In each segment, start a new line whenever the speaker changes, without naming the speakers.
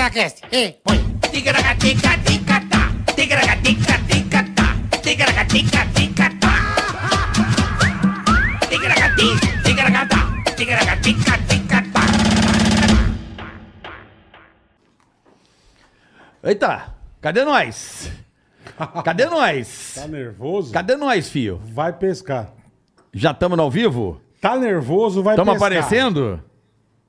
Ticaracast. Ei, põe.
Ticaracatica, ticatá. Ticaracatica, ticatá. Ticaracatica, ticatá. Ticaracati, ticaracatá. Ticaracatica, ticatá.
Eita, cadê nós? Cadê nós?
Tá nervoso?
Cadê nós, fio?
Vai pescar.
Já estamos ao vivo?
Tá nervoso, vai
Estamos
pescar.
aparecendo?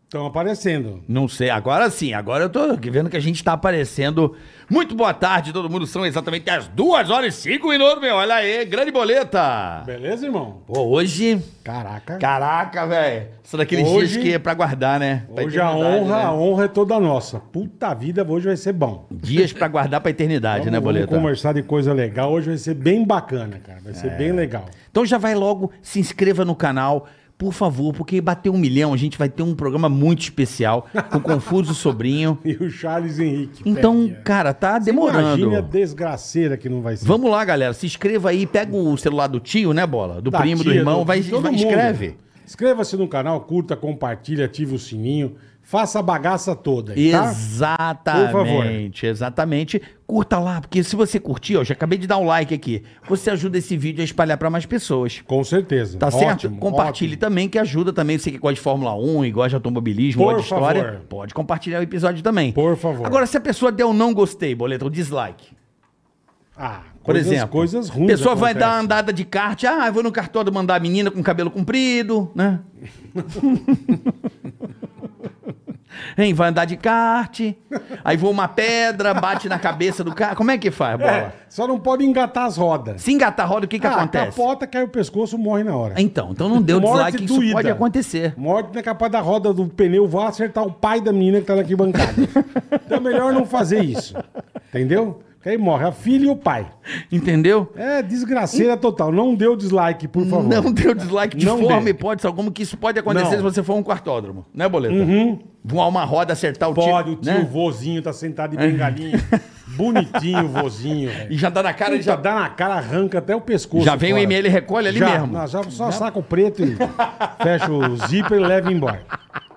Estamos aparecendo.
Não sei, agora sim, agora eu tô vendo que a gente tá aparecendo. Muito boa tarde, todo mundo. São exatamente as duas horas e cinco minutos, meu. Olha aí, grande boleta.
Beleza, irmão?
Pô, hoje.
Caraca.
Caraca, tá velho. São daqueles
Hoje-
dias que é pra guardar, né? Pra
hoje é a
eternidade,
honra,
Né?
a honra é toda nossa. Puta vida, hoje vai ser bom.
Dias pra guardar pra eternidade, né, boleta?
Vamos conversar de coisa legal. Hoje vai ser bem bacana, cara. Vai ser bem legal.
Então já vai logo, se inscreva no canal, por favor, porque bater um milhão, a gente vai ter um programa muito especial com o Confuso Sobrinho.
E o Charles Henrique.
Então,
Pepe.
cara, tá
Imagine a
demorando.
desgraceira que não vai ser.
Vamos lá, galera, se inscreva aí, pega o celular do tio, né, bola? Do
Da
primo, do
tia,
irmão, vai,
Tá, de todo
vai
mundo.
escreve.
Inscreva-se no canal, curta, compartilha, ative o sininho. Faça a bagaça toda aí, tá? Por favor.
Exatamente, exatamente. Curta lá, porque se você curtir, ó, já acabei de dar um like aqui. Você ajuda esse vídeo a espalhar pra mais pessoas.
Com certeza.
Tá certo?
Ótimo,
Compartilhe
ótimo.
também, que ajuda também. Você que gosta de Fórmula 1 e gosta de automobilismo,
Por
gosta de história,
favor.
pode compartilhar o episódio também.
Por favor.
Agora, se a pessoa der um não gostei, boleta, um dislike.
Ah,
Por
coisas,
exemplo,
coisas ruins.
a pessoa vai dar uma
acontecem.
andada de kart, ah, eu vou no cartório mandar a menina com cabelo comprido, né? hein, vai andar de kart, aí voa uma pedra, bate na cabeça do cara. Como é que faz, bola?
É, só não pode engatar as rodas.
Se engatar a roda, o que, que
Ah,
acontece?
capota, cai o pescoço, morre na hora.
Então, então não deu
Morte
dislike, isso
doída.
pode acontecer.
Morte não é capaz da roda do pneu voar acertar o pai da menina que tá na arquibancada. então é melhor não fazer isso. Entendeu? Porque aí morre a filha e o pai.
Entendeu?
É desgraceira total. Não dê o dislike, por favor.
Não deu dislike de
Não
forma
dê.
hipótese alguma que isso pode acontecer
Não. Uhum.
se você for um quartódromo, né, Boleta? Voar uma roda, acertar o
Pode, o
tiro,
tio
né?
vozinho tá sentado de bengalinha. Bonitinho o vozinho. velho.
E já tá na cara, ele
já
já...
dá na cara, arranca até o pescoço.
Já vem o
fora.
ML recolhe ali
já,
mesmo.
não, já só saca o preto e fecha o zíper e leva embora.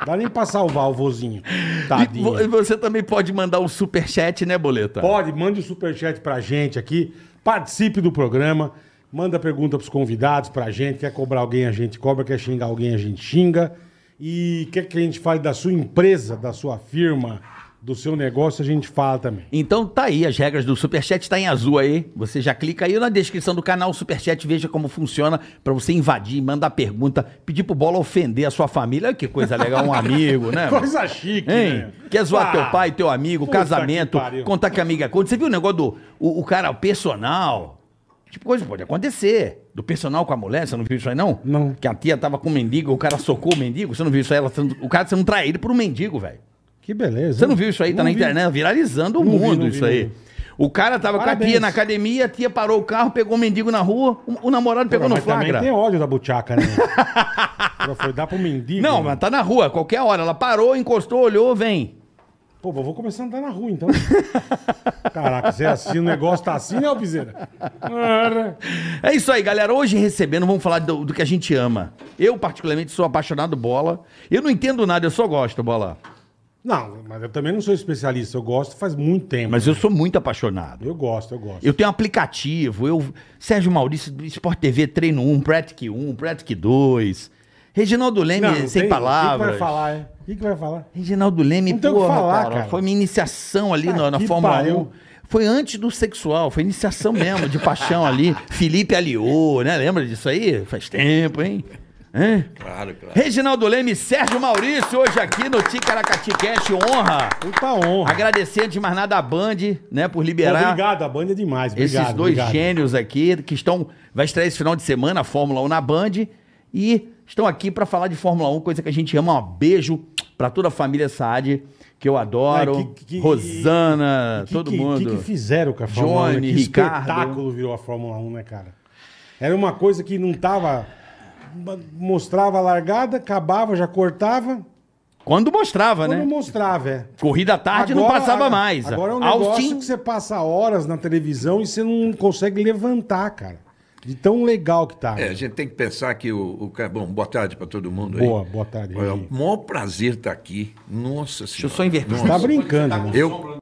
Dá nem pra salvar o vozinho.
E vo- e
Tadinho.
você também pode mandar um superchat, né, Boleta?
Pode, mande o superchat pra gente aqui. Participe do programa. Manda pergunta pros convidados, pra gente. Quer cobrar alguém, a gente cobra. Quer xingar alguém, a gente xinga. E quer que a gente fale da sua empresa, da sua firma, do seu negócio, a gente fala também.
Então tá aí, as regras do Superchat tá em azul aí. Você já clica aí na descrição do canal Superchat, veja como funciona pra você invadir, mandar pergunta, pedir pro Bola ofender a sua família. Olha que coisa legal, um amigo, né? mano?
Coisa chique,
Hein?
né?
Quer zoar
Ah,
teu pai, teu amigo,
puta
casamento,
que pariu.
contar que amiga conta. Você viu o negócio do o, o cara, o personal? Tipo, coisa pode acontecer. Do personal com a mulher, você não viu isso aí, não?
Não.
Que a tia tava com o mendigo, o cara socou o mendigo. Você não viu isso aí? Ela sendo- o cara sendo traído por um mendigo, velho.
Que beleza.
Você não viu isso aí? Tá
Não
na
vi.
internet, viralizando o
Não vi,
mundo
não vi,
isso
não
aí.
vi.
O cara tava com a tia
Parabéns.
na academia, a tia parou o carro, pegou o mendigo na rua, o, o namorado pegou no
mas
flagra.
também tem ódio da buchaca, né? Ela foi dar pro um mendigo.
Não, mas tá na rua, qualquer hora. Ela parou, encostou, olhou, vem.
Pô, eu vou começar a andar na rua, então. Caraca, se é assim, o negócio tá assim, né, Alpizeira?
É isso aí, galera. Hoje recebendo, vamos falar do, do que a gente ama. Eu, particularmente, sou apaixonado bola. Eu não entendo nada, eu só gosto bola.
Não, mas eu também não sou especialista. Eu gosto faz muito tempo.
Mas eu sou muito apaixonado.
Eu gosto, eu gosto.
Eu tenho um aplicativo, eu. Sérgio Maurício, Sport TV, treino 1, Pratic 1, Pratic 2. Reginaldo Leme,
Não,
sem
tem- O que que,
palavras.
vai falar, é? O que, que vai falar?
Reginaldo Leme,
Não tem o que falar, cara.
Foi minha iniciação ali
Tá
na, na
que
Fórmula
pariu.
1. Foi antes do sexual, foi iniciação mesmo, de paixão ali. Felipe Aliô, né? Lembra disso aí? Faz tempo, hein? Hein?
Claro, claro.
Reginaldo Leme e Sérgio Maurício, hoje aqui no Ticaracati Cast, honra.
Puta honra.
Agradecer antes de mais nada a Band, né, por liberar
Obrigado, a banda é demais. Obrigado,
esses dois
obrigado.
gênios aqui que estão. Vai estrear esse final de semana a Fórmula 1 na Band e estão aqui para falar de Fórmula 1, coisa que a gente ama. Um beijo para toda a família Saad, que eu adoro.
Mas que- que-
Rosana,
O que
todo
que,
mundo.
O que, que fizeram com a Fórmula 1? né?
Johnny,
que
Ricardo.
espetáculo virou a Fórmula 1, né, cara? Era uma coisa que não tava. Mostrava a largada, acabava, já
Né?
cortava.
Quando mostrava,
Quando
né?
mostrava, é.
Corrida à tarde não passava
agora-
mais.
Agora é um negócio
Austin
que você passa horas na televisão e você não consegue levantar, cara. De tão legal que tá.
É, a
né?
gente tem que pensar que o, o cara- Bom, boa tarde para todo mundo aí.
Boa, boa tarde.
É
Henrique.
o maior prazer estar aqui. Nossa Senhora.
eu só inverter.
Nossa.
Tá brincando, né?
Eu,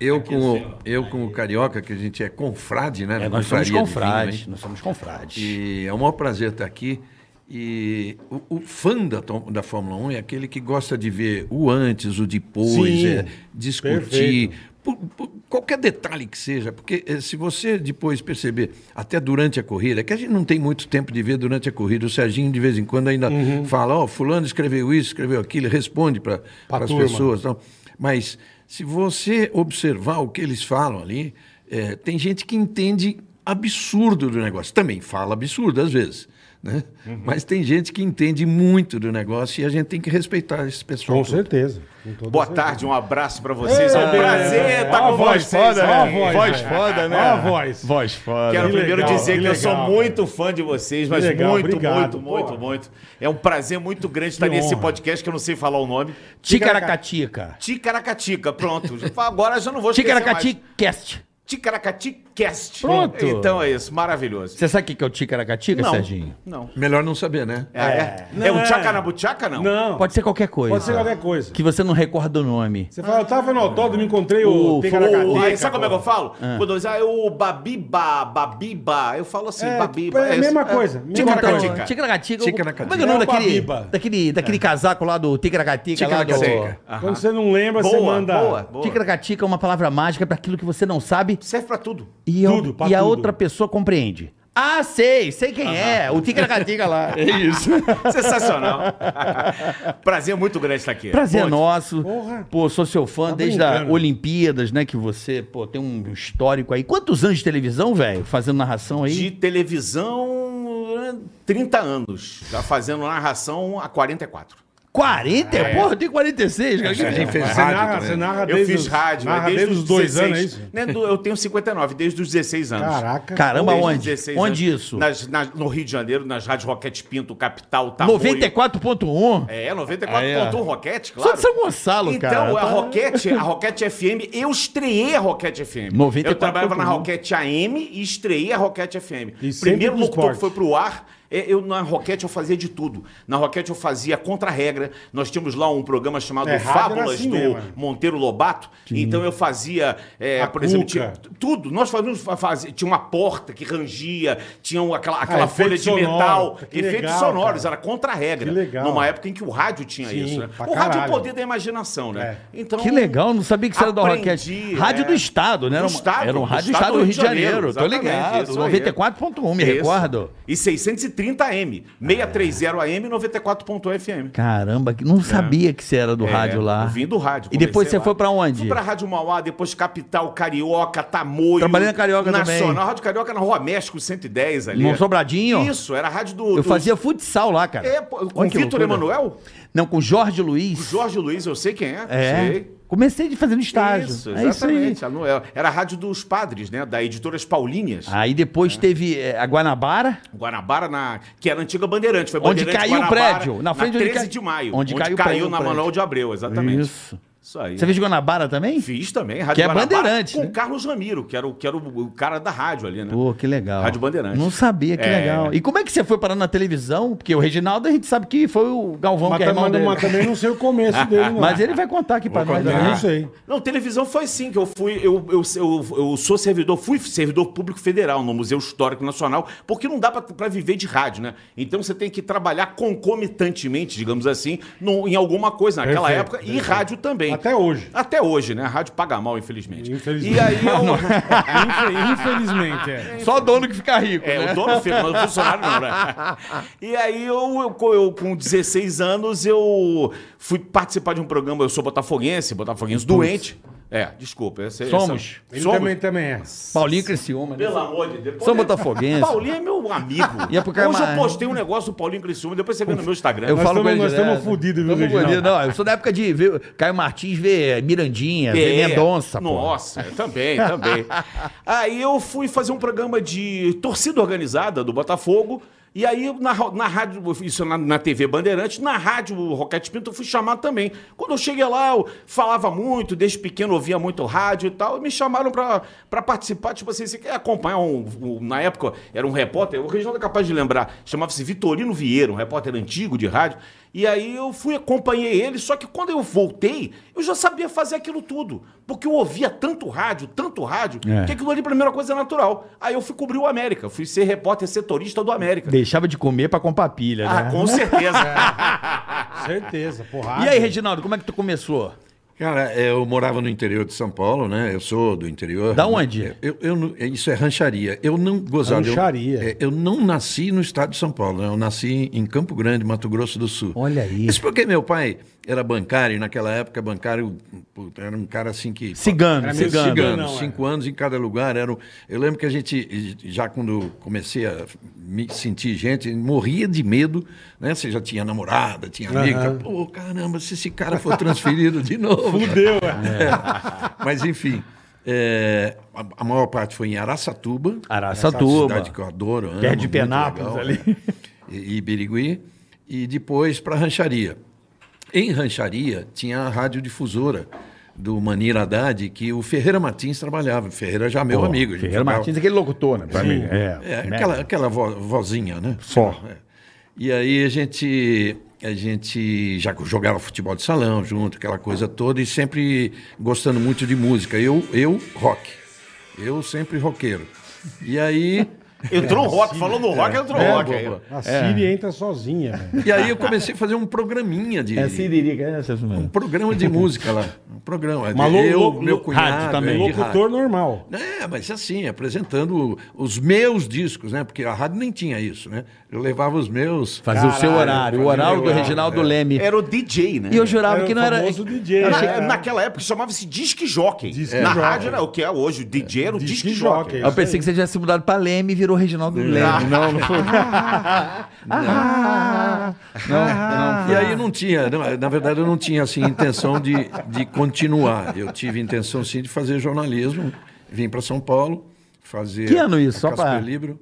eu, com, o- eu com o Carioca, que a gente é confrade, né?
É, nós somos
Confraria de
confrades,
vinho, hein?
né? nós somos confrades.
E é o maior prazer estar aqui. E o, o fã da, Tom- da Fórmula 1 é aquele que gosta de ver o antes, o depois,
Sim,
é, discutir.
perfeito.
por- por qualquer detalhe que seja, porque eh, se você depois perceber, até durante a corrida, é que a gente não tem muito tempo de ver durante a corrida, o Serginho de vez em quando ainda
Uhum.
fala, ó, fulano escreveu isso, escreveu aquilo, ele responde para
Pra
as
turma.
pessoas. Tal. Mas se você observar o que eles falam ali, eh, tem gente que entende absurdo do negócio. Também fala absurdo às vezes. Né?
Uhum.
Mas tem gente que entende muito do negócio e a gente tem que respeitar esse pessoal.
Com
todo.
certeza. com toda
Boa
certeza.
tarde, um abraço pra vocês. É um
Ei,
prazer
é ó
estar
a
com
voz
vocês.
foda,
né?
ó a voz,
voz
né?
foda, né?
Ó a voz.
Voz foda. Quero
Que
primeiro
legal,
dizer
que
que, eu sou
legal,
muito fã de vocês, mas
legal,
muito,
obrigado.
muito, muito,
Pô.
muito. É um prazer muito grande estar
Que
nesse
honra.
podcast que eu não sei falar o nome.
Ticaracatica.
Ticaracatica, pronto. Agora eu já não vou esquecer mais.
Ticaracaticast.
Ticaracaticast.
Pronto.
Então é isso, maravilhoso.
Você sabe o que que é o Ticaracatica,
não,
Serginho?
não.
Melhor não saber, né?
É, é.
Não
é o
é.
tchacanabuchaca, não?
Não, pode,
Pode ser qualquer coisa.
ser qualquer coisa.
Que você não recorda o nome.
Você fala, eu tava no autódromo, encontrei o...
O-
Ticaracateca,
Aí, sabe como é que eu
pô.
falo? Quando eu diz, ah, eu babiba, babiba, eu falo assim,
É,
babiba.
é a mesma
isso,
coisa, mesma
Ticaracatica.
coisa.
Ticaracatica.
Ticaracatica.
Como é que é o nome
É o
daquele,
Babiba.
daquele, daquele casaco lá do Ticaracatica? lá do-
Ticaracatica.
Quando você não lembra, você
Boa,
manda...
boa, boa.
Ticaracatica é uma palavra mágica para aquilo que você não sabe
Serve pra tudo.
e, a-
Tudo, pra
e a
tudo.
outra pessoa compreende. Ah, sei, sei quem é. O Ticaracatica lá.
É isso.
Sensacional. Prazer muito grande estar aqui.
Prazer
Muito.
nosso.
Porra.
Pô, sou seu fã
Tá
desde as
brincando.
Olimpíadas, né? Que você, pô, tem um histórico aí. Quantos anos de televisão, velho? Fazendo narração aí?
De televisão, né, 30 anos. Já fazendo narração há 44.
40? Porra, eu tenho 46, cara.
A gente fez
Você
rádio
narra,
também.
você narra
Eu
Ah, desde
fiz
os-
rádio.
narra
é
desde os dois
16,
anos, é isso?
né, do- eu tenho 59, desde os 16 anos.
Caraca.
Caramba,
Desde os
onde?
16
Onde
anos.
isso?
Nas- na- no Rio de Janeiro, nas rádios Roquete Pinto, Capital, Tamoio.
94.1?
É,
Aí, ó.
94.1 Roquete,
Só
claro.
de São Gonçalo,
então,
cara.
a
Tá-
Roquete, a Roquete FM, eu estreiei a Roquete FM.
94.1.
Eu trabalhava na Roquete AM e estreiei a Roquete FM.
um. E sempre
Primeiro
no
locutor
esporte.
que foi pro ar, é, eu na Roquete eu fazia de tudo. Na Roquete eu fazia contra-regra. Nós tínhamos lá um programa chamado
É, rádio era
Fábulas
assim
do
mesmo, é.
Monteiro Lobato. Então eu fazia, é,
A
por exemplo,
Cuca.
tinha, tudo. Nós fazíamos, fazia, tinha uma porta que rangia, tinha um- aquela, aquela
Ah, efeito
folha de
sonoro.
metal,
Que
efeitos
legal,
sonoros,
cara.
era contra-regra.
Que legal.
Numa época em que o rádio tinha
Sim,
isso. Né?
pra
O rádio é o
caralho. É.
poder da imaginação, né? Então,
Que legal, não sabia que você era da
aprendi,
Roquete.
é.
Rádio do Estado, né? Era,
Do
um-
Estado,
era um
do
rádio do
Estado
Estado do Rio de Janeiro. Tô
exatamente,
ligado.
isso aí.
94.1, me
Isso.
recordo.
E 630 AM, 630 AM e 94.1 FM.
Caramba, que- não sabia que você era do
É,
rádio lá.
eu Vim do rádio.
E depois
comecei
você
lá.
foi pra onde?
Fui pra Rádio Mauá, depois Capital Carioca, Tamoio.
Trabalhei na Carioca também.
Nacional, Rádio Carioca na Rua México 110 ali.
No Sobradinho?
Isso, era a rádio do...
Eu
do-
fazia futsal lá, cara.
É, pô, com
Olha que
Vitor
loucura.
Emanuel?
Não, com Jorge Luiz.
Jorge Luiz, eu sei quem é.
É.
Sei.
Comecei de fazendo estágio.
Isso,
é isso aí.
exatamente. a Noel. Era a rádio dos padres, né? Da editoras Paulinhas.
Aí depois
É.
teve eh, a Guanabara.
Guanabara, na, que era a antiga Bandeirante. Foi
Onde
Bandeirante,
caiu o
Guanabara,
prédio, na frente onde
13
cai-
de maio.
onde caiu o prédio,
na
o prédio.
Manuel de Abreu, exatamente. Isso,
Isso.
aí.
Você fez Guanabara também?
Fiz também, Rádio
Que é
Guanabara,
Bandeirante,
Com
né?
o Carlos Ramiro, que era, o, que era o, o cara da rádio ali, né?
Pô, que legal.
Rádio Bandeirantes.
Não sabia, que
É.
legal. E como é que você foi parar na televisão? Porque o Reginaldo a gente sabe que foi o Galvão
Mas,
que é irmão
também-
dele.
mas também não sei o começo dele, não.
Mas ele vai contar aqui pra
Vou
nós.
Eu
né?
contar.
não sei.
Não, televisão foi sim, que eu fui. Eu, eu, eu, eu sou servidor, fui servidor público federal no Museu Histórico Nacional, porque não dá pra viver de rádio, né? Então você tem que trabalhar concomitantemente, digamos assim, no- em alguma coisa naquela
Perfeito,
época, e
perfeito.
rádio também.
Até hoje.
Até hoje, né? A rádio paga mal, infelizmente.
Infelizmente.
E aí eu.
Infe- Infelizmente, é.
Só dono que fica rico.
É,
né?
o dono fica, mas o funcionário não, né? E aí eu, eu co- eu, com 16 anos, eu fui participar de um programa, eu sou botafoguense, botafoguense doente. É, desculpa. essa- essa-
Somos.
Ele
um- somos.
também, também é.
Paulinho Criciúma. Né?
Pelo amor de Deus.
Sou
Paulinho-
botafoguense.
Paulinho é meu amigo.
E é porque é
Hoje
uma-
eu postei um negócio do Paulinho Criciúma, depois você vê no meu Instagram.
Eu
Nós
falo
tamo-
com ele
nós
direto.
tamo fudido, viu,
Tamo
Reginaldo?
fudido. Não, eu sou da época de ver Caio Martins ver Mirandinha, ver Mendonça. pô.
É. Nossa, eu também, também. Aí eu fui fazer um programa de torcida organizada do Botafogo. E aí, na, ra- na rádio, isso na, na TV Bandeirantes, na rádio Roquete Pinto, eu fui chamado também. Quando eu cheguei lá, eu falava muito, desde pequeno ouvia muito rádio e tal, e me chamaram para participar. Tipo assim, você quer acompanhar um, um- Na época, era um repórter, o Reginaldo é capaz de lembrar, chamava-se Vitorino Vieira, um repórter antigo de rádio. E aí eu fui, acompanhei ele, só que quando eu voltei, eu já sabia fazer aquilo tudo. Porque eu ouvia tanto rádio, tanto rádio,
É.
que aquilo ali, primeira coisa, é natural. Aí eu fui cobrir o América, fui ser repórter setorista do América.
Deixava de comer pra comprar pilha,
Ah,
né?
com certeza.
Certeza, porrada.
E aí, Reginaldo, como é que tu começou?
Cara, eh, eu morava no interior de São Paulo, né? Eu sou do interior.
Da onde?
Eu, eu não- isso é rancharia. Eu não gozava.
Rancharia.
Eu, eh, eu não nasci no estado de São Paulo, né? eu nasci em Campo Grande, Mato Grosso do Sul.
Olha aí.
Isso porque meu pai era bancário, e naquela época bancário puta, era um cara assim que.
Cigano,
Era meio
cigano.
cigano.
Cigano,
Não, é.
cinco anos em cada lugar. Era um- Eu lembro que a gente, já quando comecei a me sentir gente, morria de medo, né? Você já tinha namorada, tinha amiga.
Aham.
Pô, caramba, se esse cara for transferido de novo.
Fudeu, é.
Mas, enfim, é, a, a maior parte foi em Araçatuba.
Araçatuba.
Essa cidade que eu adoro. amo,
Perto de
muito
Penápolis,
legal,
ali.
é. E e Birigui. E depois para Rancharia. Em Rancharia tinha a radiodifusora do Manira Haddad, que o Ferreira Martins trabalhava. Ferreira já é meu
Pô,
amigo. a gente
Ferreira
jogava-
Martins, é aquele locutor, né? Pra mim.
é,
né?
aquela, aquela vo- vozinha, né?
Só.
É. E aí a gente, a gente já jogava futebol de salão junto, aquela coisa toda, e sempre gostando muito de música. Eu, eu rock. Eu sempre roqueiro. E aí.
É.
Entrou o rock, falou no rock, entrou o rock.
boa.
A Siri entra sozinha, velho.
É, E aí eu comecei a fazer um programinha de.
Siririca, é essa
Um programa de música lá. Um programa.
Mas lou-
eu,
lou-
meu
rádio
cunhado.
também.
é, de rádio.
Locutor normal.
É, mas assim, apresentando o- os meus discos, né? Porque a rádio nem tinha isso, né? Eu levava os meus.
Fazer o seu
Caralho,
horário, o
fazer
horário do
legal,
Reginaldo Leme.
Era o DJ, né?
E eu jurava
Era
que
o
não era.
famoso DJ,
Eu
né?
achei-
Na- é, Naquela época chamava-se disque jockey.
Disque
Na
jockey.
rádio era o que é hoje, o DJ era o disque,
Disque
jockey.
jockey.
Eu pensei que você já se mudado pra Leme e virou Reginaldo Leme. Não, não foi.
Ah. E aí não tinha, não, na verdade eu não tinha assim intenção de, de continuar. Eu tive intenção sim de fazer jornalismo, vim para São Paulo fazer.
Que ano isso?
a
Só pra-
Casper Libro.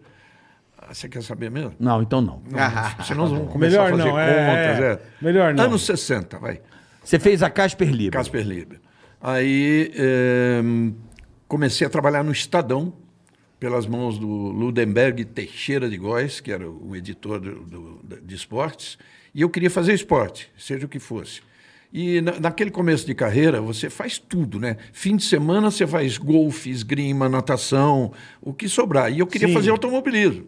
Ah, Você quer saber mesmo?
Não, então não.
Ah, Senão nós vamos começar
Melhor
a fazer
não, é,
contas. É.
é. Melhor não.
Anos 60, vai.
Você fez a Casper Libra.
Casper Libro. Aí eh, comecei a trabalhar no Estadão, pelas mãos do Ludenberg Teixeira de Góes, que era o editor do- do- da- de esportes, e eu queria fazer esporte, seja o que fosse. E na- naquele começo de carreira, você faz tudo, né? Fim de semana você faz golfe, esgrima, natação, o que sobrar. E eu queria
Sim.
fazer automobilismo.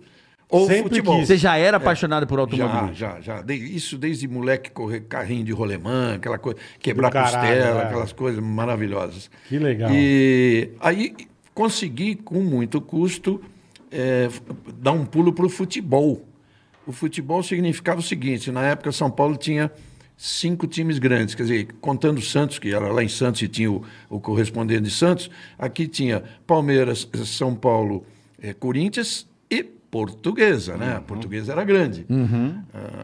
Ou
Sempre
futebol.
quis.
Você já era apaixonado por
Já,
automobilismo?
já, já. De- isso desde moleque correr carrinho de rolemã, aquela coisa, quebrar
Do caralho,
costela,
é.
aquelas coisas maravilhosas.
Que legal.
E aí consegui, com muito custo, eh, f- dar um pulo para o futebol. O futebol significava o seguinte: na época, São Paulo tinha cinco times grandes, quer dizer, contando o Santos, que era lá em Santos e tinha o, o correspondente de Santos, aqui tinha Palmeiras, eh, São Paulo, eh, Corinthians e Portuguesa, né? A portuguesa era grande.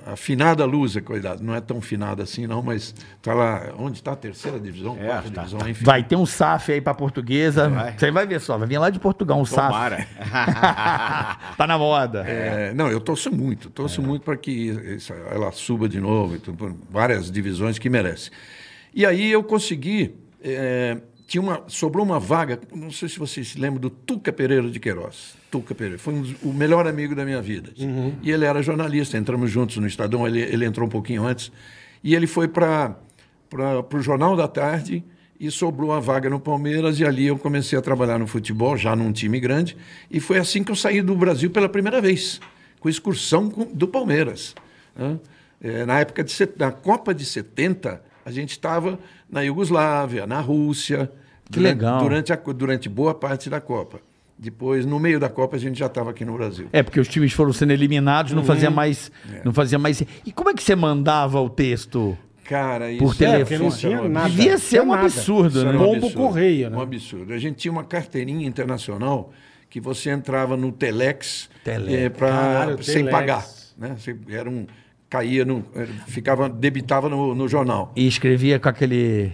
A, a finada Lusa, cuidado, não é tão finada assim, não, mas tá lá, onde está a terceira divisão, quarta divisão, enfim.
Vai ter um SAF aí pra portuguesa. Você vai ver só, vai vir lá de Portugal um
Tomara.
SAF. tá na moda.
É, não, eu torço muito, torço muito para que isso- ela suba de novo, então, por várias divisões que merece. E aí eu consegui, é, tinha uma, sobrou uma vaga, não sei se vocês se lembram do Tuca Pereira de Queiroz. Tuca Pereira, foi um dos- o melhor amigo da minha vida. assim. E ele era jornalista, entramos juntos no Estadão, ele, ele entrou um pouquinho antes, e ele foi para o Jornal da Tarde, e sobrou a vaga no Palmeiras e ali eu comecei a trabalhar no futebol, já num time grande, e foi assim que eu saí do Brasil pela primeira vez, com excursão com- do Palmeiras. né? Eh, na época de set- na Copa de 70, a gente estava na Iugoslávia, na Rússia,
Que
durante,
legal.
durante, a co- durante boa parte da Copa. Depois, no meio da Copa, a gente já estava aqui no Brasil.
É, porque os times foram sendo eliminados, não fazia mais. Não fazia mais. E como é que você mandava o texto?
Cara, isso
Por
era-
porque não
telefone.
isso era
tinha
um
nada.
Devia ser um
Tinha nada.
absurdo,
Isso
né?
era
Pombo correio, né?
Um absurdo. A gente tinha uma carteirinha internacional que você entrava no Telex,
Telex.
eh, pra-
Caralho,
sem
Telex.
pagar. Né? Você era um, caía, no, era- ficava, debitava no, no jornal.
E escrevia com aquele.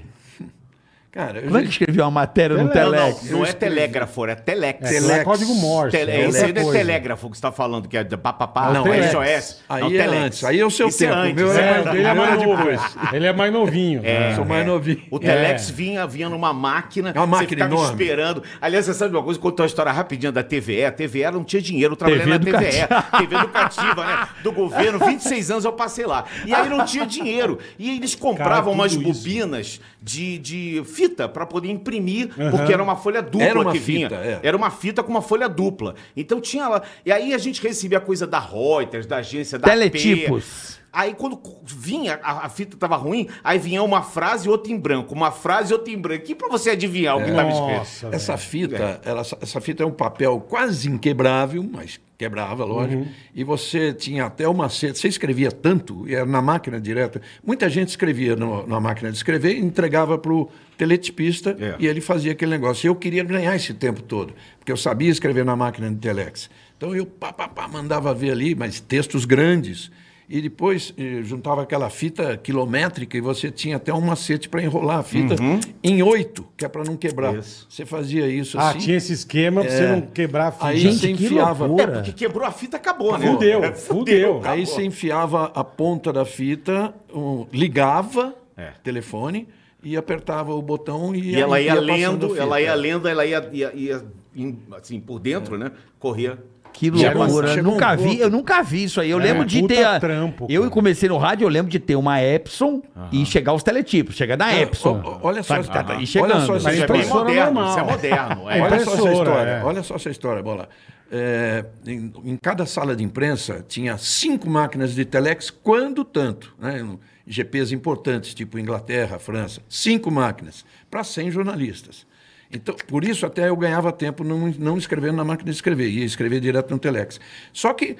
Cara, eu
Como é
já-
que escreveu uma matéria no
Tele-
Telex?
Não, não, não é telégrafo, é telex.
É, não é código Morse.
Tele...
é
Esse
outra
aí não é
coisa.
telégrafo que você está falando, que é de papapá,
Não,
não, é
telex.
SOS.
Aí
não,
é antes, aí é o seu
Isso é
tempo,
antes,
meu é
é.
É, o dele é
Agora
mais novo.
depois.
Ele é mais novinho.
É.
sou mais novinho.
O Telex vinha, vinha numa máquina,
É uma máquina
você ficava
enorme.
esperando. Aliás, você sabe uma coisa? Contou uma história rapidinha da TVE. A TVE não tinha dinheiro, eu trabalhei
TV
na TVE. TV educativa, né? Do governo, 26 anos eu passei lá. E aí não tinha dinheiro. E eles compravam
Cara, tudo
umas
isso.
bobinas de, de fita para poder imprimir, porque era uma folha dupla
Era uma
que vinha.
fita, é.
Era uma fita com uma folha dupla. Então tinha lá. E aí a gente recebia coisa da Reuters, da agência da
Teletipos.
AP. Aí quando cu- vinha, a, a fita tava ruim, aí vinha uma frase e outra em branco, uma frase e outra em branco. E pra você adivinhar o que tava escrito?
Nossa, velho.
Essa fita, ela- essa fita é um papel quase inquebrável, mas quebrava, lógico. E você tinha até uma macete. Você escrevia tanto, e era na máquina direta. Muita gente escrevia no- na máquina de escrever, e entregava para o teletipista
É.
e ele fazia aquele negócio. Eu queria ganhar esse tempo todo, porque eu sabia escrever na máquina de telex. Então eu pá, pá, pá, mandava ver ali, mas textos grandes. E depois eh, juntava aquela fita quilométrica e você tinha até um macete para enrolar a fita em oito, que é para não quebrar.
Uhum. Isso.
Você fazia isso
Ah,
assim. É.
tinha esse esquema pra você não quebrar a fita.
Aí
Gente,
você
que
enfiava.
loucura.
É, porque quebrou a fita, acabou, né?
Fudeu,
É,
fudeu.
acabou.
Aí você enfiava a ponta da fita, um- ligava
É.
telefone e apertava o botão e,
E ela ia
passando a
lendo,
fita.
ela ia lendo, ela ia, ia, ia em- assim, por dentro, né? Corria.
Que
Chegou-
loucura. Eu
chegou
nunca
um
vi,
ponto.
eu nunca vi isso aí. Eu
É,
lembro de
puta
ter. a-
trampo,
eu
cara.
comecei no rádio, eu lembro de ter uma Epson e chegar os teletipos. Chegar na
É,
Epson.
o- o- olha só
Sabe,
essa-
tá- tá-
aham.
E chegando.
Olha só essa
Isso é bem
impressora
moderno,
normal.
isso é moderno. é.
Olha só essa
Impressora,
história.
é.
Olha só essa história, bola. É, em, em cada sala de imprensa tinha cinco máquinas de telex, quando tanto, né? Em GPs importantes, tipo Inglaterra, França, cinco máquinas para 100 jornalistas. Então, por isso até eu ganhava tempo não, não escrevendo na máquina de escrever, ia escrever direto no telex. Só que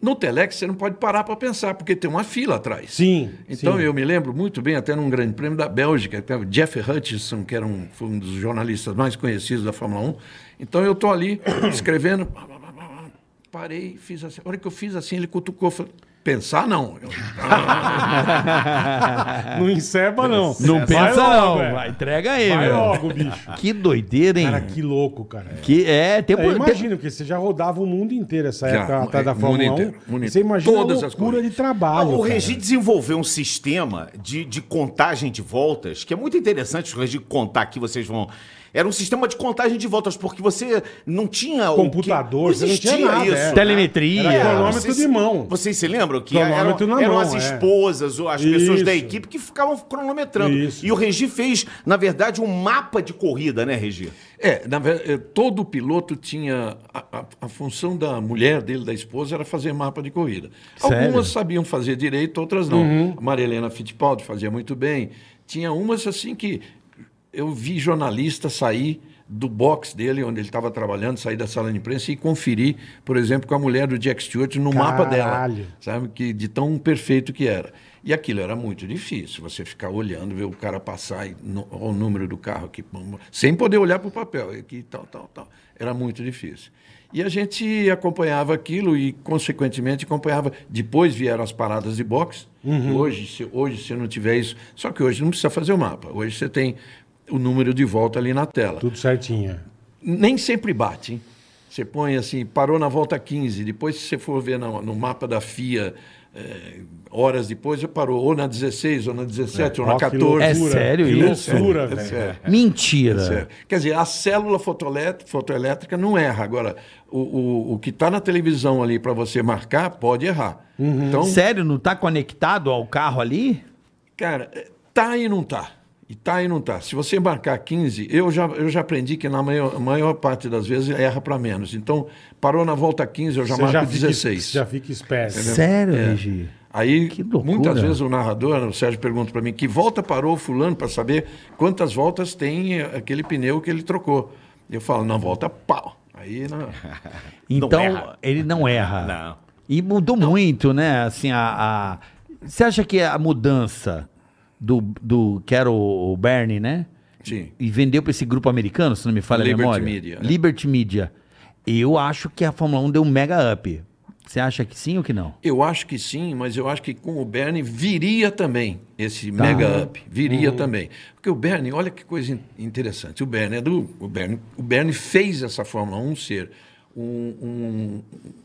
no telex você não pode parar para pensar, porque tem uma fila atrás.
Sim,
Então
sim.
eu me lembro muito bem, até num grande prêmio da Bélgica, até o Jeff Hutchinson, que era um, foi um dos jornalistas mais conhecidos da Fórmula 1. Então eu estou ali escrevendo, pá, pá, pá, pá, pá, parei, fiz assim. A hora que eu fiz assim, ele cutucou, falou, pensar não. Eu,
Não encerba, não.
Não
Vai
pensa,
logo,
não.
velho.
Vai, entrega aí,
Vai
meu.
logo, bicho.
Que doideira, hein?
Cara, que louco, cara.
Que, é, tem
É,
tem-
imagina, porque você já rodava o mundo inteiro essa
Já,
época tá,
é,
da
mundo
Fórmula 1.
inteiro, mundo
Você
inteiro.
imagina
Todas
a
as
loucura
coisas.
de
Ah,
trabalho,
o
cara.
Regi desenvolveu um sistema de, de contagem de voltas, que é muito interessante o Regi contar aqui, vocês vão. Era um sistema de contagem de voltas, porque você não tinha. o que-
Computador, você não tinha nada,
né?
é.
Telemetria.
Era cronômetro
Vocês-
de mão.
Vocês se lembram que eram,
Cronômetro na
eram
mão,
as
é.
esposas, ou as pessoas da
Isso.
equipe que ficavam cronometrando.
Isso.
E o Regi fez, na verdade, um mapa de corrida, né, Regi?
É, na verdade, eh, todo piloto tinha. A, a- a função da mulher dele, da esposa, era fazer mapa de corrida.
Sério?
Algumas sabiam fazer direito, outras não. A Marilena Fittipaldi fazia muito bem. Tinha umas assim que eu vi jornalista sair do box dele, onde ele estava trabalhando, sair da sala de imprensa e conferir, por exemplo, com a mulher do Jack Stewart no mapa dela.
Caralho.
Sabe? Que, de tão perfeito que era. E aquilo era muito difícil, você ficar olhando, ver o cara passar e no- olha o número do carro aqui, pum, sem poder olhar para o papel, e aqui, tal, tal, tal. Era muito difícil. E a gente acompanhava aquilo e, consequentemente, acompanhava. Depois vieram as paradas de boxe. Hoje, se, hoje, se não tiver isso. Só que hoje não precisa fazer o mapa. Hoje você tem o número de volta ali na tela
Tudo certinho.
nem sempre bate, hein? Você põe assim, parou na volta 15, depois se você for ver no, no mapa da FIA, eh, horas depois, já parou ou na 16, ou na 17, ou
Ó,
na
que
14.
loucura.
É sério
que
isso?
loucura,
É
velho.
sério,
Mentira.
é sério. Quer dizer, a célula fotoelé- fotoelétrica não erra. Agora, o, o, o que está na televisão ali para você marcar pode errar.
Uhum.
Então,
Sério, não tá conectado ao carro ali?
Cara, eh, tá e não tá. E tá e não tá. Se você marcar 15, eu já, eu já aprendi que na maior, maior parte das vezes erra para menos. Então, parou na volta 15, eu já marco 16.
já fica esperto.
Sério, Regi?
Aí,
Que loucura.
muitas vezes o narrador, o Sérgio pergunta para mim, que volta parou fulano para saber quantas voltas tem eh, aquele pneu que ele trocou. Eu falo, não, volta pau. Aí, né, não.
Então,
erra.
ele não
Ah.
erra.
Não.
E mudou muito, né? Assim, a, a- Você acha que a mudança do, do que era o, o Bernie, né?
Sim.
E vendeu pra esse grupo americano, se não me falha a
Liberty
memória?
Media, né?
Liberty Media. Eu acho que a Fórmula 1 deu um mega up. Você acha que sim ou que não?
Eu acho que sim, mas eu acho que com o Bernie viria também esse mega up, viria também. Porque o Bernie, olha que coisa in- interessante. O Bernie é do, o Bernie, o Bernie fez essa Fórmula 1 ser um, um,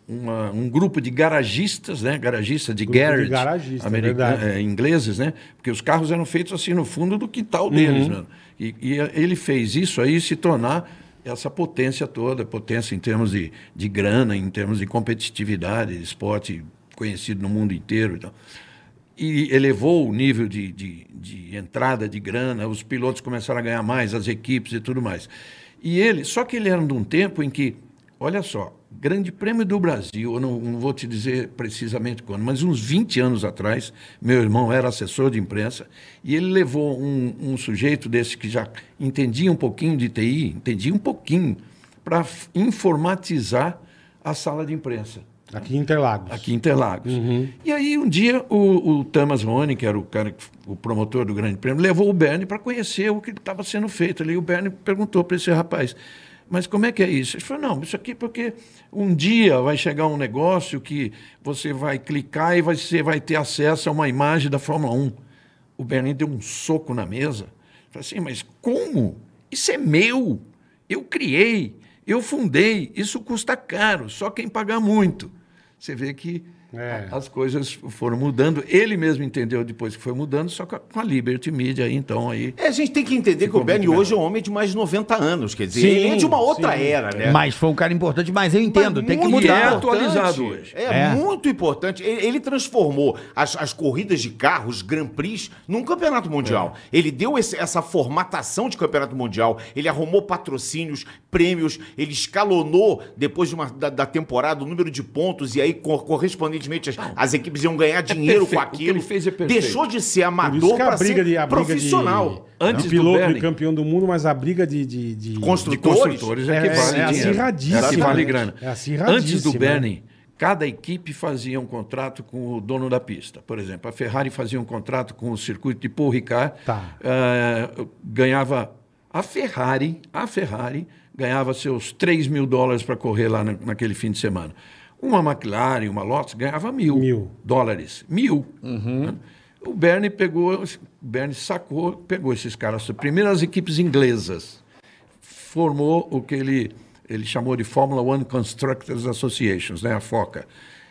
uma- um grupo de garagistas, né? Garagistas de
Grupo de
garage,
garagista,
america-
verdade.
eh, ingleses, né? Porque os carros eram feitos assim no fundo do quintal deles,
Uhum.
mano. E, e eh, ele fez isso aí se tornar essa potência toda, potência em termos de, de grana, em termos de competitividade, esporte conhecido no mundo inteiro e tal. E elevou o nível de, de, de entrada de grana, os pilotos começaram a ganhar mais, as equipes e tudo mais. E ele, só que ele era de um tempo em que, olha só, Grande Prêmio do Brasil, eu não, não vou te dizer precisamente quando, mas uns 20 anos atrás, meu irmão era assessor de imprensa, e ele levou um, um sujeito desse que já entendia um pouquinho de TI, entendia um pouquinho, para informatizar a sala de imprensa
Aqui em Interlagos.
aqui em Interlagos. E aí um dia o, o Thomas Rony, que era o cara, que- o promotor do Grande Prêmio, levou o Bernie para conhecer o que estava sendo feito ali. O Bernie perguntou para esse rapaz, mas como é que é isso? Ele falou, não, isso aqui é porque um dia vai chegar um negócio que você vai clicar e vai- você vai ter acesso a uma imagem da Fórmula 1. O Bernie deu um soco na mesa. Falei assim, mas como? Isso é meu. Eu criei, eu fundei. Isso custa caro, só quem pagar muito. Você vê que
É.
a- as coisas foram mudando. Ele mesmo entendeu depois que foi mudando, só que com a Liberty Media aí, então aí.
É, a gente tem que entender que o Bernie hoje é um homem de mais de 90 anos, quer dizer,
Sim,
ele é de uma outra
sim.
era, né?
Mas foi um cara importante, mas eu entendo, tem que
muito
mudar.
importante. atualizado hoje.
É,
É.
muito importante. Ele, ele transformou as, as corridas de carros, Grand Prix, num campeonato mundial. Ele deu esse- essa formatação de campeonato mundial. Ele arrumou patrocínios, prêmios, ele escalonou depois de uma- da, da temporada o número de pontos e aí co- correspondentemente as, as equipes iam ganhar dinheiro com
perfeito. O que
aquilo.
ele fez é perfeito.
Deixou de
Por
ser
isso
amador
que a
para
briga
ser
de a briga
profissional.
De,
Antes
de
do
piloto e
Bernie.
campeão do mundo, mas a briga de. de, de-
Constru-
De construtores é que
É,
vale
é
dinheiro.
acirradíssimo,
É que vale
né?
grana.
É acirradíssimo,
Antes do
né?
Bernie, cada equipe fazia um contrato com o dono da pista. Por exemplo, a Ferrari fazia um contrato com o circuito de Paul Ricard.
Tá.
eh, ganhava a Ferrari, a Ferrari ganhava seus 3 mil dólares para correr lá na- naquele fim de semana. Uma McLaren, uma Lotus ganhava mil,
Mil.
dólares. Mil. né? O Bernie pegou, o Bernie sacou, pegou esses caras, primeiro as equipes inglesas formou o que ele, ele chamou de Fórmula One Constructors Associations, né, a FOCA,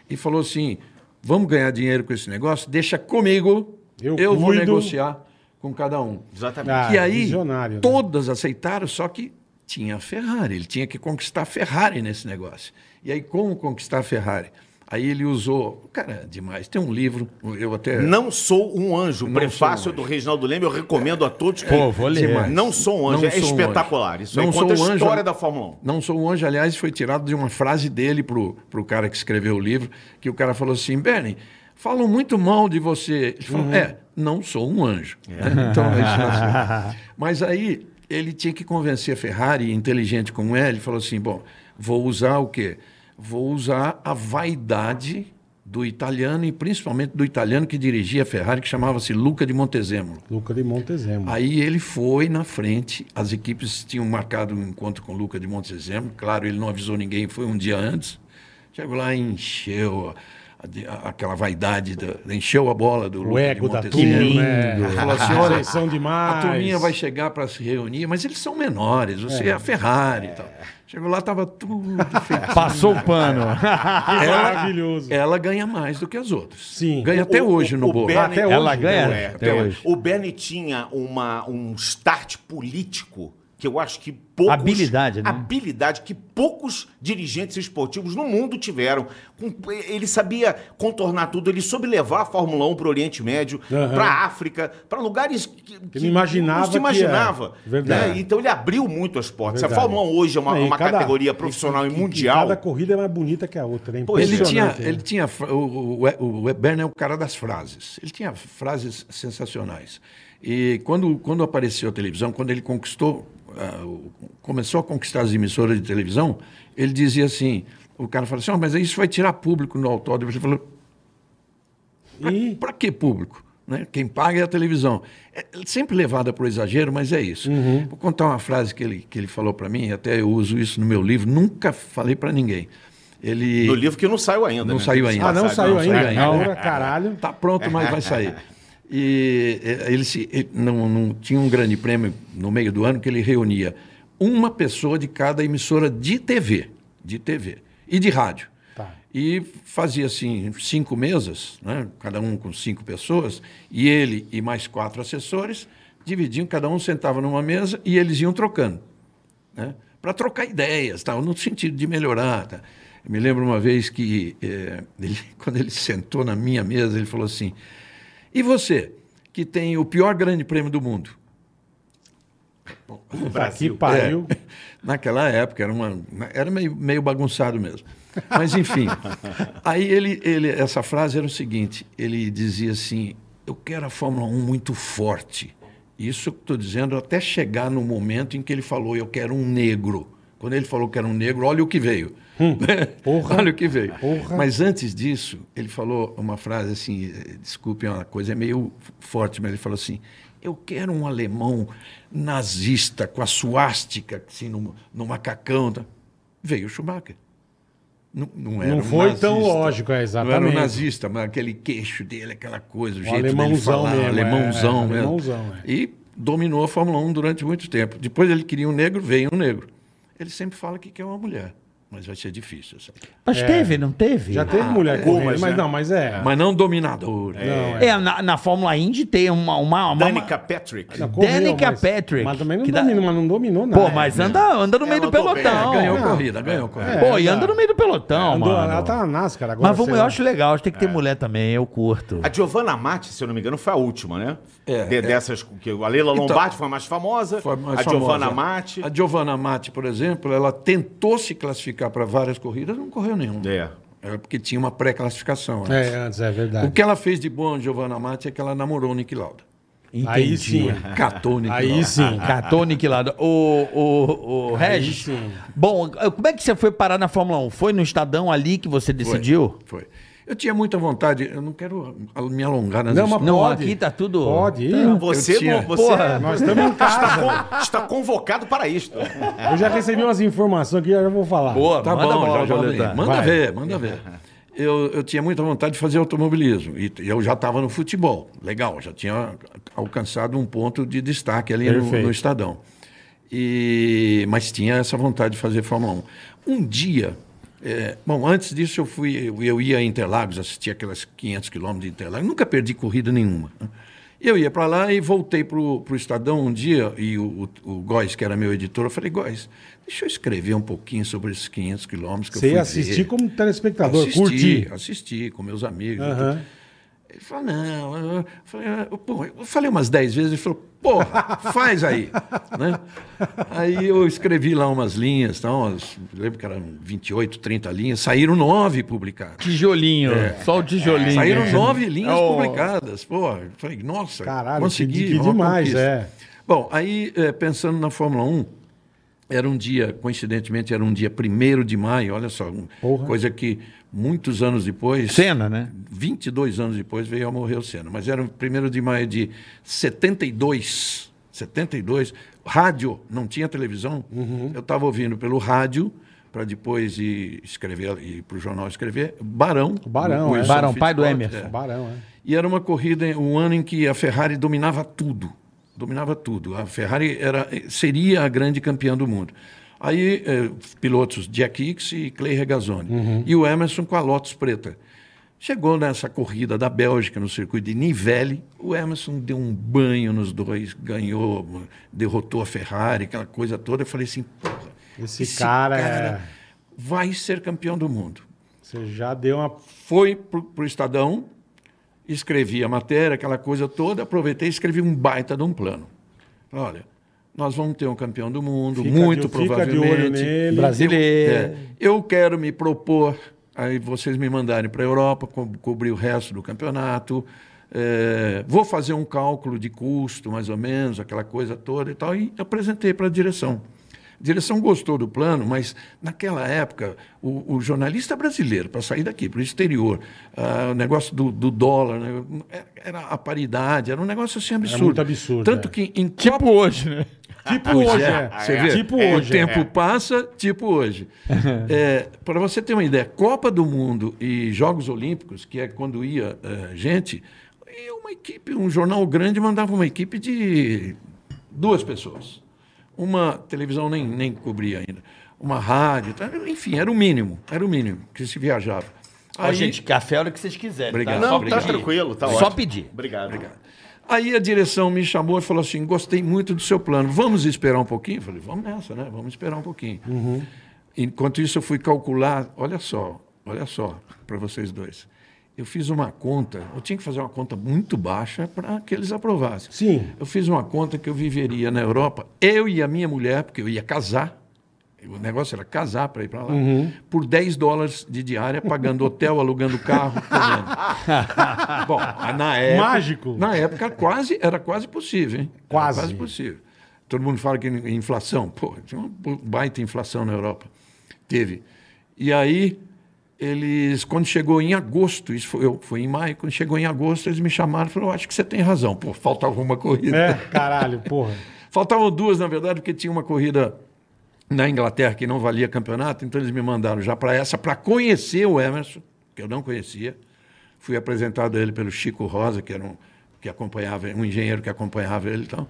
e falou assim: vamos ganhar dinheiro com esse negócio, deixa comigo,
Eu
eu, vou
cuido."
negociar com cada um.
Exatamente.
Ah,
e aí,
visionário, né?
todas aceitaram, só que tinha a Ferrari, ele tinha que conquistar a Ferrari nesse negócio. E aí, como conquistar a Ferrari? Aí ele usou, cara, é demais, tem um livro, eu até...
Não sou um anjo.
Não
Prefácio
sou um anjo.
do Reginaldo Leme, eu recomendo a todos que.
Pô, vou ler.
Demais.
Não sou um anjo,
Não
é
sou um anjo.
espetacular. Isso aí
Não
conta
sou um
a
anjo.
história da Fórmula 1.
Não sou um anjo, aliás, foi tirado de uma frase dele pro, pro cara que escreveu o livro, que o cara falou assim, Bernie, falam muito mal de você. Ele falou, é, não sou um anjo. Então, é isso assim. Mas aí ele tinha que convencer a Ferrari, inteligente como é, ele falou assim, bom, vou usar o quê? Vou usar a vaidade do italiano e principalmente do italiano que dirigia a Ferrari, que chamava-se Luca de Montezemolo.
Luca de Montezemolo.
Aí ele foi na frente, as equipes tinham marcado um encontro com o Luca de Montezemolo, claro, ele não avisou ninguém, foi um dia antes. Chegou lá e encheu a- a- aquela vaidade, da- encheu a bola do
o
Luca
ego
de
da
Montezemolo.
turma. né?
Ele Falou assim, olha,
Vocês são
a
demais.
turminha vai chegar para se reunir, mas eles são menores, você é, a Ferrari e tal. Chegou lá, estava tudo feito.
Passou o pano.
Que É maravilhoso.
Ela É. ganha mais do que as outras.
Sim.
Ganha até
O-
hoje
o-
no
o
bolo.
Bernie-
Até hoje.
Ela ganha
É,
até
tem-
hoje.
O Bernie tinha uma, um start político que eu acho que poucos...
Habilidade, né?
Habilidade que poucos dirigentes esportivos no mundo tiveram. Com- Ele sabia contornar tudo, ele soube levar a Fórmula 1 para o Oriente Médio,
Aham.
para a África, para lugares que, que
não imaginava
não
que
se imaginava.
era. Verdade.
né? Então ele abriu muito as portas.
Verdade.
A Fórmula 1 hoje é uma,
Não, e
uma
cada-
categoria profissional e,
que- que
mundial.
Cada corrida é mais bonita que a outra. É
Pois
Ele
é.
tinha,
impressionante, né?
ele tinha fra- o, o, o- o Bernie é o cara das frases. Ele tinha frases sensacionais. E quando, quando apareceu a televisão, quando ele conquistou, ah, o- começou a conquistar as emissoras de televisão, ele dizia assim: o cara falou assim, "Ah, mas isso vai tirar público no autódromo. Ele falou:
E-
para que público? Né? Quem paga é a televisão. É sempre levada para o exagero, mas é isso. Vou contar uma frase que ele, que ele falou para mim, até eu uso isso no meu livro, nunca falei para ninguém. Ele
Do livro que não saiu ainda.
Não
né?
saiu ainda.
Ah, não
Sabe,
saiu
não,
ainda.
saiu ainda.
Laura, caralho.
Tá pronto, mas vai sair. E eh, ele, se, ele não, não tinha um grande prêmio no meio do ano que ele reunia uma pessoa de cada emissora de TV, de TV e de rádio.
Tá.
E fazia assim cinco mesas, né? cada um com cinco pessoas, e ele e mais quatro assessores dividiam, cada um sentava numa mesa e eles iam trocando né? para trocar ideias, tal, no sentido de melhorar. tá? Eu me lembro uma vez que, eh, ele- quando ele sentou na minha mesa, ele falou assim: E você, que tem o pior grande prêmio do mundo?
Tá que pariu.
É. Naquela época era, uma, era meio, meio bagunçado mesmo. Mas enfim. aí ele, ele, essa frase era o seguinte: ele dizia assim: Eu quero a Fórmula 1 muito forte. Isso eu estou dizendo até chegar no momento em que ele falou: Eu quero um negro. Quando ele falou que era um negro, olha o que veio.
Hum. porra.
olha o que veio.
Porra.
Mas antes disso, ele falou uma frase assim: eh, desculpe, é uma coisa é meio forte, mas ele falou assim: eu quero um alemão nazista com a suástica assim, no, no macacão. tá? Veio o Schumacher. Não, não era
Não
um
foi tão
nazista.
lógico, é,
Não era
exatamente. Um
um nazista, mas aquele queixo dele, aquela coisa, o jeito dele
alemãozão
falar,
mesmo,
alemãozão
é,
mesmo.
alemãozão, é.
E dominou a Fórmula 1 durante muito tempo. Depois ele queria um negro, veio um negro. Ele sempre fala que quer uma mulher, mas vai ser difícil. Sabe?
Mas teve, não teve?
Já teve mulher
é.
correndo,
Mas,
mas
né?
não, mas é.
Mas não dominador.
Não, é.
É, na, na Fórmula Indy tem uma. uma, uma
Danica Patrick.
Não, correu,
Danica
mas-
Patrick,
Mas também não
que dá-
dominou, mas não dominou nada.
Pô, mas anda, anda no meio do
Ela andou bem,
pelotão.
É, né? Ganhou
não. É.
corrida, ganhou corrida.
Pô, e
anda-
anda no meio do pelotão,
Andou,
mano.
ela tá na NASCAR agora. É.
Mas vamos,
sei
eu
lá.
acho legal, acho que tem que ter mulher também, eu curto.
A Giovanna Matti, se eu não me engano, foi a última, né?
É,
De-
é.
Dessas que a Leila
Então,
Lombardi foi a mais famosa.
É.
Foi mais
a Giovanna
famosa.
Matti.
A Giovanna Matti, por exemplo, ela tentou se classificar para várias corridas, não correu nenhuma.
É.
É porque tinha uma pré-classificação. né?
É, antes, é verdade.
O que ela fez de bom, a Giovanna Matti, é que ela namorou o Nick Lauda.
Aí sim.
Catou o Nick
Aí
Lauda.
sim.
ah,
Catou Niquilado. O, o, o Regis.
sim.
Bom, como é que você foi parar na Fórmula 1? Foi no Estadão ali que você
Foi,
decidiu?
Foi. Eu tinha muita vontade, eu não quero al- me alongar nas
Não, mas
histórias.
Não,
pode.
aqui tá tudo-
Pode. Ih,
Você,
Então, Eu tinha-
não- você
Porra.
Nós estamos em
está,
casa.
con- está convocado para isto. É,
Eu já recebi umas informações aqui, eu já vou falar.
Tá bom, já, já
Boletar.
vem. Manda
Vai.
ver, manda ver. Eu, eu tinha muita vontade de fazer automobilismo e t- eu já estava no futebol. Legal, já tinha alcançado um ponto de destaque ali no,
Perfeito.
no Estadão. E, mas tinha essa vontade de fazer Fórmula 1. Um dia, é, bom, antes disso eu fui, eu, eu ia a Interlagos, assistia aquelas 500 quilômetros de Interlagos, nunca perdi corrida nenhuma. né? Eu ia para lá e voltei para o Estadão um dia, e o, o, o Góes, que era meu editor, eu falei, Góes, deixa eu escrever um pouquinho sobre esses 500 quilômetros que eu
Você
fui
ia
ver."
assistir como telespectador,
assisti,
curtir.
Assisti com meus amigos. e
Aham.
tudo. Ele falou, não. eu- Eu falei, ah, eu- pô, eu falei umas dez vezes, ele falou, porra, faz aí. né? Aí eu escrevi lá umas linhas, então, as- eu lembro que eram 28, 30 linhas, saíram nove publicadas.
Tijolinho, só o tijolinho.
Saíram
É.
nove linhas
Oh.
publicadas. Pô, eu falei, nossa,
Caralho,
consegui.
que- que
uma
demais,
conquista.
é.
Bom, aí eh, pensando na Fórmula 1, era um dia, coincidentemente, era um dia 1 de maio, olha só, um-
Porra.
coisa que muitos anos depois,
Cena, né?
22 anos depois, veio a morrer o Senna, mas era 1 de maio de 72, 72, rádio, não tinha televisão,
Uhum.
eu estava ouvindo pelo rádio, para depois ir escrever, ir para o jornal escrever, Barão.
Barão, é.
Wilson
Barão, pai do
Fittipaldi,
Emerson.
é.
Barão, é.
E era uma corrida, um ano em que a Ferrari dominava tudo. Dominava tudo. A Ferrari era, seria a grande campeã do mundo. Aí, eh, pilotos Jack Hicks e Clay Regazzoni.
Uhum.
E o Emerson com a Lotus preta. Chegou nessa corrida da Bélgica, no circuito de Nivelle, o Emerson deu um banho nos dois, ganhou, derrotou a Ferrari, aquela coisa toda. Eu falei assim, porra,
Esse cara é-
vai ser campeão do mundo
Você já deu uma.
foi pro, pro Estadão, escrevi a matéria, aquela coisa toda, aproveitei e escrevi um baita de um plano. Falei, Olha, nós vamos ter um campeão do mundo,
Fica
muito
de- fica de
provavelmente.
olho nele.
Brasileiro.
Eu, é, eu quero me propor, aí vocês me mandarem para a Europa, co cobrir o resto do campeonato. é, vou fazer um cálculo de custo, mais ou menos, aquela coisa toda e tal, e apresentei para a direção. A direção gostou do plano, mas naquela época, o, o jornalista brasileiro, para sair daqui, para o exterior, ah, o negócio do, do dólar, né, era a paridade, era um negócio assim absurdo.
muito absurdo,
Tanto
é.
que em
Tipo hoje, né?
Tipo
Pois
hoje,
é,
é.
Você vê?
Tipo
o
hoje.
tempo
é.
passa, tipo hoje. Para você ter uma ideia, Copa do Mundo e Jogos Olímpicos, que é quando ia eh, gente, ia uma equipe, um jornal grande mandava uma equipe de duas pessoas. Uma televisão nem, nem cobria ainda. Uma rádio, tá? enfim, era o mínimo, era o mínimo que se viajava.
Ó, gente, café é a hora que vocês quiserem.
Obrigado.
Só
Não, tá
pedir.
tranquilo, tá
Só
ótimo.
pedir.
Obrigado. Obrigado.
Aí a direção me chamou e falou assim: gostei muito do seu plano, vamos esperar um pouquinho? Eu falei, vamos nessa, né? Vamos esperar um pouquinho. Enquanto isso, eu fui calcular, olha só, olha só, para vocês dois. Eu fiz uma conta, eu tinha que fazer uma conta muito baixa para que eles aprovassem.
Sim.
Eu fiz uma conta que eu viveria na Europa, eu e a minha mulher, porque eu ia casar, o negócio era casar para ir para lá, por 10 dólares de diária, pagando hotel, alugando carro, comendo. Bom, na época.
é. Mágico.
é Na época quase, era quase possível, hein? Era
Quase.
quase possível. Todo mundo fala que in- inflação. Pô, tinha uma bu- baita inflação na Europa. Teve. E aí, eles, quando chegou em agosto, isso foi, eu, foi em maio, quando chegou em agosto, eles me chamaram e falaram: acho que você tem razão. Pô, faltava uma corrida.
É, caralho, porra.
Faltavam duas, na verdade, porque tinha uma corrida na Inglaterra que não valia campeonato, então eles me mandaram já para essa, para conhecer o Emerson, que eu não conhecia. Fui apresentado a ele pelo Chico Rosa, que era um, que acompanhava, um engenheiro que acompanhava ele e tal.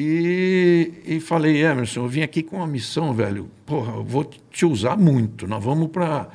E, e falei, Emerson, eu vim aqui com uma missão, velho. Porra, eu vou te usar muito. Nós vamos para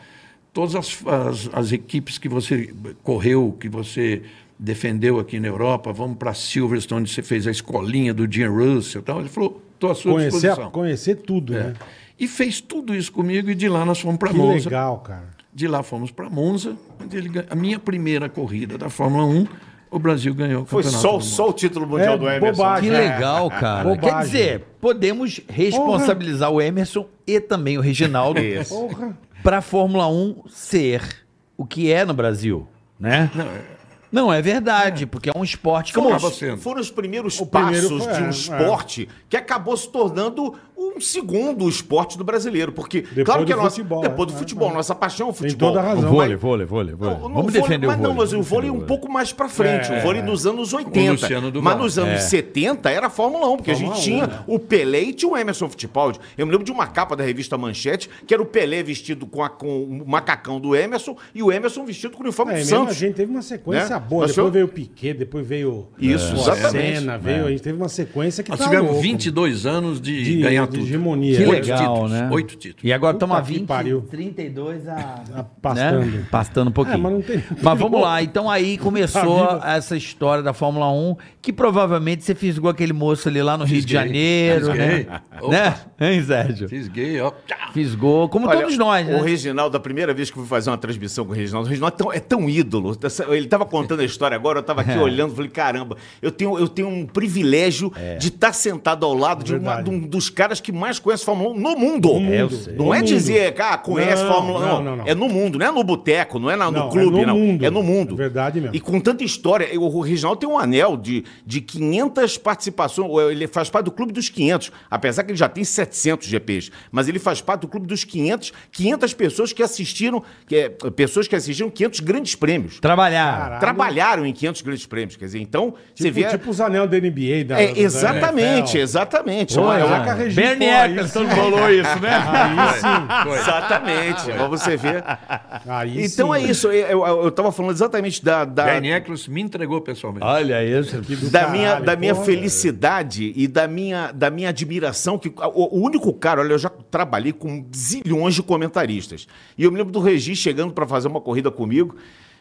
todas as, as, as equipes que você correu, que você defendeu aqui na Europa, vamos para Silverstone, onde você fez a escolinha do Jim Russell e tal. Ele falou, estou à sua
Conhecer,
disposição. É.
conhecer tudo, né?
E fez tudo isso comigo e de lá nós fomos para
Que
Monza.
legal, cara.
De lá fomos para Monza, onde ele ganha- a minha primeira corrida da Fórmula 1, o Brasil ganhou o
Foi
campeonato.
só,
do mundo.
só o título mundial
É
do Emerson.
bobagem.
Que
É.
legal, cara.
Bobagem.
Quer dizer, podemos responsabilizar o Emerson e também o Reginaldo
Isso.
Porra.
para a Fórmula 1 ser o que é no Brasil, né?
Não, é-
Não, é verdade, porque é um esporte que
Como
mostra-
acaba sendo.
Foram os primeiros
O
passos
primeiro foi-
de
é,
um esporte que acabou se tornando um segundo esporte do brasileiro. Porque, claro
do
que é nosso.
futebol,
Depois do
é,
futebol,
é.
nossa paixão é o
Tem
futebol.
toda a razão. Não,
Mas-
Vôlei, vôlei, vôlei, vôlei.
não, no
Vamos defender
mas
o vôlei.
não, mas o
vamos
vôlei
defender
um
o
pouco mais pra frente,
É,
o vôlei
é.
dos anos 80.
Luciano do
Mas
Bar.
nos anos
É. um,
70 era a Fórmula 1, porque a
Fórmula 1,
gente tinha
né?
o Pelé e tinha o Emerson Fittipaldi. Eu me lembro de uma capa da revista Manchete, que era o Pelé vestido com, a- com o macacão do Emerson e o Emerson vestido com o uniforme
É,
do
mesmo a
Santos.
gente teve uma sequência
Né?
boa. Depois
Nós tivemos-
veio o Piquet, depois veio
Isso,
o
exatamente. É.
Senna, veio. A gente teve uma sequência que
Nós
tá
tivemos
louco.
22 anos de,
De-
ganhar
de
tudo.
hegemonia.
Que
Oito
legal,
títulos,
né?
Oito títulos.
E agora
Puta
estamos a
que
20,
pariu.
32 a...
Tá Pastando.
né? Pastando um pouquinho.
É, mas não tem-
Mas vamos lá, então aí começou
Tá vivo.
essa história da Fórmula 1, que provavelmente você fez igual aquele moço ali lá no Rio de
Fisguei.
Janeiro,
Fisguei.
né?
Opa.
né? Hein, Sérgio?
Fiz gay, ó.
Tá. Fisgou, como
Olha,
todos nós, né?
O Reginaldo, a primeira vez que eu fui fazer uma transmissão com o Reginaldo, o Reginaldo é tão, é tão ídolo. Essa- Ele estava contando a história agora, eu estava
É.
aqui olhando, falei, caramba, eu tenho, eu tenho um privilégio
É.
de estar sentado ao lado de, uma-
Verdade.
de um dos caras que mais conhece Fórmula 1 no mundo.
mundo, É, eu sei.
Não
no
é
mundo.
dizer, ah, conhece
Não,
Fórmula 1. Não,
não, não, não.
É no mundo, não é no boteco, não é na-
Não,
no
é
clube,
no
não.
mundo.
É no mundo.
É verdade mesmo.
E com tanta história, eu- o Reginaldo tem um anel de, de 500 participações, ou ele faz parte do Clube dos 500, apesar que ele já tem 700 GPs, mas ele faz parte do Clube dos 500, 500 pessoas que assistiram, que é, pessoas que assistiram 500 grandes prêmios.
Trabalhar.
Caralho.
Trabalharam em 500 grandes prêmios, quer dizer, então você
Tipo,
vê...
tipo é, os anel da NBA. Da,
É,
da NFL.
exatamente, exatamente.
Olha,
É uma-
Caraca, Regina,
Bernie
pô, aí
Eccleston
sim.
falou isso, né?
Aí sim.
Exatamente, pra você ver.
Aí
Então
sim.
é isso, eu, eu, eu tava falando exatamente da... da-
Bernie Eccles me entregou pessoalmente.
Olha isso.
do
da
caralho,
minha, da minha
porra.
felicidade e da minha, da minha admiração. Que, o, o único cara, olha, eu já trabalhei com zilhões de comentaristas. E eu me lembro do Regi chegando para fazer uma corrida comigo.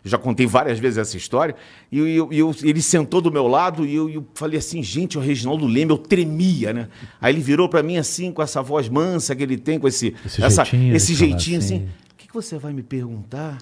Já contei várias vezes essa história. E eu- eu- eu- ele sentou do meu lado e eu, eu falei assim, gente, o Reginaldo Leme, eu tremia, né? Aí ele virou para mim assim, com essa voz mansa que ele tem, com esse,
Esse
essa-
jeitinho de
esse
falar
jeitinho assim.
assim.
O que, que você vai me perguntar?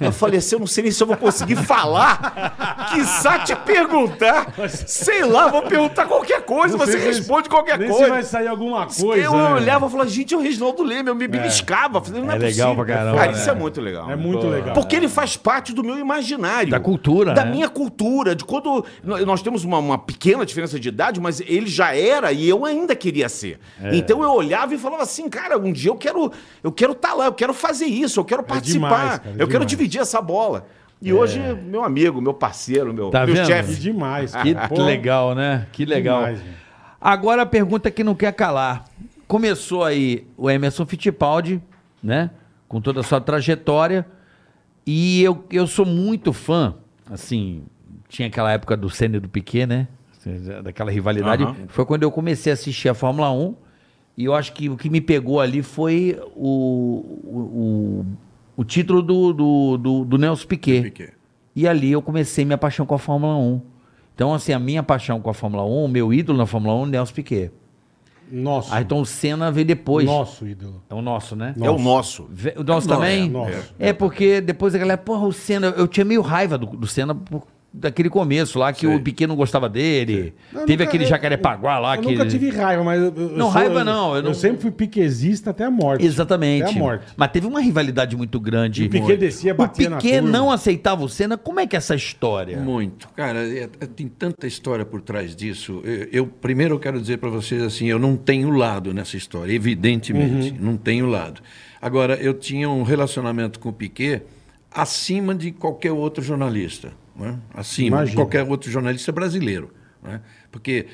Eu falei assim, eu não sei nem se eu vou conseguir falar. Quiçá te perguntar. Sei lá, vou perguntar qualquer coisa,
Não
você
sei se-
responde qualquer
nem
coisa.
Se vai sair alguma coisa.
eu
né?
olhava e falava, gente, é o Reginaldo Leme, eu me beliscava. Falei, não é,
É legal
possível.
pra caramba,
Cara, isso
né?
é muito legal.
É muito legal.
Porque ele faz parte do meu imaginário.
Da cultura,
Da
né?
minha cultura. De quando. nó- Nós temos uma, uma pequena diferença de idade, mas ele já era e eu ainda queria ser. Então eu olhava e falava assim, cara, um dia eu quero eu quero estar lá, eu quero fazer isso, eu quero participar,
demais, cara, é
eu quero
demais.
dividir essa bola. E hoje, meu amigo, meu parceiro, meu,
Tá
meu
vendo?
Que
chefe.
demais.
Que
cara. Pô,
legal, né? Que legal.
Demais, gente.
Agora a pergunta que não quer calar. Começou aí o Emerson Fittipaldi, né? Com toda a sua trajetória. E eu, eu sou muito fã, assim, tinha aquela época do Senna e do Piquet, né? Daquela rivalidade.
Aham.
Foi quando eu comecei a assistir a Fórmula 1. E eu acho que o que me pegou ali foi o, o, o, o título do, do, do, do Nelson Piquet.
Piquet.
E ali eu comecei minha paixão com a Fórmula 1. Então, assim, a minha paixão com a Fórmula 1, o meu ídolo na Fórmula 1, Nelson Piquet.
Nosso.
Ayrton Senna veio depois.
Nosso ídolo.
É o nosso, né?
É o nosso.
Ve- O nosso também?
É,
nosso.
É, porque depois a galera, porra, o Senna, eu tinha meio raiva do, do Senna por- daquele começo lá, que o Piquet não gostava dele.
Eu
Teve
nunca-
aquele
eu-
jacarepaguá lá.
Eu
que...
nunca tive raiva, mas. eu- eu
Não, raiva não, eu
Eu,
não-
sempre fui piquezista até a morte.
Exatamente.
Até É a morte.
Mas teve uma rivalidade muito grande.
E o Piquet descia, batia
O
na
Piquet
turma.
não aceitava o Senna. Como é que é essa história?
Muito. Cara, é- é- tem tanta história por trás disso. Eu, eu- primeiro eu quero dizer para vocês assim, eu não tenho lado nessa história, evidentemente, não tenho lado. Agora, eu tinha um relacionamento com o Piquet acima de qualquer outro jornalista, né? acima de
Imagino.
qualquer outro jornalista brasileiro, né? Porque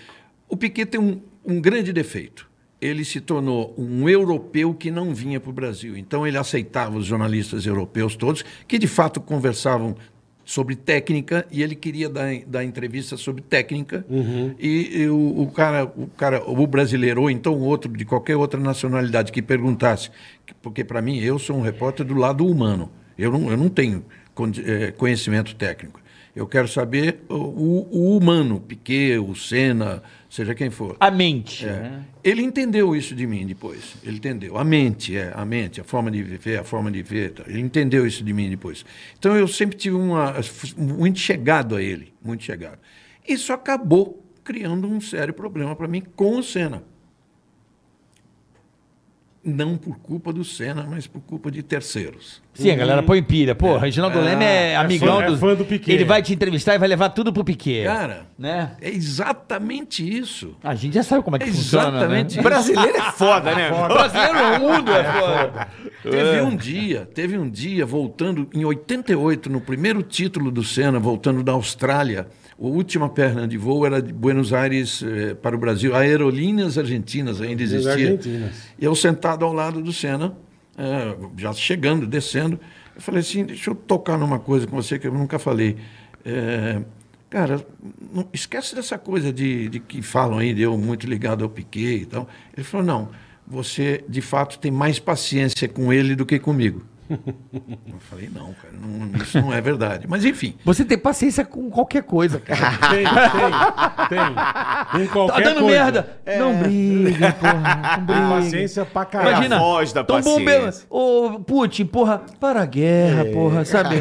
o Piquet tem um, um grande defeito. Ele se tornou um europeu que não vinha para o Brasil. Então ele aceitava os jornalistas europeus todos, que de fato conversavam sobre técnica e ele queria dar, dar entrevista sobre técnica e, e o, o cara o cara o brasileiro ou então outro de qualquer outra nacionalidade que perguntasse porque para mim eu sou um repórter do lado humano eu não, eu não tenho condi- eh, conhecimento técnico eu quero saber o, o- o humano Piquet o Senna seja quem for
A mente.
é.
né?
Ele entendeu isso de mim depois. Ele entendeu. A mente, é, a mente, a forma de viver, a forma de ver. tá? Ele entendeu isso de mim depois. Então eu sempre tive uma. fui muito chegado a ele, muito chegado. Isso acabou criando um sério problema para mim com o Senna. Não por culpa do Senna, mas por culpa de terceiros.
Sim, a galera põe pilha. Pô, Reginaldo Leme é amigão
fã- é
do.
fã do Piquet.
Ele vai te entrevistar e vai levar tudo pro Piquet.
Cara,
Né?
é exatamente isso.
A gente já sabe como é que
É
funciona. né?
exatamente isso.
Brasileiro é foda, né?
O Brasileiro, o mundo é foda. É.
Teve um dia, teve um dia, voltando em 88, no primeiro título do Senna, voltando da Austrália, a última perna de voo era de Buenos Aires eh, para o Brasil. Aerolíneas Argentinas ainda existia.
Argentinas.
E eu sentado ao lado do Senna, eh, já chegando, descendo, eu falei assim, deixa eu tocar numa coisa com você que eu nunca falei. Eh, cara, não, esquece dessa coisa de, de que falam aí, de eu muito ligado ao Piquet e tal. Ele falou, não, você de fato tem mais paciência com ele do que comigo. Eu falei, não, cara, não- isso não é verdade. Mas enfim,
Você tem paciência com qualquer coisa, cara.
Tem, tem. Tem. Em
Tá
qualquer
dando
coisa.
merda. Não briga, porra. Não briga.
Paciência pra caralho.
Imagina,
É a voz da
tão
paciência.
bombeiro. Ô, Putin, porra, para a guerra, porra, sabe?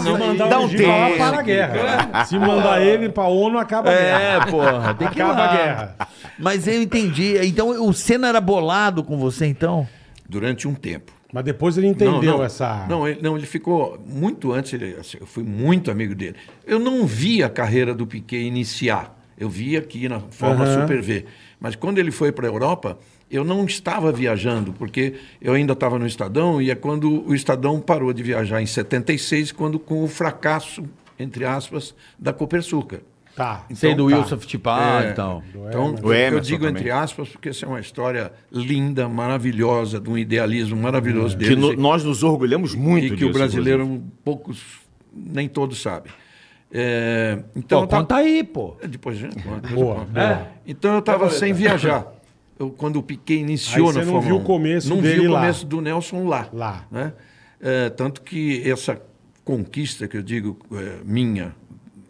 Se mandar
Dá
o
um
Gil pra lá,
tempo.
para a guerra. Se mandar ele pra ONU, acaba a
É,
guerra.
porra, tem que ir
Acaba
lá.
a guerra.
Mas eu entendi. Então, o Senna era bolado com você, então?
durante um tempo.
Mas depois ele entendeu
não, não.
essa.
Não ele, não, ele ficou muito antes, ele- assim, eu fui muito amigo dele. Eu não vi a carreira do Piquet iniciar. Eu vi aqui na forma
Aham.
Super V. Mas quando ele foi para a Europa, eu não estava viajando, porque eu ainda estava no Estadão, e é quando o Estadão parou de viajar em 76, quando com o fracasso, entre aspas, da Copersucar.
Tá.
Sei do
tá.
Wilson Fittipaldi
É.
e tal.
Então, eu
O Ah, Emerson
digo
também.
entre aspas, porque essa é uma história linda, maravilhosa, de um idealismo maravilhoso
Que
dele
É. no- nós nos orgulhamos muito
e que
disso,
o brasileiro poucos nem todos sabem. É, então
Pô,
eu tava-
conta aí, pô.
É, depois gente, conta,
Boa,
depois
boa.
conta. Então eu estava sem viajar. Eu, quando o Piquet iniciou
né? Aí você
na
não
Fórmula
viu o
1.
começo
não
dele
vi o
lá.
começo do Nelson lá.
Lá.
né? É, tanto que essa conquista que eu digo é, minha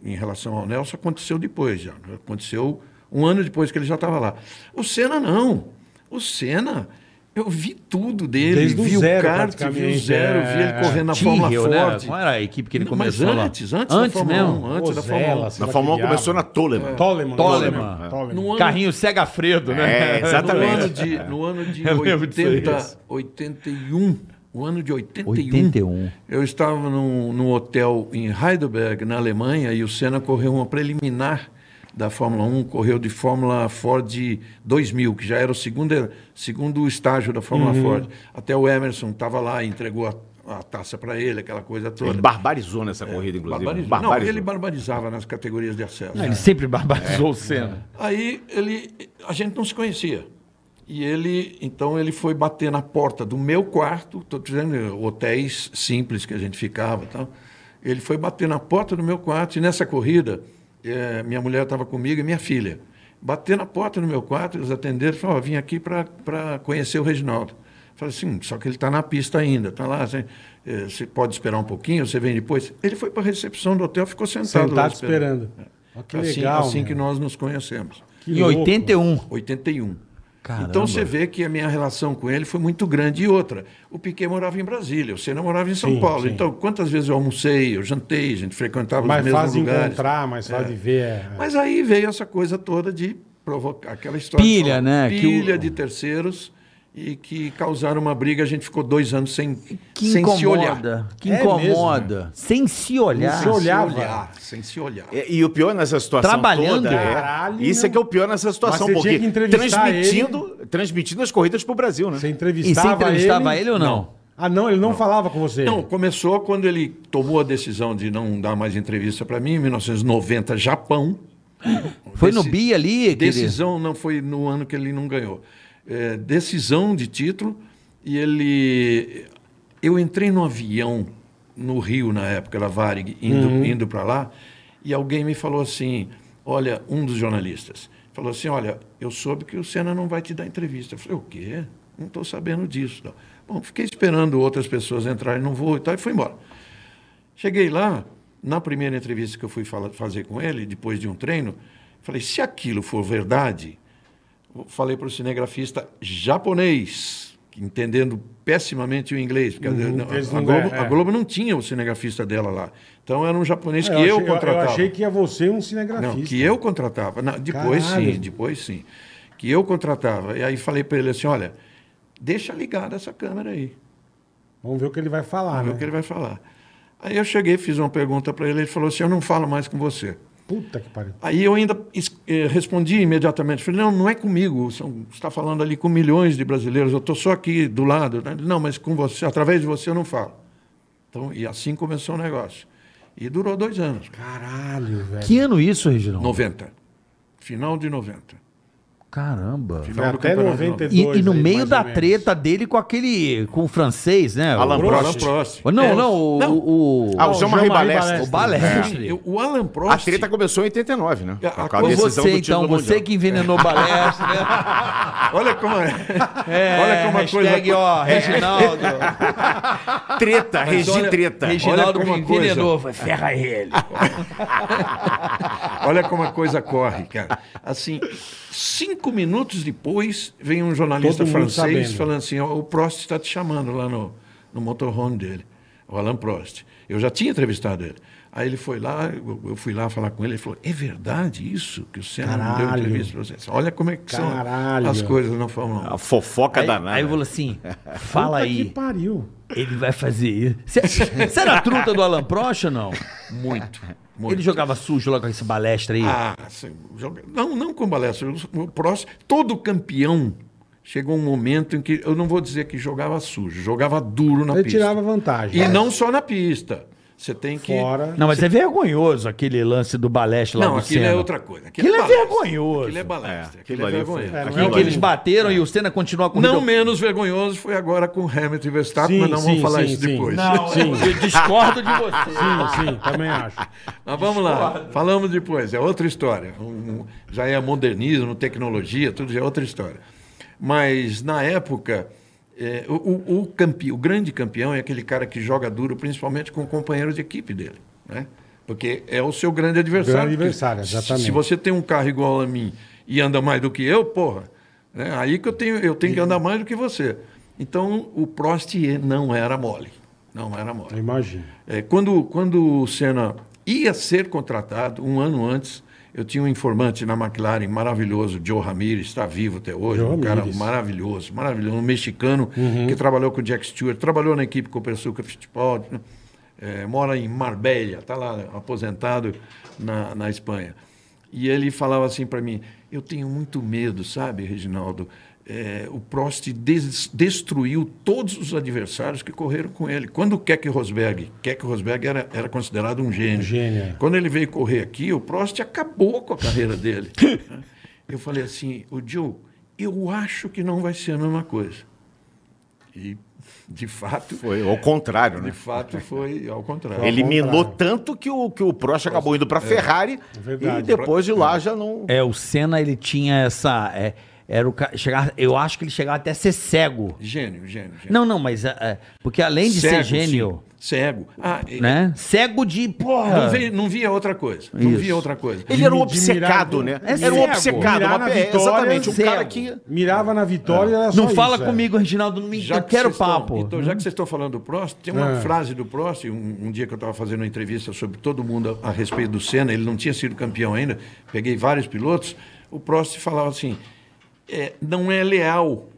em relação ao Nelson aconteceu depois já. né? Aconteceu um ano depois que ele já estava lá. O Senna não. O Senna eu vi tudo dele,
Desde o
vi
zero,
o kart, vi o
praticamente,
zero,
é.
vi ele correndo na
Tyrrell,
Fórmula
né?
Forte.
Qual era a equipe que ele
Não,
começou
mas
lá?
antes, antes, da Fórmula
mesmo?
1, antes da
Ozella, assim,
Fórmula 1.
sei
Na
lá
Fórmula 1
que
começou na
diabo.
Toleman.
Toleman.
Toleman.
Toleman.
No ano-
Carrinho Cega Fredo, né?
É, exatamente.
No ano de, no ano de
Eu lembro disso aí.
80, 81, o ano de 81,
81.
eu estava num, num hotel em Heidelberg, na Alemanha, e o Senna correu uma preliminar da Fórmula 1, correu de Fórmula Ford 2000, que já era o segundo, segundo estágio da Fórmula
Uhum.
Ford. Até o Emerson estava lá, entregou a, a taça para ele, aquela coisa toda.
Ele barbarizou nessa corrida, inclusive.
É. Barbarizou. Não,
Barbarizou.
ele barbarizava nas categorias de acesso.
Ele sempre
É.
barbarizou o Senna.
Aí ele, a gente não se conhecia. E ele, então ele foi bater na porta do meu quarto, estou dizendo hotéis simples que a gente ficava, e tal. Ele foi bater na porta do meu quarto e nessa corrida eh, minha mulher estava comigo e minha filha. Bater na porta do meu quarto, eles atenderam, e falaram, "Ó, vim aqui para conhecer o Reginaldo. Falei assim, só que ele está na pista ainda, está lá, assim, eh, você pode esperar um pouquinho, você vem depois. Ele foi para a recepção do hotel, ficou sentado,
Sentado
lá
tá esperando.
É.
Ó, que
assim,
legal,
assim
meu.
que nós nos conhecemos.
Que
Em
louco.
81.
81.
Caramba.
Então você vê que a minha relação com ele foi muito grande. E outra, o Piquet morava em Brasília, o Senna morava em São
Sim,
Paulo.
sim.
Então, quantas vezes eu almocei, eu jantei, a gente frequentava os
Mais
mesmos
fácil de
lugares.
encontrar, mais fácil de ver. é.
Mas aí veio essa coisa toda de provocar aquela história. de
Pilha,
falar,
né? Que
Pilha
o-
de terceiros e que causaram uma briga. A gente ficou dois anos sem,
Que
sem se olhar.
incomoda. Que
É mesmo,
incomoda. Sem se olhar.
Não se olhar. Olhava.
Sem se olhar. Sem se olhar.
É, E, e o pior nessa situação
Trabalhando.
toda é-
Caralho,
isso é
meu.
que é o pior nessa situação,
Mas você
porque
tinha que entrevistar
transmitindo, transmitindo as corridas pro Brasil, né?
Você
E
entrevistava,
você entrevistava ele, ou não?
Ah, não, ele não, falava com você.
Não, começou quando ele tomou a decisão de não dar mais entrevista para mim, em 1990, Japão.
Foi no
Deci-
Bi ali, querido.
Decisão não foi no ano que ele não ganhou. É, decisão de título e ele. Eu entrei no avião no Rio na época da Varig indo indo para lá e alguém me falou assim, olha um dos jornalistas falou assim, olha eu soube que o Senna não vai te dar entrevista. Eu falei o quê? Não estou sabendo disso. Não. Bom, fiquei esperando outras pessoas entrarem no voo e tal e fui embora. Cheguei lá, na primeira entrevista que eu fui fala- fazer com ele, depois de um treino, falei: se aquilo for verdade, eu falei para o cinegrafista japonês, que entendendo pessimamente o inglês, porque a-
eles
a,
não-
a Globo,
é, é.
a Globo não tinha o cinegrafista dela lá. Então era um japonês
É,
que eu,
achei-
contratava.
Eu achei que ia você um cinegrafista.
Não, que eu contratava. Não, depois
Caralho.
sim, depois sim. Que eu contratava. E aí falei para ele assim: olha, deixa ligada essa câmera aí.
Vamos ver o que ele vai falar,
Vamos ver Ah,
É.
o
né?
que ele vai falar. Aí eu cheguei, fiz uma pergunta para ele, ele falou assim: Eu não falo mais com você.
Puta que pariu.
Aí eu ainda es- eh, respondi imediatamente: Falei, não, não é comigo, são- você está falando ali com milhões de brasileiros, eu estou só aqui do lado. né? Ele, Não, mas com você, através de você eu não falo. Então, e assim começou o negócio. E durou dois anos
Caralho, velho.
Que ano isso, Reginaldo?
90. Final de 90.
Caramba.
Final
Vai
do
até
campeonato.
92.
E, e no
aí,
meio
mais
da
ou menos.
treta dele com aquele. com o francês, né? O-
Alan Prost.
Alan Prost. É,
Não, não, o. o,
Não.
Ah,
o,
o
É, Não,
Jean-Marie
Jean-Marie
Balestre.
Balestre. É.
Balestre.
Eu- o Alan Prost.
A treta começou em 89, né?
assim. A-
Com
a
Foi
decisão do
você,
título
então, você
mundial.
que envenenou o Balestre, né?
Olha como é.
É,
olha como a
hashtag,
coisa.
ó,
É.
Reginaldo.
Treta,
Mas olha,
regi treta.
Reginaldo
Tá, Olha
me
como a coisa-
envenenou. Foi, Ferra ele.
Olha como a coisa corre, cara. Assim, cinco minutos depois, vem um jornalista
Todo mundo
francês
sabendo.
falando assim: "Ó, o Prost está te chamando lá no, no motorhome dele, o Alain Prost. Eu já tinha entrevistado ele. Aí ele foi lá, eu eu fui lá falar com ele, ele falou: é verdade isso que o Senna não deu
Caralho.
entrevista para vocês? Olha como é que são
Caralho.
as coisas na Fórmula 1.
A fofoca
Aí,
danada.
aí eu falo assim: fala
Puta
aí,
que pariu.
ele vai fazer isso. Você era truta do Alan Prost ou não? Muito.
muito.
Ele jogava sujo lá com esse balestre aí.
Ah, sim, joga- não, não com balestra. O próximo, todo campeão chegou um momento em que eu não vou dizer que jogava sujo, jogava duro na
Ele
pista.
tirava vantagem.
E não só na pista. Você tem que
Fora.
não, mas é vergonhoso aquele lance do balestre lá
Não,
do
aquilo
Senna.
é outra coisa.
Aquilo é
balestra.
vergonhoso.
Aquilo é
É,
balestra.
aquilo
Aquilo é
ali foi-
vergonhoso.
é,
Aquilo
não
E
é
que eles
vergonhoso.
bateram e o Senna continua a corrida.
Não menos vergonhoso foi agora com Hamilton e Verstappen,
Sim,
mas não vamos
sim,
falar
sim,
isso
sim.
depois.
Não, eu, eu discordo de você.
Sim, sim, também acho.
Mas vamos lá, falamos depois, é outra história. Um- um- já é modernismo, tecnologia, tudo já é outra história. Mas na época, eh, o, o, o campe- o grande campeão é aquele cara que joga duro, principalmente com o companheiro de equipe dele. Né? Porque é o seu grande adversário.
Grande
porque
adversário,
se-
exatamente.
Se você tem um carro igual a mim e anda mais do que eu, porra, né? aí que eu tenho, eu tenho que andar mais do que você. Então o Prost não era mole. Não era mole.
Eu imagino.
É, quando, quando o Senna ia ser contratado, um ano antes, eu tinha um informante na McLaren maravilhoso, Joe Ramirez, está vivo até hoje,
Joe
um cara
Ramirez.
maravilhoso, maravilhoso, um mexicano
Uhum.
que trabalhou com o Jack Stewart, trabalhou na equipe com o Persuca Fittipaldi, né? tá É, mora em Marbella, está lá aposentado na, na Espanha. E ele falava assim para mim: Eu tenho muito medo, sabe, Reginaldo? É, o Prost des- destruiu todos os adversários que correram com ele. Quando o Keck Rosberg, Keck Rosberg era, era considerado um gênio.
gênio, é.
Quando ele veio correr aqui, o Prost acabou com a carreira dele. eu falei assim: O Joe, eu acho que não vai ser a mesma coisa. E, de fato,
Foi ao contrário,
de
né?
fato foi ao contrário.
Eliminou
contrário.
tanto que o, que o Prost acabou indo pra Ferrari
verdade.
e depois de lá já não.
É, o Senna, ele tinha essa. é, era o ca- chegar, eu acho que ele chegava até a ser cego.
Gênio, gênio, gênio.
Não, não, mas. é, é, porque além de ser
Cego, sim.
gênio,
Cego. Ah, e-
né? Cego de. Porra!
Não, vi- não via outra coisa. Não
Isso.
via outra coisa.
Ele era um
De mirar-
obcecado, né?
É
era um
cego.
obcecado.
Mirar
Uma,
na
é,
vitória,
exatamente, um
cego.
cara que.
Mirava na vitória e era só
Não fala
isso, é.
comigo, Reginaldo. Não me, eu
que
quero
vocês estão-
papo.
então, já que vocês estão falando do Prost, tem uma
É.
frase do Prost, um, um dia que eu estava fazendo uma entrevista sobre todo mundo a, a respeito do Senna, ele não tinha sido campeão ainda, peguei vários pilotos, o Prost falava assim, é, não é leal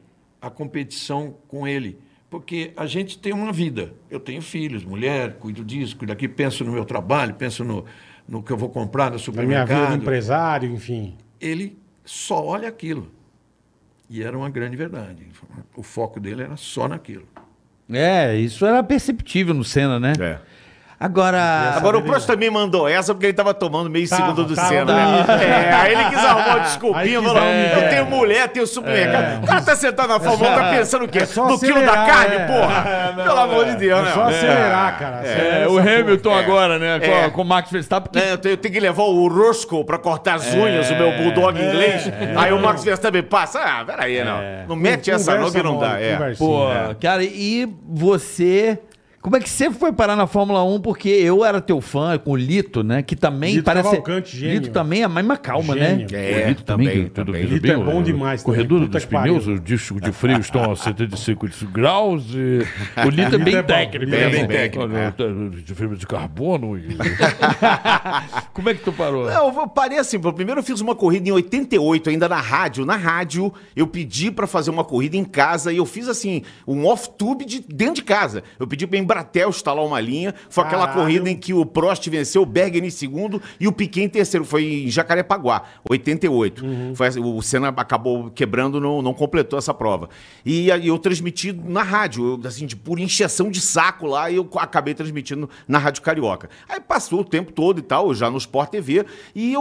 a competição com ele, porque a gente tem uma vida, eu tenho filhos, mulher, cuido disso, cuido daqui, penso no meu trabalho, penso no, no que eu vou comprar no
Na minha
supermercado.
vida de empresário, enfim.
ele só olha aquilo. E era uma grande verdade. O foco dele era só naquilo.
É, isso era perceptível no Senna, né?
É.
Agora.
Agora o Prost também mandou essa porque ele tava tomando meio
Tava,
segundo do
tava,
Senna.
tava.
né? É, aí ele quis arrumar uma
Aí
desculpinha,
quis
falou:
dar um migué.
eu tenho mulher, tenho supermercado. O cara tá sentado na Fórmula 1, tá pensando o quê?
é só
no quilo da
acelerar,
carne,
é.
porra? Pelo amor de Deus, né?
É só acelerar, cara.
É, o Hamilton agora, né? Com,
É.
com o Max Verstappen.
Né, eu, tenho, eu tenho que levar o Roscoe pra cortar as unhas, o
É.
meu bulldog inglês. Aí o Max Verstappen passa. Ah, peraí, não.
É.
Não mete essa não que não dá. é.
Pô, cara, e você. Como é que você foi parar na Fórmula 1? Porque eu era teu fã com o Lito, né? Que também
Lito
parece.
Cavalcante, gênio.
Lito também é a mesma calma, né?
Gênio.
É,
Lito
também,
que tudo
também.
tudo
Lito
bem,
é bom
o
demais também,
Corredor
puta
dos
que pariu.
pneus, o disco de freio estão a 75 graus. E o Lito é
Lito
bem
é bom,
técnico.
Lito é
né? é
bem técnico,
De fibra de carbono. e- Como é que tu parou?
Não, eu parei assim, pô, primeiro eu fiz uma corrida em 88, ainda na rádio. Na rádio, eu pedi pra fazer uma corrida em casa e eu fiz assim, um off-tube de, dentro de casa. Eu pedi pra Embratel instalar uma linha. Foi aquela
Caralho.
corrida em que o Prost venceu o Bergen em segundo e o Piquet em terceiro. Foi em Jacarepaguá, 88. Foi assim, o Senna acabou quebrando, não, não completou essa prova. E aí eu transmiti na rádio, eu, assim, de pura encheção de saco lá, e eu acabei transmitindo na Rádio Carioca. Aí passou o tempo todo e tal, já no Sport TV, e eu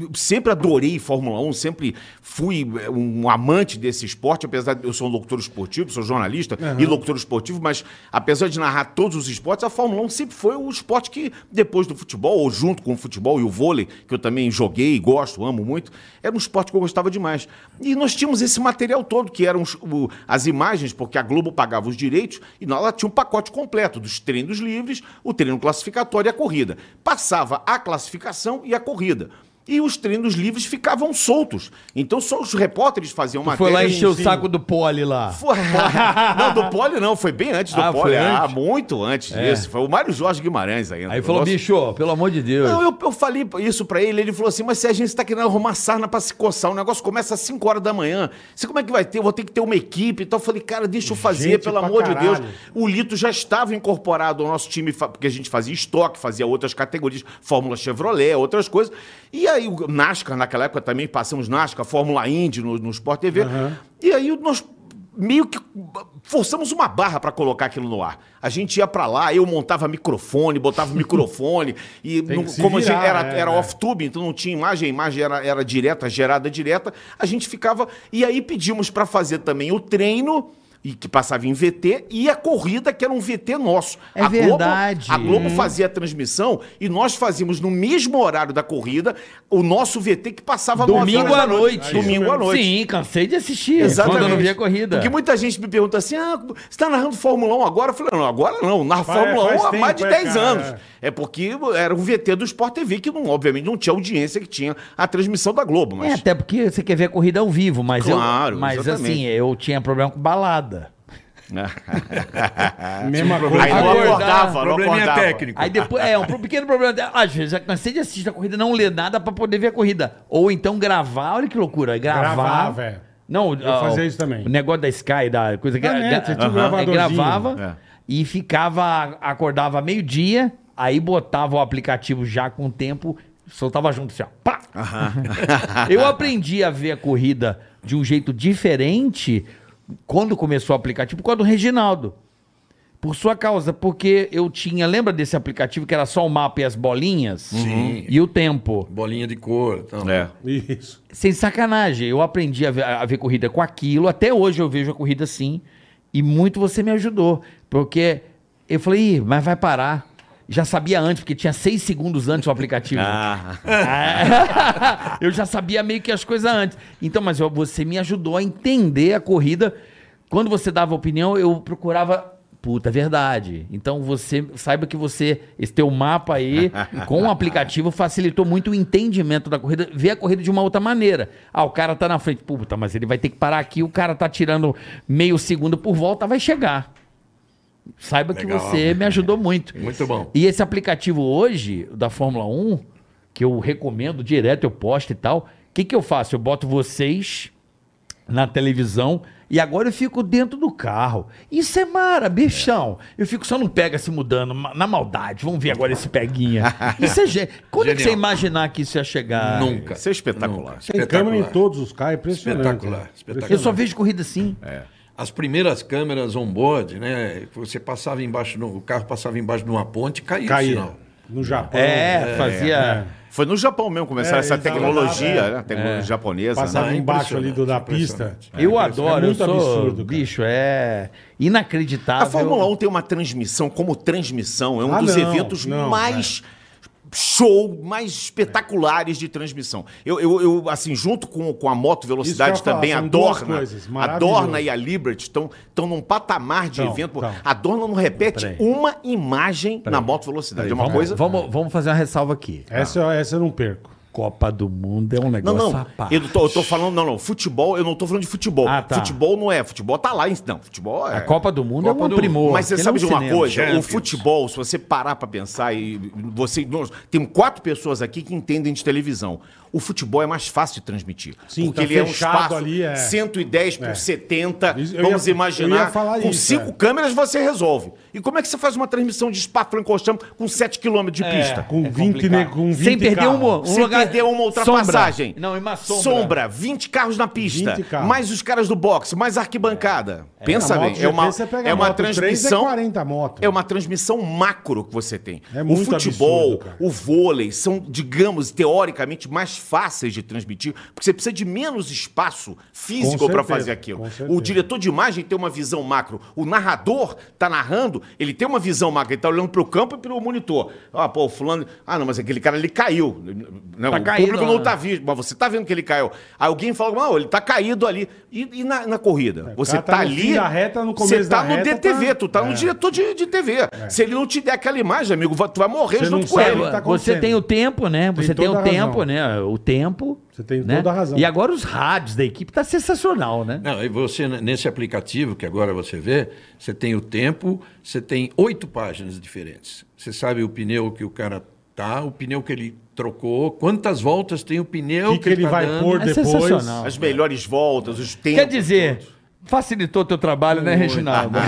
eu sempre adorei Fórmula 1, sempre fui é, um amante desse esporte, apesar de eu sou um locutor esportivo, sou jornalista e locutor esportivo, mas apesar de narrar todos os esportes, a Fórmula 1 sempre foi o esporte que, depois do futebol, ou junto com o futebol e o vôlei, que eu também joguei, gosto, amo muito, era um esporte que eu gostava demais. E nós tínhamos esse material todo, que eram os- o- as imagens, porque a Globo pagava os direitos, e ela tinha um pacote completo dos treinos livres, o treino classificatório e a corrida. Passava a classificação e a corrida. E os treinos livres ficavam soltos. Então só os repórteres faziam uma
Foi lá encher o saco do pole lá.
foi- Não, do Poli não, foi bem antes do
Ah, foi
Poli. Ah,
antes? É.
muito antes disso. Foi o Mário Jorge Guimarães ainda.
Aí falou,
Nossa.
bicho, pelo amor de Deus.
Não, eu, eu falei isso pra ele, ele falou assim, mas se a gente tá querendo arrumar sarna pra se coçar, o negócio começa às 5 horas da manhã, você como é que vai ter? Eu vou ter que ter uma equipe e tal. Eu falei, cara, deixa eu fazer,
Gente
pelo
pra
amor de Deus.
caralho.
O Lito já estava incorporado ao nosso time, fa- porque a gente fazia estoque, fazia outras categorias, Fórmula Chevrolet, outras coisas. E aí, o NASCAR, naquela época também passamos NASCAR, Fórmula Indy no, no Sport TV. E aí, nós meio que forçamos uma barra para colocar aquilo no ar. A gente ia para lá, eu montava microfone, botava microfone, e
Tem
não-
que se
como a gente
virar,
era,
né?
era
É.
off-tube, então não tinha imagem, a imagem era, era direta, gerada direta, a gente ficava. E aí pedimos para fazer também o treino. E que passava em VT, e a corrida, que era um VT nosso.
É
a
verdade. Uhum.
Globo, a Globo fazia a transmissão e nós fazíamos no mesmo horário da corrida o nosso VT que passava nove
Domingo
horas
à
da
noite.
Domingo à noite.
Sim, cansei de assistir.
Exatamente.
Quando eu não via corrida.
Porque muita gente me pergunta assim: ah, você está narrando Fórmula 1 agora? Eu falei: não, agora não. Na Fórmula
faz
1 há
tempo,
mais de
é,
10
cara,
anos.
é.
É porque era um VT do Sport TV, que não, obviamente não tinha audiência que tinha a transmissão da Globo.
É,
Mas
até porque você quer ver a corrida ao vivo, mas
Claro,
eu. Mas
exatamente.
assim, eu tinha problema com balada.
Mesma
né? aí
coisa.
não
Acordar,
acordava, não
Probleminha
acordava.
técnico.
Aí depois, é, um pequeno problema. Às vezes eu cansei de assistir a corrida, não ler nada pra poder ver a corrida. Ou então gravar, olha que loucura. Gravar.
Gravar, velho.
Não,
é. Eu
ah,
fazia
o-
isso também.
O negócio da Sky, da coisa que
Ah, né? Você tinha um gravadorzinho.
gravava
É.
e ficava, acordava meio-dia, aí botava o aplicativo já com o tempo, soltava junto assim, ó, pá, Eu aprendi a ver a corrida de um jeito diferente quando começou o aplicativo, por causa do Reginaldo. Por sua causa, porque eu tinha, lembra desse aplicativo que era só o mapa e as bolinhas?
Sim.
E o tempo.
Bolinha de cor. Então.
É.
Isso.
Sem sacanagem, eu aprendi a ver, a ver corrida com aquilo, até hoje eu vejo a corrida assim. E muito você me ajudou, porque eu falei, Ih, mas vai parar. Já sabia antes, porque tinha seis segundos antes o aplicativo.
Ah.
Ah, eu já sabia meio que as coisas antes. Então, mas eu- você me ajudou a entender a corrida. Quando você dava opinião, eu procurava. Puta, é verdade. Então você saiba que você, esse teu mapa aí, com o aplicativo, facilitou muito o entendimento da corrida, ver a corrida de uma outra maneira. Ah, o cara tá na frente, puta, mas ele vai ter que parar aqui, o cara tá tirando meio segundo por volta, vai chegar. Saiba
Legal.
que você me ajudou muito.
Muito bom.
E esse aplicativo hoje, da Fórmula 1, que eu recomendo direto, eu posto e tal, o que, que eu faço? Eu boto vocês na televisão e agora eu fico dentro do carro. Isso é mara, bichão. Eu fico só no pega se mudando, ma- na maldade. Vamos ver agora esse peguinha. Isso é gê... Quando é que
Genial.
você ia imaginar que Ah, isso ia chegar?
Nunca.
Isso é espetacular.
Nunca.
Tem câmera em
Espetacular.
todos os carros, é impressionante.
Espetacular,
né?
espetacular.
Eu só vejo corrida assim.
As primeiras câmeras on-board, né? Você passava embaixo, do- o carro passava embaixo de uma ponte e caía, o
Caía.
sinal.
No Japão. né?
É, fazia.
Foi no Japão mesmo começaram
É,
essa
eles é, estavam
tecnologia,
lá,
né? Tecnologia japonesa. né?
Passava
é
embaixo ali do, da pista.
impressionante.
Eu adoro,
é muito
eu sou...
absurdo, cara.
bicho, é inacreditável.
A Fórmula 1 tem uma transmissão, como transmissão, é um
Ah,
dos
não,
eventos
não,
mais show, mais espetaculares de transmissão. Eu, eu, eu, assim, junto com, com a moto velocidade
Isso que eu ia
também,
falar,
a
são duas
Dorna,
coisas,
a
maravilhoso.
Dorna e a Liberty estão estão num patamar de
Tão,
evento.
tão.
A Dorna não repete
Peraí.
uma imagem na moto velocidade. É uma
vamos,
coisa...
vamos, vamos fazer uma ressalva aqui.
Essa, essa eu não perco.
Copa do Mundo é um
Não,
negócio à
não.
parte.
Eu tô, eu tô falando, não, não. Futebol, eu não tô falando de futebol.
Ah, tá.
Futebol não é. Futebol tá lá. em- Não, futebol é.
A Copa do Mundo
Copa
é um
do-
primor.
Mas você
Ele
sabe
é
de
um
uma
cinema.
coisa? O
Champions.
futebol, se você parar pra pensar e você, nós- tem quatro pessoas aqui que entendem de televisão. O futebol é mais fácil de transmitir,
Sim,
porque
tá
ele é um
fechado
espaço
ali, é.
110 por
É.
70.
Isso, eu
vamos
ia- eu
imaginar,
ia falar
com
isso,
cinco
é.
câmeras você resolve. E como é que você faz uma transmissão de Spa-Francorchamps com 7 km de pista?
É,
É
Com 20 ne- com 20
Sem perder
carros.
uma- um
Você
lugar.
perdeu uma ultrapassagem.
Sombra. Não, e uma sombra.
Sombra, 20 carros na pista.
20 carros.
Mais os caras do boxe, mais a arquibancada. Pensa
A
bem,
moto
é uma,
GP, você pega
é
a
uma
moto, três É
transmissão.
40 moto.
É uma transmissão macro que você tem.
É
o
muito
futebol,
absurdo, cara.
o vôlei são, digamos, teoricamente mais fáceis de transmitir, porque você precisa de menos espaço físico
Com
para
certeza,
fazer aquilo.
com
O
certeza.
diretor de imagem tem uma visão macro, o narrador tá narrando, ele tem uma visão macro, ele tá olhando pro campo e pro monitor. Ah, pô, o fulano, ah, não, mas aquele cara ele caiu. Não,
Tá
o
caído,
público não
né?
tá vindo, mas você tá vendo que ele caiu. Aí alguém fala: "Não, ele tá caído ali". E, e na, na corrida, você
cara
tá,
tá no
ali,
fim da reta, no
você
começo
tá
da
no
reta,
DTV,
tá-
tu tá no
É.
diretor diretor de, de TV. Se ele não te der aquela imagem, amigo, va- tu vai morrer
Você
junto
não
com
sabe
ele.
o que tá
você
acontecendo.
tem o tempo, né? Você tem,
toda
o
a
tempo,
razão.
né? O tempo.
Você tem
né?
toda a razão.
E agora os rádios da equipe tá sensacional, né?
Não, e você, n- nesse aplicativo que agora você vê, você tem o tempo, você tem oito páginas diferentes. Você sabe o pneu que o cara tá, o pneu que ele trocou, quantas voltas tem o pneu
O que, que ele
tá
vai
dando.
pôr
É
depois?
sensacional.
As melhores voltas, os tempos.
Quer dizer, facilitou teu trabalho, né,
tá
Reginaldo?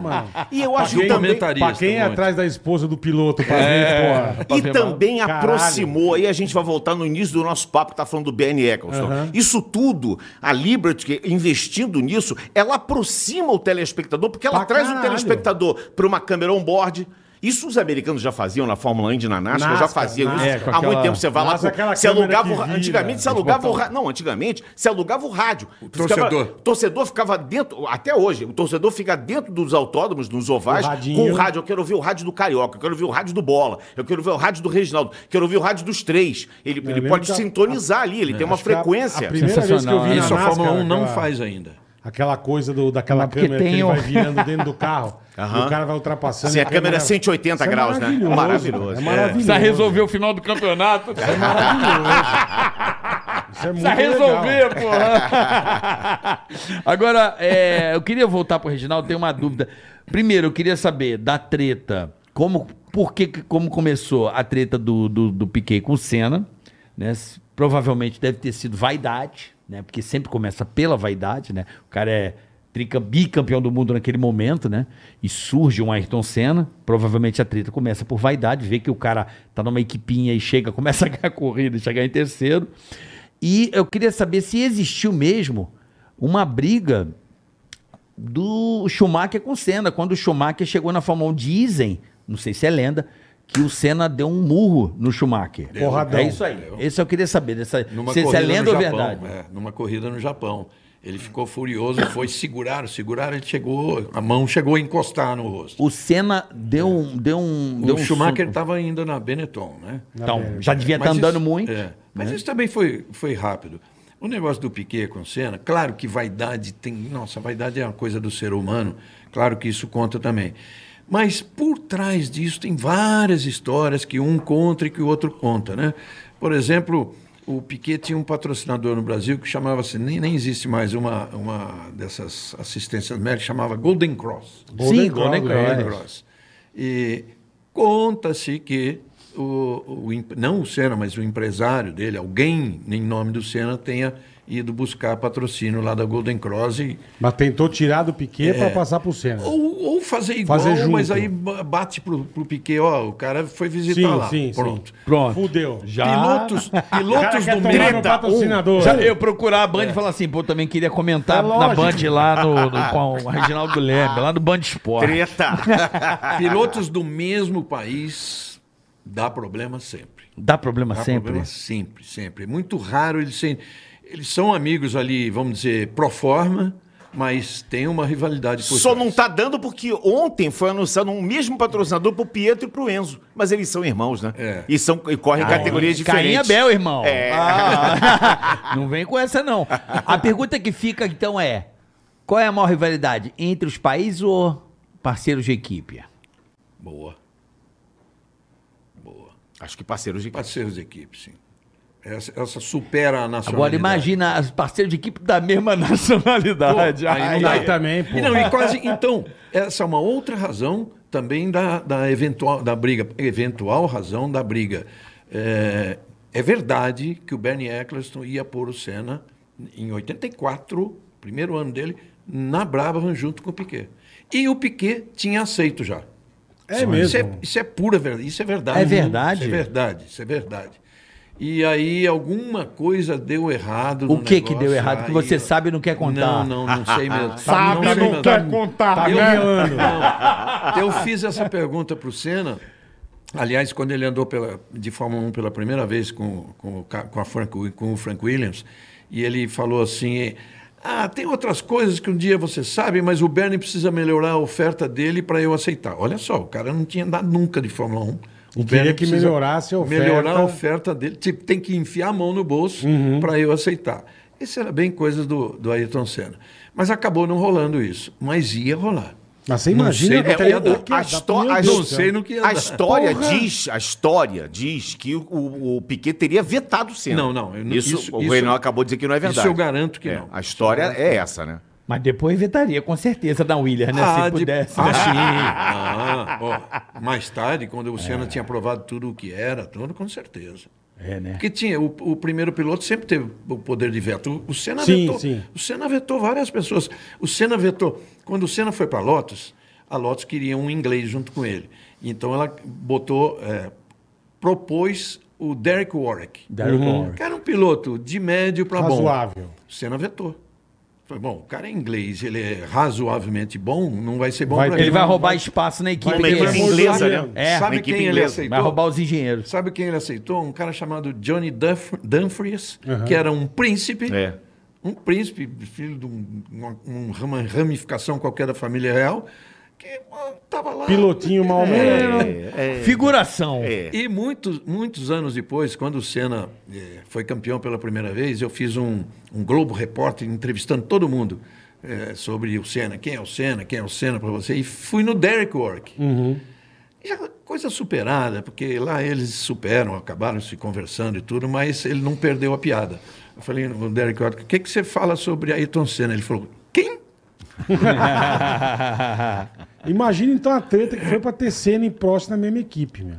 Mano,
E eu acho
Pra quem
também.
comentar-
pra quem é
muito.
atrás da esposa do piloto pra ver, porra.
E também
Caralho.
aproximou, aí a gente vai voltar no início do nosso papo que tá falando do BN Eccleston. Isso tudo, a Liberty que investindo nisso, ela aproxima o telespectador, porque ela
Pra
traz o
caralho.
telespectador para uma câmera on-board. Isso os americanos já faziam na Fórmula 1 e na NASCAR, já
NASCAR,
faziam isso.
NASCAR,
Há
com
muito
aquela-
tempo você vai lá,
NASCAR,
com-
aquela
você
câmera
alugava,
que
o ra-
vira,
antigamente você
eles
alugava o
botavam-
ra- Não, antigamente você alugava o rádio.
torcedor.
Ficava, torcedor ficava dentro, até hoje, o torcedor fica dentro dos autódromos, nos ovais,
O
com o
radinho.
rádio. Eu quero ouvir o rádio do Carioca, eu quero ouvir o rádio do Bola, eu quero ouvir o rádio do Reginaldo, quero ouvir o rádio dos três. Ele, ele
lembro
pode
que a- É,
sintonizar ali, ele tem É uma
Acho que a-
frequência.
A, primeira vez que eu
Sensacional,
vi
né?
na
Isso a
NASCAR,
Fórmula 1 não
aquela-
faz ainda.
Aquela coisa do, daquela
Mas porque
câmera que
tem
ele
o-
vai virando dentro do carro.
Aham.
E o cara vai ultrapassando.
Assim, a
e
câmera é 180
Isso é
graus, né?
maravilhoso,
É maravilhoso.
É maravilhoso.
Precisa resolver o final do campeonato.
É maravilhoso. Isso é muito
Precisa
legal.
resolver, porra. Agora, é, eu queria voltar pro Reginaldo, tenho uma dúvida. Primeiro, eu queria saber da treta, como, por que, que- como começou a treta do, do, do Piquet com o Senna, né? S- Provavelmente deve ter sido vaidade, né? Porque sempre começa pela vaidade, né? O cara é tricam- bicampeão do mundo naquele momento, né? E surge um Ayrton Senna. Provavelmente a treta começa por vaidade, vê que o cara tá numa equipinha e chega, começa a ganhar corrida, chegar em terceiro. E eu queria saber se existiu mesmo uma briga do Schumacher com o Senna. Quando o Schumacher chegou na Fórmula 1, dizem, não sei se é lenda, que o Senna deu um murro no Schumacher.
Porradão.
É isso aí. Isso eu queria saber. Dessa,
Numa
se, se é
corrida
lenda ou
no Japão,
verdade.
é, numa corrida no Japão. Ele ficou furioso, foi segurar, segurar, ele chegou, a mão chegou a encostar no rosto.
O Senna deu um. Deu um deu
É. O
um
Schumacher
suco.
estava ainda na Benetton, né?
É.
Então, já devia estar
Mas
andando
isso-
muito.
é, mas
né?
isso também foi, foi rápido. O negócio do Piquet com o Senna, claro que vaidade tem. Nossa, vaidade é uma coisa do ser humano, claro que isso conta também. Mas por trás disso tem várias histórias que um conta e que o outro conta, né? Por exemplo, o Piquet tinha um patrocinador no Brasil que chamava-se, nem, nem existe mais uma, uma dessas assistências médicas, chamava Golden Cross.
Sim, Golden
Cross,
Cross.
é.
Cross. E conta-se que o, o imp- não o Senna, mas o empresário dele, alguém em nome do Senna, tenha ido buscar patrocínio lá da Golden Cross e-
Mas tentou tirar do Piquet pra passar pro Senna.
ou, ou fazer igual,
É. Fazer junto.
mas aí ba- bate pro, pro Piquet, ó, o cara foi visitar tá lá. Pronto.
Pronto.
Fudeu.
Pilotos, pilotos do um.
tomar no
meio.
patrocinador.
Já eu procurar a Band
É.
e falar assim, pô, também queria comentar
É
na
lógico.
Band lá no, no- com o Reginaldo Leme, lá no Band Sport.
Treta.
Pilotos do mesmo país dá problema sempre.
Dá problema
Dá
sempre.
problema sempre, sempre. É muito raro eles serem. Eles são amigos ali, vamos dizer, pro forma, mas tem uma rivalidade por
Só
trás.
não tá dando porque ontem foi anunciado um mesmo patrocinador pro Pietro e pro Enzo. Mas eles são irmãos, né?
É.
E, são, e
Ah,
correm categorias
Carinha
diferentes.
Bel, irmão.
É.
Ah, não vem com essa, não. A pergunta que fica, então, é: qual é a maior rivalidade? Entre os países ou parceiros de equipe?
Boa.
Acho que parceiros de
Parceiros de equipe, sim. Essa, essa supera a nacionalidade.
Agora imagina os parceiros de equipe da mesma nacionalidade.
Pô, aí
Ai,
não dá.
ai.
Aí também, pô.
E não, e quase. Então, essa é uma outra razão também da, da eventual da briga, eventual razão da briga. É, é verdade que o Bernie Eccleston ia pôr o Senna em 84, primeiro ano dele, na Brabham junto com o Piquet. E o Piquet tinha aceito já.
É
isso,
mesmo.
Isso é, isso é pura verdade. Isso é verdade.
É verdade?
Isso é verdade, isso é verdade. E aí alguma coisa deu errado.
O
no
que que
negócio,
deu errado que
aí
você
eu-
sabe e não quer contar?
Não, não, não sei mesmo.
Sabe,
sei
não
mesmo.
quer contar. Tá
Eu-
melando.
Não. Eu fiz essa pergunta para o Senna. Aliás, quando ele andou pela, de Fórmula 1 pela primeira vez com, com, o ca- com, a Frank, com o Frank Williams, e ele falou assim: Ah, tem outras coisas que um dia você sabe, mas o Bernie precisa melhorar a oferta dele para eu aceitar. Olha só, o cara não tinha andado nunca de Fórmula 1. O
E queria
Bernie
que
precisa
melhorasse a oferta.
Melhorar a oferta dele. Tipo, tem que enfiar a mão no bolso para eu aceitar. Isso era bem coisa do, do Ayrton Senna. Mas acabou não rolando isso. Mas ia rolar.
Mas você
Não
imagina
sei,
que
é,
teria
o-
dado-
o-
que ia
a
dar
histó-
pra- meu
a-
Deus
Não
do céu.
sei no que ia
A
dar.
história
Porra.
diz, a história diz que o, o, o Piquet teria vetado o Senna.
Não, não, eu não-
Isso,
isso-
o
isso-
Reinaldo acabou de dizer que não é verdade.
Isso eu garanto que
É,
não.
A história é essa, né?
Mas depois vetaria, com certeza, da Williams, né?
Ah,
se
de-
pudesse.
Ah, sim. Ah, ó, mais tarde, quando o Senna tinha provado tudo o que era, tudo, com certeza.
É, né?
Porque tinha, o, o primeiro piloto sempre teve o poder de veto. O, o Senna
Sim,
vetou.
sim.
O Senna vetou várias pessoas. O Senna vetou. Quando o Senna foi para a Lotus, a Lotus queria um inglês junto com ele. Então ela botou, eh, propôs o Derek Warwick.
Derek Warwick.
Que era um piloto de médio para bom.
Razoável.
O Senna vetou. Foi bom, o cara é inglês, ele é razoavelmente bom, não vai ser bom
Vai-
pra
Ele
mim.
vai roubar espaço na equipe.
Uma
Vai-
dele.
equipe
Ele é
inglesa, né?
moçambiano.
É,
Uma
Sabe
equipe
quem ele
inglesa.
aceitou?
Vai roubar os engenheiros.
Sabe quem ele aceitou? Um cara chamado Johnny Dunf- Dumfries, que era um príncipe.
É.
Um príncipe, filho de um- uma, um rama- ramificação qualquer da família real, que ah, tava lá.
Pilotinho mal menos.
É.
Figuração.
É.
E muitos, muitos anos depois, quando o Senna eh, foi campeão pela primeira vez, eu fiz um, um Globo Repórter entrevistando todo mundo eh, sobre o Senna. Quem é o Senna? Quem é o Senna para você? E fui no Derek Work.
Uhum.
Já coisa superada, porque lá eles superam, acabaram se conversando e tudo, mas ele não perdeu a piada. Eu falei, o Derek Work, o que, que você fala sobre Ayrton Senna? Ele falou, quem?
Imagina então a treta que foi pra ter Senna e Prost na mesma equipe, meu.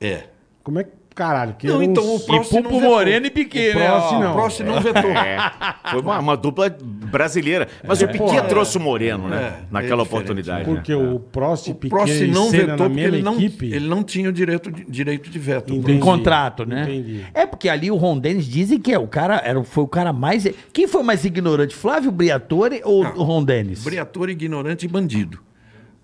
É.
Como é que. Caralho, que
Não,
era
então o
c-
Prost não
Pupo
vetou.
Moreno e Piquet,
O Prost
né? ó.
não. é.
O Prost não vetou.
Foi uma, uma dupla brasileira. Mas o Piquet
Porra,
trouxe o Moreno, né?
É,
naquela
é diferente,
oportunidade. né?
Porque o Prost e
O
Piquet
Prost
e
não
Senna
vetou
na
porque
mesma
ele não,
equipe.
ele não tinha o direito de, direito de veto. O
Entendi.
Prost.
Em contrato, né?
Entendi.
É porque ali o Ron Dennis dizem que é o cara era, foi o cara mais. Quem foi mais ignorante, Flávio Briatore ou o Ron Dennis?
Briatore, ignorante e bandido.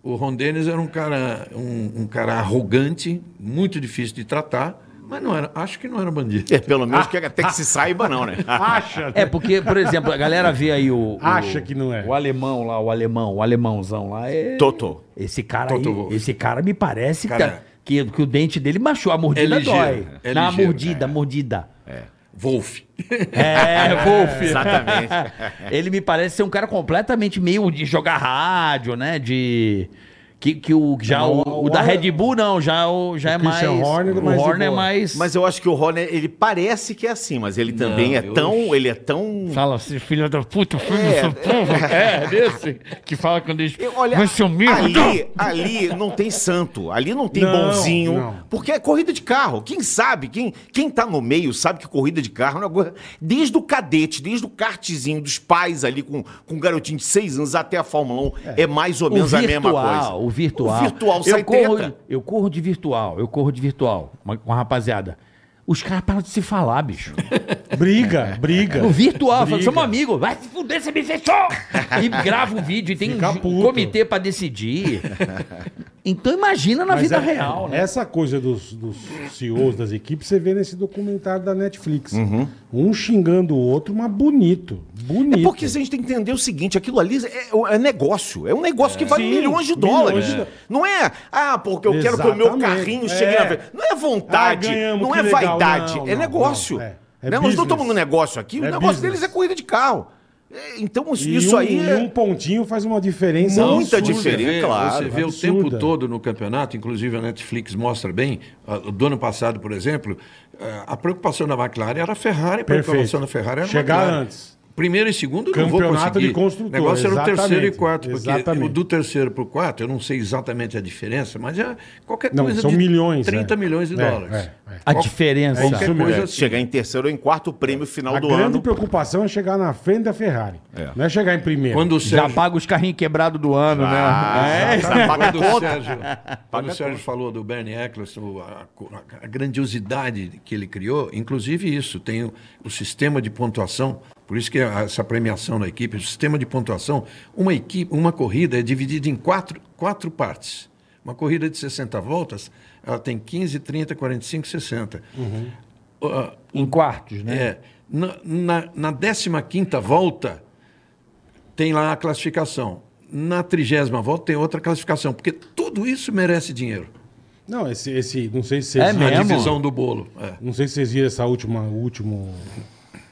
O Ron Dennis era um cara, um, um cara arrogante, muito difícil de tratar, mas não era, acho que não era bandido.
É, pelo
Ah.
menos que até que se saiba, não, né?
Acha, né?
É porque, por exemplo, a galera vê aí o, o-
Acha que não é.
o alemão lá, o alemão, o alemãozão lá é
Toto.
Esse cara
Toto
aí,
Wolff.
esse cara me parece que,
Cara-
que, que o dente dele machucou, a mordida
É ligeiro,
dói.
é
Na
ligeiro,
mordida,
é.
mordida.
Wolf.
É, Wolf.
Exatamente.
Ele me parece ser um cara completamente meio de jogar rádio, né? De. Que, que o, já o, o da Red Bull, não, já, o, já é mais.
Christian Horner,
o
mais de
Horner é
boa.
mais.
Mas eu acho que o Horner, ele parece que é assim, mas ele também é
eu-
tão. Ele é tão.
Fala assim, filho da puta, filho do seu povo. É, desse que fala quando eles.
Eu- Olha,
Você é um merda.
ali, ali não tem santo, ali não tem
Não,
bonzinho,
não.
porque é corrida de carro. Quem sabe, quem, quem tá no meio sabe que corrida de carro é uma coisa- Desde o cadete, desde o kartzinho dos pais ali com, com um garotinho de seis anos até a Fórmula 1, é, mais ou menos a mesma
O
coisa.
virtual.
O virtual sai
eu corro,
treta.
eu corro de virtual, eu corro de virtual uma- com a rapaziada. Os caras param de se falar, bicho.
Briga, briga.
No virtual, fala,
Briga.
somos amigos. Vai se fuder, você me fechou! E grava o vídeo e tem
Fica
um ju-
puto.
comitê pra decidir. Então imagina na
Mas
vida
é-
real, né?
Essa coisa dos, dos CEOs das equipes, você vê nesse documentário da Netflix. Um xingando o outro, mas bonito. Bonito.
Uhum. É porque a gente tem que entender o seguinte, aquilo ali é, é negócio, é um negócio que vale
Sim,
milhões de
milhões
dólares.
de do-
Não é, ah, porque eu quero que o meu
Exatamente.
carrinho chegue na
É.
frente. Não é vontade,
Ah, ganhamos,
não
que
é
legal.
vaidade,
Não,
é
não,
negócio.
não, é. É
Né? Nós não
business.
estamos no negócio aqui, o
É
negócio
business.
deles é corrida de carro. É, Então isso,
E
isso
um,
aí
e
é...
um pontinho faz uma diferença.
Muita
absurda.
Você
diferença.
vê,
claro,
Você vê
absurda.
o tempo todo no campeonato, inclusive a Netflix mostra bem. ah, Do ano passado, por exemplo, ah, a preocupação da McLaren era a Ferrari, a preocupação
Perfeito.
da Ferrari era a
Chegar
McLaren.
antes.
Primeiro e segundo eu não vou
Campeonato
conseguir.
de construtor,
o negócio era o terceiro e
exatamente,
quarto, porque
exatamente.
o do terceiro para o quarto, eu não sei exatamente a diferença, mas é qualquer
Não,
coisa
são
de
milhões,
30
é.
milhões de
É,
dólares.
é, é.
A diferença.
É isso
Qualquer
mesmo.
coisa
é,
assim.
Chegar em terceiro ou em quarto prêmio final
A
do
grande
ano.
preocupação é chegar na frente da Ferrari.
É.
Não é chegar em primeiro.
Quando o
Já
Sérgio,
paga os carrinhos quebrados do ano, né?
Ah,
é.
sabe, paga
quando o
conta.
Sérgio, quando o Sérgio falou do Bernie Eccleston, a, a- a grandiosidade que ele criou, inclusive isso, tem o, o sistema de pontuação, por isso que a- essa premiação da equipe, o sistema de pontuação, uma equipe, uma corrida é dividida em quatro, quatro partes. Uma corrida de 60 voltas, ela tem 15, 30, 45, 60. Ah,
Em quartos, né?
é, na, na, na 15 volta, tem lá a classificação. Na trigésima volta, tem outra classificação. Porque tudo isso merece dinheiro.
Não, esse, esse. Não sei se
É
vocês
mesmo?
A divisão do bolo. é.
Não sei se vocês viram essa última, o último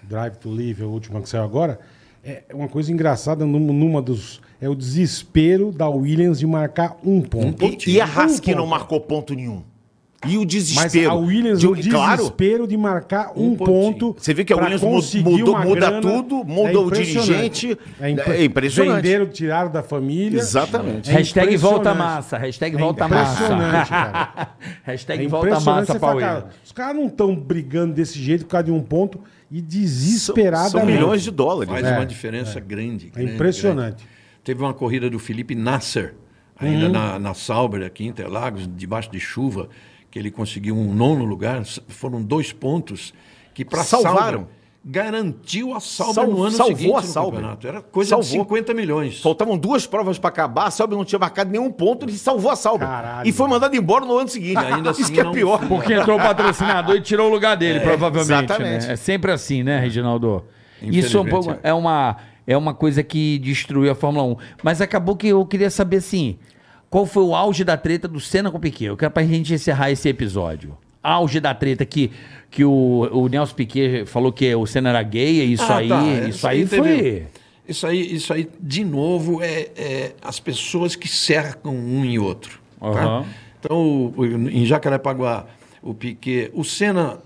Drive to Live, a última que saiu agora. É uma coisa engraçada numa, numa dos. É o desespero da Williams de marcar um ponto.
E, e a Haskell não
ponto.
marcou ponto nenhum. E o
um Mas
desespero.
a Williams, é
de, um,
o
claro,
desespero de marcar um,
Um pontinho.
ponto.
Você vê que a
pra
Williams mu-
conseguir
mudou-
uma
muda
grana. É
tudo, mudou o
impressionante.
dirigente.
impre-
É impressionante.
Venderam, tiraram da família.
Exatamente.
É
Hashtag volta
impressionante.
massa, hashtag
É
volta massa.
impressionante, cara.
hashtag
É
volta
impressionante
massa
você
pra
falar,
Williams.
cara, os caras não estão brigando desse jeito por causa de um ponto e
São-
desesperadamente.
São milhões de dólares.
Faz
né?
uma diferença grande,
É
grande,
impressionante.
grande. Teve uma corrida do Felipe Nasser, ainda
Uhum.
na, na Sauber, aqui em Interlagos, debaixo de chuva, que ele conseguiu um nono lugar. S- Foram dois pontos que para
Salvaram.
Sauber garantiu a Sauber
Sal-
no ano
salvou
seguinte
a
no
Sauber.
campeonato. Era coisa de
Salvou.
50 milhões.
Faltavam duas provas pra acabar, a Sauber não tinha marcado nenhum ponto, ele salvou a Sauber.
Caralho.
E foi mandado embora no ano seguinte.
E ainda
Isso
assim
que é
não-
pior.
Porque entrou o patrocinador e tirou o lugar dele,
É,
provavelmente.
exatamente.
né? É sempre assim, né, Reginaldo? Isso é, um pouco,
Infelizmente,
é, uma, é uma coisa que destruiu a Fórmula 1. Mas acabou que eu queria saber, assim, qual foi o auge da treta do Senna com o Piquet? Eu quero pra gente encerrar esse episódio. Auge da treta que, que o, o Nelson Piquet falou que o Senna era gay, isso
Ah,
aí,
tá, é,
isso aí foi...
teve- um- Isso aí, isso aí, de novo, é, é as pessoas que cercam um e outro. tá?
Aham.
Então, o- o- em Jacarepaguá, o Piquet... O Senna,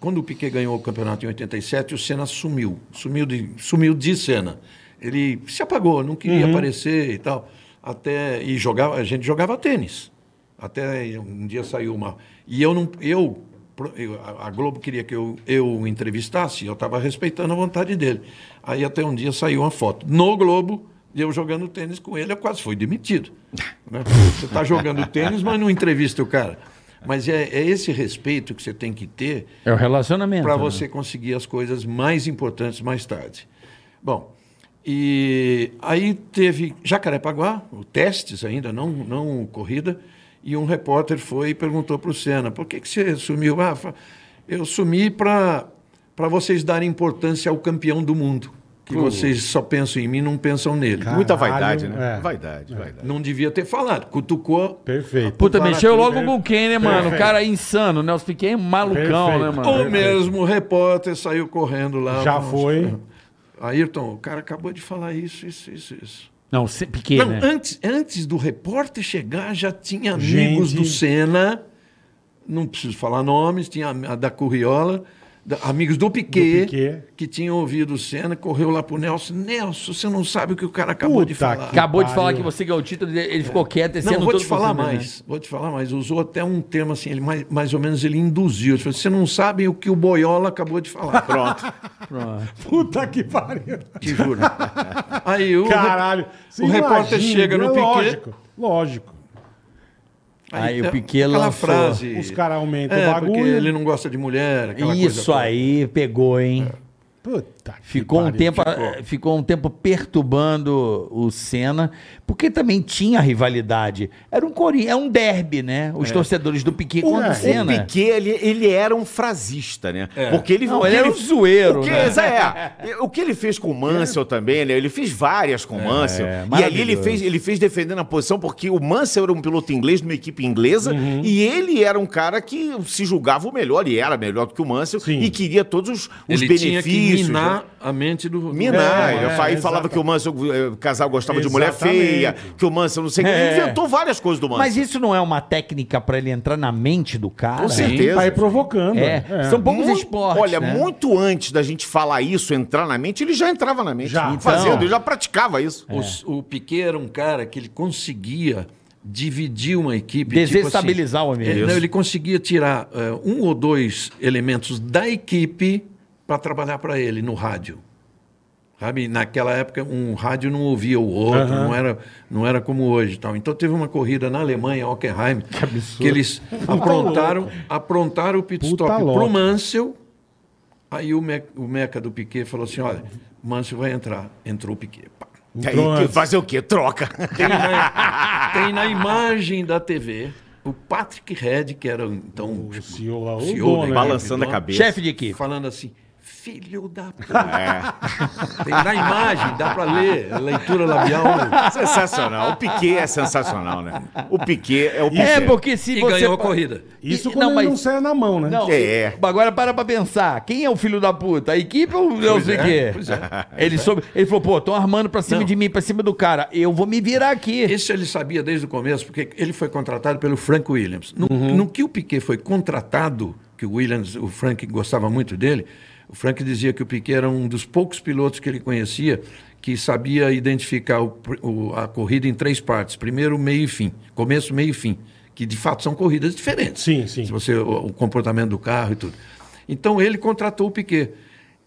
quando o Piquet ganhou o campeonato em 87, o Senna sumiu. Sumiu de, sumiu de Senna. Ele se apagou, não queria
Uhum.
aparecer e tal. Até, e jogava, a gente jogava tênis. Até um dia saiu uma... E eu, não, eu pro- eu- a- a Globo queria que eu, eu o entrevistasse, eu estava respeitando a vontade dele. Aí até um dia saiu uma foto no Globo, e eu jogando tênis com ele, eu quase fui demitido. né? Você está jogando tênis, mas não entrevista o cara. Mas é, é esse respeito que você tem que ter
É o relacionamento.
para
né?
você conseguir as coisas mais importantes mais tarde. Bom, e aí teve Jacarepaguá, o testes ainda, não, não corrida, e um repórter foi e perguntou para o Senna, por que, que você sumiu? Ah, fa- eu sumi para vocês darem importância ao campeão do mundo, que vocês só pensam em mim, não pensam nele.
Muita
Caralho,
vaidade, né?
é.
Vaidade, vaidade.
Não devia ter falado, cutucou.
Perfeito.
Puta, mexeu
Baratinho,
logo com o Ken, né, mano? O cara é insano, né? Nelson Piquet é malucão,
Perfeito.
né, mano?
O mesmo repórter saiu correndo lá.
Já
Nossa.
foi.
Ayrton, o cara acabou de falar isso, isso, isso, isso.
Não, se- Piquet,
Não,
né?
antes, antes do repórter chegar, já tinha amigos
Gente.
do Senna, não preciso falar nomes, tinha a, a da Curriola, da- amigos do Piquet,
Do Piquet.
que tinham ouvido o Senna, correu lá pro Nelson. Nelson, você não sabe o que o cara acabou de
Puta
falar.
que
Acabou de
pariu.
falar que você ganhou o título, ele ele ficou quieto esse
Não,
ano
vou
todo
te
assim,
falar
você, né?
mais. Vou te falar mais. Usou até um termo assim, ele mais, mais ou menos ele induziu. Ele falou, você não sabe o que o Boiola acabou de falar.
Pronto.
Puta que pariu.
Te juro. Aí o,
Caralho. Você
o repórter
imagina,
chega no
é
Piquet.
Lógico, lógico.
Aí o
tem
Piquet
é aquela
lançou.
frase.
Os caras aumentam o
é,
bagulho.
Porque ele não gosta de mulher, aquela coisa
Isso
toda.
aí pegou, hein?
Puta que
Ficou um,
pariu.
tempo, ficou. um tempo perturbando o Senna, porque também tinha rivalidade. Era um cori é um derby, né? Os torcedores do Piquet
O,
É,
contra o
o
Senna.
Piquet, ele, ele era um frasista, né? Porque ele...
Não,
o que
ele era um zoeiro,
o que,
né?
é, o que ele fez com o Mansell também, né? Ele fez várias
É,
com o Mansell. e ali ele
maravilhoso.
fez, ele fez defendendo a posição porque o Mansell era um piloto inglês de uma equipe inglesa
Uhum.
e ele era um cara que se julgava o melhor e era melhor do que o Mansell
Sim.
e queria todos os, os
Ele tinha
benefícios.
que minar
né?
a mente do... do-
Minar.
É,
Eu fa- aí
é,
falava
exata-
que o Mansell, eh, casal gostava de mulher
Exatamente.
feia, que o Mansell não sei o que. Ele inventou várias coisas do Mansell.
Mas isso não é uma técnica pra ele entrar na mente do cara?
Com certeza.
Tá aí provocando.
É. São poucos
Muito-
esportes.
Olha,
né?
muito antes da gente falar isso, entrar na mente, ele já entrava na mente.
Já.
Ele
Então.
Fazendo, ele já praticava isso.
Os- O Piquet era um cara que ele conseguia dividir uma equipe.
Desestabilizar o amigo.
ele, não, ele conseguia tirar eh, um ou dois elementos da equipe para trabalhar para ele no rádio. Sabe, naquela época um rádio não ouvia o outro,
Aham.
não, era, não era como hoje. e Tal. Então teve uma corrida na Alemanha, Hockenheim, que, eles aprontaram, aprontaram o pit
Puta
stop pro
louca.
Mansell. Aí o, Me- o Meca do Piquet falou assim: olha, Mansell vai entrar. Entrou o Piquet. Pá.
E Aí, que- fazer o quê? Troca.
Tem na, tem na imagem da TV o Patrick Red, que era então o
O CEO lá, o
CEO
dono,
da
né?
Balan-
Balançando a cabeça.
Chefe de equipe.
falando assim, filho da puta.
É.
Tem na imagem, dá pra ler, leitura labial.
Sensacional. O Piquet é sensacional, né? O Piquet é o Piquet.
É, porque se
E
você.
ganhou a corrida.
Isso
E-
quando
não,
ele
mas-
não saia na mão, né?
Não,
É.
agora para pra pensar. Quem é o filho da puta? A equipe ou não sei o
é,
quê?
pois é.
Ele, soube, ele falou, pô, estão armando pra cima
Não.
de mim, pra cima do cara. Eu vou me virar aqui.
Esse ele sabia desde o começo, porque ele foi contratado pelo Frank Williams. No, no que o Piquet foi contratado, que o Williams, o Frank gostava muito dele, o Frank dizia que o Piquet era um dos poucos pilotos que ele conhecia que sabia identificar o pr- o- a corrida em três partes: primeiro, meio e fim, começo, meio e fim, que de fato são corridas diferentes.
Sim, sim.
Se você o, o comportamento do carro e tudo. Então ele contratou o Piquet.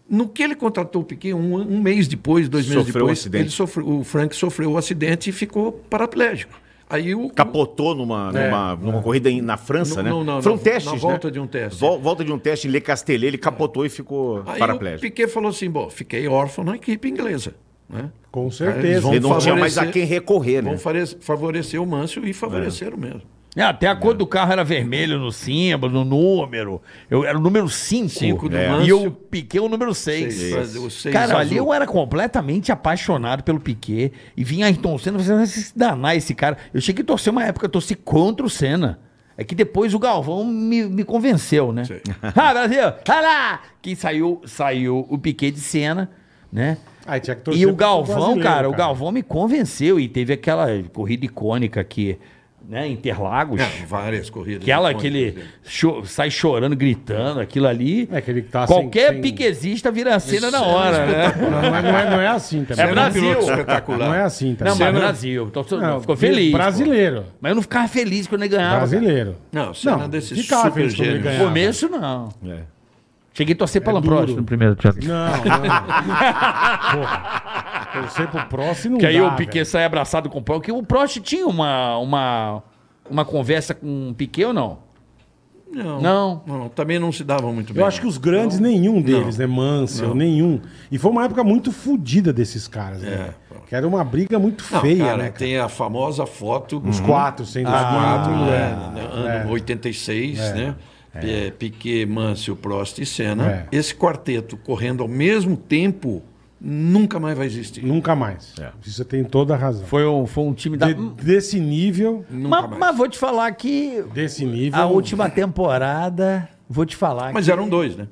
No que ele contratou o Piquet, um, um mês depois, dois meses
Sofreu um
depois,
acidente.
ele sofreu, o Frank sofreu o acidente e ficou paraplégico. Aí o
Capotou numa, numa, numa corrida em- na França,
Não,
né?
não, não,
Foi um
na-
teste,
na
né?
volta de um teste.
Vol- volta de um teste em Le Castellet, ele capotou e ficou
aí o
paraplégico.
Piquet falou assim: bom, fiquei órfão na equipe inglesa. Né?
Com
Eles
certeza.
vão
Ele não tinha mais a
favorecer-
quem recorrer, né?
Vão fare- favorecer o Mâncio e favoreceram mesmo.
É, Até a cor do carro era vermelho no símbolo, no número. Eu era o número 5.
Cinco do
E
Mansell.
eu piquei o número 6.
Seis, o seis
Cara,
azul.
ali eu era completamente apaixonado pelo Piquet. E vinha Ayrton Senna, você vai se danar esse cara. Eu cheguei a torcer uma época, eu torci contra o Senna. É que depois o Galvão me, me convenceu, né?
Sei.
ah, Brasil! Ah lá! Que saiu, saiu o Piquet de Senna, né?
Aí tinha que torcer
E o
pro
Galvão,
brasileiro,
cara, o Galvão me convenceu e teve aquela corrida icônica que né, Interlagos.
É, várias corridas.
Aquela
de
que
ponte,
ele
por exemplo.
cho- sai chorando, gritando, aquilo ali.
É que ele tá sem-
Qualquer
sem-
piquezista vira a cena na hora, né?
Não, mas não é, não é assim também.
É Brasil.
Piloto
Não é
espetacular.
assim também.
Não, mas
Não,
Brasil. Então, você não, ficou feliz. pô.
Brasileiro.
Mas eu não ficava feliz quando ele ganhava.
Brasileiro.
Não, o Senna é desse
ficava
super
feliz quando ele
gênio.
No
ganhava.
começo, não. Cheguei a torcer pra Lamproste
É duro.
no primeiro tempo.
Não, não. Porra, torcer pro próximo não
Que aí
dá,
o Piquet
velho.
sai abraçado com o Prost. Que o Prost tinha uma, uma, uma conversa com o Piquet ou não?
Não,
Não.
não, também não se dava muito bem.
Eu acho que os grandes, nenhum deles, né? Mansell, nenhum. E foi uma época muito fodida desses caras, né? Que era uma briga muito
Não,
feia,
cara,
né? cara?
Tem a famosa foto
Os
dos
quatro sendo os
quatro,
quatro,
né,
né?
né, ano 86, né? É, Piquet, Mansell, Prost e Senna.
É.
Esse quarteto correndo ao mesmo tempo nunca mais vai existir.
Nunca mais. Isso você tem toda a razão.
Foi um, foi um time da.
De- desse nível,
Nunca
mas,
mais.
mas vou te falar que
desse nível...
a última temporada. Vou te falar.
Mas
que...
eram dois, né?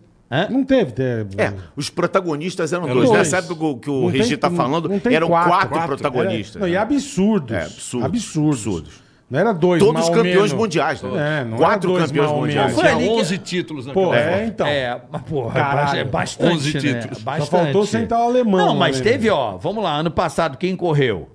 Não teve, teve.
É, os protagonistas eram
Eram
dois.
dois.
Né? Sabe o que o- que o
Não tem-
Regi tá
não-
falando?
não tem
eram
quatro,
quatro,
quatro.
protagonistas.
Era- não, e absurdos.
né? É, absurdos,
Absurdos.
absurdos.
Não era dois,
Todos
mais ou
campeões
menos.
mundiais, né?
É, não
Quatro
era dois mais
campeões
ou
mundiais.
menos.
Foi
Tinha
ali que-
11 títulos naquela
Pô, é,
época.
então.
É, mas porra,
Caralho.
é bastante.
11
né?
títulos. Só
Bastante.
faltou sentar o alemão
Não, mas
lá, né,
teve, ó. Vamos lá, ano passado, quem correu?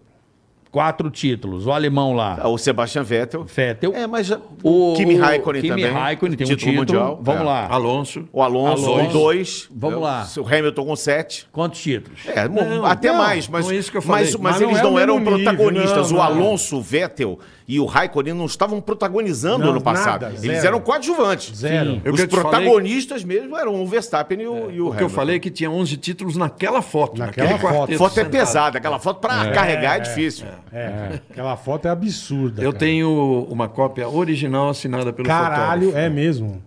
Quatro títulos. O alemão
É.
lá.
É, O Sebastian Vettel.
Vettel.
É, mas já-
uh, O
Kimi Raikkonen
Kimi
também.
Raikkonen tem
título
um título.
mundial.
Vamos
É.
lá.
Alonso.
O Alonso,
Alonso.
dois.
Vamos
Eu-
lá.
O Hamilton com sete.
Quantos títulos?
É, bom,
Não,
até
não,
mais, mas,
não é isso que eu
mas,
falei.
mas
Mas não
eles
é o
não eram
mesmo nível,
protagonistas.
não,
o
não.
Alonso, o Vettel e o Raikkonen não estavam protagonizando
Não,
ano passado.
nada,
eles
zero.
eram coadjuvantes.
Zero.
Eu
Os
que te falei-
protagonistas mesmo eram o Verstappen e o, e o
O que eu falei é que tinha 11 títulos naquela foto.
Naquela
naquele
foto.
A
quarteto
foto é
sentado.
pesada, aquela foto pra carregar é, difícil.
É, aquela foto é absurda.
Eu
cara.
tenho uma cópia original assinada pelo
Caralho,
fotógrafo.
é mesmo.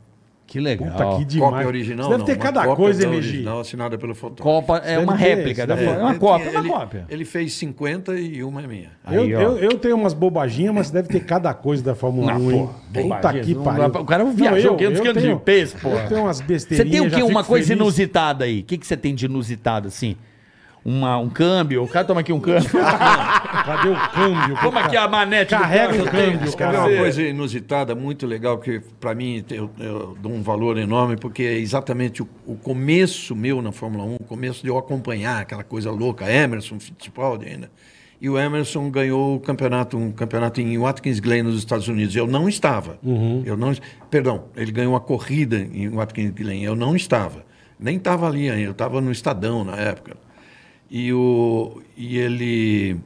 Que legal.
Puta que demais.
Cópia original,
Você deve
não,
ter
uma
cada
cópia
coisa,
da
Elegi.
original assinada pelo fotógrafo.
Copa é
Deve
uma
ter,
réplica da
deve
foto.
ter.
É uma
Ele
cópia, é
tinha-
uma
ele-
cópia.
Ele fez 50 e uma é minha.
Eu,
Aí, ó.
eu, eu tenho umas bobaginhas, mas deve ter cada coisa da
Ah,
Fórmula 1, hein? Puta
bobagem,
que
não
pariu.
dá pra- o cara é um viajou 500 quilos de
tenho-
peso, porra.
Eu tenho umas
Você
besteirinhas.
tem o
já
quê?
fico
Uma coisa
feliz.
inusitada aí. O que, que você tem de inusitado, assim? Uma, um câmbio? O cara toma aqui um câmbio.
Cadê o câmbio?
Toma aqui a manete do
Carrega o
câmbio.
câmbio,
Quer ver
cara.
uma coisa inusitada, muito legal, que para mim tem- eu, eu dou um valor enorme, porque é exatamente o, o começo meu na Fórmula 1, o começo de eu acompanhar aquela coisa louca, Emerson Fittipaldi ainda. E o Emerson ganhou o campeonato, um campeonato em Watkins Glen, nos Estados Unidos. Eu não estava. Eu não, perdão, ele ganhou a corrida em Watkins Glen. Eu não estava. Nem estava ali ainda, eu estava no Estadão na época. E, o, e ele.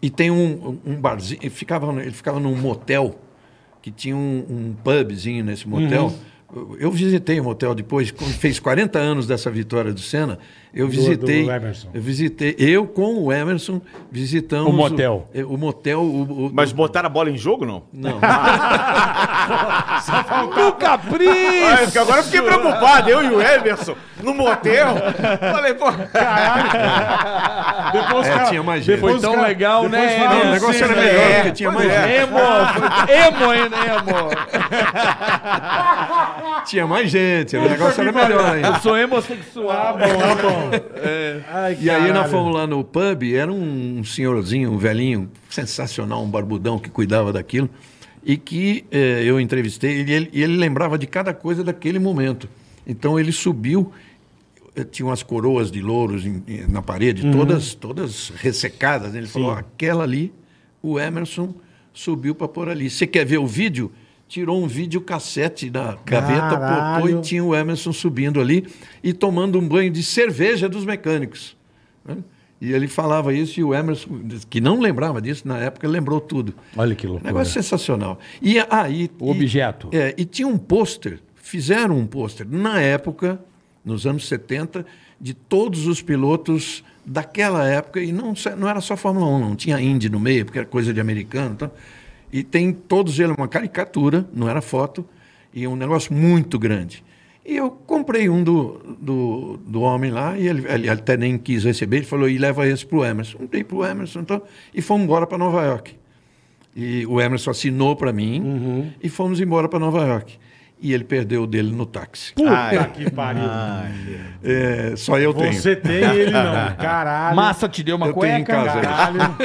E tem um, um barzinho. Ele ficava, ele ficava num motel, que tinha um, um pubzinho nesse motel. Eu- Eu visitei o motel depois, quando fez 40 anos dessa vitória do Senna. Eu visitei.
Emerson.
eu visitei. Eu com o Emerson visitamos.
O motel.
O, o motel. o- o-
Mas botaram a bola em jogo, não?
Não.
No Um capricho!
Ah, porque agora eu fiquei preocupado, eu e o Emerson, no motel. Falei, pô,
Depois,
É,
cara,
tinha mais
depois
gente.
os cara-
legal,
depois
né,
fala
Não, o
assim,
um negócio era
né?
melhor,
É,
porque tinha mais
pois é.
gente.
Emo! Emo, hein, né, emo?
Tinha mais gente. O negócio era melhor ainda.
Sou emossexual.
Tá bom. Ai,
E aí nós
caralho.
fomos lá no pub, era um senhorzinho, um velhinho, sensacional, um barbudão que cuidava daquilo, e que eh, eu entrevistei, e ele, e ele lembrava de cada coisa daquele momento. Então ele subiu, eh, tinha umas coroas de louros em- em- na
Uhum.
parede, todas, todas ressecadas. Ele falou, aquela ali, o Emerson subiu para pôr ali. Você quer ver o vídeo? Tirou um vídeo cassete da gaveta, botou
Caralho.
e tinha o Emerson subindo ali e tomando um banho de cerveja dos mecânicos. né? E ele falava isso e o Emerson, que não lembrava disso na época, lembrou tudo.
Olha que loucura.
Negócio sensacional. E aí.
É. O objeto.
É, e tinha um pôster, fizeram um pôster, na época, nos anos 70, de todos os pilotos daquela época, e não, só- não era só Fórmula 1, não, tinha Indy no meio, porque era coisa de americano. Então, e tem todos eles, uma caricatura, não era foto, e um negócio muito grande. E eu comprei um do, do, do homem lá, e ele, ele até nem quis receber, ele falou, e leva esse para o Emerson. Dei para o Emerson, então, e fomos embora para Nova
Uhum.
York. E o Emerson assinou para mim e fomos embora para Nova York. e ele perdeu o dele no táxi.
Puta
Ai.
que pariu.
É, só eu tenho.
Você tem e ele não. Caralho.
Massa te deu uma
Eu tenho em
cueca?
casa.
Caralho.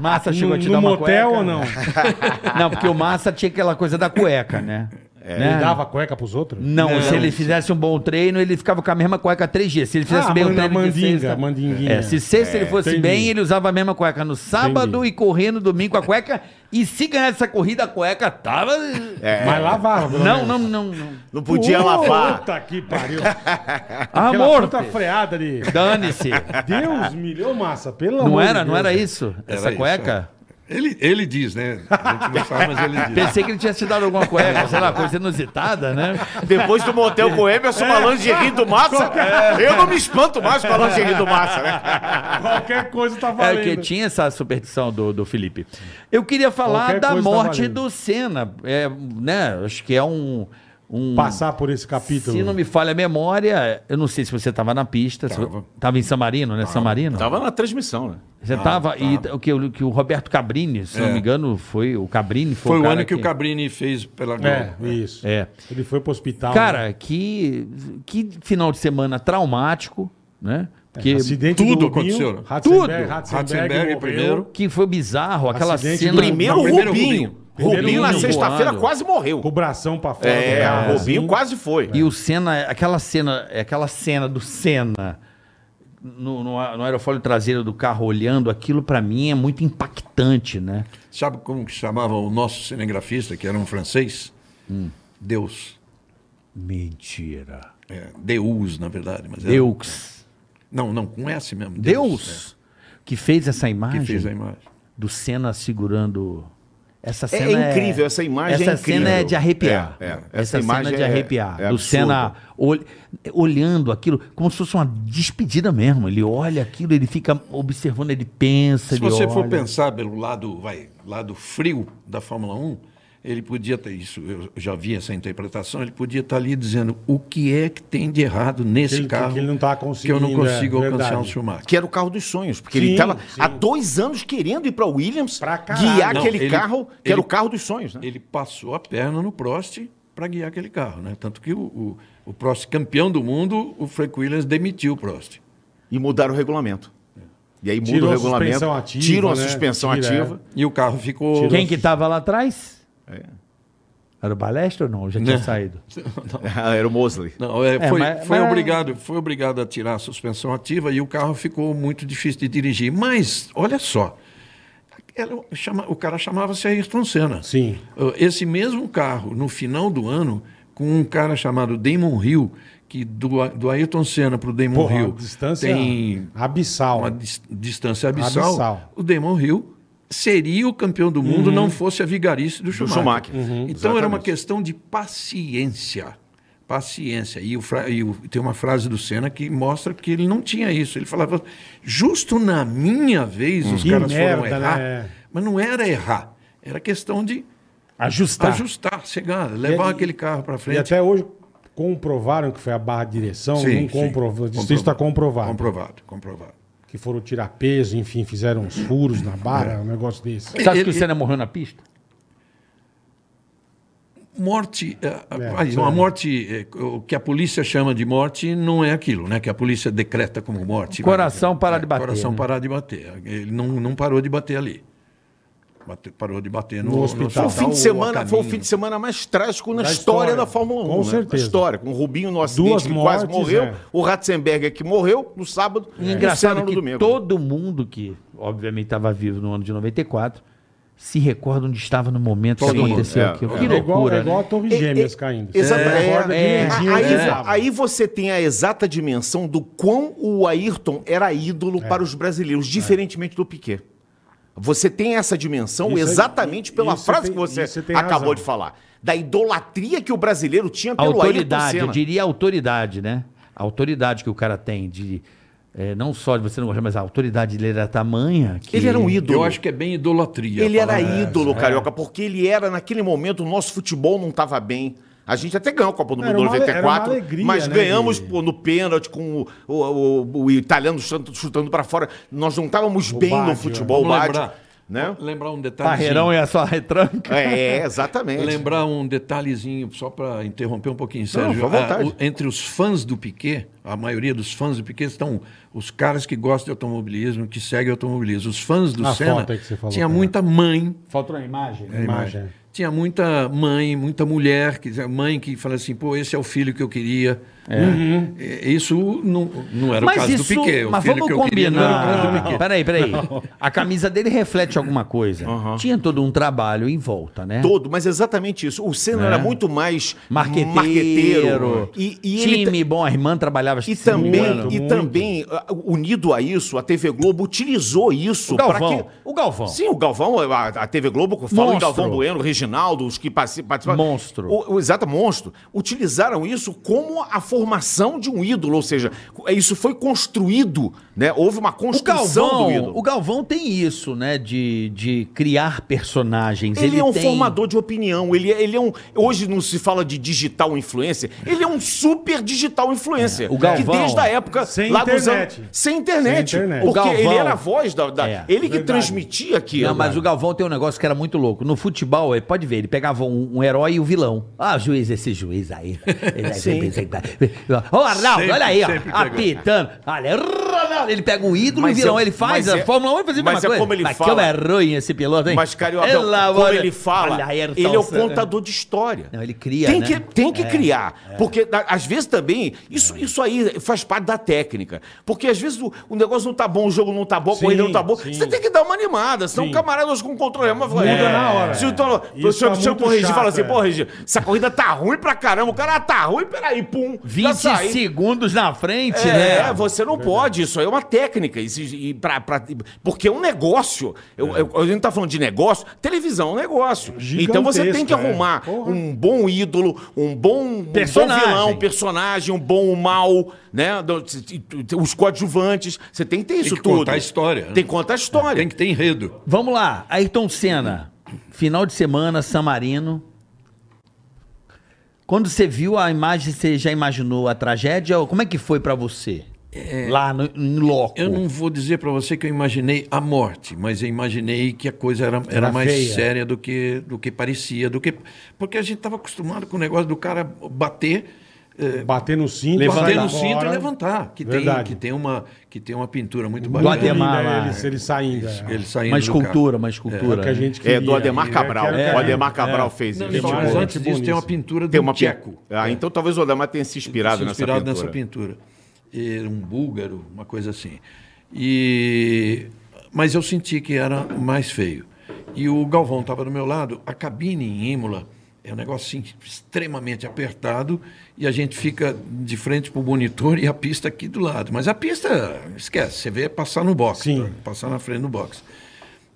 Massa chegou a
No-
te
no
dar uma
motel
cueca? né? É.
ou não?
Não, porque o Massa tinha aquela coisa da cueca, né?
É,
Né?
Ele dava cueca pros outros?
Não, se ele fizesse um bom treino, ele ficava com a mesma cueca três dias. Se ele fizesse
Ah,
bem o
manda-
treino de
mandinga,
sexta,
mandinguinha.
É, se sexta ele fosse
entendi.
bem, ele usava a mesma cueca no sábado
Entendi.
e corria no domingo com a cueca. E se ganhasse essa corrida, a cueca tava... eh,
É.
Mas lavava, pelo
Não,
menos.
não, não, não. Ah,
Não podia lavar.
Uh!
Puta que pariu. Aquela
Amor,
puta freada ali.
dane-se.
Deus, milhão massa, pelo amor
Não
de
era, não
Deus. é.
era isso?
Era
Essa
isso,
cueca?
é. Ele, ele diz, né? A gente não sabe, mas ele diz.
Pensei que ele tinha te dado alguma cueca, sei lá, coisa inusitada, né?
Depois do motel com o Emerson, uma lingerie do Massa. Eu não me espanto mais com a lingerie do Massa, né?
Qualquer coisa tá
É,
valendo.
porque tinha essa superstição do, do Felipe. Eu queria falar
Qualquer
da
coisa tá
morte
valendo.
do Senna. É, né? Acho que é um. um
Passar por esse capítulo.
Se não me falha a memória, eu não sei se você estava na pista. se-
Tava.
Tava em San Marino, né? San Marino?
Tava na transmissão, né?
Você estava. E o que, o que o Roberto Cabrini, se não me engano, foi. O Cabrini foi,
Foi o
cara
ano que o
que-
Cabrini fez pela Globo.
É, isso.
É.
Ele foi pro hospital. né?
Cara, que, que final de semana traumático, né? Porque
É, Acidente
tudo
do Rubinho,
aconteceu, né?
Ratzenberg,
Tudo.
Ratzenberg
morreu.
primeiro.
que foi bizarro, aquela
Acidente
cena.
do-
Primeiro
Não,
o
primeiro
Rubinho.
Rubinho.
Rubinho, na
Primeiro
sexta-feira
voando.
quase morreu.
Com o bração pra fora.
É,
do carro,
o Rubinho
assim.
quase foi.
E o Senna, aquela cena, aquela cena do Senna no, no, a- no aerofólio traseiro do carro olhando, aquilo pra mim é muito impactante, né?
Sabe como que chamava o nosso cinegrafista, que era um francês?
Hum.
Deus.
Mentira.
É, Deus, na verdade. Mas era-
Deus.
Não, não, com S mesmo.
Deus Ah, que fez essa
é,
imagem
que fez a imagem.
do Senna segurando. Essa
É
cena
incrível, essa imagem é
Essa cena é
incrível.
de arrepiar.
É, é.
essa,
Essa imagem
cena de
é-
arrepiar.
é
do
absurda.
Senna ol- olhando aquilo como se fosse uma despedida mesmo. Ele olha aquilo, ele fica observando, ele pensa,
Se
ele
você for
olha.
pensar pelo lado, vai, lado frio da Fórmula 1, ele podia ter isso, eu já vi essa interpretação, ele podia estar ali dizendo o que é que tem de errado nesse
Que ele-
carro
que ele não tá
que eu
conseguindo,
não
é,
consigo alcançar o
verdade.
Schumacher.
Que era o carro dos sonhos, porque
Sim,
ele tava
sim.
há dois anos querendo ir pra Williams
Pra caralho.
guiar
Não,
aquele
ele-
carro que era
ele-
o carro dos sonhos, né?
Ele passou a perna no Prost para guiar aquele carro, né? Tanto que o, o, o Prost, campeão do mundo, o Frank Williams demitiu o Prost.
E mudaram o regulamento. E aí muda
Tirou
o
a
regulamento,
suspensão ativa,
tiram a
né?
suspensão
Tira,
ativa.
E o carro ficou.
Quem que tava lá atrás?
É.
Era o Balestra ou não? Já tinha saído.
era o Mosley.
Não, é,
É,
foi,
mas-
foi
mas-
obrigado, foi obrigado a tirar a suspensão ativa e o carro ficou muito difícil de dirigir. Mas, olha só, ela chama- o cara chamava-se Ayrton Senna.
Sim.
Uh, Esse mesmo carro, no final do ano, com um cara chamado Damon Hill, que do, A- do Ayrton Senna para o Damon
Porra,
Hill
a distância
tem
abissal. né?
uma dis- distância abissal,
Abissal. Uhum.
o Damon Hill seria o campeão do mundo não fosse a vigarice do Schumacher.
Schumacher. Uhum.
Então era uma
Exatamente.
questão de paciência. Paciência. E, o fra- e o- tem uma frase do Senna que mostra que ele não tinha isso. Ele falava, justo na minha vez os
Uhum. Que
caras foram
merda,
errar.
né?
Mas não era errar, era questão de
Ajustar.
ajustar, chegar, levar
Tá. E-
aquele carro para
E
frente.
até um hoje comprovaram que foi a barra de direção,
Sim,
não
sim.
comprovou. Isso
Comprovado.
está tá comprovado.
Comprovado, comprovado.
Que foram tirar peso, enfim, fizeram uns furos na barra,
É.
um negócio desse.
Você acha que
Ele-
o Senna morreu na pista?
Morte, é,
É,
uma
é.
morte, é, o que a polícia chama de morte não é aquilo, né? Que a polícia decreta como morte. é,
Coração parar de bater,
Coração
né?
parar de bater. Ele não, não parou de bater ali. Bate- parou de bater no,
No hospital.
Foi o
Tá,
fim
ou
de
a
semana, foi o
caminho.
fim de semana mais trágico na
Da
história,
história.
da Fórmula 1.
Com
né?
certeza.
Na história, com o Rubinho no acidente
Duas
que quase
mortes,
morreu,
é.
o Ratzenberger que morreu no sábado e
Engraçado
no
que
domingo.
todo mundo que, obviamente, estava vivo no ano de 94, se recorda onde estava no momento
Todo
que
mundo,
aconteceu
é,
aquilo.
é.
Que
é igual,
loucura,
é igual a
né?
Torre
É,
Gêmeas
é,
caindo.
Exatamente.
Acorda
É,
direitinho
aí,
onde
vo-
tava.
aí você tem a exata dimensão do quão o Ayrton era ídolo
É.
para os brasileiros, diferentemente do Piquet. Você tem essa dimensão
Isso aí-
exatamente pela
isso
frase
tem-
que você,
isso você tem
acabou
razão.
de falar. Da idolatria que o brasileiro tinha pelo Ayrton
autoridade,
Senna.
eu diria autoridade, né? A autoridade que o cara tem de. é, não só de você não gostar, mas a autoridade dele era tamanha. Que...
Ele era um ídolo.
Eu acho que é bem idolatria. né?
Ele
a
era
palavra. é
ídolo, Carioca, porque ele era, naquele momento, o nosso futebol não estava bem. A gente até ganhou a Copa do
Era
Mundo
uma ale- era
94,
uma alegria,
mas
né,
ganhamos
de-
pô, no pênalti com o, o- o- o italiano chutando, chutando para fora. Nós não estávamos bem
Baggio,
no futebol,
Vamos
Baggio.
lembrar,
né?
Lembrar um detalhezinho.
Parreirão é a sua retranca.
É, exatamente.
Lembrar um detalhezinho, só para interromper um pouquinho, Sérgio.
fica à vontade.
Ah, o- entre os fãs do Piquet, a maioria dos fãs do Piquet estão os caras que gostam de automobilismo, que seguem automobilismo. Os fãs do
A
Senna
foto aí que você falou,
tinha
cara.
muita mãe
Faltou a imagem?
a imagem. Tinha muita mãe, muita mulher, que mãe que fala assim, pô, esse é o filho que eu queria. Uhum. É, Isso não, não era o caso do Piquet. O
mas
filho
vamos
que eu queria não era o caso do
combinar.
Piquet.
Peraí, peraí. A camisa dele reflete alguma coisa. Tinha todo um trabalho em volta, né?
Todo, mas exatamente isso. O Senna era muito mais
Marqueteiro.
marqueteiro. E, e ele
time bom, a irmã trabalhava
E
se não me
também,
engano.
e também, uh, unido a isso, a TV Globo utilizou isso
o
pra
Galvão. O Galvão.
Sim, o Galvão, a, a TV Globo, fala em
Monstro.
Galvão Bueno, Reginaldo, os que parti- participaram.
Monstro.
O, o exato, monstro. Utilizaram isso como a formação de um ídolo, ou seja, é, isso foi construído, né? Houve uma
O
construção do
Galvão,
ídolo.
o Galvão tem isso, né? De, de criar personagens.
Ele, é um
tem-
formador de opinião. Ele, é- ele é um. Hoje não se fala de digital influencer. Ele é um super digital influencer.
É, o Galvão-
que desde a época.
Sem
lá dos
internet.
anos- sem internet.
Sem internet.
Porque
O Galvão-
ele era a voz da. da-
É,
ele que
verdade.
transmitia aquilo.
Não, mas o Galvão tem um negócio que era muito louco. No futebol, ele pode ver, ele pegava um, um herói e o vilão. Ah, juiz, esse juiz aí. Ele aí sempre- sempre- Ó, Arnaldo,
Sempre,
olha aí, ó.
sempre pegou.
Apitando. Olha, Ronaldo. ele pega o ídolo e o
Mas
vilão.
é-
ele faz
mas
a
é-
Fórmula 1 e faz a
mas
mesma
é
coisa.
como ele
Mas
fala.
que é ruim esse piloto, hein?
Mas, Carioca,
Ela,
como
olha-
é
ele fala,
Olha aí, Ayrton
ele é o
Senna.
contador de história.
Não, ele cria,
tem
né? é.
Que, tem que criar. Porque, da- às vezes, também, isso, isso aí faz parte da técnica. Porque, às vezes, o, o negócio não tá bom, o jogo não tá bom, a
Sim,
corrida não tá boa.
sim.
Você tem que dar uma animada, senão o camarada hoje com o controle remoto fala,
Muda na hora.
Se o Tolo-
Isso
se o-
é
se o
muito
Corrigir
chato,
fala assim,
é.
pô, Regi, essa corrida tá ruim pra caramba, o cara tá ruim, peraí, pum. já
20
sai.
segundos na frente,
É,
né?
você não pode, isso aí é uma técnica. isso- e pra- pra- porque é um negócio. Eu,
É.
eu- a gente tá falando de negócio, televisão é um negócio.
Gigantesco,
então você tem que
é.
arrumar
Porra.
um bom ídolo, um bom, um
Personagem.
bom vilão, personagem, um bom um mal, né? do- t- t- Os coadjuvantes. Você tem que ter isso
que
tudo.
contar a história, né?
Tem que contar a história.
Tem que ter enredo.
Vamos lá, Ayrton Senna. Final de semana, San Marino. Quando você viu a imagem, você já imaginou a tragédia? Ou Como é que foi pra você? Lá no, em loco.
Eu não vou dizer para você que eu imaginei a morte, mas eu imaginei que a coisa era, era
Era
mais
feia.
séria do que, do que parecia. Do que, porque a gente estava acostumado com o negócio do cara bater,
É.
eh,
Bater no cinto,
bater
sair
no
fora.
cinto e levantar. Que tem,
Verdade.
que, tem uma, que tem uma pintura muito
Muito
bacana.
Guatemala.
linda
Guatemala.
Ele, se ele né? saindo. é.
Ele saindo
Uma
do carro.
escultura, uma
É
escultura.
o que a gente
É,
queria.
do Ademar
Eu
né?
Cabral.
quero que
o
a-
Ademar
é.
Cabral fez
Não,
isso. Tipo,
e só-
demais,
mas
né?
antes disso tem uma
Bonito.
pintura
Tem
do
uma pin-
Tcheco.
Ah, então talvez o Ademar tenha se inspirado,
se inspirado nessa
pintura.
pintura. Era um búlgaro, uma coisa assim. E mas eu senti que era mais feio. E o Galvão estava do meu lado. A cabine em Imola é um negócio assim, extremamente apertado e a gente fica de frente para o monitor e a pista aqui do lado. Mas a pista, esquece, você vê passar no box,
Sim.
tá? passar na frente do box.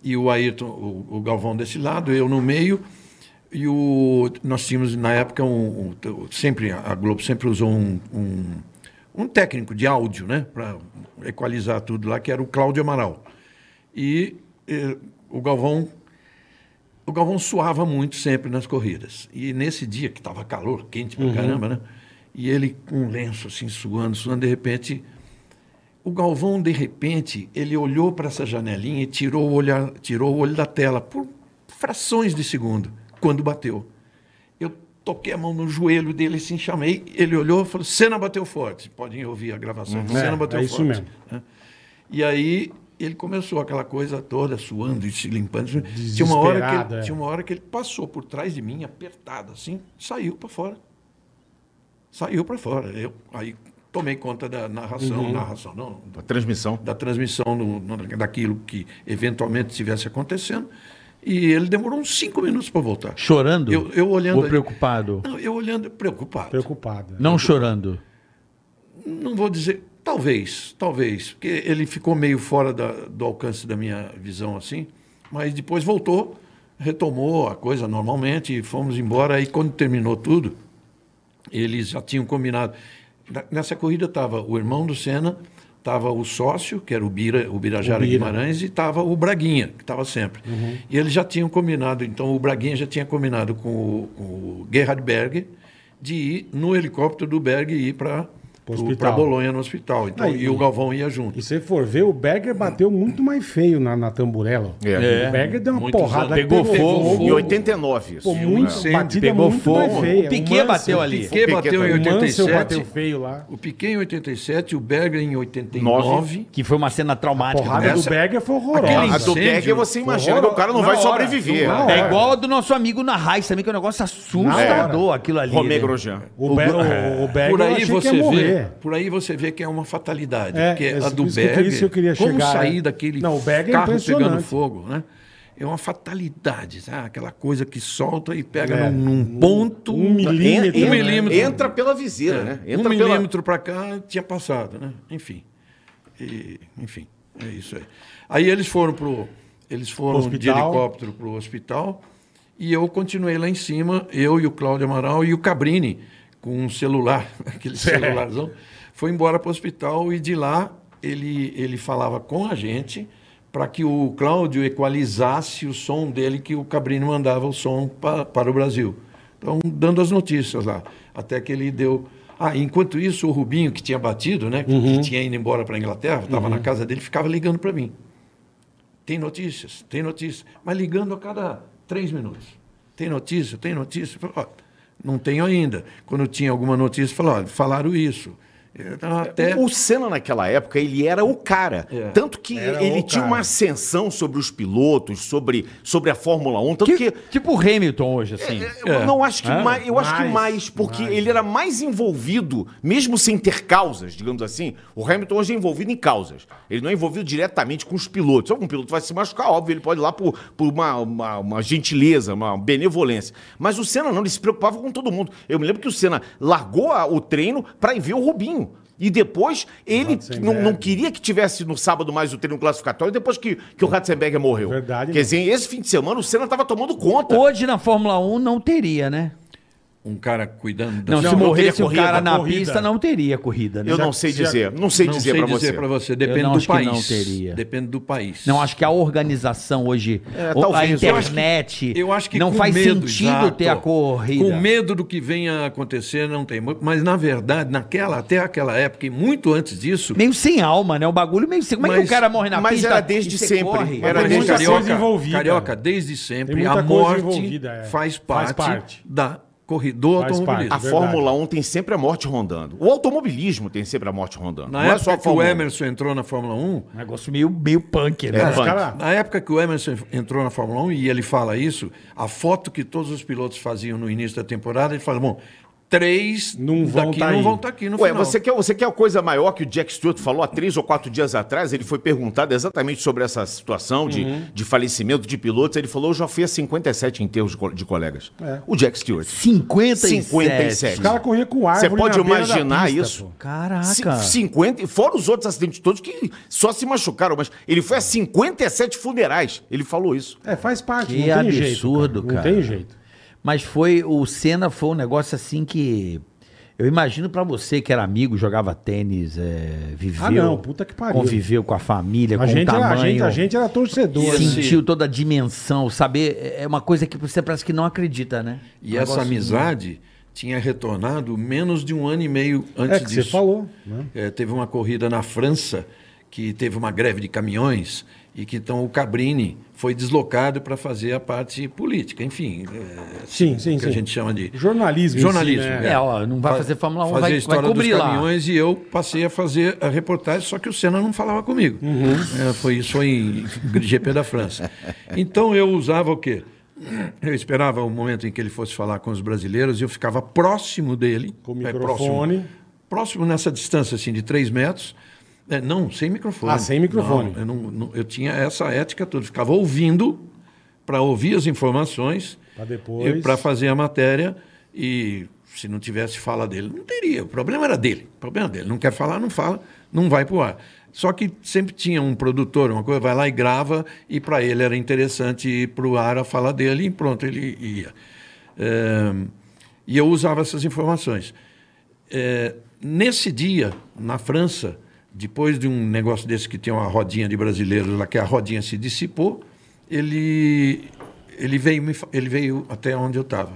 E o Ayrton, o, o Galvão desse lado, eu no meio. E o, nós tínhamos, na época, um, um- sempre, a Globo sempre usou um, um, um técnico de áudio, né? Para equalizar tudo lá, que era o Cláudio Amaral. E eh, o Galvão o Galvão suava muito sempre nas corridas. E nesse dia, que estava calor, quente
Uhum.
pra caramba, né? E ele com um lenço assim, suando, suando, de repente. O Galvão, de repente, ele olhou para essa janelinha e tirou o, olhar, tirou o olho da tela por frações de segundo, quando bateu. Eu toquei a mão no joelho dele, assim, chamei. Ele olhou e falou: Senna bateu forte. Podem ouvir a gravação. Senna
É,
bateu
é
forte.
isso mesmo.
né? E aí ele começou aquela coisa toda, suando e se limpando. Tinha uma,
Desesperado,
hora que ele,
é.
tinha uma hora que ele passou por trás de mim, apertado assim, saiu para fora. Saiu para fora. Eu aí tomei conta da narração, narração não,
A transmissão.
da transmissão no- no- daquilo que eventualmente estivesse acontecendo. E ele demorou uns cinco minutos para voltar.
Chorando?
Eu, eu olhando.
Ou
ali-
preocupado?
Não, eu olhando, preocupado.
Preocupado.
Não chorando.
Não vou dizer. Talvez, talvez. Porque ele ficou meio fora da- do alcance da minha visão assim. Mas depois voltou, retomou a coisa normalmente e fomos embora. Aí quando terminou tudo, eles já tinham combinado. Na- Nessa corrida estava o irmão do Senna, estava o sócio, que era o, Bira, o Birajara
O Bira. Uhum.
Guimarães, e estava o Braguinha, que estava sempre. E eles já tinham combinado, então o Braguinha já tinha combinado com o, com o Gerhard Berger de ir no helicóptero do Berg e ir para
Pro
pro-
hospital.
pra Bolonha no hospital. Então,
Aí.
e o Galvão ia junto.
E se você for ver, o Berger bateu muito mais feio na, na tamburela. ó.
É.
O Berger deu uma
Muitos
porrada.
anos.
que
Pegou fogo.
Em 89, isso.
Pô, muito,
incêndio,
batida
pegou
muito
fogo.
mais feia.
O Piquet bateu
Mansell-
ali.
O Piquet bateu em
O Mansell
87.
bateu feio lá.
O Piquet em 87, o Berger em 89.
Que foi uma cena traumática.
porrada
né?
Essa-
do Berger foi
A
horrorosa.
Aquele-
do Berg,
incêndio.
você imagina que o cara não
Na
vai
hora,
sobreviver.
na
né?
hora.
É igual a do nosso amigo na Raiz também, que é um negócio assustador aquilo ali.
Romero
né?
Grosjean.
O, Be o, o Berger
Por
eu
aí,
achei
você
que ia
vê,
morrer.
por aí você vê que é uma fatalidade.
É,
porque
esse-
a do
isso que eu-
Berger,
isso que eu queria
como
chegar,
sair
é.
daquele
Não, o Berger é
carro
impressionante.
pegando fogo, né? É uma fatalidade, sabe? aquela coisa que solta e pega
É,
num, num ponto.
um milímetro,
En- en-
né?
um milímetro.
Entra pela viseira, né?
um
Entra pela...
milímetro pra cá tinha passado, né? Enfim. E- enfim, é isso aí. Aí eles foram pro. Eles foram de
Hospital.
helicóptero pro hospital e eu continuei lá em cima, eu e o Cláudio Amaral e o Cabrini, com um celular, aquele celularzão, foi embora pro hospital e de lá ele, ele falava com a gente para que o Cláudio equalizasse o som dele, que o Cabrini mandava o som pa, para o Brasil. Então, dando as notícias lá. Até que ele deu. Ah, enquanto isso, o Rubinho, que tinha batido, né? Que tinha ido embora para a Inglaterra, estava na casa dele, ficava ligando para mim. Tem notícias, tem notícias. Mas ligando a cada três minutos. Tem notícia, tem notícia. Eu falei, ó, não tenho ainda. Quando tinha alguma notícia, falava, ó, falaram isso. Eu
É,
tava até...
O Senna, naquela época, ele era o cara.
É.
Tanto que
Era
ele
o
tinha
cara.
uma ascensão sobre os pilotos, sobre, sobre a Fórmula 1. Tanto
Que-
que
Tipo o Hamilton hoje, assim.
Eu não acho que
É.
mais, eu acho que
Mais,
mais, porque
mais.
ele era mais envolvido, mesmo sem ter causas, digamos assim. O Hamilton hoje é envolvido em causas. Ele não é envolvido diretamente com os pilotos. Se algum piloto vai se machucar, óbvio, ele pode ir lá por, por uma, uma, uma gentileza, uma benevolência. Mas o Senna não, ele se preocupava com todo mundo. Eu me lembro que o Senna largou a- o treino para ir ver o Rubinho. E depois ele
Ratzenberger.
não, não queria que tivesse no sábado mais o treino classificatório depois que, que o Ratzenberger morreu.
É. Verdade,
Quer
né?
dizer, esse fim de semana o Senna estava tomando conta.
Hoje na Fórmula 1 não teria, né?
Um cara cuidando da
Não, se
não
morresse
teria
o cara
corrida,
na
corrida.
pista, não teria corrida, né?
Eu
Já-
não sei
já-
dizer. Não sei
não
dizer
sei
para
dizer
você.
para você. Depende
não
do
acho que
país.
não teria.
Depende do país.
Não, acho que a organização hoje,
É,
ou- a
talvez. Eu acho
internet,
Eu acho que
não
com
faz
medo,
sentido
exato.
ter a corrida.
Com medo do que venha a acontecer, não tem. muito. Mas, na verdade, naquela, até aquela época e muito antes disso,
Meio sem alma, né? O bagulho meio sem... Como é que
Mas-
o cara morre na
mas
pista
era desde
e você
sempre.
corre?
Era
Mas,
desde
muita coisa
carioca,
envolvida.
carioca, desde sempre,
Tem muita
a
coisa
morte
envolvida, é.
faz
Faz
parte,
parte.
da corrida do
Faz
automobilismo.
A
parte. Verdade.
Fórmula 1 tem sempre a morte rondando. O automobilismo tem sempre a morte rondando.
Na
não é
época
só a
que o
Fórmula 1.
Emerson entrou na Fórmula 1,
Um negócio meio, meio punk, né?
Os
punk.
cara-
na época que o Emerson entrou na Fórmula 1, e ele fala isso, a foto que todos os pilotos faziam no início da temporada, ele fala, bom, três
Não vão
daqui
tá
não
aí.
vão estar aqui no
Ué,
final.
você quer, você quer a coisa maior que o Jack Stewart falou há três ou quatro dias atrás? Ele foi perguntado exatamente sobre essa situação de,
Uhum.
de falecimento de pilotos. Ele falou: eu já fui a 57 enterros de, co- de colegas.
É.
O Jack Stewart.
57.
57.
Os caras corriam com árvore
Você pode
na beira da
imaginar
pista,
isso?
pô.
Caraca.
Ci- 50, e fora os outros acidentes todos que só se machucaram, mas ele foi a 57 funerais. Ele falou isso.
É, faz parte.
Que
não tem
absurdo,
jeito,
cara.
Não tem jeito.
Mas foi. O Senna foi um negócio assim que. Eu imagino pra você que era amigo, jogava tênis, é, viveu.
Ah, não, puta que pariu.
Conviveu com a família, com
A gente,
o
era, a,
tamanho.
gente, a gente era torcedor.
É E
né?
assim,
sentiu toda a dimensão, saber. É uma coisa que você parece que não acredita, né?
E essa amizade tinha retornado menos de um ano e meio antes
É que
disso.
você falou. Né?
É, teve uma corrida na França que teve uma greve de caminhões e que então o Cabrini foi deslocado para fazer a parte política, enfim, é,
Sim, sim,
o que a
sim.
gente chama de
Jornalismo. em
jornalismo.
si, né?
É, ó, não vai
Fa-
fazer Fórmula 1,
fazer
vai-
a história
vai cobrir
dos
lá.
caminhões e eu passei a fazer a reportagem, só que o Senna não falava comigo.
Uhum.
É, foi isso foi em GP da França. Então eu usava o quê? Eu esperava o momento em que ele fosse falar com os brasileiros e eu ficava próximo dele.
Com o
É,
microfone.
próximo, próximo nessa distância assim de 3 metros. É, não, sem microfone.
Ah, sem microfone.
Não, eu, não- não- eu tinha essa ética toda. Ficava ouvindo para ouvir as informações.
Pra depois-
Para fazer a matéria. E se não tivesse fala dele, não teria. O problema era dele. O problema é dele. Não quer falar, não fala, não vai pro ar. Só que sempre tinha um produtor, uma coisa, vai lá e grava. E para ele era interessante ir pro ar a fala dele. E pronto, ele ia. É, e eu usava essas informações. É, nesse dia, na França, depois de um negócio desse que tem uma rodinha de brasileiros lá, que a rodinha se dissipou, ele, ele, veio, me fa- ele veio até onde eu estava.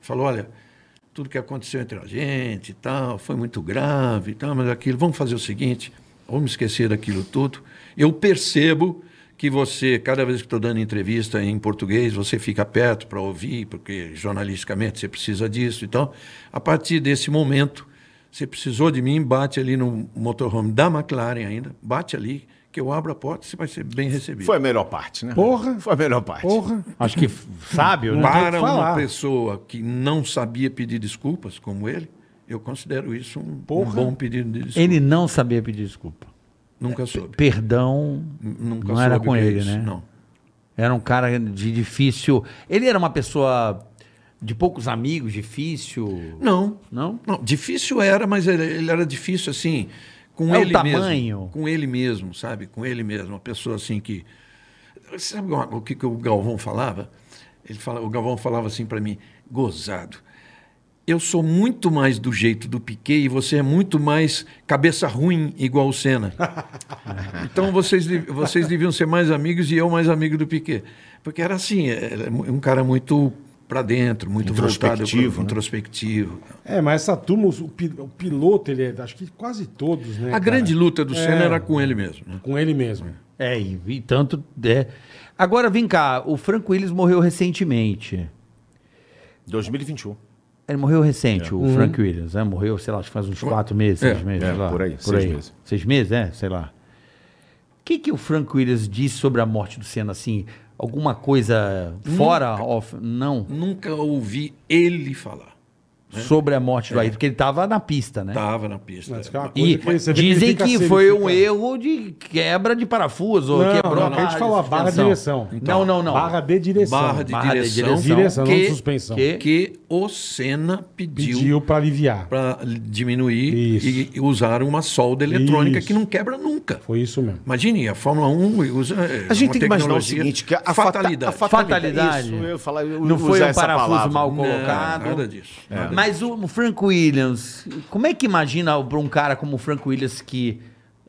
Falou, olha, tudo que aconteceu entre a gente e tal, foi muito grave e tal, mas aquilo, vamos fazer o seguinte, vamos esquecer daquilo tudo. Eu percebo que você, cada vez que estou dando entrevista em português, você fica perto para ouvir, porque jornalisticamente você precisa disso. Então, a partir desse momento, você precisou de mim, bate ali no motorhome da McLaren ainda, bate ali, que eu abro a porta, você vai ser bem recebido.
Foi a melhor parte, né?
Porra.
Foi a melhor parte.
Porra.
Acho que f- sábio, né?
tem que
Para uma
falar.
pessoa que não sabia pedir desculpas, como ele, eu considero isso um, um
Porra.
bom pedido de desculpa.
Ele não sabia pedir desculpa.
Nunca soube.
Perdão
Nunca
não era
soube
com
o que é
ele,
isso,
né?
Não.
Era um cara de difícil. Ele era uma pessoa de poucos amigos, difícil.
Não.
Não?
Não, difícil era, mas ele, ele era difícil assim, com
É o
ele
tamanho.
mesmo. Com ele mesmo, sabe? Com ele mesmo. Uma pessoa assim que. Sabe uma- o que, que o Galvão falava? Ele fala, o Galvão falava assim para mim, gozado. Eu sou muito mais do jeito do Piquet e você é muito mais cabeça ruim igual o Senna. Então vocês, de- vocês deviam ser mais amigos e eu mais amigo do Piquet. Porque era assim, era um cara muito para dentro, muito voltado,
Introspectivo, né?
introspectivo.
É, mas essa turma, o, pi- o piloto, ele é, acho que quase todos, né?
A grande
luta.
luta
É.
do Senna era com ele mesmo. né?
Com ele mesmo.
É, e, e tanto. É. Agora, vem cá, o Franco Willis morreu recentemente.
2021.
Ele morreu recente, o Frank Williams, né? Morreu, sei lá, acho que faz uns quatro meses,
É,
seis meses.
Uhum. é,
sei lá.
por aí, seis meses.
Seis meses, é? Sei lá. O que, que o Frank Williams disse sobre a morte do Senna, assim? Alguma coisa fora? Of, não.
Nunca ouvi ele falar.
Sobre a morte do
É.
Ayrton, porque ele tava na pista, né?
Estava na pista.
Mas que é uma coisa
E
que você vê que ele
dizem
fica
que foi um
serificado.
erro de quebra de parafuso, ou
Não,
quebrou
não,
a
não, a gente
barra
falou a barra de direção.
não, não, não.
Barra de direção.
Barra de
Barra de
direção,
direção, não
que,
de suspensão.
que-
que o Senna pediu,
Pediu pra aliviar.
para diminuir
Isso.
e usar uma solda eletrônica
Isso.
que não quebra nunca.
Foi isso mesmo.
Imagine, a Fórmula 1 usa é,
A gente
uma
tem que imaginar o
tecnologia-
seguinte, que a
fatalidade.
fata- a fatalidade.
Fatalidade.
Isso, eu ia falar, eu
Não
ia
foi
usar
um
essa
parafuso
palavra.
mal
Não,
colocado. É.
nada disso. Nada
Mas o o Frank Williams, como é que imagina pra um cara como o Frank Williams que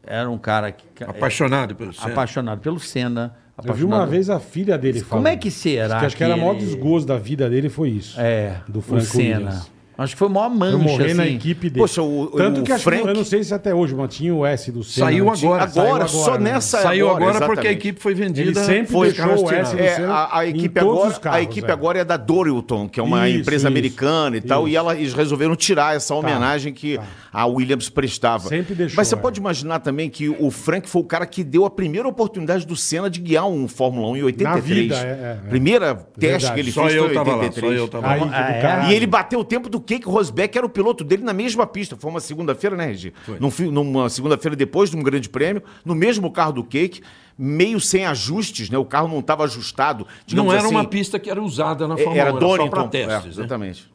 era um cara que,
disso. Apaixonado pelo Senna.
apaixonado pelo Senna?
Eu vi uma
apaixonado-
vez a filha dele
Como é que será
Que acho que, era o maior
que ele-
desgosto da vida dele foi isso.
é
Do
o
Franco
Senna.
Williams.
Acho que foi a maior mancha
Eu morrer na
assim.
equipe dele.
Poxa, o-
Tanto
o
que acho
Frank-
que eu não sei se até hoje, mas tinha o S do Senna.
Saiu
não tinha?
agora.
Saiu
Agora, só
né?
nessa
Saiu agora porque a
exatamente.
equipe foi vendida.
Ele sempre
foi os
deixou
caras
o S
tiraram.
do
É,
Senna
a, a
em
equipe
todos os
agora,
carros,
a equipe
é.
agora é da Dorilton, que é uma
Isso,
empresa
isso,
americana e
isso.
tal,
Tá,
e ela, eles resolveram tirar essa homenagem que a Williams prestava.
Sempre deixou,
Mas você
é.
pode imaginar também que o Frank foi o cara que deu a primeira oportunidade do Senna de guiar um Fórmula 1 em 83.
vida, é, é, é.
Primeira teste
Verdade.
que ele
Só
fez
eu
foi em
tava lá,
83.
só eu tava
Aí,
lá.
que do
Ah, é?
caralho.
E ele bateu o tempo do Keke Rosberg, que era o piloto dele na mesma pista. Foi uma segunda-feira, né, Regi? Num fi- numa segunda-feira depois de um grande prêmio, no mesmo carro do Keke, meio sem ajustes, né? O carro não estava ajustado.
Não
digamos
era
assim. é,
uma pista que era usada na Fórmula
Era
1, era só
Donington.
para testes.
É,
né?
exatamente.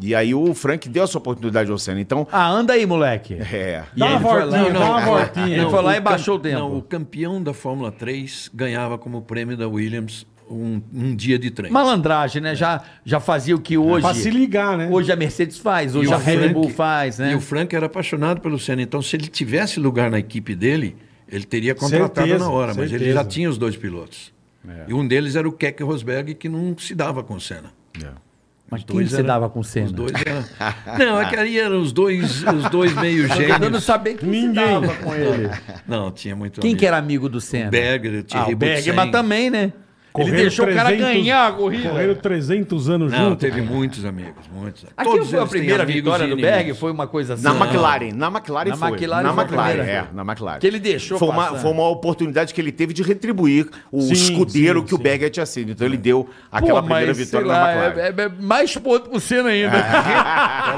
E aí o Frank deu essa oportunidade ao Senna. Então,
Ah, anda aí, moleque.
é.
E
Dá
aí
uma
ele foi lá-
voltinha,
Não,
dá
não,
uma voltinha.
Ele
Não,
foi lá
o
e baixou o
cam- Não, o
tempo.
campeão da Fórmula 3 ganhava como prêmio da Williams um, um dia de trem.
Malandragem,
É.
né? Já, já fazia o que hoje.
Pra se ligar, né?
Hoje a Mercedes faz, hoje
o
a Red
Frank-
Bull faz, né?
E o Frank era apaixonado pelo Senna, então se ele tivesse lugar na equipe dele, ele teria contratado
Certeza,
na hora, mas ele
certeza.
já tinha os dois pilotos.
É.
E um deles era o Keke Rosberg, que não se dava com o Senna.
Mas
Os
quem
dois
se
era-
dava com o Senna?
Os dois eram. Não, é que ali eram os dois, os dois meio
Tô tentando
gênios.
saber quem se
Ninguém.
dava com ele.
Não, tinha muito
Quem
amigo.
que era amigo do Senna?
Berger, o Thierry
Ah, o Berger,
Boutsen.
mas também, né?
Correram
ele deixou o cara
300
ganhar a corrida.
Correram 300 anos
Não,
junto.
teve muitos amigos, muitos.
Aquilo foi a
eles têm
primeira
amigos
vitória
e
do
inimigos.
Berg, foi uma coisa assim.
Na
Não.
McLaren, na McLaren
Na
foi.
McLaren
na
foi a
McLaren,
primeira.
é, na McLaren.
Que ele deixou
foi uma,
passar.
foi uma oportunidade que ele teve de retribuir o
Sim,
escudeiro
sim,
que o
sim.
Berger tinha sido. Então ele deu
É. Pô,
aquela primeira
mas,
vitória
sei
na
lá,
McLaren.
É, é- é mais ponto pro Senna
É,
ainda. Ah,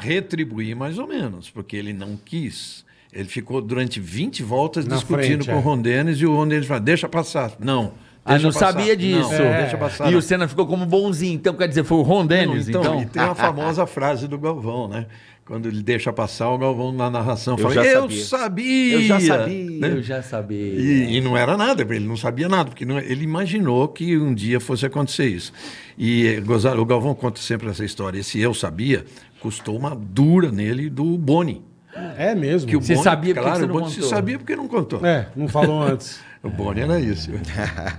Peraí, retribuir mais ou menos, porque ele não quis. Ele ficou durante 20 voltas
Na
discutindo
frente,
com
é.
o Ron Dennis e o Ron Dennis falou, deixa passar. Não,
Ah,
deixa
não
passar.
sabia disso.
Não,
É.
deixa passar.
E
não.
o Senna ficou como bonzinho. Então, quer dizer, foi o Ron
Não,
Dennis,
então,
então.
E tem a famosa frase do Galvão, né? Quando ele deixa passar, o Galvão na narração
Eu
fala,
já
eu
sabia.
sabia.
Eu já sabia,
né?
eu já sabia.
E, e
é.
não era nada, ele não sabia nada, porque não- ele imaginou que um dia fosse acontecer isso. E eh, Gozar, o Galvão conta sempre essa história. Esse eu sabia custou uma dura nele do Boni.
É mesmo.
Que o
Você
Boni,
sabia porque
claro,
você
o
não
Boni
contou. É.
se sabia porque não contou.
É, não falou antes.
O Boni era isso.
É.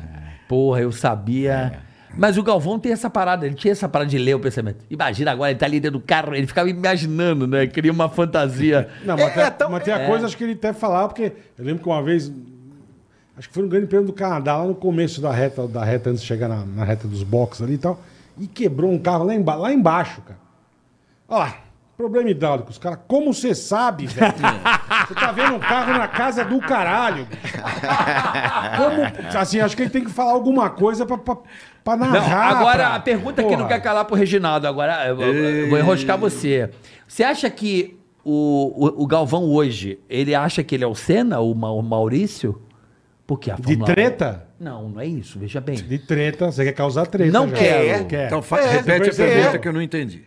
Porra, eu sabia. Mas o Galvão tem essa parada, ele tinha essa parada de ler o pensamento. Imagina agora, ele tá ali dentro do carro, ele ficava imaginando, né? Cria uma fantasia.
Não, mas, tem, mas tem a coisa, acho que ele deve falar, porque eu lembro que uma vez. Acho que foi um grande prêmio do Canadá, lá no começo da reta, da reta antes de chegar na, na reta dos boxes ali e tal. E quebrou um carro lá, emba- lá embaixo, cara. Olha lá, problema hidráulico. Os caras, como você sabe, velho?
É.
Você tá vendo um carro na casa do caralho. Como, assim, acho que ele tem que falar alguma coisa pra, pra, pra
Não,
narrar.
agora,
pra-
a pergunta é que não
Porra.
quer calar pro Reginaldo, agora eu, eu- eu vou enroscar você. Você acha que o, o, o Galvão hoje, ele acha que ele é o Senna, o, Ma- o Maurício? Porque a
De
Fórmula
treta?
um- Não, não é isso, veja bem.
De treta, você quer causar treta.
Não
já.
quero.
Quer.
Então, fa-
É,
repete a
pois é.
pergunta que eu não entendi.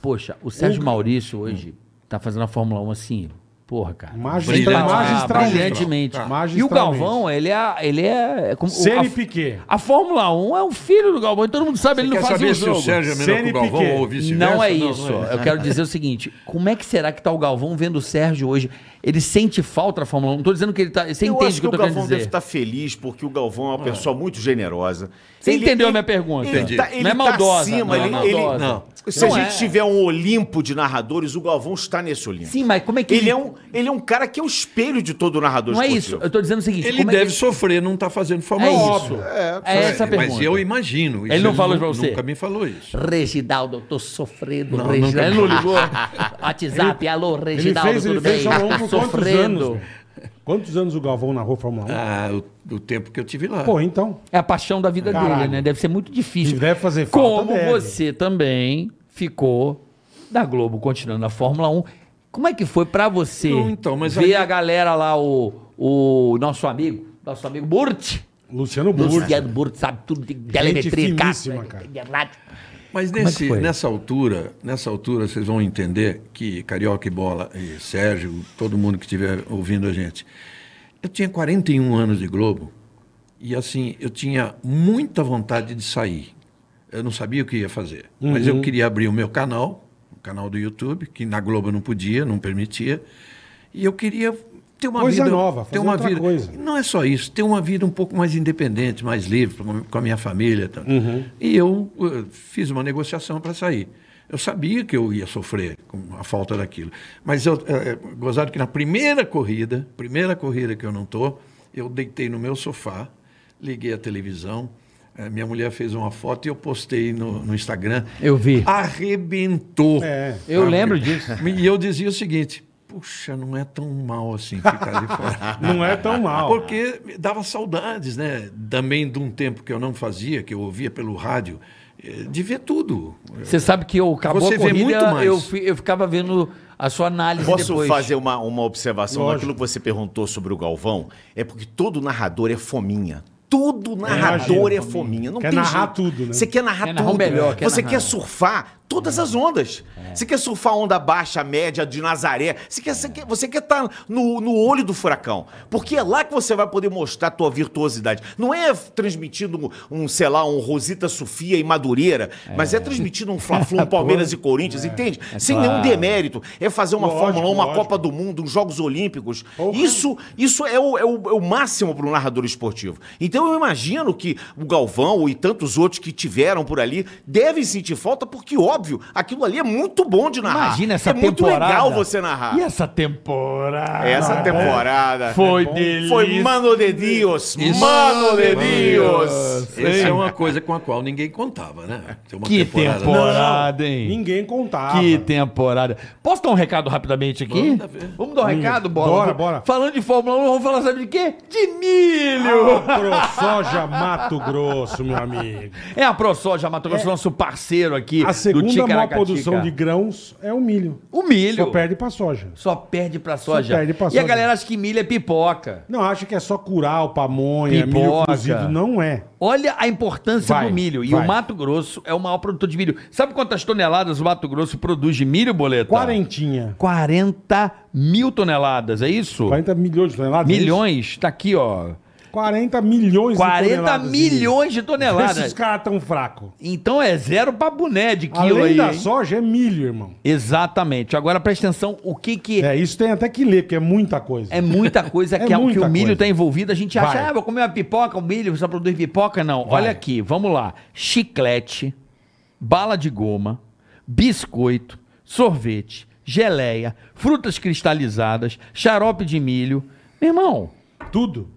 Poxa, o Sérgio Maurício hoje tá fazendo a Fórmula 1 assim, porra, cara.
Magistra,
Brilhante,
magistralmente.
Brilhantemente.
Magistralmente.
E o Galvão, ele é. Ele é, é como,
Senna
a,
e Piquet.
a Fórmula 1 é um filho do Galvão, e todo mundo sabe, ele
Quer
não fazia
saber
o
se o
jogo.
Sérgio é melhor que
Senna e
o Galvão
Piquet.
ou vice-versa?
Não é isso. Eu quero dizer o seguinte: como é que será que tá o Galvão vendo o Sérgio hoje? Ele sente falta da Fórmula 1. Não tô dizendo que ele tá. Você
eu
entende
acho
o que eu
o
tô querendo
Galvão
dizer?
deve tá- estar feliz, porque o Galvão é uma pessoa muito generosa.
Você entendeu a minha pergunta?
Ele
Ah. Entendi.
tá,
Não
ele
é
tá
maldosa,
acima,
não é
ele,
maldosa.
ele-
Não.
Se
Não
a
é.
gente tiver um Olimpo de narradores, o Galvão está nesse Olimpo.
Sim, mas como é que
Ele é, um, ele é um cara que é o espelho de todo narrador
Não é isso.
esportivo.
Eu tô dizendo o seguinte:
Ele
como
deve
é que...
sofrer, não está fazendo Fórmula
É
1.
isso. É, essa a pergunta.
Mas eu imagino. isso
Ele não falou pra você?
Nunca me falou isso.
Reginaldo, eu tô sofrendo,
Não,
Reginaldo. Ele
nunca-
é não ligou. WhatsApp, alô, Reginaldo,
ele fez, ele
tudo bem? Tá
fez Fórmula 1 por quantos anos?
sofrendo.
velho? Quantos anos o Galvão narrou Fórmula 1?
Ah, o, o tempo que eu tive lá.
Pô, então.
É a paixão da vida dele,
Caralho.
né? Deve ser muito difícil.
Se deve fazer falta,
Como
deve.
você também ficou da Globo, continuando na Fórmula 1. Como é que foi pra você
Não, então, mas
ver
aí-
a galera lá, o, o nosso amigo, nosso amigo Burt?
Luciano Burti.
Luciano Burt sabe tudo de telemetria,
finíssima, cara.
de rádio.
Mas
é que
nesse,
foi?
nessa altura, nessa altura, vocês vão entender que Carioca e Bola e Sérgio, todo mundo que estiver ouvindo a gente, eu tinha 41 anos de Globo e assim, eu tinha muita vontade de sair. Eu não sabia o que ia fazer, mas
Uhum.
eu queria abrir o meu canal, o canal do YouTube, que na Globo eu não podia, não permitia, e eu queria ter uma
Coisa
vida
nova,
ter
fazer
uma
outra
vida
coisa.
não é só isso, ter uma vida um pouco mais independente, mais livre, com- com a minha família. Tá? E eu uh, fiz uma negociação para sair. Eu sabia que eu ia sofrer com a falta daquilo. Mas eu, eh, eh, gozado que na primeira corrida, primeira corrida que eu não estou, eu deitei no meu sofá, liguei a televisão, eh, minha mulher fez uma foto e eu postei no, no Instagram.
Eu vi.
Arrebentou.
É.
Eu lembro disso.
E eu dizia o seguinte, puxa, não é tão mal assim ficar de fora.
Não é tão mal.
Porque me dava saudades, né? Também de um tempo que eu não fazia, que eu ouvia pelo rádio, eh, de ver tudo.
Você sabe que eu acabou
Você
a
vê
corrida,
muito mais.
Eu, fi- eu ficava vendo a sua análise
Posso
depois.
fazer uma, uma observação
Lógico.
daquilo que você perguntou sobre o Galvão? É porque todo narrador é fominha. Todo
imagino,
narrador é fominha. Não
Quer
tem
narrar
jeito.
tudo, né?
Você quer narrar
Quer narrar
tudo.
o melhor, quer
você
narrar. É.
quer surfar todas as ondas. Você quer surfar a onda baixa, média, de Nazaré. Você quer estar você quer tá no, no olho do furacão. Porque é lá que você vai poder mostrar a tua virtuosidade. Não é transmitindo um, um, sei lá, um Rosita Sofia e Madureira, mas é transmitindo um Fla-Flu, um Palmeiras e Corinthians,
é.
entende? Sem nenhum demérito. É fazer uma
Lógico,
Fórmula 1, uma
lógico.
Copa do Mundo, uns Jogos Olímpicos.
Porra.
Isso, isso é, o, é o- é o máximo para um narrador esportivo. Então eu imagino que o Galvão e tantos outros que tiveram por ali devem sentir falta, porque, óbvio, aquilo ali é muito bom de narrar.
Imagina essa
é muito
temporada.
legal você narrar. É,
E essa temporada?
Ah, né?
Essa temporada. É
Foi delícia.
Foi Mano de Dios, Mano de Dios.
Essa é uma coisa com a qual ninguém contava, né? Ter uma
Que
Não,
temporada, hein?
Ninguém contava.
Que temporada. Posso dar um recado rapidamente aqui?
Manda ver.
Vamos dar um recado, Bola?
Bora, bora.
Falando de Fórmula 1, vamos falar sabe de quê? De milho!
ProSoja Mato Grosso, meu amigo.
É a ProSoja Mato Grosso, nosso parceiro aqui
Ah. É. A segunda maior
Ticaracatica.
produção de grãos é o milho.
O milho.
Só perde pra soja.
Só perde pra soja.
perde pra
e
soja.
a galera acha que milho é pipoca.
Não, acha que é só curau, pamonha, milho
Pipoca.
cozido. Não é.
Tá.
Olha a importância
Vai,
do milho. E
vai.
o Mato Grosso é o maior produtor de milho. Sabe quantas toneladas o Mato Grosso produz de milho, boleta?
Quarentinha.
40 mil toneladas, é isso?
40 milhões de toneladas.
Milhões, tá aqui, ó.
40 milhões
40
de milhões
milhões de
Esses
toneladas.
caras tão fracos.
Então é zero pra boné de quilo
Além
aí.
da
hein?
soja, é milho, irmão.
Exatamente. Agora presta atenção, o que que é,
É, isso tem até que ler, porque é muita coisa.
muita coisa
É
que, é- que
muita
o milho
coisa.
está envolvido. A gente acha,
Vai.
ah, vou comer uma pipoca, o milho só produz pipoca. Não, olha aqui, vamos lá. Chiclete, bala de goma, biscoito, sorvete, geleia, frutas cristalizadas, xarope de milho. Meu irmão,
Tudo.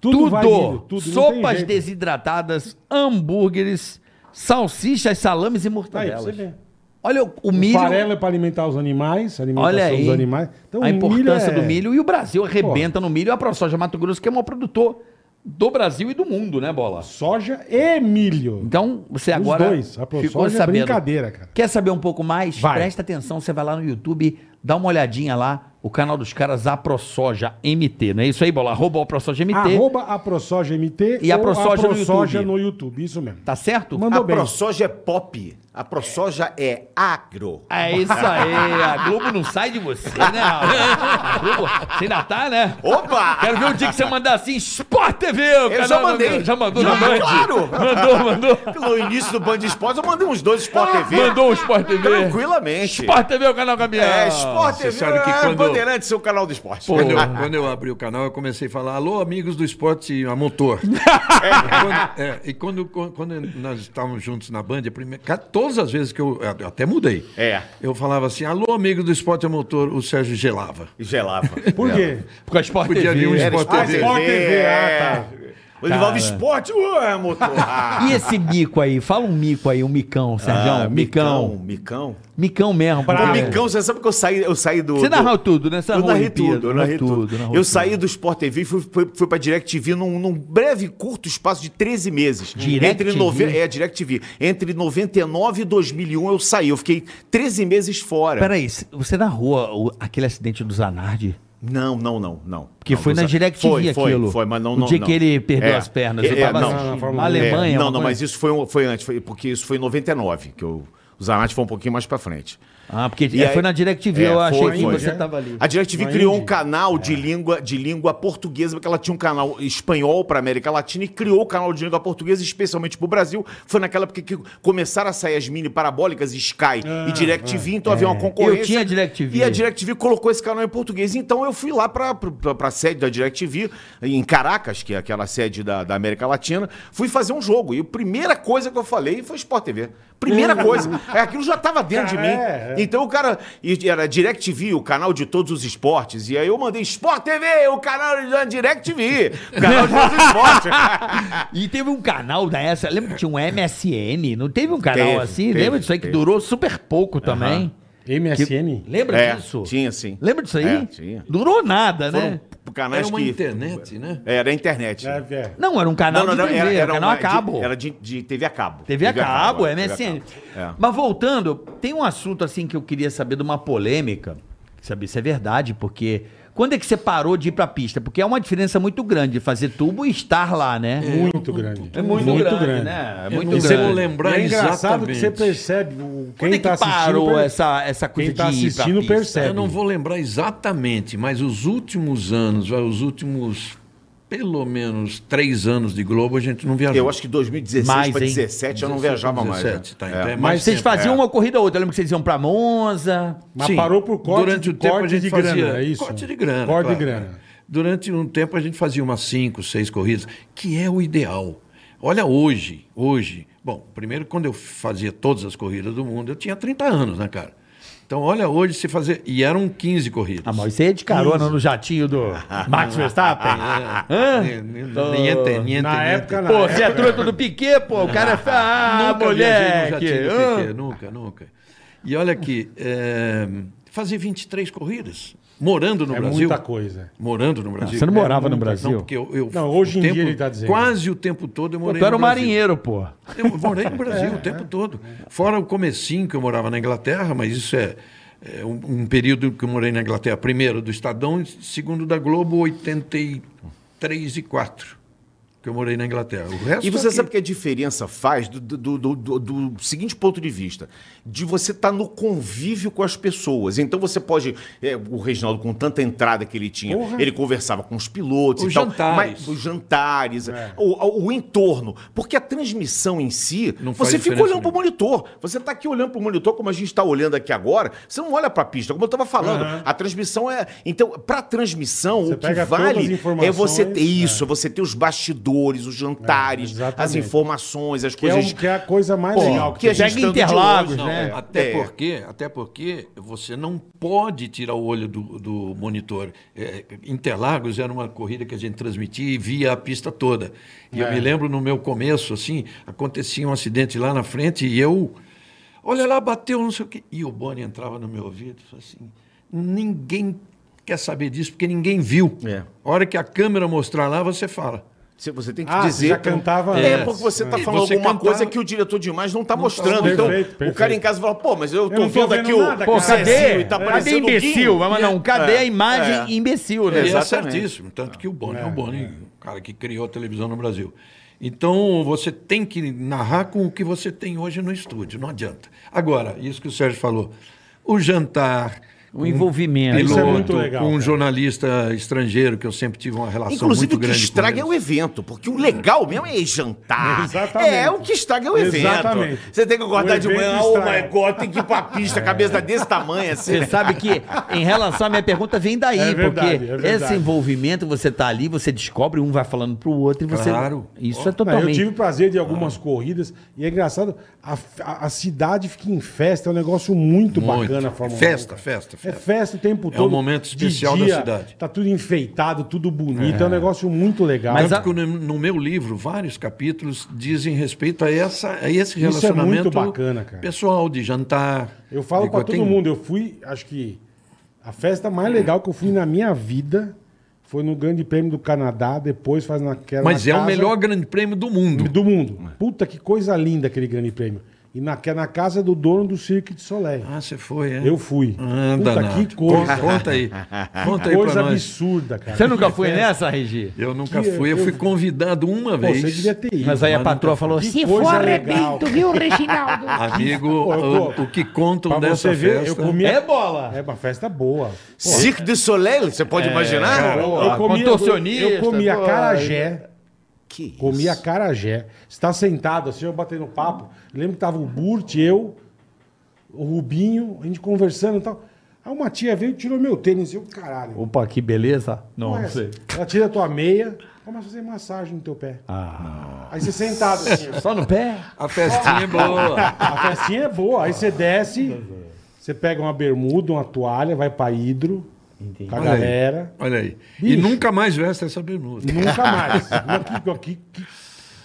tudo,
vai milho, não tem
sopas
jeito.
desidratadas, hambúrgueres, salsichas, salames e
Tá aí, pra você
mortadelas.
ver.
olha o, o
O
milho.
farelo é para alimentar os animais, alimentação
Olha aí
dos animais. Então,
a
o milho
importância
é-
do milho e o Brasil arrebenta no milho e a ProSoja Mato Grosso que é o maior produtor do Brasil e do mundo, né, Bola?
Soja e milho.
Então, você agora
dois. A ProSoja é brincadeira, cara.
Quer saber um pouco mais?
Vai.
Presta atenção, você vai lá no YouTube, dá uma olhadinha lá, o canal dos caras a ProSoja MT, não é isso aí, Bola? Arroba a ProSoja MT,
Arroba a ProSoja MT
E a
ou
ProSoja no
ProSoja
YouTube.
no YouTube. Isso mesmo.
tá certo?
Mandou
A
bem.
ProSoja é pop. A ProSoja é agro.
É isso aí, a Globo não sai de você, né, Raul? A Globo, você ainda tá, né?
Opa!
Quero ver o dia que você mandar assim, Sport TV! Eu
já mandei.
Já mandou
Já,
na Band?
claro.
Mandou, mandou.
No início do Band Esportes, eu mandei uns dois
Ah,
Sport TV.
Mandou o Sport TV.
Tranquilamente.
Sport TV é o canal Gabriel.
É, Sport
Você
TV
sabe que
é
quando-
Bandeirantes, seu canal do esporte.
Quando eu, quando eu abri o canal, eu comecei a falar: alô, amigos do esporte a motor. e quando, é, e quando, quando nós estávamos juntos na Band, a primeira- ca- todas as vezes que eu. eu até mudei.
É.
Eu falava assim: alô, amigos do esporte a motor, o Sérgio gelava.
E Gelava.
Por quê?
Com a é Sport
Podia vir
TV.
um
Era
Sport
Sport
TV.
TV.
Sport TV, ah, tá.
Ele é. envolve esporte,
é,
ué, motor. Ah,
E esse mico aí? Fala um mico aí, um micão, Sérgio. micão.
Micão.
Micão mesmo.
O
porque-
micão, você sabe que eu saí, eu saí do.
Você
do-
narrou tudo, né? Você
Eu
narrou
narrei
Olimpíada,
tudo, eu
narrou
narrei tudo.
tudo, narrou
Eu
tudo.
saí do Sport TV e fui, fui, fui pra DirecTV num, num breve, curto espaço de 13 meses.
DirecTV?
Entre nove... É, DirecTV. Entre 99 e 2001 eu saí. Eu fiquei 13 meses fora.
Peraí, c- você narrou o- aquele acidente do Zanardi?
Não, não, não, não.
Porque
Não,
foi
não
na
sei.
DirecTV
foi, foi,
aquilo.
Foi, mas não,
O
não
dia
não.
que ele perdeu
É.
as pernas, eu
É,
tava
não.
assistindo.
Na
Na
Fórmula um.
Alemanha.
É, não,
uma
não,
coisa- assim.
mas isso foi, um- foi antes, foi- porque isso foi em 99, que eu, o Zanatti foi um pouquinho mais pra frente.
Ah, porque
E
é,
aí-
foi na DirecTV,
É,
eu achei
foi,
que
foi.
você tava ali. É.
A DirecTV
Na
criou
Índia.
um canal de, língua, de língua portuguesa, porque ela tinha um canal espanhol para América Latina e criou o canal de língua portuguesa, especialmente para o Brasil. Foi naquela época que começaram a sair as mini parabólicas Sky e DirecTV, então havia uma concorrência.
Ah, é. Eu tinha DirecTV.
E a DirecTV colocou esse canal em português. Então eu fui lá para a sede da DirecTV, em Caracas, que é aquela sede da, da América Latina, fui fazer um jogo. E a primeira coisa que eu falei foi Sport TV. Primeira coisa. É, Aquilo já estava dentro
Cara,
de mim.
é, é.
Então o cara. e Era DirecTV, o canal de todos os esportes. E aí eu mandei Sport TV, o canal da DirecTV. O canal de todos os esportes.
E teve um canal da essa, lembra que tinha um MSN? Não teve um canal
Teve,
assim?
teve,
lembra disso aí que
teve.
durou super pouco também?
MSN?
Lembra
É,
disso?
tinha sim.
Lembra disso aí?
É, tinha.
Durou nada, né?
Foram canais
Era uma
Ah, que.
internet, né?
Era a internet.
É, é.
Não, era um canal de TV, era, um canal
uma-
a cabo.
De, era de, de TV a cabo.
TV a cabo, assim,
é,
MSN.
TV a cabo. É.
Mas voltando, tem um assunto assim que eu queria saber de uma polêmica. Saber se é verdade, porque. Quando é que você parou de ir pra pista? Porque é uma diferença muito grande de fazer tubo e estar lá, né?
Muito grande.
É muito grande, né? É
Eu
muito
não
grande.
vou lembrar
é engraçado que você
exatamente.
percebe o,
Quando é
quem
que
tá assistindo.
parou
per-
essa, essa coisa
Quem tá
de ir pra
assistindo
pista?
percebe.
Eu não vou lembrar exatamente, mas os últimos anos, vai, os últimos pelo menos três anos de Globo, a gente não viajou.
É. Eu acho que 2016
Mais,
pra
hein?
17 eu não viajava mais. né?
17, tá, então
É.
é
Mas
mais
Vocês
tempo.
faziam uma corrida ou outra. Eu lembro que vocês iam pra Monza.
Mas
Sim.
parou por corte,
Durante o
corte
tempo a gente
de
fazia
grana, é isso?
corte de grana.
Corte de
claro.
grana.
Durante um tempo a gente fazia umas cinco, seis corridas, que é o ideal. Olha hoje, hoje. Bom, primeiro quando eu fazia todas as corridas do mundo, eu tinha 30 anos, né, cara? Então olha hoje se fazer e eram 15 corridas.
Ah, mas você é de carona no jatinho do Max Verstappen? Hã?
É, niente, niente,
Na
niente.
época, na
Pô,
época,
você é truta do Piquet, pô. O cara é... fa- Ah,
um
nunca viajei no
moleque.
jatinho do
hã?
Piquet, nunca, nunca. E olha aqui, é, fazer 23 corridas morando no
É
Brasil.
muita coisa.
Morando no Brasil.
Você não
É
morava no
muita-
Brasil?
Não, porque eu, eu-
Não, hoje
o
em dia
tempo-
ele tá dizendo.
Quase o tempo todo eu
Pô,
morei
tu era um
no Brasil.
marinheiro, pô.
Eu morei no Brasil
É,
o tempo todo. Fora o comecinho que eu morava na Inglaterra, mas isso é, é um, um período que eu morei na Inglaterra. Primeiro do Estadão, e segundo da Globo, 83 e 4. que eu morei na Inglaterra. O resto é
E você
aqui.
sabe que a diferença faz do, do- do- do- do seguinte ponto de vista: de você estar no convívio com as pessoas. Então você pode. é, o Reginaldo, com tanta entrada que ele tinha, ele conversava com os pilotos
Os
e tal.
jantares. É.
Mas, os jantares, o, o entorno. Porque a transmissão em si,
Não faz
você fica
diferença
olhando para o monitor. Você está aqui olhando para o monitor, como a gente está olhando aqui agora, você não olha para a pista, como eu estava falando. A transmissão é. Então, para a transmissão,
Você
o que
pega todas as
vale é você ter
informações,
isso, é você ter os bastidores, os jantares, as
É, exatamente.
informações, as
Que é,
coisas.
o- que é a coisa mais legal que,
que a
tem.
gente
Pega
tá no de
Interlagos,
Não,
né?
é, até,
É.
porque, até porque você não pode tirar o olho do, do monitor. É, Interlagos era uma corrida que a gente transmitia e via a pista toda. E eu me lembro no meu começo, assim, acontecia um acidente lá na frente e eu. Olha lá, bateu, não sei o quê. E o Boni entrava no meu ouvido e falou assim: ninguém quer saber disso porque ninguém viu.
É.
A hora que a câmera mostrar lá, você fala.
Você, você tem que
Ah, você
dizer.
já cantava
É,
antes. né?
porque você está
É.
falando
Você
alguma
cantava-
coisa que o diretor de imagem não está mostrando.
mostrando.
então,
tá Perfeito,
o cara
perfeito.
em casa fala, pô, mas eu tô,
não tô
vendo,
vendo
aqui o,
nada,
o
Pô,
cara.
Cezinho
cadê?
e tá
um
cadê
aparecendo o
imbecil?
Guinho.
Mas não,
É,
cadê a imagem
É.
imbecil, né?
É,
E é
Exatamente.
certíssimo. Tanto que o Boni é, o Boni, o cara que criou a televisão no Brasil. Então, você tem que narrar com o que você tem hoje no estúdio, não adianta. Agora, isso que o Sérgio falou, o jantar.
O Um envolvimento.
Piloto,
Isso é muito legal,
com um
cara.
jornalista estrangeiro, que eu sempre tive uma relação
Inclusive,
muito
o que
grande. com
estraga é
ele.
o evento, porque o legal mesmo é jantar.
Exatamente.
É, o que estraga é o evento.
Exatamente.
Você tem que acordar
O
de
evento
manhã, oh
estraga. É.
my God, tem que ir pra pista, cabeça desse tamanho, assim.
Você sabe que, em relação à minha pergunta, vem daí,
É verdade,
porque
é verdade.
esse envolvimento, você tá ali, você descobre, um vai falando pro outro e você.
Claro.
Isso é
Não, eu
totalmente.
tive prazer de algumas
Ah.
corridas e é engraçado, a, a- a cidade fica em festa, é um negócio muito,
Muito.
bacana a
É
Fórmula 1,
festa,
cara.
festa, festa.
É festa o tempo
É um
todo.
momento
de
especial da cidade.
Tá tudo enfeitado, tudo bonito, é, um negócio muito legal.
Mas
Tanto
a-
que no, no meu livro, vários capítulos dizem respeito a, essa, a esse
é muito
relacionamento
bacana, cara.
pessoal, de jantar.
Eu falo
Digo,
pra
eu
todo
tenho-
mundo, né? eu fui, acho que a festa mais legal que eu fui na minha vida foi no Grande Prêmio do Canadá, depois faz naquela
Mas
na
é o
casa
melhor grande prêmio do mundo.
do
É.
mundo. Puta que coisa linda aquele Grande Prêmio. E na, é na casa do dono do Cirque de Soleil.
Ah, você foi, é?
Eu fui.
Ah,
Puta,
danado.
que coisa.
Conta, conta aí. Conta aí
coisa
pra nós.
absurda, cara.
Você nunca foi nessa, Regi?
Eu nunca
Que-
fui. Eu
eu-
fui convidado uma
Pô,
vez.
você devia ter ido.
Mas aí a
Mas é nunca
patroa falou:
Que
se
coisa
for
legal,
arrebento,
cara.
viu, Reginaldo?
Amigo,
Pô, eu-
o-
pô,
o que contam
pra
dessa
você ver, eu
festa...
comia...
É bola.
É uma festa boa. Pô,
Cirque du Soleil, você
É,
pode imaginar?
eu- eu comia-
contorcionista,
Eu comia
pô,
carajé.
Que isso.
Comia carajé. Você tá sentado assim, eu batendo papo. Eu lembro que tava o Burt, eu, o Rubinho, a gente conversando e tal. Aí uma tia veio e tirou meu tênis. Eu, caralho.
Opa, que beleza. Não,
Ué,
não sei.
Ela tira a tua meia, começa a fazer massagem no teu pé.
Ah.
Aí você sentado assim. ó.
Só no pé?
A festinha é boa.
A festinha é boa. Aí você desce, você pega uma bermuda, uma toalha, vai pra hidro, com a
Olha aí.
galera.
Olha aí. E
Bicho.
nunca mais veste essa bermuda.
Nunca mais. Não, que- que- que-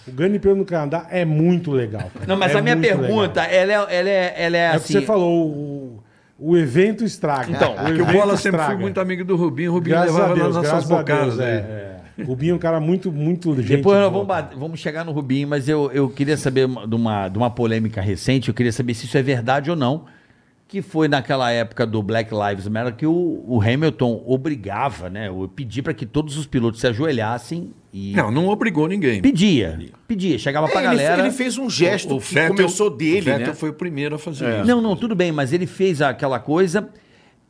o Grande Prêmio do Canadá é muito legal. cara.
Não, mas
É
a minha
muito legal.
pergunta, ela é, ela é, ela é
É o que
assim.
você falou, o, o evento estraga.
Então,
o
Porque o
evento
Bola sempre foi
estraga.
muito amigo do Rubinho. O Rubinho
Graças a
levava
Deus,
nas nossas
graças a
bocadas.
Deus.
aí.
É, é. O Binho é um cara muito, muito gente
né? Depois nós
boa.
vamos, bater- vamos chegar no Rubinho, mas eu, eu queria saber uma- de uma, de uma polêmica recente, eu queria saber se isso é verdade ou não, que foi naquela época do Black Lives Matter que o, o Hamilton obrigava, né? Eu pedi para que todos os pilotos se ajoelhassem e
Não, não obrigou ninguém.
pedia, pedia, chegava pra
É, ele,
galera.
ele fez um gesto que começou
o
dele,
Vettel
né?
foi o primeiro a fazer isso.
Não, não, tudo bem, mas ele fez aquela coisa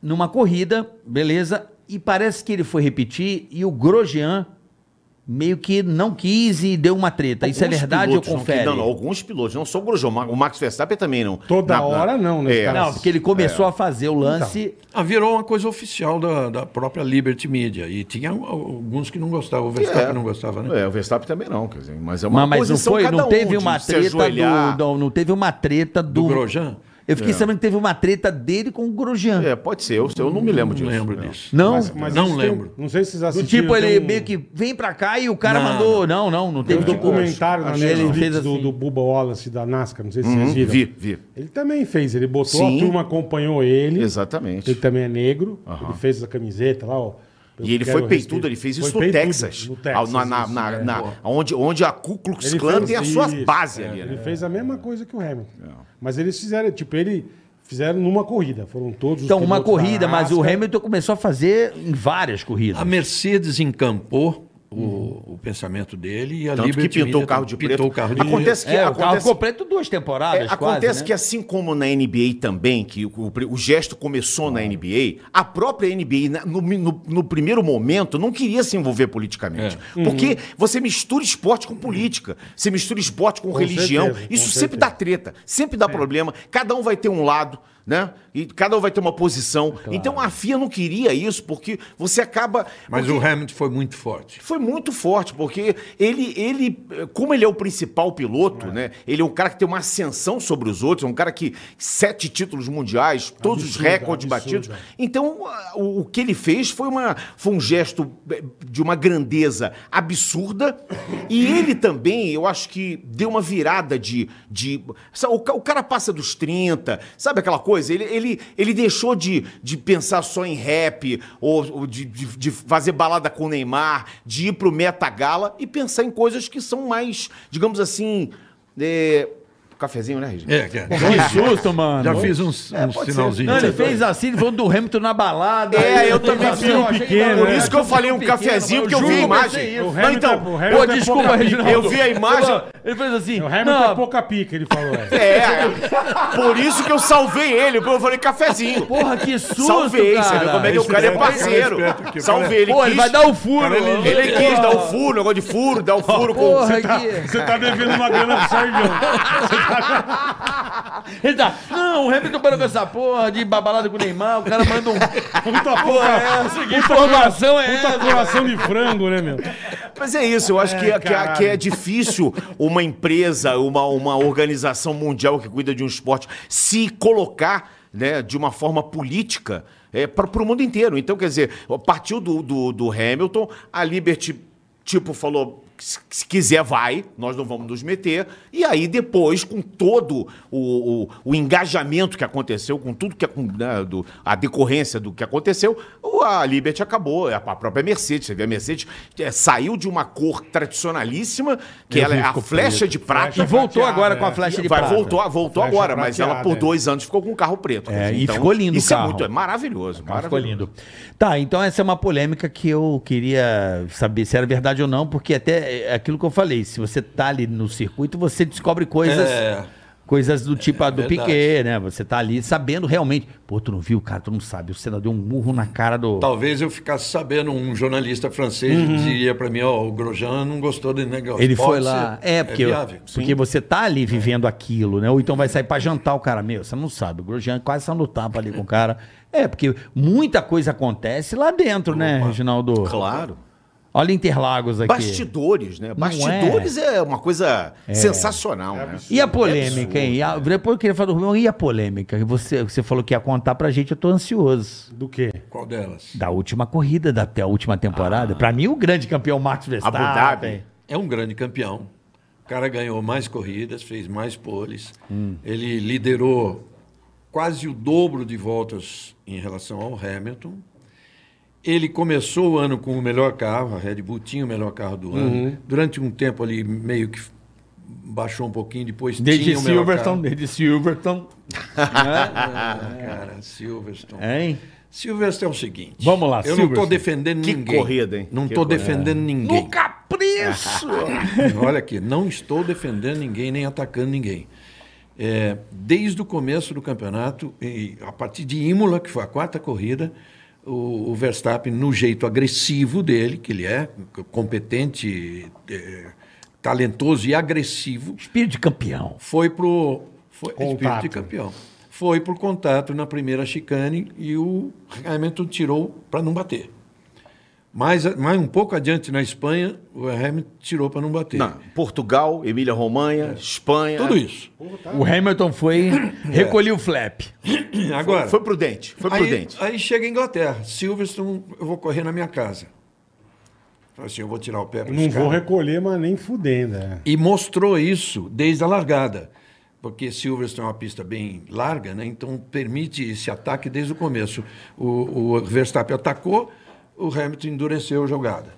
numa corrida, beleza, e parece que ele foi repetir e o Grosjean meio que não quis e deu uma treta. isso é
Alguns
verdade ou
pilotos não
confere?
que- Não, não, alguns pilotos, não só o Grosjean, o Max Verstappen também não.
Toda hora não, né,
É,
cara?
Não, porque ele começou a fazer o lance.
Ah, virou uma coisa oficial da, da própria Liberty Media. E tinha al- alguns que não gostavam. O Verstappen
É.
não gostava, né?
É, o Verstappen também não, quer dizer, mas é uma
Mas, mas não
posição
foi,
cada
não
um
teve
de
uma
se
treta
ajoelhar.
do, não, não teve uma treta do,
Do Grosjean?
Eu fiquei sabendo que teve uma treta dele com o Grosjean.
É, pode ser, eu, eu não me lembro disso. Hum,
Não lembro
não.
disso.
Não,
Mas- mas
Não
isso
lembro.
tem- não sei se vocês
do
assistiram.
tipo ele
tem um-
meio que vem pra cá e o cara
Não,
mandou, não, não, não,
Tem um
teve tipo,
documentário na
Acho que ele fez
Netflix do,
assim.
do Bubba Wallace da NASCAR, não sei se
Uhum,
vocês viram.
vi, vi.
Ele também fez, ele botou,
Sim.
a turma acompanhou ele.
Exatamente.
Ele também é negro, ele fez essa camiseta lá, ó. Eu
E ele
quero
foi
respeito.
peitudo, ele fez
Foi
isso no
peitudo,
Texas.
no
ao-
Texas,
na, na-
isso,
na-
é.
na- onde, onde a Ku Klux
Ele
Klan
fez
tem as suas
isso,
bases
é,
ali,
Ele
né? É.
fez a mesma coisa que o Hamilton. Mas eles fizeram, tipo, ele fizeram numa corrida, foram todos os
Então, uma
pilotos da
é.
corrida, mas o
NASCAR.
Ah,
Hamilton começou a fazer em várias corridas.
A Mercedes encampou o, o pensamento dele e a
Hum. Tanto que
Liberty
pintou
Media
o carro de preto.
pintou o carro de
Acontece
preto.
é,
que-
o carro
acontece-
ficou preto duas temporadas,
É,
quase,
acontece
né?
que assim como na NBA também, que o, o- o gesto começou na NBA, a própria NBA, na- no, no- no primeiro momento, não queria se envolver politicamente. Porque você mistura esporte com política, você mistura esporte com, religião,
certeza, com
isso sempre
certeza.
dá treta, sempre dá problema, cada um vai ter um lado. Né? E cada um vai ter uma posição. Então a FIA não queria isso, porque você acaba.
Mas
porque-
o Hamilton foi muito forte.
foi muito forte, porque ele, ele como ele é o principal piloto, né? Ele é um cara que tem uma ascensão sobre os outros, é um cara que sete títulos mundiais, todos os
Absurdo,
recordes
absurdo.
batidos. Então, a- o, o que ele fez foi, uma, foi um gesto eh, de uma grandeza absurda. E ele também, eu acho que deu uma virada de. de sabe, o, ca- o cara passa dos 30, sabe aquela coisa? Ele, ele, ele deixou de, de pensar só em rap, ou, ou de, de, de fazer balada com o Neymar, de ir pro Meta Gala e pensar em coisas que são mais, digamos assim. eh, Cafezinho, né, Regina?
É, é.
Que susto, mano.
Já fiz uns,
É,
uns
pode ser.
sinalzinhos.
Não, ele fez assim, ele falou do Hamilton na balada.
É,
aí
eu
fez
também
assim,
vi um
ó, achei que
pequeno,
tava-
Por
É,
isso que eu falei um
pequeno,
cafezinho,
mas
porque eu
juro
vi a
que eu
imagem.
pensei isso.
O
Não,
Hamilton é- o
então,
Hamilton
Pô,
é
desculpa,
pouca
Reginaldo.
eu vi a imagem.
Ele fez assim.
O Hamilton
não,
é pouca pica, ele falou. É.
É, por isso que eu salvei ele, porque eu falei cafezinho.
Porra, que susto,
salvei,
cara.
você vê como é que o
Esse
cara é
cara é
parceiro.
esperto que o cara
Salvei, ele
Pô, ele
quis.
vai dar o furo.
Cara, ele-
mano.
Ele quis dar o furo, negócio de furo, dar o furo com...
Porra, que...
Você tá devendo uma grana pro Sérgio.
Ele tá... Não, o Hamilton parou com essa porra de babalada com o Neymar. O cara manda um...
Puta
Porra,
porra.
é essa, que informação é
Puta
essa?
coração de frango, né, meu?
Mas é isso, eu acho que, que-
caralho.
que é difícil uma empresa, uma, uma organização mundial que cuida de um esporte se colocar né, de uma forma política para o mundo inteiro. Então, quer dizer, partiu do, do, do Hamilton, a Liberty, tipo, falou. Se se quiser, vai, nós não vamos nos meter. E aí, depois, com todo o, o, o engajamento que aconteceu, com tudo que a- com, né, do, a decorrência do que aconteceu, o- a Liberty acabou. A a própria Mercedes, você vê, a Mercedes eh, saiu de uma cor tradicionalíssima, que ela é a flecha de prata.
E voltou
Prateado,
agora
é.
com a flecha de
Vai,
prata.
voltou, voltou
Flecha
agora, mas
prateada,
ela por
é.
dois anos ficou com um carro preto.
É, e ficou lindo
isso
o carro.
é muito, é maravilhoso.
Mas
maravilhoso.
ficou lindo. Tá, então essa é uma polêmica que eu queria saber se era verdade ou não, porque até é aquilo que eu falei, se você tá ali no circuito, você descobre coisas.
É.
Coisas do tipo a do
verdade.
Piquet, né? Você tá ali sabendo realmente. Pô, tu não viu, cara? Tu não sabe. O Senna deu um murro na cara do.
Talvez eu ficasse sabendo, um jornalista francês diria para mim, ó, o Grosjean não gostou de negócio.
Uhum. Ele
Pode
foi
ser,
lá. É, porque,
viável.
porque você tá ali vivendo aquilo, né? Ou então vai sair pra jantar o cara. Meu, você não sabe. O Grosjean quase saiu no tapa ali com o cara. É, porque muita coisa acontece lá dentro, né, Reginaldo?
Claro.
Olha Interlagos aqui.
Bastidores, né? Bastidores é. uma coisa sensacional. né?
E a
É
polêmica,
absurdo.
hein? A- depois eu queria falar do Rubão. E a polêmica? Você, você falou que ia contar pra gente, eu tô ansioso.
Do quê?
Qual delas?
Da última corrida, da, da última temporada. Pra mim, o grande campeão Max Verstappen.
Abu Dhabi.
É um grande campeão. O cara ganhou mais corridas, fez mais poles.
Hum.
Ele liderou quase o dobro de voltas em relação ao Hamilton. Ele começou o ano com o melhor carro, a Red Bull tinha o melhor carro do
Uhum.
ano. Durante um tempo ali meio que baixou um pouquinho, depois
Desde
tinha o melhor
Silverstone,
carro.
desde Silverstone.
Ah, cara, Silverstone.
Hein?
Silvestre é o seguinte.
Vamos lá,
Eu não estou
Silverstone. É.
defendendo
Que
ninguém.
corrida, hein?
Não
Que
estou
corrida.
defendendo ninguém.
No capricho!
Olha aqui, não estou defendendo ninguém nem atacando ninguém. É, desde o começo do campeonato, e a partir de Imola, que foi a quarta corrida, o, o Verstappen, no jeito agressivo dele, que ele é, competente, é, talentoso e agressivo,
Espírito de campeão.
foi pro foi espírito
Contato.
de campeão. Foi pro contato na primeira chicane e o Hamilton tirou para não bater. Mais, a- mais um pouco adiante na Espanha, o Hamilton tirou para não bater.
Não, Portugal, Emília-Romanha, Espanha.
Tudo isso.
O Hamilton foi. recolheu o flap.
Agora,
É. Foi prudente, foi
aí,
prudente.
aí chega a Inglaterra. Silverstone, eu vou correr na minha casa. Falei assim, eu vou tirar o pé para
Não vou recolher, mas nem fudendo. é.
E mostrou isso desde a largada. Porque Silverstone é uma pista bem larga, né? então permite esse ataque desde o começo. O, o Verstappen atacou, o Hamilton endureceu a jogada.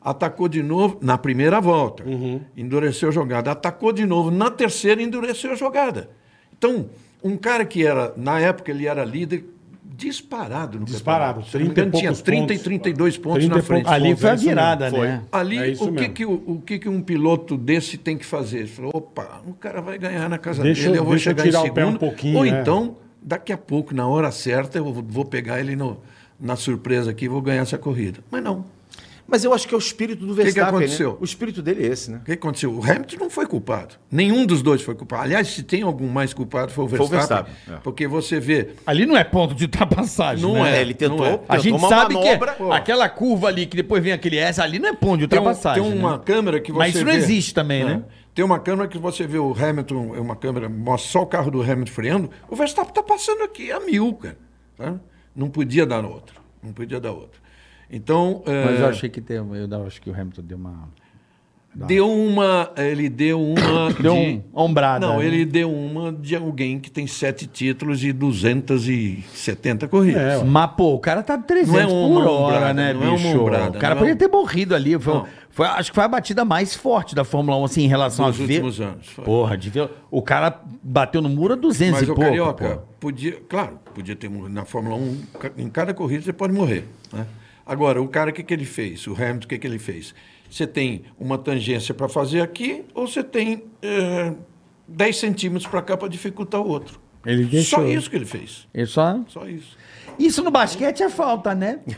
Atacou de novo na primeira volta,
Uhum.
endureceu a jogada. Atacou de novo na terceira, endureceu a jogada. Então, um cara que era, na época, ele era líder disparado no
Disparado,
campeonato. Se não me
30 e
engano, tinha
poucos
30 e
pontos.
32 pontos
30 e
na frente.
poucos
Ali foi a
é isso mesmo.
virada,
Foi.
né?
Ali,
É isso
o, que
mesmo.
que, o, o que que um piloto desse tem que fazer? Ele falou, opa, o cara vai ganhar na casa
Deixa eu-
dele, eu vou
deixa eu
chegar
tirar
em
o pé um
segundo.
pouquinho,
ou
né?
então, daqui a pouco, na hora certa, eu vou- vou pegar ele no- na surpresa aqui e vou ganhar essa corrida. Mas não.
Mas eu acho que é o espírito do
que
Verstappen. né?
aconteceu?
O espírito dele é esse, né?
O que aconteceu? O Hamilton não foi culpado. Nenhum dos dois foi culpado. Aliás, se tem algum mais culpado, foi o
o
Verstappen.
Verstappen, é.
Porque você vê,
Ali não é ponto de ultrapassagem,
Não
né?
é.
ele tentou,
não é.
tentou
A gente
uma
sabe
manobra.
que aquela curva ali, que depois vem aquele S, ali não é ponto de
tem, um-
ultrapassagem.
tem
né?
uma câmera que você
Mas isso não
vê-
existe também,
É.
né?
Tem uma câmera que você vê o Hamilton, é uma câmera, mostra só o carro do Hamilton freando. O Verstappen está passando aqui a mil, cara. tá? Não podia dar outro. Não podia dar outro. Então, é,
Mas eu achei que teve, eu acho que o Hamilton deu uma
deu uma... Ele deu uma...
deu
de-
um ombrada.
Não,
né?
ele deu uma de alguém que tem sete títulos e 270 corridas.
É,
Mas, pô, o cara tá 300
Não é
por
uma
hora,
ombrada,
né,
não é uma
bicho?
ombrada,
o cara
não é
podia
um-
ter morrido ali. Foi, um-
Não.
foi- acho que foi a batida mais forte da Fórmula 1, assim, em relação
Nos
a... ve-
últimos anos, foi.
Porra, de ver... O cara bateu no muro a 200
Mas
e
o
pouco,
Carioca
pô.
podia, claro, podia ter morrido. Na Fórmula 1, ca- em cada corrida você pode morrer. né? Agora, o cara, o que, que ele fez? O Hamilton, o que, que ele fez? Você tem uma tangência para fazer aqui ou você tem eh, 10 centímetros para cá para dificultar o outro?
Ele deixou.
Só isso que ele fez.
Ele só...
Só isso.
Isso no basquete é falta, né? É.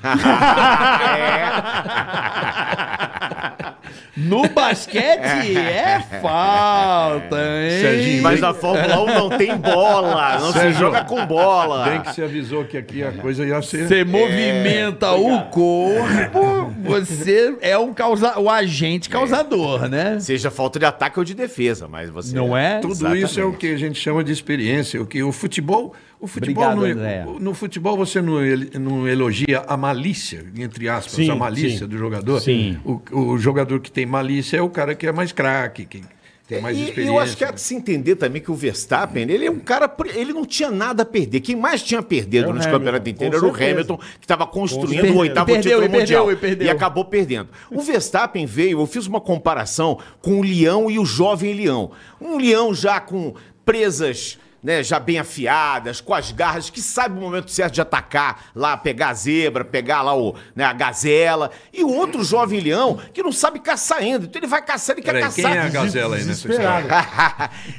No basquete é falta, hein?
Serginho,
Mas a Fórmula 1 não tem bola, não se
Sérgio,
joga com bola.
Bem que você avisou que aqui a coisa ia ser.
Você movimenta o corpo, você é um causa, o agente causador, né?
Seja falta de ataque ou de defesa, mas você.
Não é?
Tudo isso é o que a gente chama de experiência. O que o futebol, o futebol é-
Obrigado, André.
no, no futebol você não, el- não elogia a malícia, entre aspas,
Sim,
a malícia
sim.
do jogador.
Sim.
O, o jogador que tem malícia é o cara que é mais craque, que tem mais
E- E,
experiência. né?
eu acho que é há de se entender também que o Verstappen, ele é um cara. pre- Ele não tinha nada a perder. Quem mais tinha
É
perdido
o
no
Hamilton,
campeonato inteiro
com
era o
certeza.
Hamilton, que estava construindo
certeza.
o oitavo
Perdeu,
título
e perdeu,
mundial.
e perdeu.
acabou perdendo. O Verstappen veio, eu fiz uma comparação com o Leão e o jovem Leão. Um Leão já com presas. Né, já bem afiadas, com as garras, que sabe o momento certo de atacar lá, pegar a zebra, pegar lá o, né, a gazela. E o outro jovem leão que não sabe caçar ainda. Então ele vai caçando e quer
Peraí, quem
caçar.
é a gazela
né?
aí nessa
Desesperado.
história?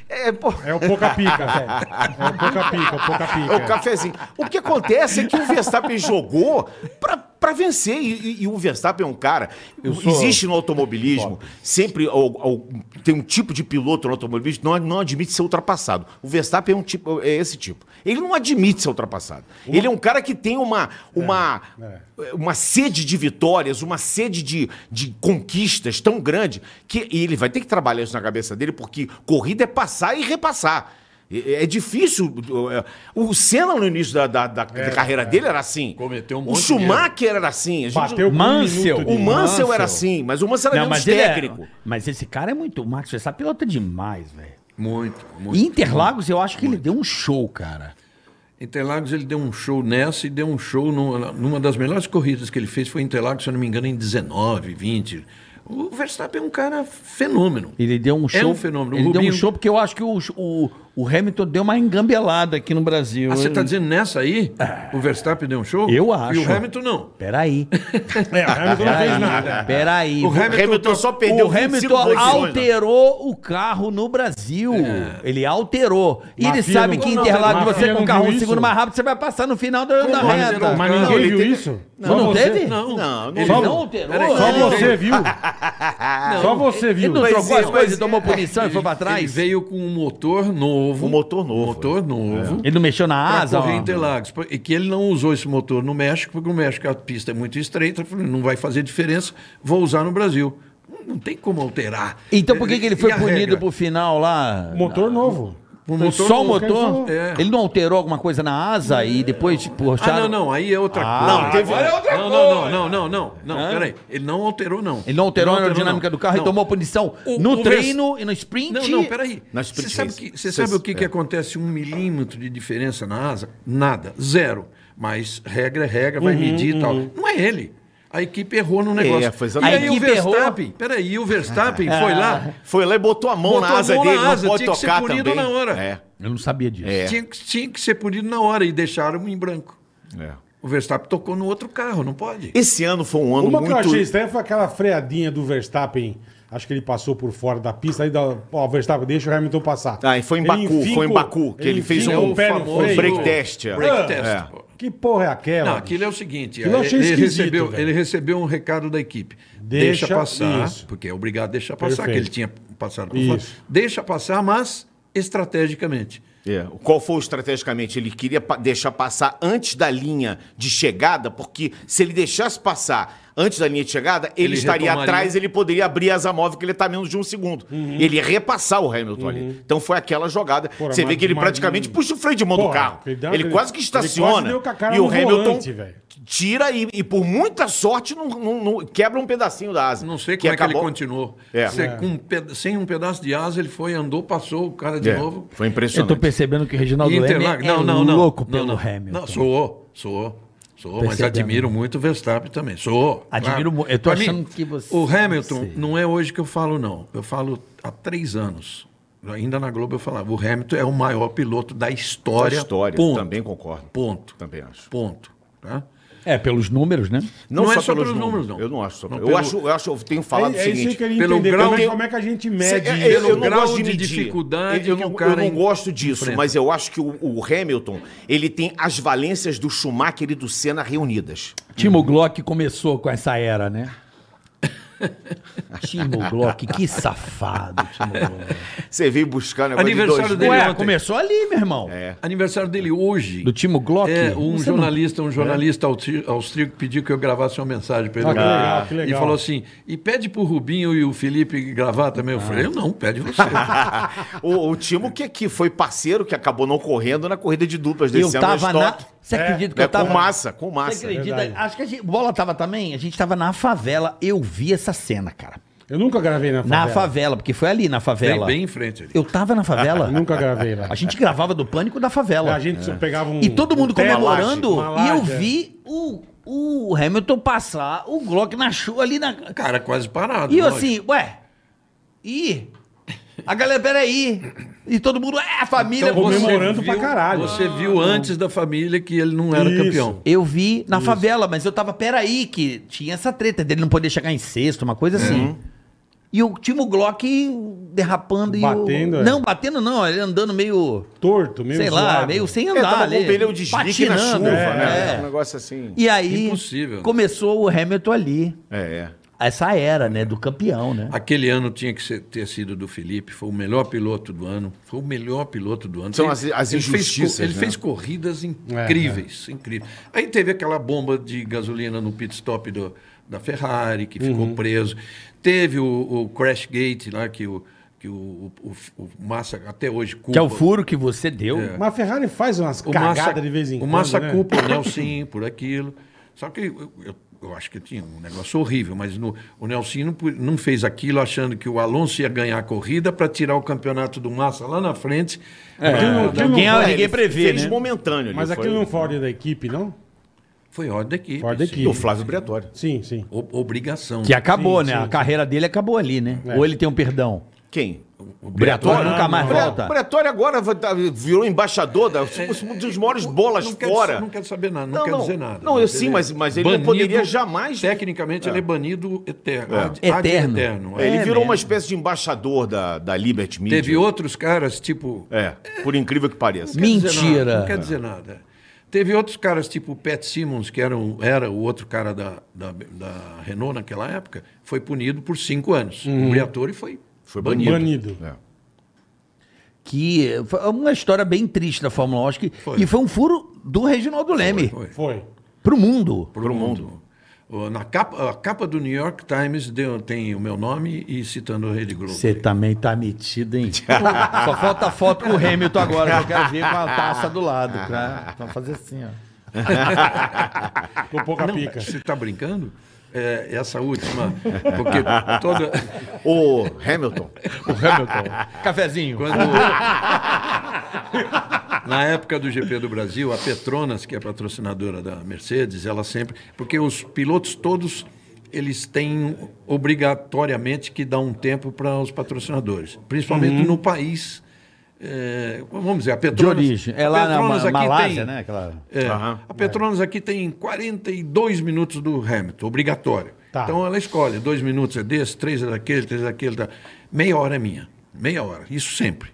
é, pô,
É o pouca pica, velho. É o pouca pica, o pouca pica.
é o cafezinho. O que acontece é que o Verstappen jogou pra, pra vencer. E, e- e o Verstappen é um cara. Existe no automobilismo, sempre al- al- tem um tipo de piloto no automobilismo que não, não admite ser ultrapassado. O Verstappen é, um tipo, é esse tipo. Ele não admite ser ultrapassado. Ele é um cara que tem uma. uma Uma sede de vitórias, uma sede de, de conquistas tão grande que e ele vai ter que trabalhar isso na cabeça dele, porque corrida é passar e repassar. É é difícil. é, O Senna, no início da, da- da- da carreira dele, era assim.
Cometeu um
o
monte de
Schumacher era assim. A gente-
Bateu com um
Mansell.
minuto
O
de-
Mansell
Mansell.
era assim, mas o Mansell era
Não,
menos
mas, ele é-
técnico.
mas esse cara é muito. O Max Verstappen pilota demais, velho.
Muito, muito.
Em Interlagos, eu acho que ele deu um show, cara.
Interlagos ele deu um show nessa e deu um show numa, numa das melhores corridas que ele fez foi Interlagos, se eu não me engano, em 19, 20. O Verstappen é um cara fenômeno.
Ele deu um show.
um fenômeno. O
Ele deu um
Rubinho-
show porque eu acho que o, o, o Hamilton deu uma engambelada aqui no Brasil.
Ah, você
Eu-
está dizendo nessa aí? O Verstappen deu um show?
É. Eu acho.
E o Hamilton não.
Peraí.
É, o Hamilton não fez nada.
Peraí.
O
Vou-
O Hamilton só perdeu
o
25
Hamilton
posições, né?
alterou o carro no Brasil.
É.
Ele alterou. E ele
Mafia
sabe
não-
que em
Não,
Interlagos
Mafia
você com
não
o carro
viu
um
isso?
segundo mais rápido, você vai passar no final da, da
Mas
reta.
alterou o
Mas
Não,
ninguém
ele
viu
teve-
isso?
Não, não
você-
teve?
Não,
Não, não.
Ele
Só-
Ele não alterou.
Peraí, um
Só
Ele
você
veio-
viu. Só você
Ele
viu.
não
Mas
trocou
é,
as coisas
mas
e tomou
é.
punição e foi pra
Ele
trás?
veio com um motor novo.
Um motor novo,
motor novo.
Ele não mexeu na
Para
asa?
correr
ó.
Interlagos. E que ele não usou esse motor no México, porque no México a pista é muito estreita, falou, não vai fazer diferença, vou usar no Brasil. Não tem como alterar.
Então por que, que ele foi
E a
punido
regra?
pro final lá?
Motor novo.
Por
Com só o
novo?
motor?
É.
Ele não alterou alguma coisa na asa e depois, tipo,
Ah, não,
acharam...
não, aí é outra
Ah,
coisa.
não, teve-
Agora é outra
Não,
não,
não,
Não, não, não, não, não, não, peraí. Ele não alterou, não.
Ele não alterou a aerodinâmica
não.
do carro
Não.
e tomou punição
O-
no
o
treino e no sprint?
Não, não, peraí.
Na
Você
sprint
sabe,
race.
que, você
Cês-
sabe o que, que
é.
acontece? Um milímetro de diferença na asa? Nada, zero. Mas regra é regra,
Uhum,
vai medir e tal. Não é ele. A equipe errou no negócio.
É,
e
foi exatamente.
aí
A
o
equipe errou.
Verstappen, peraí, e o Verstappen foi lá,
Foi lá e botou a mão
Botou
na
a
asa
mão na
dele,
asa,
não pode
tinha que ser
tocar
punido
também.
na hora.
É.
Eu não sabia disso.
É.
tinha, que- tinha que ser punido na hora e deixaram em branco.
É.
O Verstappen tocou no outro carro, não pode.
Esse ano foi um ano
Uma que eu
muito.
achei estranha foi aquela freadinha do Verstappen. Acho que ele passou por fora da pista. Aí dá, ó, Verstappen, deixa o Hamilton passar.
Ah, e foi em
Ele
Baku, foi em
o-
Baku, que ele fez
enfia
um
o pé no
É famoso
freio.
break test, é.
Break test,
É.
pô.
Que porra é aquela?
Não, aquilo é o seguinte,
Aquilo eu achei
ele, ele
esquisito,
recebeu,
velho.
ele recebeu um recado da equipe.
Deixa-
Deixa, passar,
isso.
porque é obrigado a deixar passar,
Perfeito.
que ele tinha passado por fora.
Isso.
Deixa passar, mas estrategicamente.
É. Qual foi o estrategicamente? Ele queria pa- deixar passar antes da linha de chegada, porque se ele deixasse passar antes da linha de chegada, ele,
Ele
estaria
retomaria.
atrás, ele poderia abrir as Zamov, que ele está menos de um segundo.
Uhum.
Ele ia repassar o Hamilton ali. Então foi aquela jogada.
Porra,
Você
mas-
vê que ele
mas-
praticamente puxa o freio de mão do
Porra,
carro.
ele
Ele,
deu- ele-
quase que
ele quase
estaciona.
deu com a cara
e o
no
Hamilton
volante, velho.
tira e, e por muita sorte, não, não- não- quebra um pedacinho da asa.
Não sei como é que ele
acabou-
continuou.
É.
Sem-
É.
com um peda- sem um pedaço de asa, ele foi, andou, passou o cara de
É,
novo.
Foi
Eu
impressionante.
tô percebendo que o Reginaldo Leme é
Interlagos. Não, não, não.
louco
não,
pelo
não.
Hamilton.
Não, soou, soou, soou. Mas
Percebendo.
admiro muito o Verstappen também. Soou.
Admiro mu- eu tô
Pra
achando que você-
O Hamilton
Sei.
não é hoje que eu falo, não. Eu falo há três anos. Ainda na Globo eu falava, o Hamilton é o maior piloto da história.
Da história,
ponto,
também concordo.
Ponto.
Também acho.
Ponto. Tá?
É, pelos números, né?
Não é só pelos números, não.
Eu não acho. Só
Não,
eu,
pelo-
acho eu acho, eu tenho
É,
falado
é
o
isso aí
seguinte.
que eu queria
pelo
entender.
grau
como, é,
de-
como é que a gente
Cê-
mede
é,
isso?
pelo
não
grau
gosto
de
medir.
dificuldade
Eu, eu
que
não,
o cara
um eu não
en-
gosto disso,
enfrenta.
mas eu acho que o, o Hamilton ele tem as valências do Schumacher e do Senna reunidas.
Timo Glock começou com essa era, né? Timo Glock, que safado, Timo Glock.
Você veio buscar o negócio
Aniversário É
de dois
dele
mil.
Ué,
ontem.
começou ali, meu irmão.
É.
Aniversário dele hoje.
Do Timo Glock?
É, um
Você não-
jornalista, um jornalista austri- austríaco pediu que eu gravasse uma mensagem para ele.
Ah, que legal, que
E
legal.
falou assim: e pede pro Rubinho e o Felipe gravar também. Eu falei, eu não, pede você.
O, o Timo que aqui foi parceiro que acabou não correndo na corrida de duplas desse
é
Eu
ano
tava
no
na.
estoque.
Você acredita que
É,
eu tava.
com massa, com
Você
massa.
acredita?
é Verdade.
Acho que a gente... Bola tava também? A gente tava na favela. Eu vi essa cena, cara.
Eu nunca gravei na favela.
Na favela, porque foi ali na
Bem,
favela.
bem em frente ali.
Eu tava na favela.
Eu nunca gravei lá.
A gente gravava do pânico da favela.
A gente só pegava um...
E todo mundo
um teto,
comemorando.
uma laje,
e eu
é.
vi o, o Hamilton passar o Glock na chuva ali na.
Cara, quase parado.
E eu
lógico.
assim, ué. E. A galera, peraí. E todo mundo. É, a família.
Então você
comemorando pra caralho. Ah,
Você viu antes da família que ele não era
Isso.
campeão.
Eu vi na favela, mas eu tava, peraí, que tinha essa treta dele não poder chegar em sexto, uma coisa
Uhum.
assim. E o Timo Glock derrapando
Batendo,
e
é.
o... Não, batendo não, ele andando meio,
Torto, meio
sei lá,
zoado.
meio sem
É,
andar
tava com
ali.
o pneu de slick na
patinando,
chuva, né?
é.
Um negócio assim.
E aí
Impossível.
começou o Hamilton ali,
É, é.
essa era, né, do campeão, né?
Aquele ano tinha que ser- ter sido do Felipe, foi o melhor piloto do ano. Foi o melhor piloto do ano.
São
Ele-
as- as
ele fez co-
injustiças,
Ele
né? é.
fez corridas incríveis, incríveis. Aí teve aquela bomba de gasolina no pit stop do- da Ferrari, que ficou
Uhum.
preso. Teve o, o Crash Gate lá, que o, que o, o- o Massa até hoje culpa.
Que é o furo que você deu.
Mas a Ferrari faz umas
O Massa,
cagadas de vez em quando,
O Massa
né?
culpa o Nelson por aquilo. Só que eu, eu- eu acho que tinha um negócio horrível, mas no- o Nelson não, pu- não fez aquilo achando que o Alonso ia ganhar a corrida para tirar o campeonato do Massa lá na frente. É,
Aquilo não- aquilo não
Ninguém,
foi-
ninguém prevê,
Fez
né?
momentâneo. ali,
Mas
foi-
aquilo não foi ordem da equipe, não?
Foi ordem da equipe.
Ordem da
sim.
E o Flávio Briatore.
Sim, sim.
O- obrigação.
é
Que acabou,
Sim,
né?
sim, É.
a carreira dele acabou ali, né? Ou ele tem um perdão.
Quem?
O
O Briatore
obrigatório
nunca mais
não.
volta.
O Pretório agora vai tá- virou embaixador da, um dos maiores bolas
É. não quero-
fora.
não quero saber nada, não,
Não,
quero
não.
dizer nada.
Não, eu sim,
é
mas- mas ele não poderia jamais-
Tecnicamente, ele é banido eterno.
É.
ad- ad
Eterno.
eterno,
É,
é.
ele é
É
virou
mesmo.
uma espécie de embaixador da, da Liberty Media.
Teve outros caras, tipo
É, por incrível que pareça.
Não quer dizer
Mentira.
nada, Não quer dizer nada. Teve outros caras, tipo o Pat Simmons, que era, um- era o outro cara da, da, da Renault naquela época, foi punido por cinco anos. O reator foi,
Foi
banido.
Banido.
É.
que foi uma história bem triste da Fórmula 1, acho que, e foi um furo do Reginaldo Leme
Foi.
Foi.
pro mundo.
Pro mundo. O- Na capa, a capa do New York Times deu- tem o meu nome e citando a Rede Globo.
Você também tá metido, hein? Só falta a foto com o Hamilton agora, que eu quero ver com a taça do lado. Pra, pra fazer assim, ó.
Ficou pouca
Ah, Não,
pica.
Você está brincando? É, essa última. Porque toda.
O Hamilton.
O Hamilton. Cafezinho.
Quando- Na época do GP do Brasil, a Petronas, que é a patrocinadora da Mercedes, ela sempre. Porque os pilotos todos eles têm obrigatoriamente que dar um tempo para os patrocinadores, principalmente no país eh, vamos dizer, a
Uhum. De
Petronas...
origem. É
a
lá na
Petronas
Ma-
aqui
Malásia,
tem-
né? Aquela...
é,
Aham.
A Petronas aqui tem 42 minutos do Hamilton, obrigatório.
Tá.
Então ela escolhe, dois minutos é desse, três é daquele, três é daquele. Tá. Meia hora é minha, meia hora, isso sempre.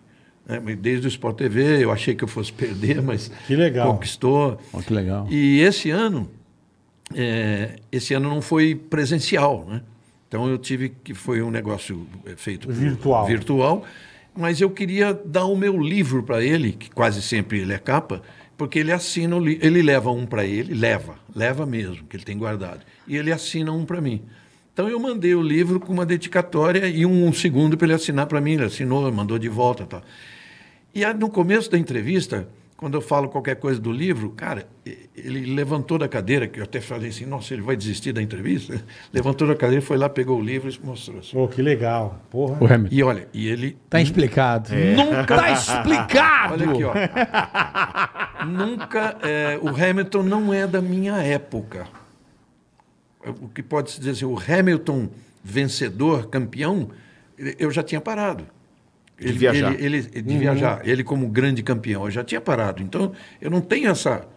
né? Mas Desde o Sport TV, eu achei que eu fosse perder, mas
Que legal.
conquistou.
Ó, que legal.
E esse ano, é, esse ano não foi presencial, né? Então eu tive que foi um negócio é, feito por-
Virtual.
virtual, mas eu queria dar o meu livro para ele, que quase sempre ele é capa, porque ele assina, o li- ele leva um para ele, leva, leva mesmo, que ele tem guardado, e ele assina um para mim. Então eu mandei o livro com uma dedicatória e um, segundo para ele assinar para mim, ele assinou, mandou de volta, tá? e tal. E aí, no começo da entrevista, quando eu falo qualquer coisa do livro, cara, e- ele levantou da cadeira, que eu até falei assim, nossa, ele vai desistir da entrevista? Levantou da cadeira, foi lá, pegou o livro e mostrou. assim.
Pô, que legal. Porra.
Hamilton.
E olha, e ele
Tá explicado. Nunca tá explicado!
Olha aqui, ó. Nunca. é, o Hamilton não é da minha época. O que pode-se dizer assim, o Hamilton vencedor, campeão, eu já tinha parado. Ele,
viajar. Uhum.
Ele, ele- de viajar. Ele, como grande campeão, eu já tinha parado. Então, eu não tenho essa.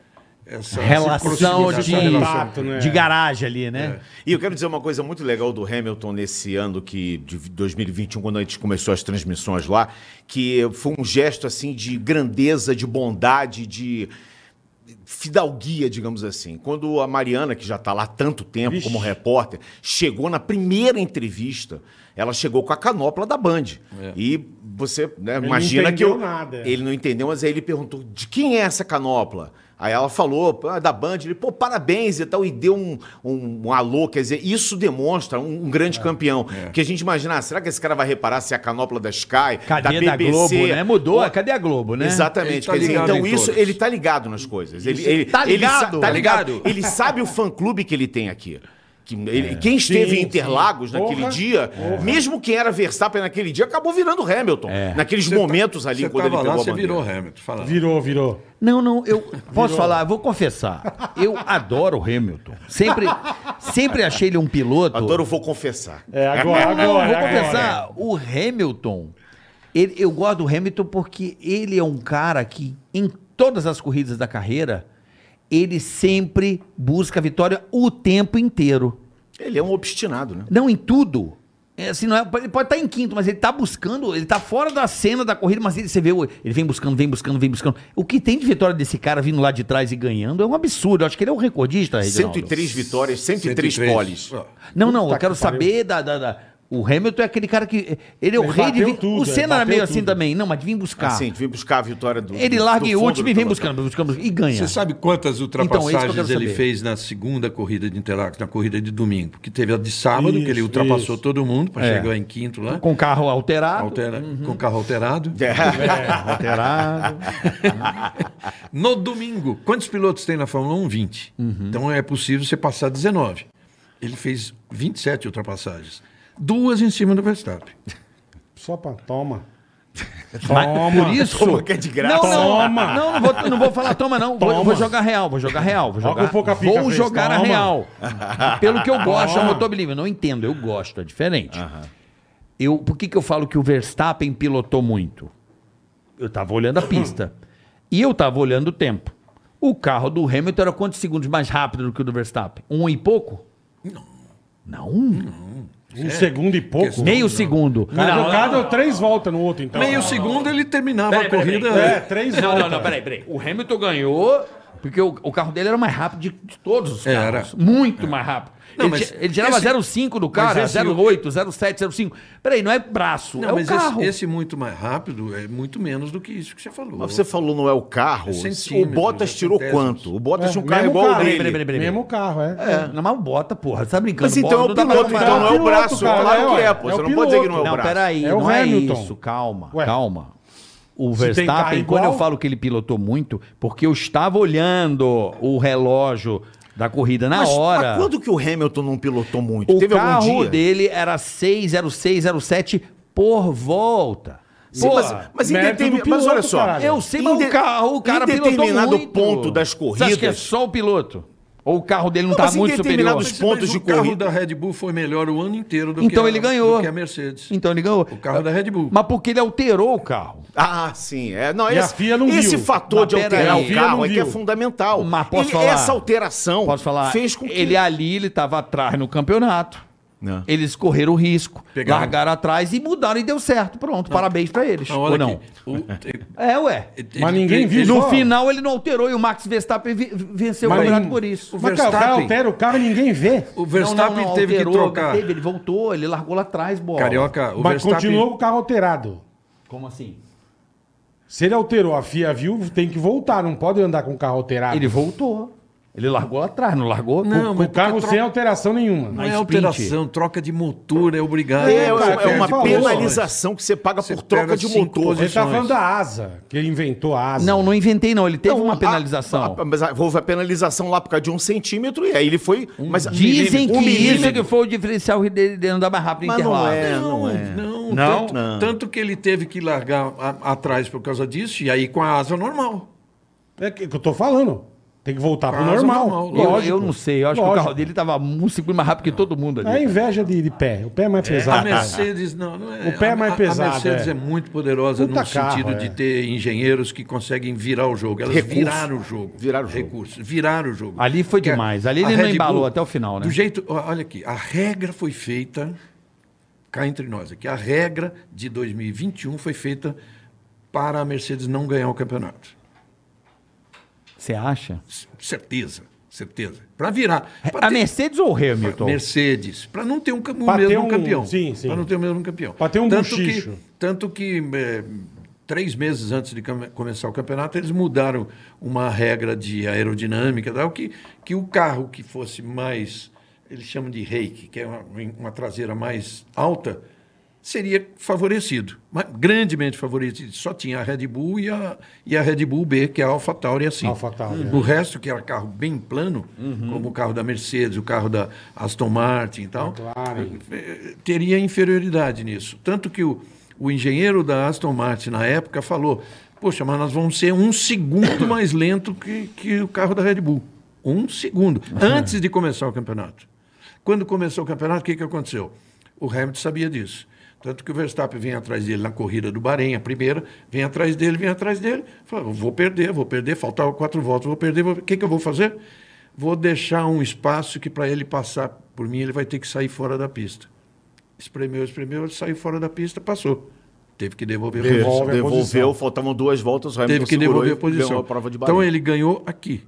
essa
Relação
proximidade,
de,
essa relação.
Tato, né?
de garagem ali, né?
E eu quero dizer uma coisa muito legal do Hamilton nesse ano que de 2021, quando a gente começou as transmissões lá, que foi um gesto assim de grandeza, de bondade, de fidalguia, digamos assim. Quando a Mariana, que já está lá há tanto tempo
Vixe.
como repórter, chegou na primeira entrevista, ela chegou com a canopla da Band. E você né,
É. não
imagina que
entendeu
eu,
nada.
ele não entendeu, mas aí ele perguntou de quem é essa canopla? Aí ela falou, "Ah, da Band, ele, pô, parabéns e tal, e deu um, um, um alô, quer dizer, isso demonstra um, um grande
É,
campeão. Porque a gente imagina, ah, será que esse cara vai reparar se é a canopla da Sky,
Cadê da,
da BBC?
Globo, né? Mudou,
Ou-
cadê a Globo, né?
Ele
Exatamente.
tá
quer dizer,
ligado
então
em
isso,
todas.
ele tá ligado nas coisas. Ele, ele,
Tá
ele sa-
ligado?
tá ligado.
Tá ligado. É.
Ele sabe o fã-clube que ele tem aqui. Que ele- Quem esteve
Sim,
em Interlagos
sim.
naquele
Porra,
dia, mesmo quem era Verstappen naquele dia, acabou virando Hamilton. Naqueles
Você tá-
momentos ali,
você
quando ele
tava lá,
pegou a
você
bandeira.
virou Hamilton. Fala. lá.
Virou, virou.
Não, não, eu posso falar, eu vou confessar. Eu adoro o Hamilton. Sempre, sempre achei ele um piloto.
Adoro, vou confessar.
É, agora, agora.
Ah, Não, vou
agora.
confessar, o Hamilton, ele- eu gosto do Hamilton porque ele é um cara que, em todas as corridas da carreira, ele sempre busca a vitória o tempo inteiro.
Ele é um obstinado, né?
Não em tudo. É, assim, não é- ele pode estar em quinto, mas ele está buscando, ele está fora da cena da corrida, mas ele, você vê, o- ele vem buscando, vem buscando, vem buscando. O que tem de vitória desse cara vindo lá de trás e ganhando é um absurdo. Eu acho que ele é um recordista, Reginaldo.
103 vitórias, 103,
103.
poles.
Ó,
Não, não, eu
Puta
quero
que
saber da, da- da- O Hamilton é aquele cara que. Ele é o
Ele
rei de.
bateu
Vim...
tudo,
o
ele
Senna era
bateu
meio assim
tudo.
também. Não, mas vim buscar.
Assim, vim buscar a vitória do.
ele
do-
larga
do
o
fundo
último
do
e vem
pelotão.
buscando, buscando, buscando, e ganha.
Você sabe
Então, é
quantas
isso
ultrapassagens
que eu quero
ele
saber.
fez na segunda corrida de Interlagos, na corrida de domingo? Porque teve a de sábado,
Isso,
que ele ultrapassou
isso.
todo mundo para
É.
chegar em quinto lá,
Com o carro uhum. alterado.
altera- com o carro alterado.
É.
Alterado.
No domingo, quantos pilotos tem na Fórmula 1? 20.
Uhum.
Então é possível você passar 19. Ele fez 27 ultrapassagens. Duas em cima do Verstappen.
Só pra... Toma.
Mas por isso.
Toma que é de graça.
Não, não,
Toma.
não, não vou, não vou falar toma, não. Vou-
Toma. um
Vou, jogar real, vou jogar real. Vou
Olha
jogar,
o Poca Pica
vou
fez.
jogar a
Toma.
real. Pelo que eu gosto, é
Toma.
o motor livre. Eu não entendo, eu gosto, é diferente. Eu, por que, que eu falo que o Verstappen pilotou muito? Eu tava olhando a pista. e eu tava olhando o tempo. O carro do Hamilton era quantos segundos mais rápido do que o do Verstappen? Um e pouco? Não. Não?
Um segundo
É,
e pouco.
Meio segundo.
Na
Não,
jogada, três voltas no outro, então.
Meio
Ah.
segundo ele terminava
Peraí,
a
peraí,
corrida.
É, três
Não,
voltas.
não, não, peraí, peraí.
O Hamilton ganhou porque o, o carro dele era o mais rápido de, de todos os
É,
carros.
era.
Muito mais rápido.
Não,
ele,
mas
ti- ele tirava
esse-
0,5 do cara,
mas esse-
0,8, 0,7, 0,5. Peraí, não é braço,
Não,
é o
mas esse-
carro.
Esse, muito mais rápido é muito menos do que isso que você falou.
Mas você falou não é o carro. O
centímetros,
Bottas tirou
centésimos.
quanto? O Bottas
É,
tinha um carro
mesmo
igual
carro.
ao dele.
Peraí, peraí, peraí.
Mesmo carro, é.
É, Não, mas o Bota, porra, você tá brincando.
Mas então é
Bota,
o
não dá pra
piloto,
comparar.
então não é o
piloto,
braço.
cara,
Claro que
é,
é,
é
pô.
o
Você não pode dizer que não é o
piloto.
Não,
braço.
peraí,
É o
não
Hamilton.
é isso. Calma,
Ué.
calma. O
Se tem carro
Verstappen,
igual-
quando eu falo que ele pilotou muito, porque eu estava olhando o relógio da corrida na
Mas,
hora.
mas quando que o Hamilton não pilotou muito?
O
Teve
carro
algum dia?
dele era 60607 por volta.
Sim,
Pô,
mas, mas em
mérito
determin-
do
mas
piloto,
olha só.
caralho.
eu sei, mas
em de-
o, carro, o cara
Em
pilotou
determinado
muito.
ponto das
Você acha que é
corridas...
só o piloto? Ou o carro dele não,
Não,
tá
mas em
muito superior?
determinados
Mas-
pontos
mas
de
o carro
corrida-
da Red Bull foi melhor o ano inteiro do,
Então
que,
ele
a,
ganhou.
do que a Mercedes.
Então ele ganhou.
O carro da Red Bull.
Mas porque ele alterou o carro.
Ah, sim. É, não,
E a
esse,
FIA não
esse
viu.
fator
Mas
de
pera
alterar
aí.
o
FIA não
carro é que é
viu.
fundamental.
Mas posso
Ele-
falar?
Essa alteração
Posso falar?
fez com que... É,
Ele ali, ele tava atrás no campeonato.
Não.
Eles correram o risco,
Pegaram.
largaram atrás e mudaram e deu certo. Pronto, parabéns pra eles.
Não,
ou não?
Então, aqui. O- te-
É, ué.
ele-
ninguém
ele-
viu.
ele-
No
só-
final ele não alterou e o Max Verstappen vi- venceu
Mas
o campeonato
não-
por isso.
o
Mas cara, o cara
Verstappen-
altera o carro e ninguém vê.
O Verstappen teve que trocar.
teve, ele voltou, ele largou lá atrás, bola.
Carioca, o
mas
Verstappen.
continuou com o carro alterado.
Como assim?
Se ele alterou, a FIA viu, tem que voltar. Não pode andar com o carro alterado.
Ele voltou. Ele largou lá atrás, não largou?
Não,
com
mas
o carro
porque
sem
troca-
alteração nenhuma.
Não é
sprint.
alteração, troca de motor, é obrigado.
É, é
cara,
uma- é
ele
uma
falou,
penalização que você paga
Você
por troca
pega
de
cinco
motor.
Ele tá
posições.
falando da asa, que ele inventou a asa.
Não, não inventei não, ele teve
Não,
uma
Então, a-
penalização.
a- mas a- houve a penalização lá por causa de um centímetro e aí ele foi. mas
Dizem que
um
isso
milímetro.
que foi o diferencial dele de andar mais rápido
Mas não
intervalo.
é.
Não,
não é.
não,
Não?
Tanto, tanto que ele teve que largar a- atrás por causa disso, e aí com a asa normal.
É que, que eu tô falando. Tem que voltar pro
Asa
normal.
normal,
Eu,
Lógico.
eu não sei, eu acho que o
Lógico.
carro dele tava um segundo mais rápido que todo mundo
É a
ali.
inveja de, de pé. O pé é mais
A
pesado.
Mercedes não, não é.
O pé é mais
a- a-
pesado,
A Mercedes
é.
é, muito poderosa
Puta
no sentido
carro, é.
de ter engenheiros que conseguem virar o jogo. Elas
Recurso.
viraram o jogo.
Viraram o jogo.
Recursos. Viraram o jogo.
Ali foi
Porque a-
demais, ali
a
ele não
Red
embalou
Bull,
até o final, né?
Do jeito, ó, olha aqui, a regra foi feita cá entre nós aqui. A regra de 2021 foi feita para a Mercedes não ganhar o campeonato.
Você acha?
C- Certeza, certeza. Para virar.
É,
pra
A
ter-
Mercedes ou o Hamilton?
Mercedes, para não ter um, cam- o
Pra ter
mesmo
um-
campeão.
sim, sim.
Para não ter o mesmo campeão.
Pra ter um
tanto
buchicho.
que, tanto que é, três meses antes de come- começar o campeonato, eles mudaram uma regra de aerodinâmica, tal, que, que o carro que fosse mais. Eles chamam de rake, que é uma, uma traseira mais alta, seria favorecido, mas grandemente favorecido. Só tinha a Red Bull e a, e a Red Bull B, que é a AlphaTauri, assim.
AlphaTauri,
O resto, que era carro bem plano, como o carro da Mercedes, o carro da Aston Martin e tal,
Claro.
eh, teria inferioridade nisso. Tanto que o, o engenheiro da Aston Martin, na época, falou: Poxa, mas nós vamos ser um segundo mais lento que, que o carro da Red Bull. Um segundo, antes de começar o campeonato. Quando começou o campeonato, o que, que aconteceu? O Hamilton sabia disso. Tanto que o Verstappen vem atrás dele na corrida do Bahrein, a primeira, vem atrás dele, vem atrás dele. Fala, vou perder, vou perder, faltava quatro voltas, vou perder, vou- o que, que eu vou fazer? Vou deixar um espaço que para ele passar por mim, ele vai ter que sair fora da pista. Espremeu, espremeu, ele saiu fora da pista, passou. Teve que devolver a posição.
Devolve a
Devolveu,
posição.
faltavam duas voltas, o
Teve
Hamilton
que
segurou
devolver a
e ganhou
posição.
a prova de
então
Bahrein.
ele ganhou aqui.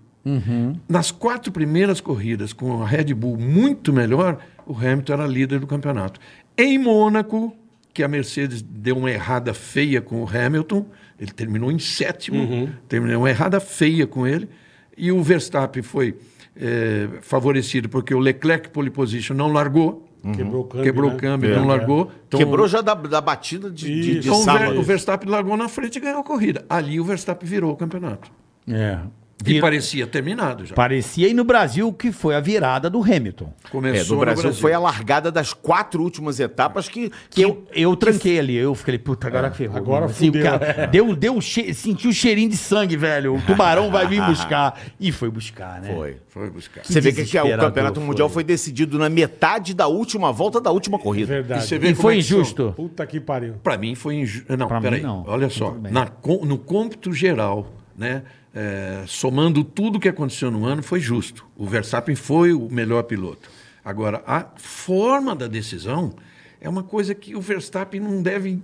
Nas quatro primeiras corridas com a Red Bull muito melhor, o Hamilton era líder do campeonato. Em Mônaco, que a Mercedes deu uma errada feia com o Hamilton, ele terminou em sétimo,
Uhum.
terminou uma errada feia com ele, e o Verstappen foi eh, favorecido porque o Leclerc pole position não largou,
Quebrou o câmbio.
Uhum.
Uhum. quebrou
né?
o câmbio, não largou. Então,
É, Quebrou já da, da batida de, de, de
então o Ver-
sábado.
o Verstappen largou na frente e ganhou a corrida. Ali o Verstappen virou o campeonato.
É.
E
Vira-
parecia terminado já.
Parecia e no Brasil que foi a virada do Hamilton.
Começou
É, no, Brasil foi a largada das quatro últimas etapas que,
Que eu, eu tranquei ali, eu fiquei, puta, agora ferrou.
agora
Assim, o
fudeu.
cara deu, deu, um che- senti o cheirinho de sangue, velho. O tubarão vai vir buscar. E foi buscar, né?
foi.
Foi buscar.
Você vê que, que o
desesperador
Campeonato
foi.
Mundial foi decidido na metade da última volta da última corrida.
Verdade.
E você vê
E
como
foi
é que são.
injusto.
Puta que pariu.
Para mim foi injusto. Não,
Pra mim,
peraí.
não.
Olha só.
Tudo bem.
Na com- no cômpito geral, né, é, somando tudo que aconteceu no ano, foi justo. O Verstappen foi o melhor piloto. Agora, a forma da decisão é uma coisa que o Verstappen não deve.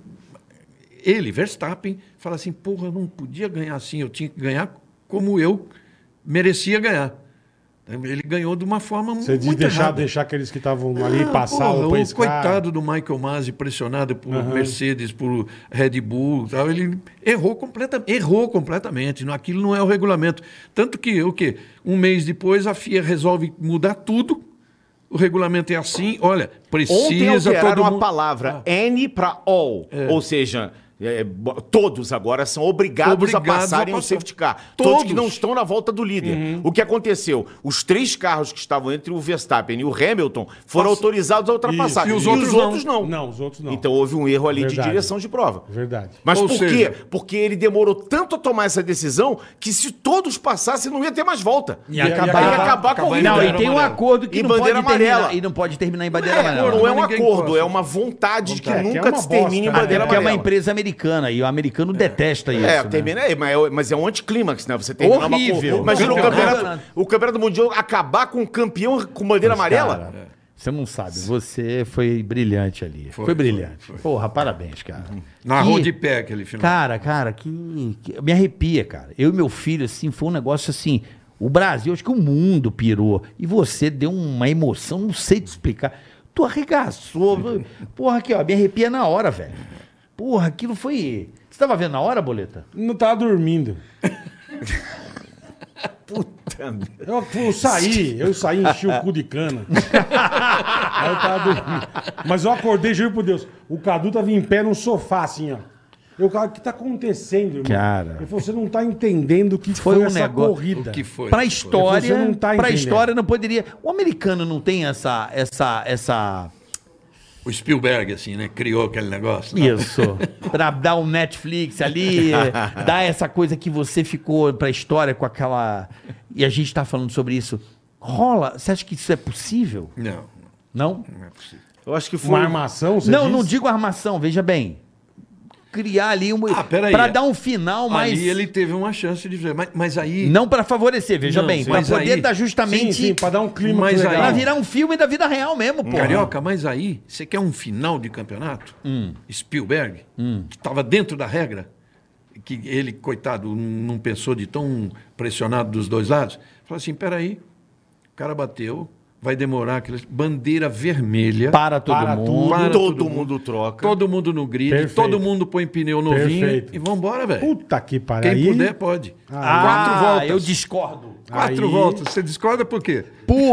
Ele, Verstappen, fala assim: porra, eu não podia ganhar assim, eu tinha que ganhar como eu merecia ganhar. Ele ganhou de uma forma
Você diz
muito
deixar,
errada.
deixar aqueles que estavam ali
Ah,
passar
porra,
ou pra
o
esse cara.
coitado do Michael Masi, pressionado por Mercedes, por Red Bull, e tal, ele errou completamente, errou completamente. Não- Aquilo não é o regulamento. Tanto que o quê? Um mês depois a FIA resolve mudar tudo. O regulamento é assim. Olha, precisa Ah,
Ontem alteraram
todo
a
mundo-
palavra N para all, ou seja, É, bo- todos agora são obrigados, a
Obrigados a
passarem o
passar.
safety car. Todos.
Todos. Uhum.
que não estão na volta do líder. O que aconteceu? Os três carros que estavam entre o Verstappen e o Hamilton foram autorizados a ultrapassar.
Isso. E os outros não.
não.
Não, os outros não.
Então houve um erro ali
Verdade.
de direção de prova.
Verdade.
Mas
Ou
por
seja-
quê? Porque ele demorou tanto a tomar essa decisão que se todos passassem, não ia ter mais volta.
E
Ia
acabar-
ia acabar com a corrida.
Não,
Bandeira
e tem um
amarela.
acordo que
E
não
bandeira
pode terminar,
amarela.
e não pode terminar em bandeira
É,
amarela.
não é um
Ninguém
acordo,
gosta.
é uma vontade de que
É, que é
nunca
uma
se termine
bosta,
em
né?
bandeira
Porque é uma
amarela.
empresa americana e o americano detesta isso.
É,
né?
termina aí, mas é, mas é um anticlímax, né? Você terminar uma
Horrível.
cor- Imagina o
Campeonato.
campeonato, o campeonato mundial acabar com o campeão com bandeira amarela?
Cara, Você não sabe, você foi brilhante ali. Foi,
foi,
brilhante. Porra, parabéns, cara.
Na
Que-
rua de pé aquele final.
Cara, cara, que, que- Me arrepia, cara. Eu e meu filho, assim, foi um negócio assim. O Brasil, acho que o mundo pirou. E você deu uma emoção, não sei te explicar. Tu arregaçou. Porra, aqui, ó, me arrepia na hora, velho. Porra, aquilo foi. Você tava vendo na hora, boleta?
Não tava dormindo.
Puta merda.
Eu, eu saí, eu saí, enchi o cu de cana. Aí eu tava dormindo. Mas eu acordei, juro por Deus. O Cadu tava em pé num sofá, assim, ó. Eu, cara, o que tá acontecendo, irmão?
Cara.
Ele falou, você não tá entendendo o que
Foi
foi,
um
essa
negócio-
corrida.
O que foi?
Pra
Foi.
história,
Você não tá
pra
entendendo.
história não poderia. O americano não tem essa essa essa
O Spielberg, assim, né? Criou aquele negócio. né?
isso, pra dar um Netflix ali, dar essa coisa que você ficou pra história com aquela e a gente tá falando sobre isso. Rola, você acha que isso é possível?
Não,
Não?
não é possível.
Eu acho que foi.
Uma armação, você
não,
diz?
não digo armação, veja bem. Criar ali um
Ah, peraí.
pra dar um final mais
Ali ele teve uma chance de fazer. Mas, mas aí.
não pra favorecer, veja
Não,
bem,
sim.
pra
Mas
poder
aí-
dar
Sim,
justamente
sim, pra dar um clima
Mas aí-
pra
Não.
virar um filme da vida real mesmo, pô.
Um Carioca, mas aí, você quer um final de campeonato?
Hum.
Spielberg, que estava dentro da regra, que ele, coitado, não pensou de tão pressionado dos dois lados, falou assim: peraí, o cara bateu, vai demorar aquela bandeira vermelha.
Para todo
Para
mundo.
tudo.
para
um todo mundo troca.
Todo mundo no grid,
Perfeito.
todo mundo põe pneu novinho
Perfeito.
e vambora, velho.
Puta que pariu.
Quem puder, pode.
Ah,
Quatro voltas.
eu discordo.
Quatro
Aí-
voltas. Você discorda por quê?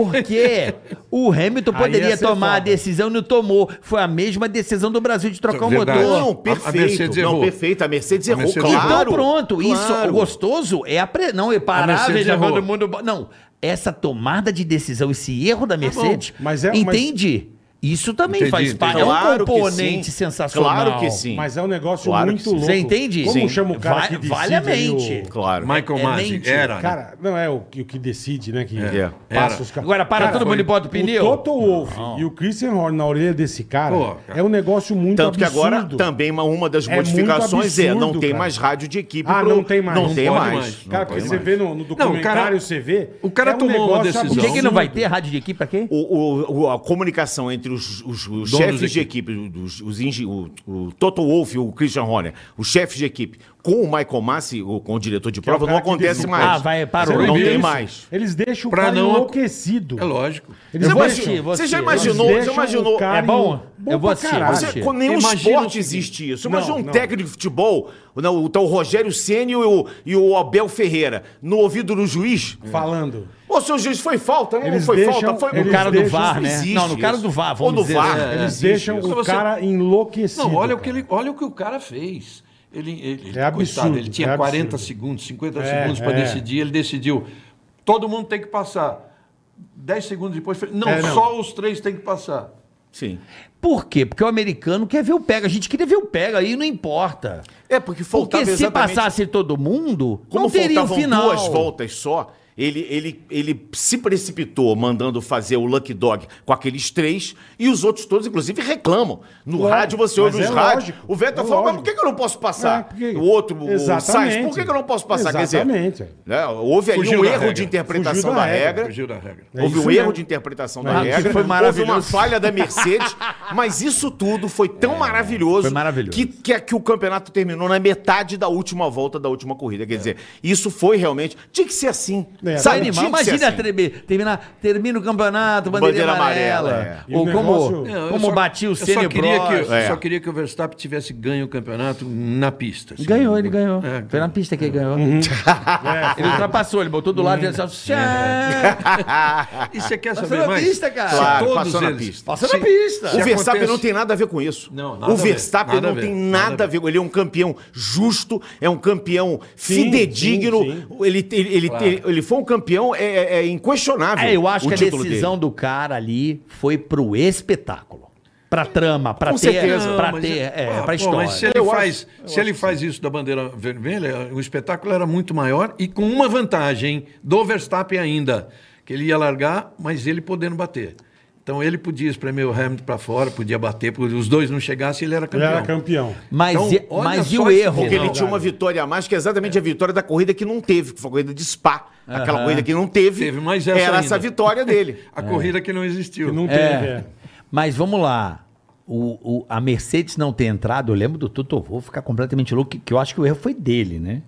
Porque o Hamilton
Aí ia
poderia
ser
tomar a
foda.
decisão e não tomou. Foi a mesma decisão do Brasil de trocar o
Verdade.
motor.
Não,
A- a Mercedes
perfeito. não,
errou.
perfeito. A Mercedes
A
errou,
Mercedes
claro.
então pronto, isso
claro.
o gostoso é a pre... não é
A
parar,
Mercedes
veja
errou.
todo mundo, bo- não, essa tomada de decisão, esse erro da Mercedes,
bom, mas é- mas-
entende? Isso também
Entendi,
faz parte, é um
Claro que
componente
sim.
sensacional.
Claro que sim.
Mas é um negócio
Claro que
muito
sim.
louco.
Você entende?
Como
Sim.
chama o cara
Vai-
que decide
vale a
aí o-
mente.
Claro.
Michael
é
Masi,
mente.
era. né?
Cara, não é o que, o que decide, né? Que
É.
Era.
passa os caras.
Agora para
Cara,
todo mundo e bota o pneu.
O Toto Wolff e o Christian Horner na orelha desse cara,
Pô, cara.
é um negócio muito
Tanto que
absurdo.
agora também uma, uma das
É
modificações
muito
é não
absurdo,
tem
cara.
mais rádio de equipe.
Ah, não tem mais.
Não,
Não
tem
pode
mais.
mais.
Não
Cara,
pode
porque você
mais.
vê no, no documentário,
cara-
você vê...
o cara
é um
tomou uma
negócio
decisão.
Por que, que não vai
absurdo.
ter rádio de equipe pra quê?
O- o- o- a comunicação entre os, os-
Donos
os chefes de
de
equipe, os, os engi- o, o Toto Wolff e o Christian Horner, os chefes de equipe, com o Michael Massi, o- com o diretor de
é o
prova, não
cara que
acontece
decide.
mais.
Ah, vai, parou.
Não
Proibiu
tem
isso.
mais.
Eles deixam o
Pra
cara
não-
enlouquecido.
É lógico.
Eles deixam-
Você imagina-
eles
você já
deixam
imaginou-
o
já imaginou-
cara
É bom?
enlou-
Eu vou
pra
assistir,
caralho.
vou
Você,
assistir.
com nenhum
Imagina o
esporte
seguinte.
existe isso.
Não,
Imagina um
não.
técnico de futebol, não, o tal Rogério Ceni e o, e o Abel Ferreira, no ouvido do juiz.
Falando.
Ô, seu juiz, foi falta, não
Eles
foi
deixam-
falta, foi
eles
No cara do
deixam-
VAR,
Não
né?
existe
Não, no cara
isso.
do VAR,
Ou
vamos
do
dizer.
Var.
né?
Eles
existe
deixam
isso.
o
Você-
cara enlouquecido.
Não, olha o, que
cara.
ele, olha o que o cara fez. Ele, ele, ele-
É absurdo,
ele tinha
é
40
absurdo.
segundos, 50
É,
segundos para
é.
decidir. Ele decidiu. Todo mundo tem que passar. 10 segundos depois. foi- Não,
É, não.
só os três têm que passar.
Sim.
Por quê? Porque o americano quer ver o pega. A gente queria ver o pega aí, não importa.
É, porque faltava
Porque se
exatamente-
passasse todo mundo,
Como
não teria um
faltavam
final.
duas voltas só, ele, ele, ele se precipitou mandando fazer o Lucky Dog com aqueles três e os outros todos, inclusive, reclamam. No
Lógico,
rádio você ouve
mas
os
é
rádios.
lógico,
O Vettel
é
falou, mas
lógico.
por que, que eu não posso
É,
passar?
porque-
O outro, o Sainz, por que, que eu não posso passar?
Exatamente.
Quer dizer, né, houve ali
Fugiu
um
da
erro
regra.
de interpretação
Fugiu da
da
regra,
regra.
Fugiu da regra.
É
Houve
isso
um erro
mesmo.
de interpretação
Ah,
da
que
regra.
foi maravilhoso. É,
Houve uma falha da Mercedes, mas isso tudo foi tão maravilhoso,
foi maravilhoso.
Que, que, que o campeonato terminou na metade da última volta da última corrida. Quer
É.
dizer, isso foi realmente. Tinha que ser assim.
É,
sabe?
Animal.
Tinha que ser
Imagina
assim.
tremer, terminar, termina o campeonato, bandeira,
Bandeira
amarela.
amarela,
é.
Ou
E o
como,
negócio-
Não, eu
como
só-
batia o
eu só
Senna
queria que-
Bros.
Eu
É.
só queria que o Verstappen tivesse ganho o campeonato na pista. assim.
né?
Ganhou, ele ganhou.
É,
Foi na pista que ele ganhou. Ele ultrapassou, ele botou do lado e assim, ele só...
E você quer
Passou
saber
na
mais?
pista, cara.
Se
Claro,
todos
passou na
eles-
pista.
Passou
se-
na pista.
O
Se
Verstappen
acontece?
não tem nada a ver com isso.
Não, nada
o
a ver,
Verstappen
nada a
não
ver,
tem
nada a
nada a ver com ele. É um campeão justo, é um campeão
Sim,
fidedigno.
sim,
Ele, ele, ele, ele- ele foi um campeão é, é- é inquestionável.
É, eu acho
o
que a
título
decisão
dele.
do cara ali foi pro espetáculo. Pra trama, pra
Com
ter,
certeza.
pra
Não, mas
ter, é,
ah,
pra
pô,
história.
Mas se ele,
Eu
faz, se ele faz isso da bandeira vermelha, o espetáculo era muito maior e com uma vantagem do Verstappen ainda, que ele ia largar, mas ele podendo bater. Então ele podia espremer o Hamilton para fora, podia bater, porque os dois não chegassem, ele era
Ele
campeão.
era campeão.
Mas,
Então,
e,
olha
mas e
só
o
esse
erro?
Porque ele
Não,
tinha uma
cara.
vitória a mais, que é exatamente a vitória da corrida que não teve, que foi a corrida de Spa. Aquela corrida que não teve,
Teve mais essa
era
ainda.
essa vitória dele.
A corrida que não existiu.
Não teve.
É.
é.
Mas vamos lá. O, o- a Mercedes não ter entrado, eu lembro do Toto, eu vou ficar completamente louco, que, que eu acho que o erro foi dele, né?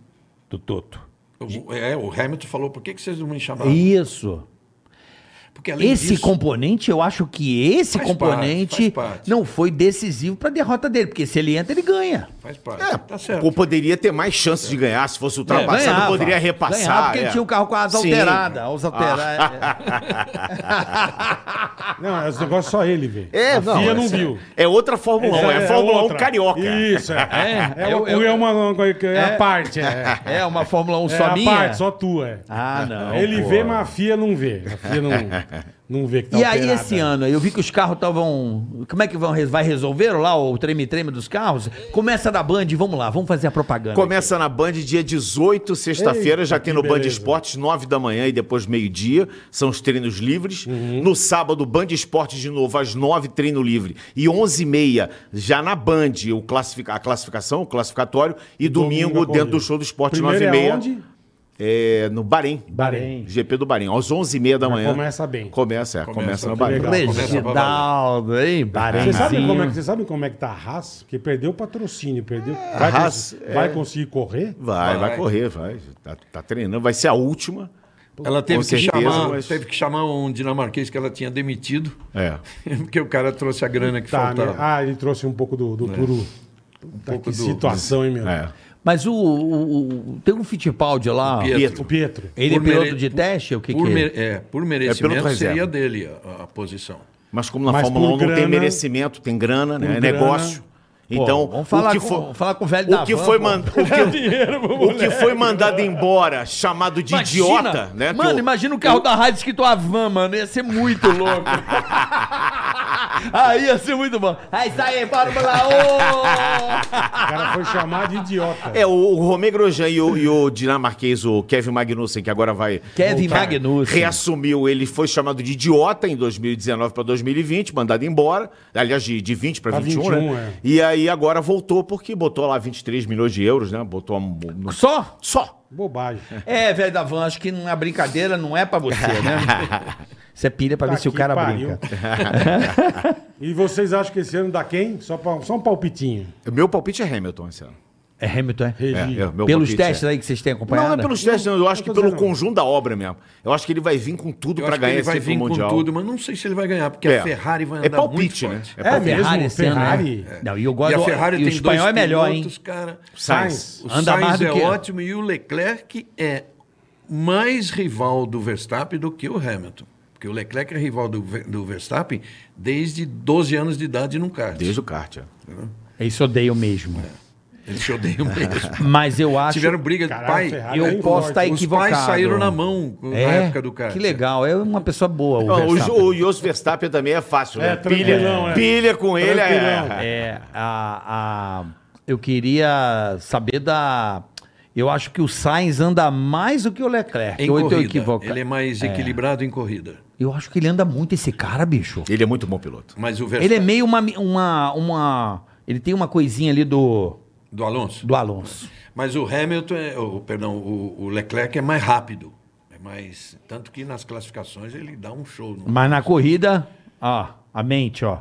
Do Toto.
O- é, o Hamilton falou, por que, que vocês não me chamaram?
É Isso.
Porque além
Esse
disso-
componente, eu acho que esse
Faz
componente
parte, faz parte.
não foi decisivo pra derrota dele, porque se ele entra, ele ganha.
Faz parte.
É,
tá certo.
Ou poderia ter mais chance de ganhar se fosse ultrapassado,
Ganhava.
É, poderia repassar.
Ganhava porque ele
é.
tinha o carro com as
Sim. Ah.
alteradas. As alteradas.
Não, esse negócio só ele vê.
É,
a
não.
FIA não
essa-
viu.
É outra Fórmula 1, é, a Fórmula 1
outra.
carioca.
Isso, é. É,
eu-
uma,
eu-
é uma, uma- é a
É.
parte, é.
É, uma Fórmula 1
É
só
a
minha.
parte, só tua, é.
Ah, não.
ele
pô.
vê, mas a FIA não vê. A FIA não, não vê que tá
E aí,
alterada.
esse ano, eu vi que os carros estavam. Como é que vão, vai resolver lá o treme-treme dos carros? Começa da Band, vamos lá, vamos fazer a propaganda.
Começa na Band dia 18, sexta-feira, já
Eita,
tem
que
no Band
beleza.
Esportes, 9 da manhã e depois meio-dia. São os treinos livres.
Uhum.
No sábado, Band Esportes de novo, às 9, treino livre. E 11 e meia, já na Band, o classifica- a classificação, o classificatório. E domingo,
Domingo, é
dentro do
corrida.
show do esporte, 9
Primeiro
e
é
meia.
onde?
É, no Bahrein.
Bahrein.
GP do Bahrein, às 11h30 da
Mas
manhã.
começa bem.
Começa, é, começa,
Começa
no Bahrein.
legal.
Começa pra valer.
Legidaldo, hein? Bahrein.
Você sabe, como é que, você sabe como é que tá a Haas? Porque perdeu o patrocínio, perdeu. Vai,
Haas,
cons-
é.
vai conseguir correr?
Vai, vai,
Vai.
correr, vai. Tá, tá treinando, vai ser a última.
Ela teve
Com
que,
certeza,
chamar,
mas-
teve que chamar um dinamarquês que ela tinha demitido,
É.
porque o cara trouxe a grana que
Tá,
faltava.
né? Ah, ele trouxe um pouco do, do Turu. Puta,
pouco
que
do-
situação, hein, meu?
é.
Mas o, o- o- Tem um Fittipaldi lá.
Pietro.
Pietro.
O Pietro.
Ele é
Por mere-
piloto de teste? O que,
por
que é?
mere- é, por merecimento
reserva.
seria dele a, a posição.
Mas como na
Mas
Fórmula
por
1 não tem
grana-
merecimento, tem grana, né? É
grana-
negócio. Então,
vamos falar
o que
com-
foi,
vamos falar com o velho da
o que
van,
foi
pô.
man- o que- o que foi mandado embora, chamado de idiota, né? que
Mano,
o-
imagina o carro da rádio escrito Avan, mano. Ia ser muito louco. aí ia ser muito bom. Aí sai, Fórmula 1!
O cara foi chamado de idiota.
É, o, o Romé Grosjean e o, e o dinamarquês, o Kevin Magnussen, que agora vai.
Kevin
voltar,
Magnussen.
Reassumiu, ele foi chamado de idiota em 2019 para 2020, mandado embora. Aliás, de, de 20 para
Pra
21,
21,
né?
é.
E aí agora voltou porque botou lá 23 milhões de euros, né? Botou. um- um-
Só?
Só.
Bobagem.
É, velho da van, acho que não- a brincadeira não é pra você, né? Você pilha pra
Tá
ver se o
que
cara
pariu.
brinca.
E vocês acham que esse ano dá quem? Só, pra- só um palpitinho.
Meu palpite é Hamilton esse ano.
É Hamilton, é?
Regi.
É, é, meu
Pelos
palpite é.
testes aí que vocês têm
Não,
acompanhado?
não é pelos testes, não. Eu acho
Eu
que
tô
pelo
dizendo-
conjunto da obra mesmo. Eu acho que ele vai vir com tudo
Eu
para
acho que
ganhar
ele
esse
vai vir
título mundial.
com tudo, mas não sei se ele vai ganhar, porque
É.
a Ferrari vai
É
andar muito
palpite, né?
forte.
É
É
Ferrari
mesmo?
esse ano,
Ferrari?
né? Não, e eu gosto
E a
do- e
Ferrari
o
tem dois
espanhol é melhor, hein?
pilotos, cara.
Sainz.
O
Anda mais
Sainz
do
é
que-
ótimo e o Leclerc é mais rival do Verstappen do que o Hamilton. Porque o Leclerc é rival do, Ver- do Verstappen desde 12 anos de idade num kart.
Desde o kart, é.
Isso odeio mesmo.
Eles se odeiam mesmo.
Mas eu acho...
Tiveram briga
Caralho,
de pai.
Ferrari
Eu
é
posso estar
forte.
Os
equivocado.
pais saíram na mão na
É?
época do cara. Ah,
Que legal, é uma pessoa boa. O
Não, o,
Verstappen.
Jo- o Jos Verstappen também é fácil, né?
É, tranquilão,
pilha,
é.
pilha com ele
Tranquilão.
é.
É, a, a- eu queria saber da. Eu acho que o Sainz anda mais do que o Leclerc.
Em
eu eu tô
corrida.
equivocado.
Ele é mais equilibrado em corrida.
Eu acho que ele anda muito esse cara, bicho.
Ele é muito bom piloto.
Mas o
Ele
Verstappen
é meio uma. uma, uma ele tem uma coisinha ali do,
do Alonso.
do Alonso.
Mas o Hamilton, é, o, perdão, o, o Leclerc é mais rápido. É mais, tanto que nas classificações ele dá um show. no- né?
Mas na corrida, ó, a mente, ó.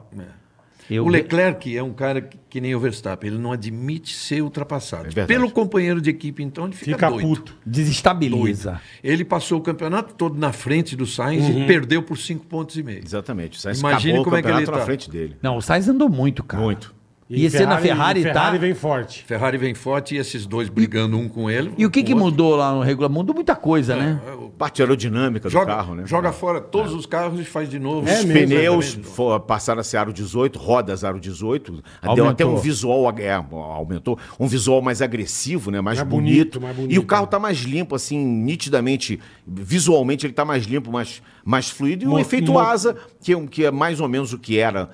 Eu-
O Leclerc é um cara que, que nem o Verstappen, ele não admite ser ultrapassado.
É verdade.
Pelo companheiro de equipe, então, ele fica,
Fica
doido.
puto.
Desestabiliza.
Doido. Ele passou o campeonato todo na frente do Sainz
Uhum.
e perdeu por cinco pontos e meio.
Exatamente. O Sainz
Imagine
acabou
como
o
é que ele
campeonato na
tá.
frente dele.
Não, o Sainz andou muito, cara.
Muito.
E, esse ano a Ferrari, tá.
Ferrari vem forte.
Ferrari vem forte e esses dois brigando um com ele.
E o que, que
com outro.
mudou lá no regulamento? Mudou muita coisa, né?
É, o-
parte aerodinâmica
Joga,
do carro, né?
joga fora todos os carros e faz de novo.
Os
É mesmo,
pneus
exatamente.
fo- passaram a ser aro 18, rodas aro 18. Deu
Aumentou.
até um visual, é, aumentou, um visual mais agressivo, né? mais,
Mais bonito,
bonito,
mais
E
bonito,
o carro
né?
tá mais limpo, assim, nitidamente, visualmente ele tá mais limpo, mais, mais fluido. E o
Mo-
efeito
mo-
asa, que, é um- que é mais ou menos o que era,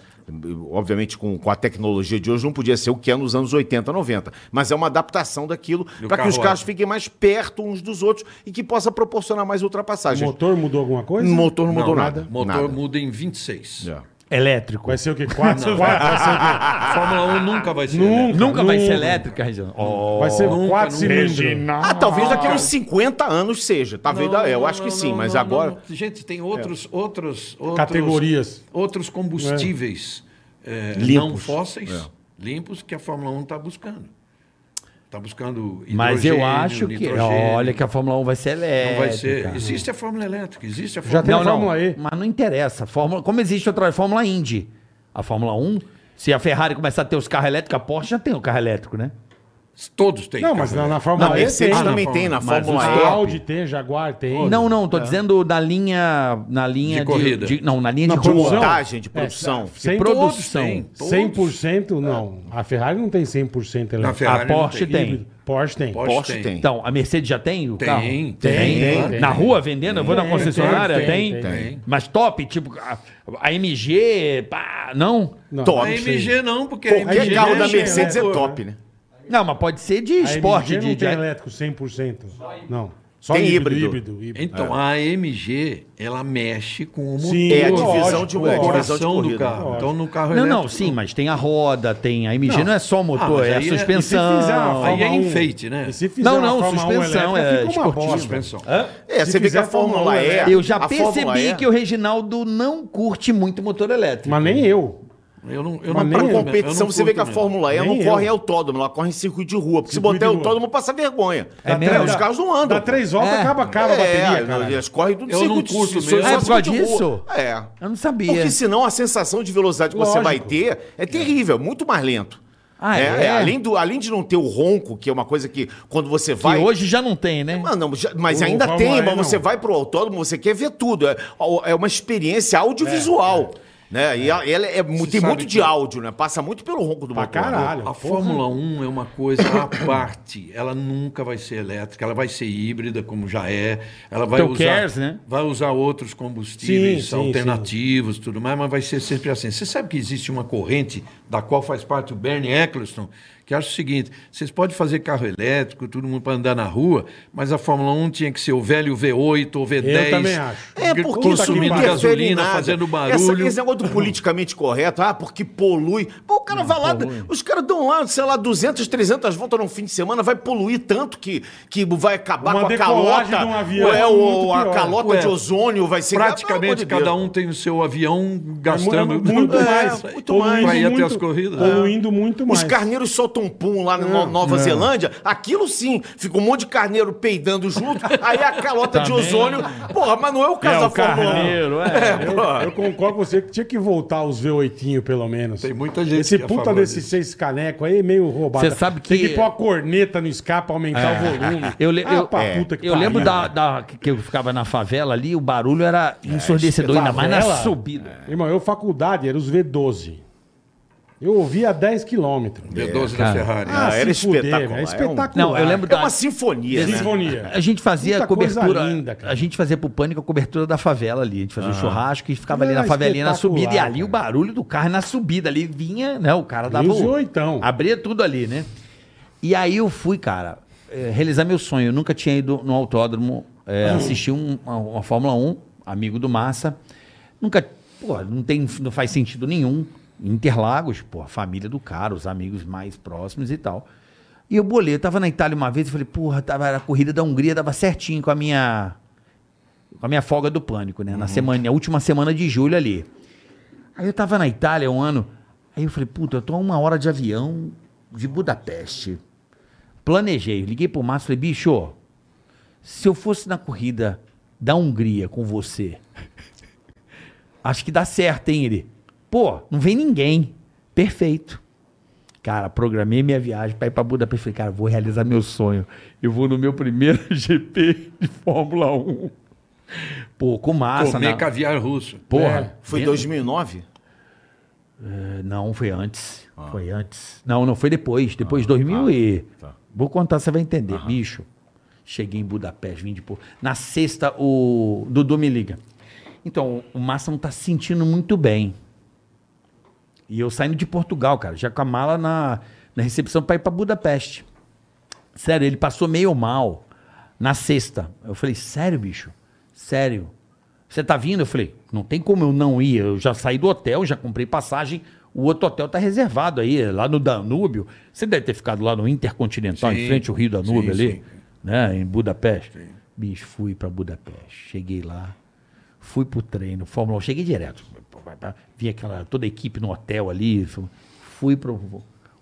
obviamente com, com a tecnologia de hoje, não podia ser o que é nos anos 80, 90. Mas é uma adaptação daquilo
E o
para que os
carro
carros
asa.
fiquem mais perto uns dos outros e que possa proporcionar mais
O
ultrapassagens.
motor é. mudou alguma coisa?
O motor não mudou nada.
Motor
nada.
muda em 26.
É.
Elétrico.
Vai ser o quê? Quatro? quatro vai ser o quê?
A Fórmula 1 nunca vai ser.
Nunca.
elétrica.
Nunca vai ser
Nunca.
elétrica, Reginaldo. Oh.
Vai ser
nunca,
quatro
nunca.
cilindros.
Ah, talvez daqui a uns 50 anos seja. Talvez,
Não,
ah, eu
não,
acho que
não,
sim,
não,
mas
não,
agora. É.
não. Gente, tem outros, outros, outros.
Categorias.
Outros combustíveis eh,
Limpos. É.
não fósseis, limpos, que a Fórmula 1 está buscando. Está buscando hidrogênio,
Mas eu acho que.
nitrogênio.
Olha, que é, a Fórmula 1 vai ser elétrica.
Não vai ser. Existe a Fórmula Elétrica, existe a
Já
Fórmula um.
tem
Não,
a
não.
Fórmula E.
Mas não interessa. Fórmula, como existe outra Fórmula Indy? A Fórmula 1, se a Ferrari começar a ter os carros elétricos, a Porsche já tem o carro elétrico, né?
Todos têm.
Não, mas
carro
na, na
elétrico.
Fórmula
Não,
E.
Mercedes
tem,
também
na
tem na Fórmula
Fórmula
E.
E. Audi tem, Jaguar tem.
é Não, não, tô dizendo na linha. Na linha
De corrida.
não, na linha
Na
de
De
produção.
produção.
montagem, de tá, produção.
Cem-
produção. É.
Todos têm, todos.
100% não. A Ferrari não tem 100%
Na
elétrico.
Ferrari
A Porsche
não
tem.
Híbrido. Porsche tem.
Porsche,
Porsche
tem.
tem.
Então, a Mercedes já tem o carro?
tem,
tem,
claro.
Na rua vendendo? eu vou na
Tem,
concessionária? Tem?
tem, tem,
tem.
Mas top, tipo, a, a MG, pá, não?
Não,
Top.
A MG não, porque a
Qualquer
MG
carro
é
da
elétrica.
Mercedes é
elétrico,
top, né?
Não, mas pode ser de
A AMG
esporte,
não
de,
tem
de-
elétrico 100%. Não. Só
Tem
híbrido. híbrido.
Então, a AMG, ela mexe com o motor.
Sim,
É a
Lógico,
divisão de,
o
lógico.
é a divisão de
coração do
corrida.
carro. Então, no carro
Não, não,
elétrico-
sim, mas tem a roda, tem a MG, não, é só motor,
mas
é a
aí é-
E se
suspensão.
fizer uma
Aí é
Fórmula 1,
enfeite, né?
e se fizer
Não,
uma
não,
Fórmula 1
suspensão,
elétrica,
é
fica uma
esportiva.
bosta.
Suspensão.
É,
Se
você vê que
fizer
a Fórmula
Fórmula E,
E.
Eu já
É, a Fórmula é.
percebi
E-
que o Reginaldo não curte muito motor elétrico.
Mas nem eu.
Eu não, eu
Mas
não
nem
Pra
eu.
competição, você vê que a Fórmula E não
Nem
corre em
eu.
autódromo, ela corre em circuito de rua. Porque se
Circuito
botar em
de rua.
autódromo, passa vergonha.
É
Dá
mesmo?
três- Os carros não andam.
Dá três voltas,
É.
acaba, acaba a bateria, cara.
É, eles correm do
Eu não curto mesmo.
só- só
É por
circuito
causa
de rua.
disso?
É.
Eu não sabia.
Porque senão a sensação de velocidade que você vai
Lógico.
ter é terrível, muito mais lento.
Ah, é?
além, do, além de não ter o ronco, que é uma coisa que quando você vai.
Que hoje já não tem, né?
Ah, não, já- mas
O
ainda
Fórmula
tem,
E
mas
não.
você vai pro autódromo, você quer ver tudo. É, é uma experiência audiovisual. Né? E a- ela é, mu-
Você
tem
sabe
muito de
que-
áudio, né? Passa muito pelo ronco do
Pra
motor. né?
caralho.
A Fórmula 1 é uma coisa à parte. Ela nunca vai ser elétrica, ela vai ser híbrida, como já é. Ela vai
Então,
usar.
cares, né?
Vai usar outros combustíveis
Sim, sim,
alternativos tudo mais, mas vai ser sempre assim. Você sabe que existe uma corrente da qual faz parte o Bernie Eccleston, que acha o seguinte: vocês podem fazer carro elétrico, todo mundo para andar na rua, mas a Fórmula 1 tinha que ser o velho V8 ou V10.
Eu também acho.
É
Puta que
porque isso não
consumindo
pariu.
interfere em
gasolina,
nada.
fazendo
Essa,
barulho.
esse é negócio do politicamente correto, ah, porque polui. Pô, o cara vai lá, os caras dão lá, sei lá, 200, 300 voltas num fim de semana, vai poluir tanto que, que vai acabar
Uma
com a
decolagem
calota.
de um avião
ou é,
é
ou
muito
a
pior.
calota
Ué,
de ozônio vai ser...
Praticamente
Ah, pelo amor de
cada
Deus.
um tem o seu avião gastando
Muito, muito
É,
mais. É.
Muito mais. Pra ir até as corridas.
Poluindo muito mais.
Os carneiros soltam um pum lá na No- Nova Zelândia, aquilo sim, fica um monte de carneiro peidando junto, aí a calota de ozônio. Porra, mas não é o caso
É,
da
o
Fórmula 1.
carneiro, é.
Eu,
Ah.
eu concordo com você que tinha que voltar os V8, pelo menos.
Tem muita gente
Esse
que é a
puta
favor
desses
disso.
seis caneco aí, meio roubado.
Você sabe
Tem
que- É.
que pôr a corneta no escape pra aumentar o volume.
Eu, le-
Ah,
eu-
pra
é.
puta que
Eu
pariu.
lembro da, da- que eu ficava na favela ali, o barulho era ensurdecedor, ainda mais na
favela?
subida.
É. Irmão, eu faculdade, era os V12. Eu ouvia a 10 quilômetros.
V12
É, cara.
É. da Ferrari. né?
Ah,
se
era
fuder,
espetacular,
velho,
é um-
espetacular.
Não, eu lembro
É
da.
uma sinfonia, né?
Sinfonia.
A gente fazia
Puta É. coisa
cobertura.
linda, cara.
a gente fazia pro pânico a cobertura da favela ali. A gente fazia um churrasco e ficava ali
Era
na favelinha na
espetacular,
subida. E ali
cara.
o barulho do carro na subida ali vinha, né? O cara dava.
Vinha os
o-
oitão.
Abria tudo ali, né? E aí eu fui, cara, eh, realizar meu sonho. Eu nunca tinha ido no autódromo eh,
Uhum.
assistir um- uma, uma Fórmula 1, amigo do Massa. Nunca. Pô, não, tem, não faz sentido nenhum. Interlagos, pô, a família do cara, os amigos mais próximos e tal. E eu bolei, eu tava na Itália uma vez e falei, porra, tava, era a corrida da Hungria dava certinho com a minha com a minha folga do pânico,
Uhum.
né? Na semana, na última semana de julho ali. Aí eu tava na Itália um ano, aí eu falei, puta, eu tô a uma hora de avião de Budapeste. Planejei, liguei pro Márcio e falei, bicho, se eu fosse na corrida da Hungria com você, acho que dá certo, hein, ele? Pô, não vem ninguém. Perfeito. Cara, programei minha viagem pra ir pra Budapeste. Falei, cara, vou realizar meu sonho. Eu vou no meu primeiro GP de Fórmula 1. Pô, com massa,
Comer É.
né?
caviar russo.
Porra.
Foi em 2009?
Eh, Não, foi antes. Foi antes. Não, não foi depois. Depois, 2000 e... Vou contar, você vai entender. Bicho, cheguei em Budapeste, vim de... Por... Na sexta, o Dudu me liga. Então, o Massa não tá se sentindo muito bem. E eu saindo de Portugal, cara, já com a mala na, na recepção pra ir pra Budapeste. Sério, ele passou meio mal na sexta. Eu falei, sério, bicho? Sério. Você tá vindo? Eu falei, não tem como eu não ir. Eu já saí do hotel, já comprei passagem. O outro hotel tá reservado aí, lá no Danúbio. Você deve ter ficado lá no Intercontinental,
Sim.
em frente ao Rio Danúbio
Sim,
ali,
sim.
né? Em Budapeste. Bicho, fui pra Budapeste. Cheguei lá, fui pro treino, Fórmula 1. Cheguei direto. Vi aquela, toda a equipe no hotel ali. Fui pro...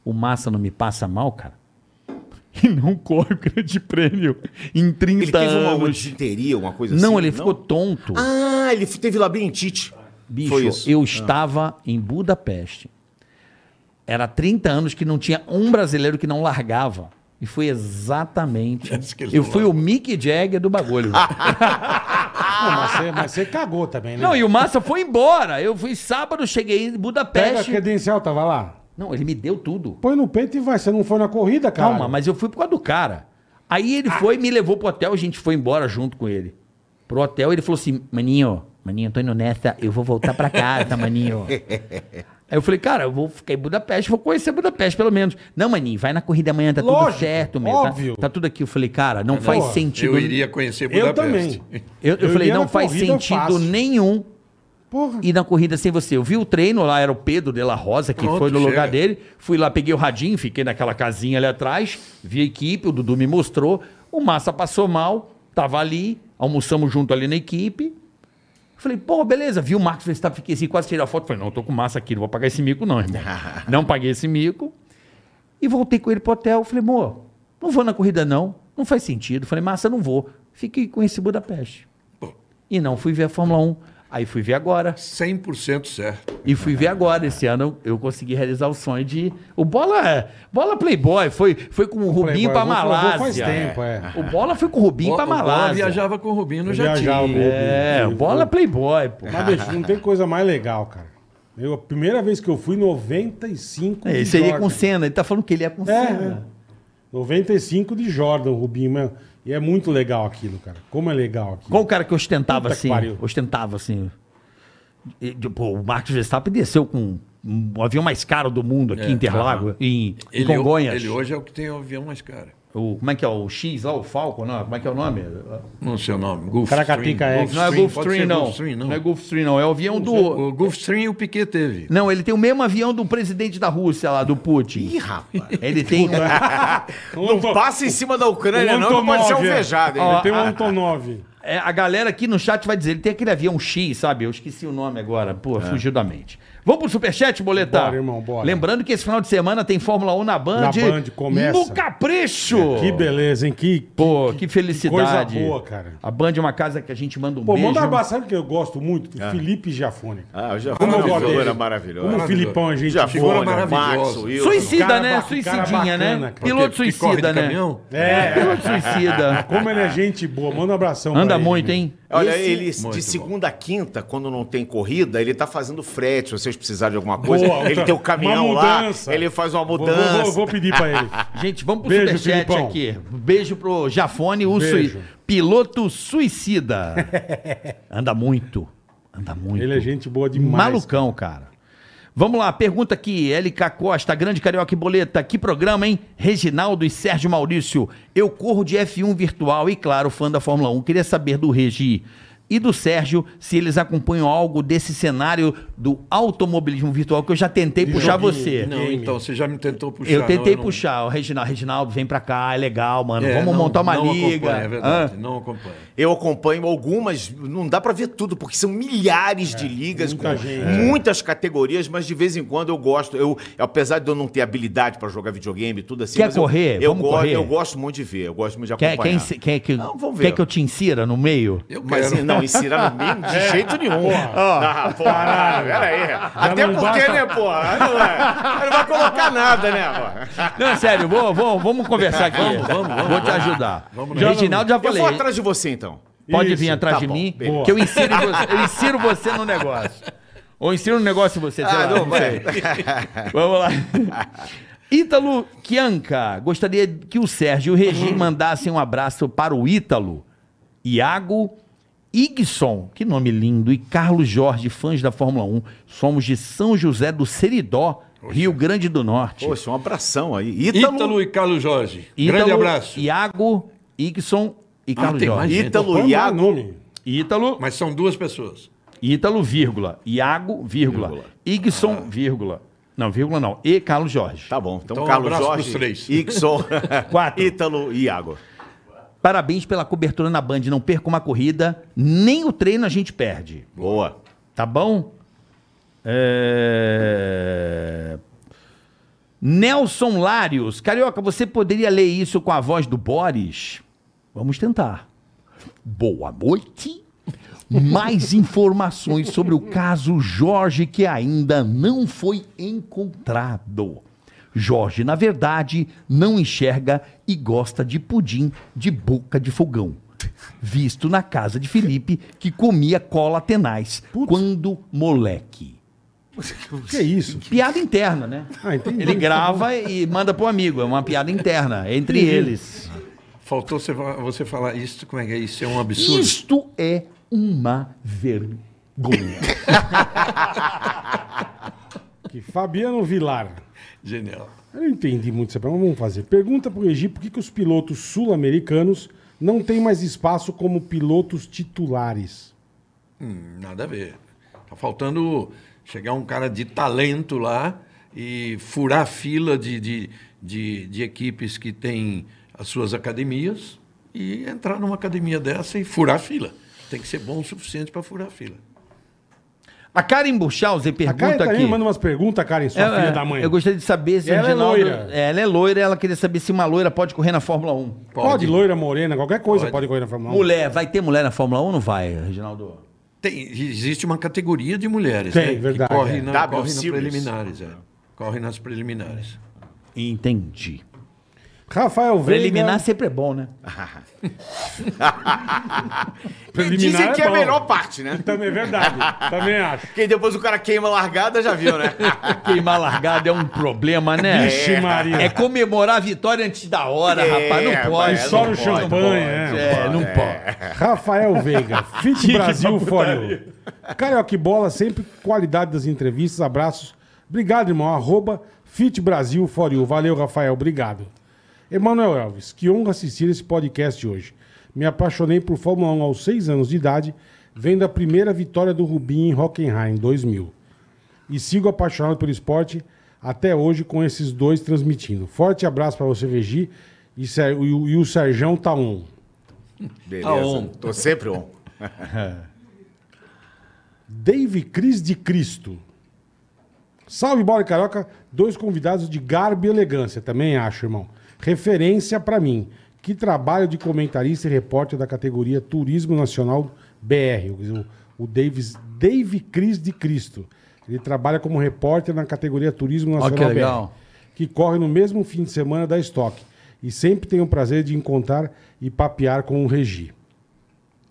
O Massa não me passa mal, cara e não corre o grande prêmio em 30
Ele teve um uma, uma
anos.
disenteria, uma coisa assim?
Não, ele ficou tonto.
Ah, ele teve labirintite.
Bicho,
Foi isso. Ah.
eu estava em Budapeste. Era 30 anos que não tinha um brasileiro que não largava. E foi exatamente.
Parece que ele
Eu
não
fui o Mick Jagger do bagulho.
Não, Ah, mas, você, mas você cagou também, né?
não, e o Massa foi embora. Eu fui sábado, cheguei em
Pega a
Budapeste.
credencial, tava lá.
Não, ele me deu tudo.
Põe no peito e vai. Você não foi na corrida, cara.
Calma, mas eu fui por causa do cara. Aí
Ah.
ele foi, me levou pro hotel, a gente foi embora junto com ele. Pro hotel, ele falou assim, maninho, maninho, tô indo nessa, eu vou voltar pra casa, maninho. Aí eu falei, cara, eu vou ficar em Budapeste, vou conhecer Budapeste pelo menos. Não, maninho, vai na corrida amanhã, tá tudo
Lógico,
certo, meu. tá-
óbvio.
Tá, tudo aqui. Eu falei, cara, não faz
porra,
sentido.
Eu iria conhecer
Eu
Budapeste.
também.
Eu, eu
eu
falei,
iria
não
na
faz
corrida
sentido
fácil.
nenhum
Porra.
ir na corrida sem você. Eu vi o treino lá, era o Pedro de la Rosa, que
Pronto,
foi no
chega.
lugar dele. Fui lá, peguei o radinho, fiquei naquela casinha ali atrás, vi a equipe, o Dudu me mostrou. O Massa passou mal, tava ali, almoçamos junto ali na equipe. Falei, pô, beleza, vi o Marcos Verstappen, fiquei assim, quase tirei a foto. Falei, não, tô com massa aqui, não vou pagar esse mico, não, irmão. não paguei esse mico. E voltei com ele pro hotel. Falei, amor, não vou na corrida, não. Não faz sentido. Falei, massa, não vou. Fiquei com esse Budapeste. E não fui ver a Fórmula 1. Aí fui ver agora.
100% certo.
E fui ver agora. Esse ano eu consegui realizar o sonho de. O Bola. é, Bola Playboy. Foi, foi com o Rubinho
Playboy,
pra
eu vou- eu vou
Malásia.
faz tempo, é.
O Bola foi com o Rubinho
Bo-
pra
o Bola
Malásia.
viajava com o Rubinho no
Eu
jatinho.
viajava com o Rubinho.
É, o Bola Playboy, pô.
Mas, bicho, não tem coisa mais legal, cara. Eu, a primeira vez que eu fui, 95
É,
de
Isso aí é
Jordan.
com cena. Ele tá falando que ele é com
É,
cena.
né? 95 de Jordan, Rubinho. meu. E é muito legal aquilo, cara. Como é legal aquilo.
Qual o cara que ostentava
Puta que
assim?
pariu.
ostentava assim. E, de- pô, o Marcos Verstappen desceu com o avião mais caro do mundo aqui, em Interlago, em, em
É, Ele,
Congonhas.
ele hoje é o que tem o avião mais caro.
O, como é que é? O X lá, o Falcon, não? Como é que é o nome?
Não sei o nome. Gulfstream.
Caracatica é-
Não é
Gulfstream, pode
Gulfstream,
ser
não.
Gulfstream,
Não é Gulfstream, não. É o avião do.
O Gulfstream o Piquet teve.
Não, ele tem o mesmo avião do presidente da Rússia lá, do Putin.
Ih, rapaz.
Ele tem.
Não passa em cima da
né?
Ucrânia,
O
não, que pode ser
Antonov, é.
alvejado. hein?
Ele tem um
ah,
Antonov.
É, a galera aqui no chat vai dizer, ele tem aquele avião X, sabe? Eu esqueci o nome agora, pô, fugiu da mente. Vamos pro Superchat, Boletar?
É. Bora, irmão, bora.
Lembrando que esse final de semana tem Fórmula 1 na Band.
Na Band, começa. É,
No Capricho!
Que beleza, hein? Que,
Pô, que felicidade.
coisa boa, cara.
A Band é uma casa que a gente manda um
Pô,
beijo.
manda um abraço. Sabe que eu gosto muito? Do Felipe Giafone.
Ah, já
Como eu gosto
figura
dele.
maravilhosa.
Como o Filipão, é gente.
Já
boa.
figura
maravilhosa.
Max, Wilson.
Suicida,
Cara
né?
ba- cara
Suicidinha,
bacana,
né?
cara.
Piloto
Porque corre
suicida,
de
né?
caminhão?
É,
Piloto suicida.
como
Ah,
ele é gente boa. Manda um abração. pra
Anda
ele,
muito,
meu.
hein?
Olha,
Esse-
ele
Muito
de
bom.
segunda a quinta, quando não tem corrida, ele tá fazendo frete. Se vocês precisarem de alguma coisa,
Boa,
ele
outra-
tem o caminhão
uma
lá,
mudança.
ele faz uma
Vou- vou-
mudança.
Vou, vou pedir pra ele.
Gente, vamos pro
Beijo,
Superchat
Filipão.
aqui. Beijo pro Jafone, o sui-
Beijo.
piloto suicida. Anda muito. Anda muito.
Ele é gente boa demais.
Malucão, cara. Vamos lá, pergunta aqui, LK Costa, grande carioca e boleta, que programa, hein? Reginaldo e Sérgio Maurício, eu corro de F1 virtual e, claro, fã da Fórmula 1. Queria saber do Regi e do Sérgio se eles acompanham algo desse cenário do automobilismo virtual, que eu já tentei puxar
joguinho,
você.
né?
Não,
Game.
então, você já me tentou puxar.
Eu tentei
não, não-
puxar o Reginaldo. Reginaldo, vem pra cá, é legal, mano.
É,
Vamos
não-
montar uma
não
liga.
acompanha, é verdade, não acompanha.
Eu acompanho algumas, não dá pra ver tudo, porque são milhares
É,
de ligas
muita
com
gente.
muitas categorias, mas de vez em quando eu gosto. Eu, apesar de eu não ter habilidade pra jogar videogame e tudo assim,
Quer
mas eu-
correr?
Eu,
Vamos
gosto-
correr?
eu gosto muito de ver, eu gosto muito de
Quer,
acompanhar.
quer, ensi- quer que,
Não, vamos ver.
quer que eu te insira no meio?
Eu
Mas
quero.
assim, não, ensinar no mínimo, de jeito nenhum.
Porra.
Ah, porra, peraí. Até
não
porque,
basta-
né, porra? Não, vai- não vai colocar nada, né, porra?
Não, é sério, vou, vou- vamos conversar aqui.
Vamos, vamos, vamos.
vou te ajudar.
Vamos
Reginaldo já
Eu
falei.
vou atrás de você, então.
Pode
Isso,
vir atrás
tá
de
bom,
mim,
beleza.
que eu ensino, você, eu ensino você no negócio. Ou ensino um negócio em você, sei lá, não sei. Vamos lá. Ítalo Kianca, gostaria que o Sérgio e o Regi mandassem um abraço para o Ítalo, Iago Igson, que nome lindo, e Carlos Jorge, fãs da Fórmula 1. Somos de São José do Seridó, Rio Grande do Norte.
Poxa, um abração aí. Ítalo,
Ítalo e Carlos Jorge.
Ítalo,
Grande abraço.
Iago Igson e Carlos
tem mais
Jorge.
gente.
Ítalo
Vamos
e
dar é nome.
Ítalo
Mas são duas pessoas.
Ítalo, vírgula. Iago, vírgula. Igson, vírgula. Não, vírgula não. E Carlos Jorge.
Tá bom. Então,
Então, um
Carlos
abraço
Jorge,
pros três.
Ixon,
Quatro.
Ítalo e Iago.
Parabéns pela cobertura na Band. Não perca uma corrida, nem o treino a gente perde.
Boa.
Tá bom? É... Nelson Lários. Carioca, você poderia ler isso com a voz do Boris? Vamos tentar. Boa noite. Mais informações sobre o caso Jorge que ainda não foi encontrado. Jorge, na verdade, não enxerga e gosta de pudim de boca de fogão. Visto na casa de Felipe, que comia cola tenaz quando moleque.
Que isso?
Piada interna, né?
Ah, entendi.
Ele grava e manda pro amigo. É uma piada interna entre eles.
Faltou você fa- você falar isso, como é que é? Isso é um absurdo.
Isto é uma vergonha.
Que Fabiano Vilar.
Genial.
Eu não entendi muito essa pergunta, mas vamos fazer. Pergunta pro Regi por que, que os pilotos sul-americanos não têm mais espaço como pilotos titulares.
Hum, nada a ver. Tá faltando chegar um cara de talento lá e furar a fila de, de, de, de equipes que têm as suas academias e entrar numa academia dessa e furar a fila. Tem que ser bom o suficiente para furar a fila.
A Karen Burchauser
A Karen
pergunta
tá
aqui.
aí, manda umas perguntas, Karen, sua
Eu-
filha
eu-
da mãe.
Eu gostaria de saber se
Ela é
Reginaldo-
loira.
Ela é loira, ela queria saber se uma loira pode correr na Fórmula 1.
Pode, loira, morena, qualquer coisa pode, correr na Fórmula 1.
Mulher, vai ter mulher na Fórmula 1 ou não vai, Reginaldo?
Tem, existe uma categoria de mulheres
Tem,
né,
verdade,
que corre,
é.
na,
W
corre nas
Series.
preliminares. É. Corre nas preliminares.
Entendi.
Rafael Veiga.
Preliminar sempre é bom, né?
E dizem
Preliminar
que é a
bom.
melhor parte, né?
Também é verdade. Também acho.
Porque depois o cara queima a largada, já viu, né?
Queimar largada é um problema, né?
Vixe, Maria.
É comemorar a vitória antes da hora,
É,
rapaz. Não pode.
rapaz,
E só no
não pode,
champanhe,
não
é.
É, não pode.
Rafael Veiga, Fit Brasil Fórum. Carioca e Bola, sempre qualidade das entrevistas, abraços. Obrigado, irmão. Arroba Fit Brasil For You. Valeu, Rafael. Obrigado. Emanuel Elves, que honra assistir esse podcast hoje. Me apaixonei por Fórmula 1 aos seis anos de idade, vendo a primeira vitória do Rubinho em Hockenheim, 2000. E sigo apaixonado pelo esporte até hoje com esses dois transmitindo. Forte abraço para você, Regi, e, Ser- e o- e o Serjão tá on.
Beleza.
on.
Tô sempre Tá on.
Dave Cris de Cristo. Salve, Bola e Caroca. Dois convidados de garbo e elegância, também acho, irmão. Referência pra mim. Que trabalho de comentarista e repórter da categoria Turismo Nacional BR. O, o Davis, Dave Cris de Cristo. Ele trabalha como repórter na categoria Turismo
Ó, que
Nacional
legal.
BR que corre no mesmo fim de semana da Stock. E sempre tenho o prazer de encontrar e papear com o Regi.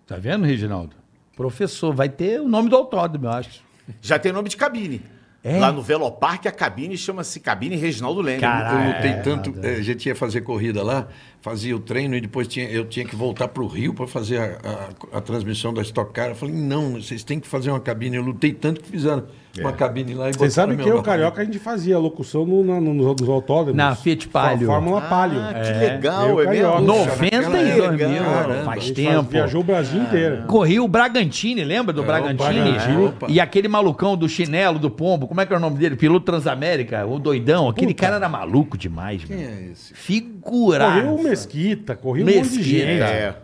Tá vendo, Reginaldo? Professor, vai ter o nome do autódromo, eu acho.
Já tem nome de cabine.
É?
Lá no Velopark, a cabine chama-se Cabine Reginaldo Leme.
Caraca.
Eu
Ah,
lutei
é,
tanto.
nada.
eh, a gente ia fazer corrida lá, fazia o treino e depois tinha- eu tinha que voltar para o Rio para fazer a, a- a transmissão da Stock Car. Eu falei, não, vocês têm que fazer uma cabine. Eu lutei tanto que fizeram uma cabine lá e
Você sabe que
meu
eu,
nome.
Carioca, a gente fazia locução no, na- no- nos autódromos.
Na Fiat Palio.
Fórmula Palio.
Ah, que legal,
Meu
é mesmo?
Carioca.
Novo.
92
naquela
mil,
época,
caramba.
A
faz
gente
tempo.
faz- Viajou o
Ah,
Brasil inteiro.
Corria o Bragantini, lembra do Bragantini?
Bragantini.
Opa. E aquele malucão do chinelo, do pombo, como é que era o nome dele? Piloto Transamérica, o doidão. Aquele cara era maluco demais,
Quem
mano.
é esse?
Figuraça.
Correu o Mesquita, correu um monte de
Mesquita.
gente.
É.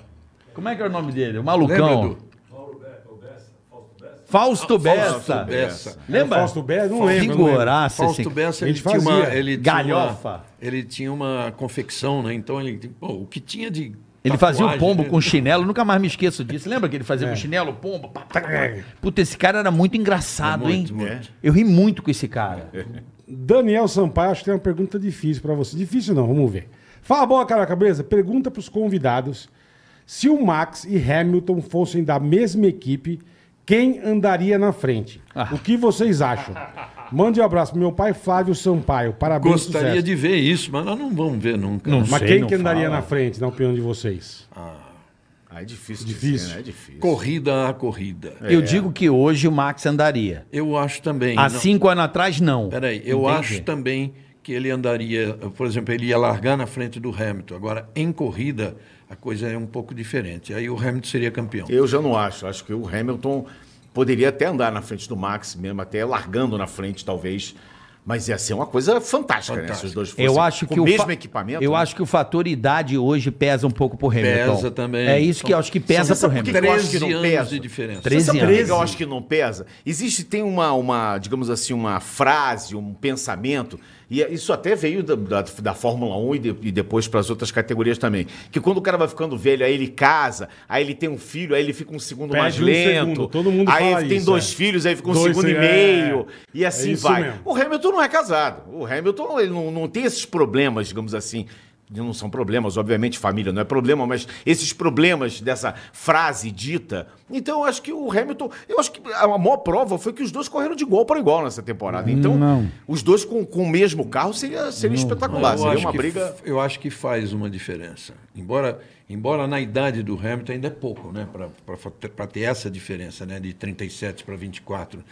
Como é que era o nome dele? O
Lembra,
malucão.
Edu?
Fausto
Fausto
Bessa.
Bessa.
Lembra?
Fausto Bessa, não lembro. não lembro.
Figuraça. esse
Fausto Bessa,
A
ele
gente
tinha uma...
fazia.
Ele tinha uma-
Galhofa.
ele tinha uma confecção, né? Então, ele, pô, o que tinha de...
Ele fazia o
tatuagem,
pombo
né?
com chinelo, nunca mais me esqueço disso. Lembra que ele fazia com chinelo, o pombo? pá,
Tá,
pá, pá.
é.
Puta, esse cara era muito engraçado,
é Muito,
hein?
muito.
Eu ri muito com esse cara.
Daniel Sampaio, acho que tem uma pergunta difícil pra você. Difícil não, vamos ver. Fala boa, Carioca, beleza? Pergunta pros convidados Se o Max e Hamilton fossem da mesma equipe, quem andaria na frente?
Ah.
O que vocês acham? Mande um abraço pro meu pai Flávio Sampaio. Parabéns,
Gostaria
sucesso.
de ver isso, mas nós não vamos ver nunca.
Não.
Mas
Sei,
quem que andaria
fala.
na frente, na opinião de vocês?
Ah, é difícil,
Difícil.
dizer, né? É difícil.
Corrida a corrida.
Eu digo que hoje o Max andaria.
Eu acho também.
Há
não-
cinco anos atrás, não.
Peraí, eu
Entende?
acho também que tá ele andaria, por exemplo, ele ia largar na frente do Hamilton. Agora, em corrida, a coisa é um pouco diferente. Aí o Hamilton seria campeão.
Eu já não acho. Acho que o Hamilton poderia até andar na frente do Max, mesmo até largando na frente, talvez. Mas ia ser uma coisa fantástica, né? Se os dois fossem
Eu acho
com
que
o
o
mesmo
fa-
equipamento.
Eu
né?
acho que o fator idade hoje pesa um pouco pro Hamilton.
Pesa também.
É isso que eu acho que pesa
Você sabe
pro
por que
Hamilton.
que eu acho que
13
não
anos
pesa?
de diferença.
Você sabe por que
13
eu acho que não pesa? Existe, tem uma, uma, digamos assim, uma frase, um pensamento, e é, isso até veio da, da, da Fórmula 1 e, de- e depois para as outras categorias também, que quando o cara vai ficando velho, aí ele casa, aí ele tem um filho, aí ele fica um segundo
Perde
mais
um
lento,
segundo, todo mundo
aí
fala
tem
isso,
dois
é.
filhos, aí fica um
Dois,
segundo e
é.
meio, e assim
É isso
vai.
mesmo.
O Hamilton não é casado. O Hamilton ele não, não tem esses problemas, digamos assim. Não são problemas, obviamente, família não é problema, mas esses problemas dessa frase dita. Então, eu acho que o Hamilton. Eu acho que a maior prova foi que os dois correram de igual para igual nessa temporada. Então,
Não.
os dois com, com o mesmo carro seria, seria espetacular.
Eu
Seria
acho
uma
que
briga.
f- Eu acho que faz uma diferença. Embora, embora na idade do Hamilton ainda é pouco, né? Para ter essa diferença, né? De 37 para 24.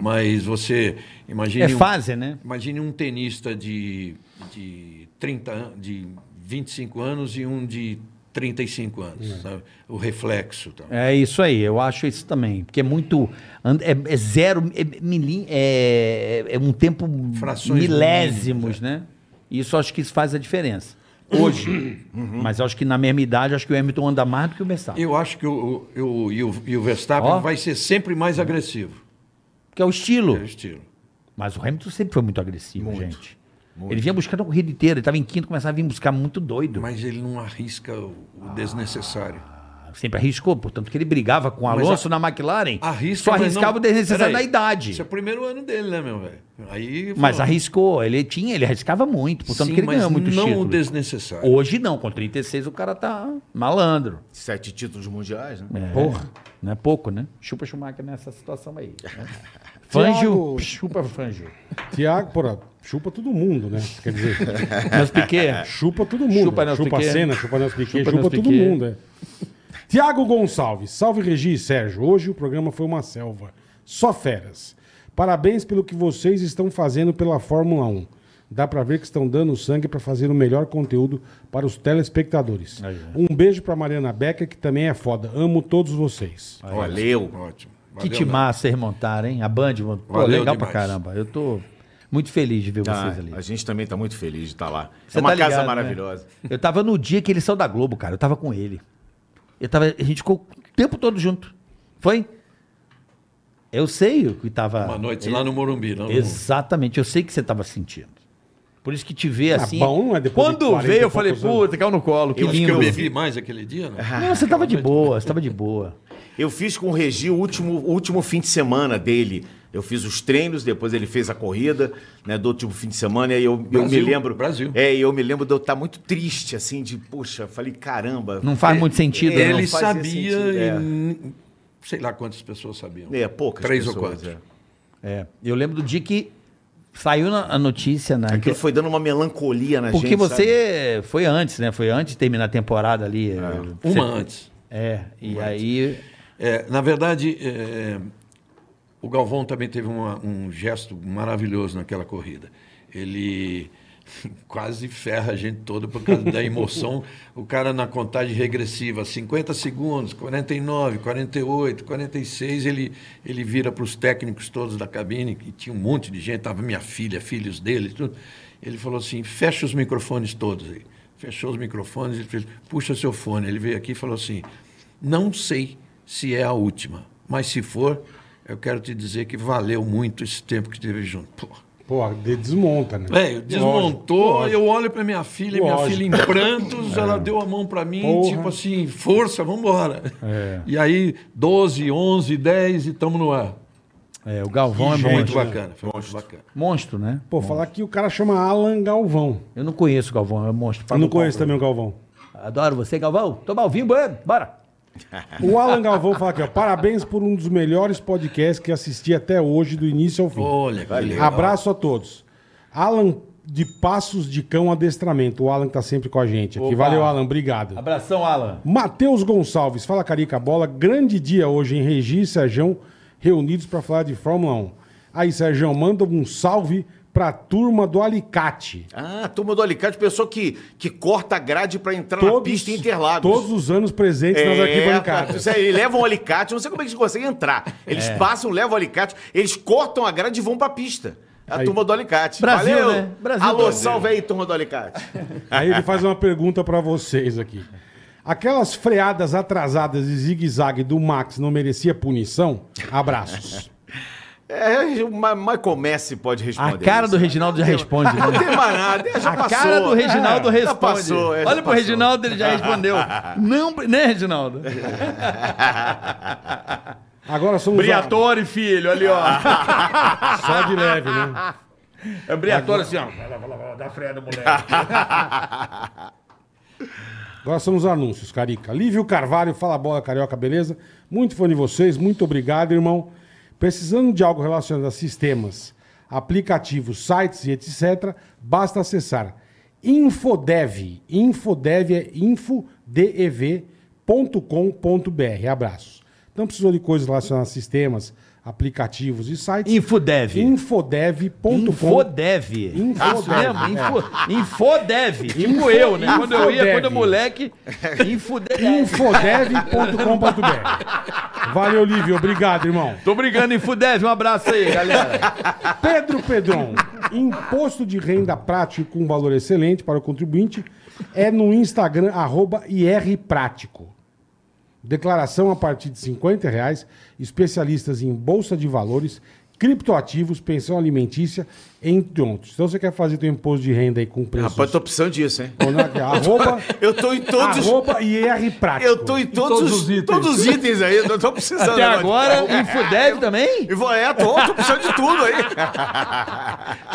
Mas você imagine. um
É fase, né?
Imagine um tenista de, de 30 an- de 25 anos e um de 35 anos. Sabe? O reflexo. Tal.
É isso aí, eu acho isso também. Porque é muito. and- É, é zero. É, milim, é, é um tempo.
Frações é.
milésimos, né? Isso eu acho que isso faz a diferença. Hoje. Mas eu acho que na mesma idade, eu acho que o Hamilton anda mais do que o Verstappen.
Uhum. Eu acho que o, o, o- e, o, e o Verstappen
Ó.
vai ser sempre mais agressivo.
Porque é o estilo.
É o estilo.
Mas o Hamilton sempre foi muito agressivo, gente. Ele vinha buscando a corrida inteira, ele tava em quinto, começava a vir buscar muito doido.
Mas ele não arrisca o, o
Ah.
desnecessário.
Sempre arriscou, portanto, que ele brigava com o
Mas
Alonso na McLaren.
Arrisca,
só
mas
arriscava
não-
o desnecessário
Peraí,
na idade.
Isso é o primeiro ano dele, né, meu velho? Aí.
Mas
falou,
arriscou, ele tinha, ele arriscava muito, portanto
sim,
que ele
mas
ganhou muito
não o
título.
desnecessário.
Hoje não, com 36 o cara tá malandro.
Sete títulos mundiais, né?
É, Porra. Não é pouco, né? Chupa Schumacher nessa situação aí. né? Fangio,
Thiago.
chupa Fangio.
Tiago, porra, chupa todo mundo, né? Quer dizer,
Mas Piquet,
chupa todo mundo.
Chupa Nelson
chupa a
Piquet.
cena, chupa Nelson Piquet,
Chupa
chupa,
Nelson
todo
Piquet.
mundo, é. Tiago Gonçalves, salve Regi e Sérgio. Hoje o programa foi uma selva. Só feras. Parabéns pelo que vocês estão fazendo pela Fórmula 1. Dá pra ver que estão dando sangue pra fazer o melhor conteúdo para os telespectadores. Um beijo pra Mariana Becker, que também é foda. Amo todos vocês.
É.
Valeu.
Ótimo.
que
Valeu, né?
te massa vocês montaram, hein? A Band, montou. pô,
Valeu
legal pra
demais.
caramba. Eu tô muito feliz de ver vocês
Ah,
ali.
a gente também está muito feliz de estar lá.
Você
é uma
tá
casa
ligado, né?
maravilhosa.
Eu tava no dia que ele saiu da Globo, cara. Eu tava com ele. Eu tava, a gente ficou o tempo todo junto. Foi? Eu sei o que tava.
Uma noite lá no Morumbi, não?
Exatamente, eu sei que você tava sentindo. Por isso que te ver assim.
bom, não é? Depois de
Quando
40 e
veio, eu falei,
poucos anos.
puta, caiu no colo, que
Eu acho que eu
lindo. É.
bebi mais aquele dia, né?
Não, você
Ah,
tava de boa, você tava de boa.
Eu fiz com o Regi o último, o último fim de semana dele. Eu fiz os treinos, depois ele fez a corrida, né, do último fim de semana, e aí eu, eu me
Brasil,
lembro.
Brasil.
É, e eu me lembro de eu estar muito triste, assim, de, poxa, falei, caramba.
Não faz muito sentido,
É,
não.
Ele
fazia
sabia
sentido,
e
é.
n- sei lá quantas pessoas sabiam.
É, poucas
Três ou
pessoas,
quatro.
é.
É, eu lembro do dia que saiu na- a notícia, né?
Aquilo foi dando uma melancolia na
Porque
É gente.
você foi antes, né? Foi antes de terminar a temporada ali. é, Você-
Uma antes.
É, e aí.
É, na verdade, é, o Galvão também teve uma- um gesto maravilhoso naquela corrida. Ele quase ferra a gente todo por causa da emoção. O cara na contagem regressiva, 50 segundos, 49, 48, 46, ele, ele vira para os técnicos todos da cabine, que tinha um monte de gente, estava minha filha, filhos dele, tudo. Ele falou assim: fecha os microfones todos aí. Fechou os microfones, ele fez, puxa seu fone. Ele veio aqui e falou assim: não sei se é a última, mas se for, eu quero te dizer que valeu muito esse tempo que esteve junto. Pô.
Pô, de- desmonta, né?
Velho, É, desmontou,
Lógico,
eu olho pra minha filha, minha
Lógico.
filha em prantos, ela deu a mão pra mim,
Porra.
tipo assim, força, vambora. E aí, 12, 11, 10 e estamos no ar.
é, o Galvão é
gente,
Muito
monstro.
bacana, foi muito bacana.
Monstro, né?
Pô, falar que o cara chama Alan Galvão.
Eu não conheço o Galvão, é monstro.
Eu
Fala
não
do Paulo.
conheço também o Galvão.
Adoro você, Galvão. Tomar o vinho, bueno. é, Bora.
O Alan Galvão fala aqui, ó. Parabéns por um dos melhores podcasts que assisti até hoje, do início ao fim.
Olha, que legal.
Abraço a todos. Alan de Passos de Cão Adestramento. O Alan que tá sempre com a gente aqui.
Opa.
Valeu, Alan. Obrigado.
Abração, Alan.
Matheus Gonçalves, fala Carica Bola. Grande dia hoje em Regi e Serjão, reunidos para falar de Fórmula 1. Aí, Serjão, manda um salve pra turma do Alicate.
Ah, a turma do Alicante, pessoa que, que corta a grade pra entrar na pista em Interlagos. É,
todos os anos presentes nas arquibancadas.
isso aí, Eles levam o alicate, eu não sei como é que eles conseguem entrar. Eles
É.
passam, levam o alicate, eles cortam a grade e vão pra pista. A turma do alicate.
Brasil, né? Brasil,
Alô,
Brasil.
salve aí, turma do alicate.
Aí ele faz uma pergunta pra vocês aqui. Aquelas freadas atrasadas e zigue-zague do Max não merecia punição? Abraços.
É, o Ma- Michael Messi pode
A
responder.
cara do
isso.
Reginaldo já responde.
Não
Né?
tem mais nada, é, já
A
passou.
cara do Reginaldo
É, Já
responde.
passou, é, já
Olha pro
passou.
Reginaldo, ele já respondeu. Não, pre- né, Reginaldo?
Agora somos a-
Briatore, filho, ali, ó.
só de leve, né?
É Briatore, assim, ó.
Agora são os anúncios, Carica. Lívio Carvalho, fala bola, Carioca, beleza? Muito fã de vocês, muito obrigado, irmão. Precisando de algo relacionado a sistemas, aplicativos, sites e etc., basta acessar infodev, infodev é infodev.com.br. Abraços. Então precisou de coisas relacionadas a sistemas, aplicativos e sites.
Infodev.
Infodev.com.br.
Infodev.
Infodev. Ah, é.
Isso mesmo, info- Infodev. Tipo eu, né? Quando eu ia,
Infodev.
quando eu moleque. Infodev.
Infodev.com.br. Valeu, Lívio. Obrigado, irmão.
Tô brigando, Infodev. Um abraço aí, galera.
Pedro Pedron, imposto de renda prático com valor excelente para o contribuinte é no Instagram, arroba IRPrático. Declaração a partir de 50 reais, especialistas em Bolsa de Valores, criptoativos, pensão alimentícia, entre outros. Então você quer fazer teu imposto de renda aí com preço. é
Rapaz, tô precisando disso, hein?
Arroba,
Eu tô em todos os...
arroba IRPrático.
Eu tô em todos,
todos
os,
os itens.
todos os itens aí, eu tô precisando.
Até
agora.
agora, Infodev também.
E vou, é, tô, tô precisando de tudo aí.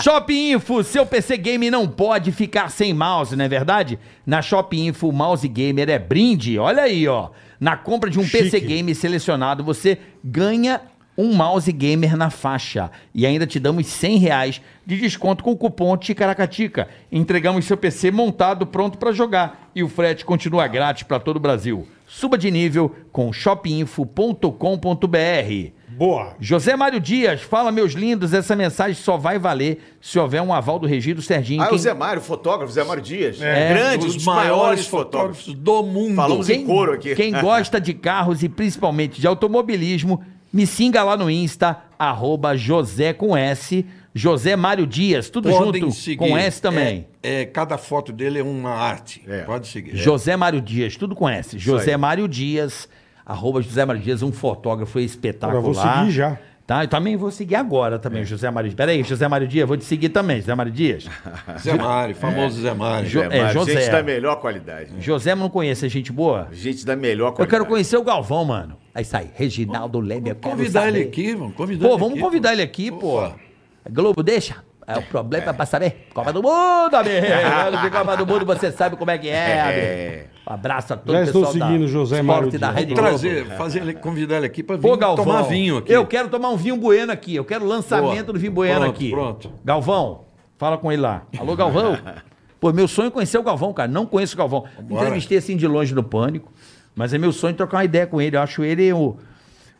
Shop Info, seu PC Game não pode ficar sem mouse, não é verdade? Na Shop Info, o mouse gamer é brinde. Olha aí, ó. Na compra de um
Chique.
PC Game selecionado, você ganha um mouse gamer na faixa. E ainda te damos 100 reais de desconto com o cupom Ticaracatica. Entregamos seu PC montado, pronto para jogar. E o frete continua grátis para todo o Brasil. Suba de nível com shopinfo.com.br.
Boa.
José Mário Dias, fala meus lindos, essa mensagem só vai valer se houver um aval do Regido Serginho.
Ah,
Quem-
o Zé Mário, fotógrafo, Zé Mário Dias.
É,
grande, um
dos
dos maiores fotógrafos.
do mundo.
Falamos em
quem-
couro aqui.
Quem gosta de carros e principalmente de automobilismo, me siga lá no Insta, arroba José com S, José Mário Dias, tudo
Podem
junto
seguir.
com S também.
É, é, cada foto dele é uma arte.
É.
Pode seguir.
José Mário Dias, tudo com S. José
aí.
Mário Dias, arroba José Mário Dias, um fotógrafo espetacular.
Agora eu vou seguir já.
Tá, eu também vou seguir agora
É.
também, José Mário Dias. Peraí, José Mário Dias, vou te seguir também, José Mário Dias.
Zé Mário, famoso Zé Mário.
Jo- é, José.
Gente da melhor qualidade.
José eu não conhece, é gente boa?
Gente da melhor
Eu
qualidade.
quero conhecer o Galvão, mano. Aí sai, Reginaldo Leme, eu quero
Convidar ele
saber.
aqui, vamos convidar
Pô,
ele
vamos
aqui,
convidar
pô.
ele aqui, pô.
Opa.
Globo, deixa. É, o problema é pra saber. Copa do Mundo, amigo. De Copa do Mundo, você sabe como é que é,
É.
amigo. Um abraço a todo
Já
o
estou
pessoal
seguindo o
da
José
esporte
Mário
da
Dias.
Rede
Vamos trazer, fazer ele, convidar ele aqui para vir
Pô, Galvão,
tomar vinho aqui.
eu quero tomar um vinho bueno aqui. Eu quero lançamento
Boa.
do vinho bueno
Pronto,
aqui.
pronto.
Galvão, fala com ele lá. Alô, Galvão. Pô, meu sonho é conhecer o Galvão, cara. Não conheço o Galvão.
Vambora.
Entrevistei assim de longe no Pânico, mas é meu sonho trocar uma ideia com ele. Eu acho ele o-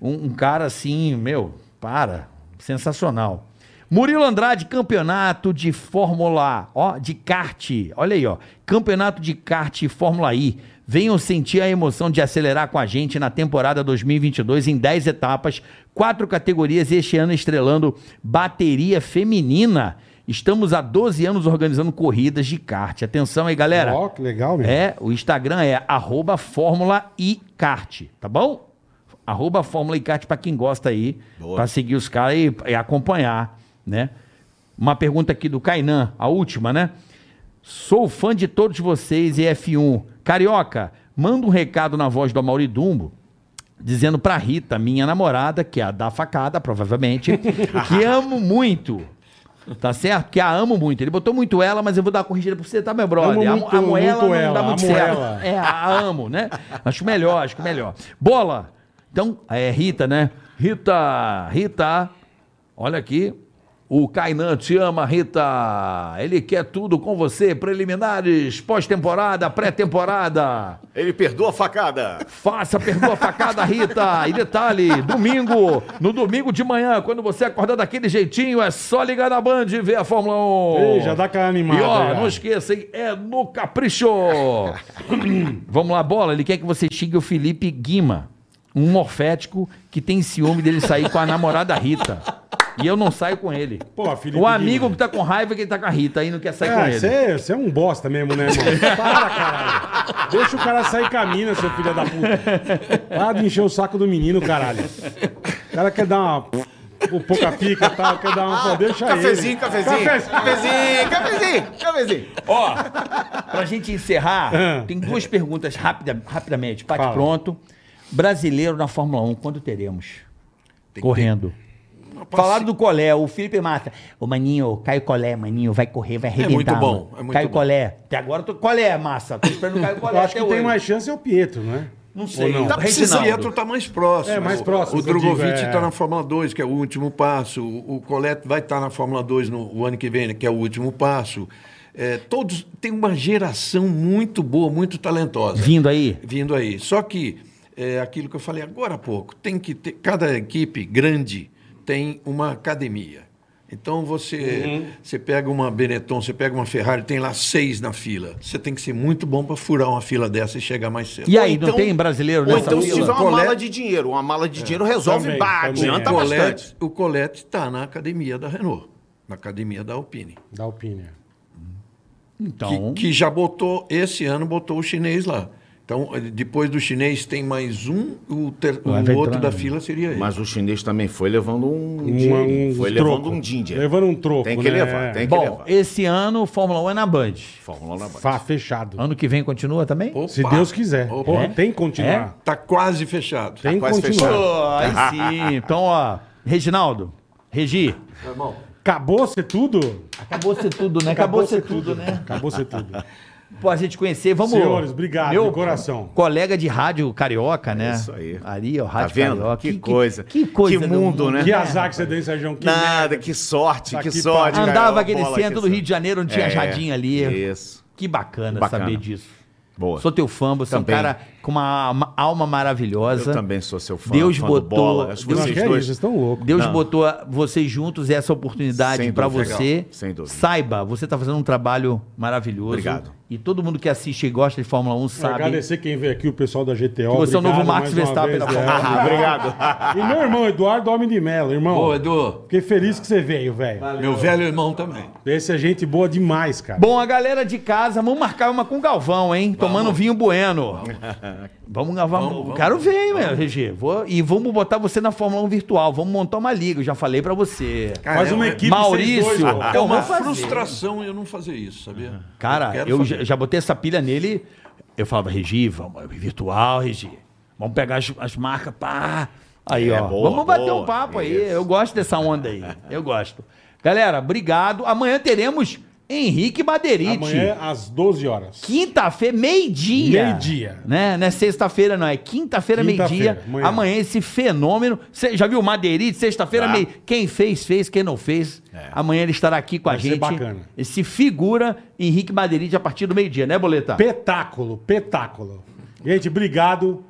um, um cara assim, meu, para, sensacional. Murilo Andrade, campeonato de Fórmula, ó, de kart. Olha aí, ó. Campeonato de kart e Fórmula I. Venham sentir a emoção de acelerar com a gente na temporada 2022 em 10 etapas, quatro categorias e este ano estrelando bateria feminina. Estamos há 12 anos organizando corridas de kart. Atenção aí, galera.
Ó, que legal, meu.
É, o Instagram é arroba Fórmula iCart, tá bom? Arroba Fórmula iCart pra quem gosta aí, pra seguir os caras e, e acompanhar, né? Uma pergunta aqui do Kainan, a última, né? Sou fã de todos vocês e F1. Carioca, manda um recado na voz do Amaury Dumbo, dizendo pra Rita, minha namorada, que é a da facada, provavelmente, que amo muito. Tá certo? Porque a amo muito. Ele botou muito ela, mas eu vou dar uma corrigida pra você, tá, meu brother?
Amo
a,
muito-
a moela
muito
não
ela,
dá
a
muito
moela.
certo. É, a amo, né? Acho melhor, acho melhor. Bola. Então, é Rita, né? Rita, Rita. Olha aqui. O Kainan te ama, Rita. Ele quer tudo com você. Preliminares, pós-temporada, pré-temporada.
Ele perdoa a facada.
Faça, perdoa a facada, Rita. E detalhe, domingo, no domingo de manhã, quando você acordar daquele jeitinho, é só ligar na Band e ver a Fórmula 1.
Ih, já dá aquela animada,
E ó,
já.
não esqueça, hein? É no capricho. Vamos lá, bola. Ele quer que você xingue o Felipe Guima, um morfético que tem ciúme dele sair com a namorada Rita. E eu não saio com ele.
Pô, Felipe
o amigo
Guima.
que tá com raiva é que ele tá com a Rita aí não quer sair com
É,
ele.
você é, você é um bosta mesmo, né, irmão? Para, caralho. Deixa o cara sair caminho, seu filho da puta. Para de encher o saco do menino, caralho. O cara quer dar uma. O pouca pica e tal, quer dar uma. Pô, deixa aí.
Cafezinho, cafezinho. Cafezinho, cafezinho, cafezinho.
Ó, pra gente encerrar,
Ah.
tem duas perguntas rapida, rapidamente. Bate
Fala.
pronto. Brasileiro na Fórmula 1, quando teremos? Correndo. Falaram do Colé, o Felipe Massa. Ô, Maninho, Caio Colé, Maninho, vai correr, vai arrebentar.
muito bom,
mano.
é muito
Caio
bom.
Colé. Até agora eu tô... Colé, Massa. Tô esperando o Caio Colé
Eu acho
até
que tem
hoje.
mais chance é o Pietro, né?
Não sei.
Ou não?
Tá
Tá precisando. O
Reginaldo.
Pietro tá mais próximo.
É, mais
O-
próximo,
O
que eu digo,
Drogovic
é.
está na Fórmula 2, que é o último passo. O, o Colette vai estar na Fórmula 2 no o ano que vem, né, que é o último passo. É, todos tem uma geração muito boa, muito talentosa.
Vindo aí.
vindo aí. Só que é aquilo que eu falei agora há pouco, tem que ter, cada equipe grande tem uma academia. Então você, você pega uma Benetton, você pega uma Ferrari, tem lá seis na fila. Você tem que ser muito bom para furar uma fila dessa e chegar mais cedo.
E aí, não
então-
tem brasileiro
Ou
nessa
então se
fila?
tiver uma
Colé-
mala de dinheiro. Uma mala de dinheiro
É,
resolve,
Também,
bah,
também,
adianta
é.
o
Tá bastante.
Colette, o Colette está na academia da Renault, na academia da Alpine,
Dá opinião.
Então...
que, que já botou esse ano botou o chinês lá. Então, eh, depois do chinês tem mais um, o, ter- o
Vai entrar,
outro da
né?
fila seria ele.
Mas o chinês também foi levando um,
Um-
dinheirinho,
um
Foi
troco.
levando um ginger.
Levando um troco,
Tem que
né?
levar, tem que
Bom,
levar.
esse ano, Fórmula 1 é na Band.
Fórmula na
Fá, fechado.
Ano que vem continua também?
Opa!
Se Deus quiser.
Opa!
Porra, tem que continuar.
Tá quase fechado. Tá.
Tem que
quase
continuar.
fechado.
Pô, aí sim. Então, ó, Reginaldo, Regi,
Acabou ser tudo?
acabou ser tudo, né? Acabou, ser tudo, né?
Acabou ser tudo.
Pô, a gente conhecer, vamos.
Senhores, obrigado, de coração.
Colega de rádio carioca, né?
isso aí. Tá
Ali, ó, rádio
vendo?
carioca.
Que coisa.
Que, coisa.
Que
do
mundo, né?
Que azar que você deu em Sérgio Que
Nada, que sorte,
Tá
que
aqui,
sorte.
pá.
cara.
Andava
Uma
aquele
bola
centro
que
do
só-
Rio de Janeiro, não tinha
É,
jardim ali.
Isso.
Que bacana,
Bacana.
saber disso.
Boa.
Sou teu fã, você
Também.
é um cara com uma alma- alma maravilhosa.
Eu também sou seu fã.
Deus
fã do
botou-
Bola. Acho que
Deus-
Não,
vocês
que é isso,
dois.
vocês estão loucos.
Deus
Não.
botou a- vocês juntos essa oportunidade
Sem
pra
dúvida.
você.
Legal. Sem dúvida.
Saiba, você tá fazendo um trabalho maravilhoso.
Obrigado.
E todo mundo que assiste e gosta de Fórmula 1 sabe.
Agradecer quem veio aqui, o pessoal da GTO. Que
você é o novo Max Verstappen da Fórmula
é,
um.
Obrigado. E meu irmão, Eduardo Homem de Mello, irmão.
Ô, Edu,
Fiquei feliz que você veio, velho.
meu velho irmão também.
Esse é gente boa demais, cara.
Bom, a galera de casa, vamos marcar uma com o Galvão, hein? Tomando vinho bueno. Vamos, Galvão. o cara vem, meu, Regi. Vou- e vamos botar você na Fórmula 1 virtual. Vamos montar uma liga, eu já falei pra você.
Faz
é
uma
uma-
equipe
Maurício. um
vocês dois, pô.
É uma
Eu vou fazer.
frustração eu não fazer isso, sabia?
Cara,
quero
eu
fazer.
já, já botei essa pilha nele. Eu falava, Regi, vamos, é virtual, Regi. Vamos pegar as, as marcas, pá. Aí,
É,
ó.
boa,
vamos bater
boa,
um papo aí.
isso.
Eu gosto dessa onda aí. Eu gosto. Galera, obrigado. Amanhã teremos Henrique Baderite.
Amanhã às 12 horas.
Quinta-feira, meio-dia.
Meio-dia.
Né? Não é sexta-feira, não. É quinta-feira,
Quinta-feira,
meio-dia.
amanhã.
Amanhã. esse fenômeno. Você já viu o Madeirite? Sexta-feira,
Já.
meio. Quem fez, fez. Quem não fez. Amanhã ele estará aqui com a
É. Vai ser
gente.
bacana.
Esse figura Henrique Madeirite a partir do meio-dia, né, Boleta?
Petáculo, petáculo. Gente, obrigado.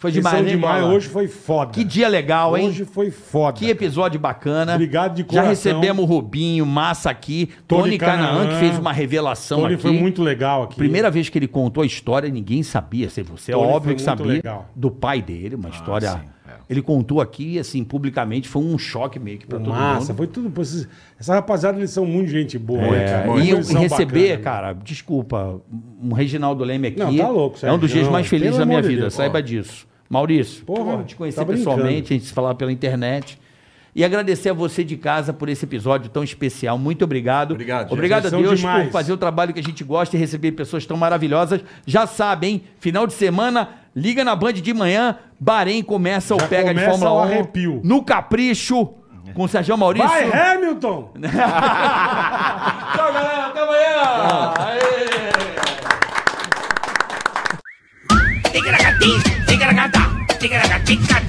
Foi
Vocês
demais,
são
né,
demais.
Bola?
Hoje foi foda.
Que dia legal, hein?
Hoje foi foda.
Que episódio bacana.
Obrigado de
Já
coração.
recebemos o Rubinho, Massa aqui.
Tony
Tony, Canaã,
Canaã.
que fez uma revelação
Tony
aqui.
foi muito legal aqui.
Primeira vez que ele contou a história, ninguém sabia. Sei você, é
Tony foi
óbvio que
muito
sabia.
legal.
Do pai dele, uma história.
sim, é.
Ele contou aqui, assim, publicamente, foi um choque meio que pra todo
Massa,
mundo.
foi tudo. pô, esses- Essa rapaziada, eles são muito gente boa, né,
É,
cara?
e
Eles
eu-
são
receber,
bacana, né?
cara, desculpa, um Reginaldo Leme aqui.
Não, tá louco,
É um dos
Sérgio.
dias mais
Não,
felizes
pelo
da minha
amor de
vida,
Deus.
saiba disso. Maurício,
Porra,
porra, te conhecer
tá brincando.
pessoalmente, a gente se falar pela internet. E agradecer a você de casa por esse episódio tão especial. Muito obrigado.
Obrigado, gente.
Obrigado a
Vocês são
Deus
demais.
por fazer o trabalho que a gente gosta e receber pessoas tão maravilhosas. Já sabem, hein? final de semana, liga na Band de manhã, Bahrein começa o
Já
Pega de
começa
Fórmula
o
1.
arrepio.
No capricho. com o Sérgio Maurício.
Vai, Hamilton!
Tchau, galera. Até amanhã.
Tigaragati, tigaragata, tigaragatica,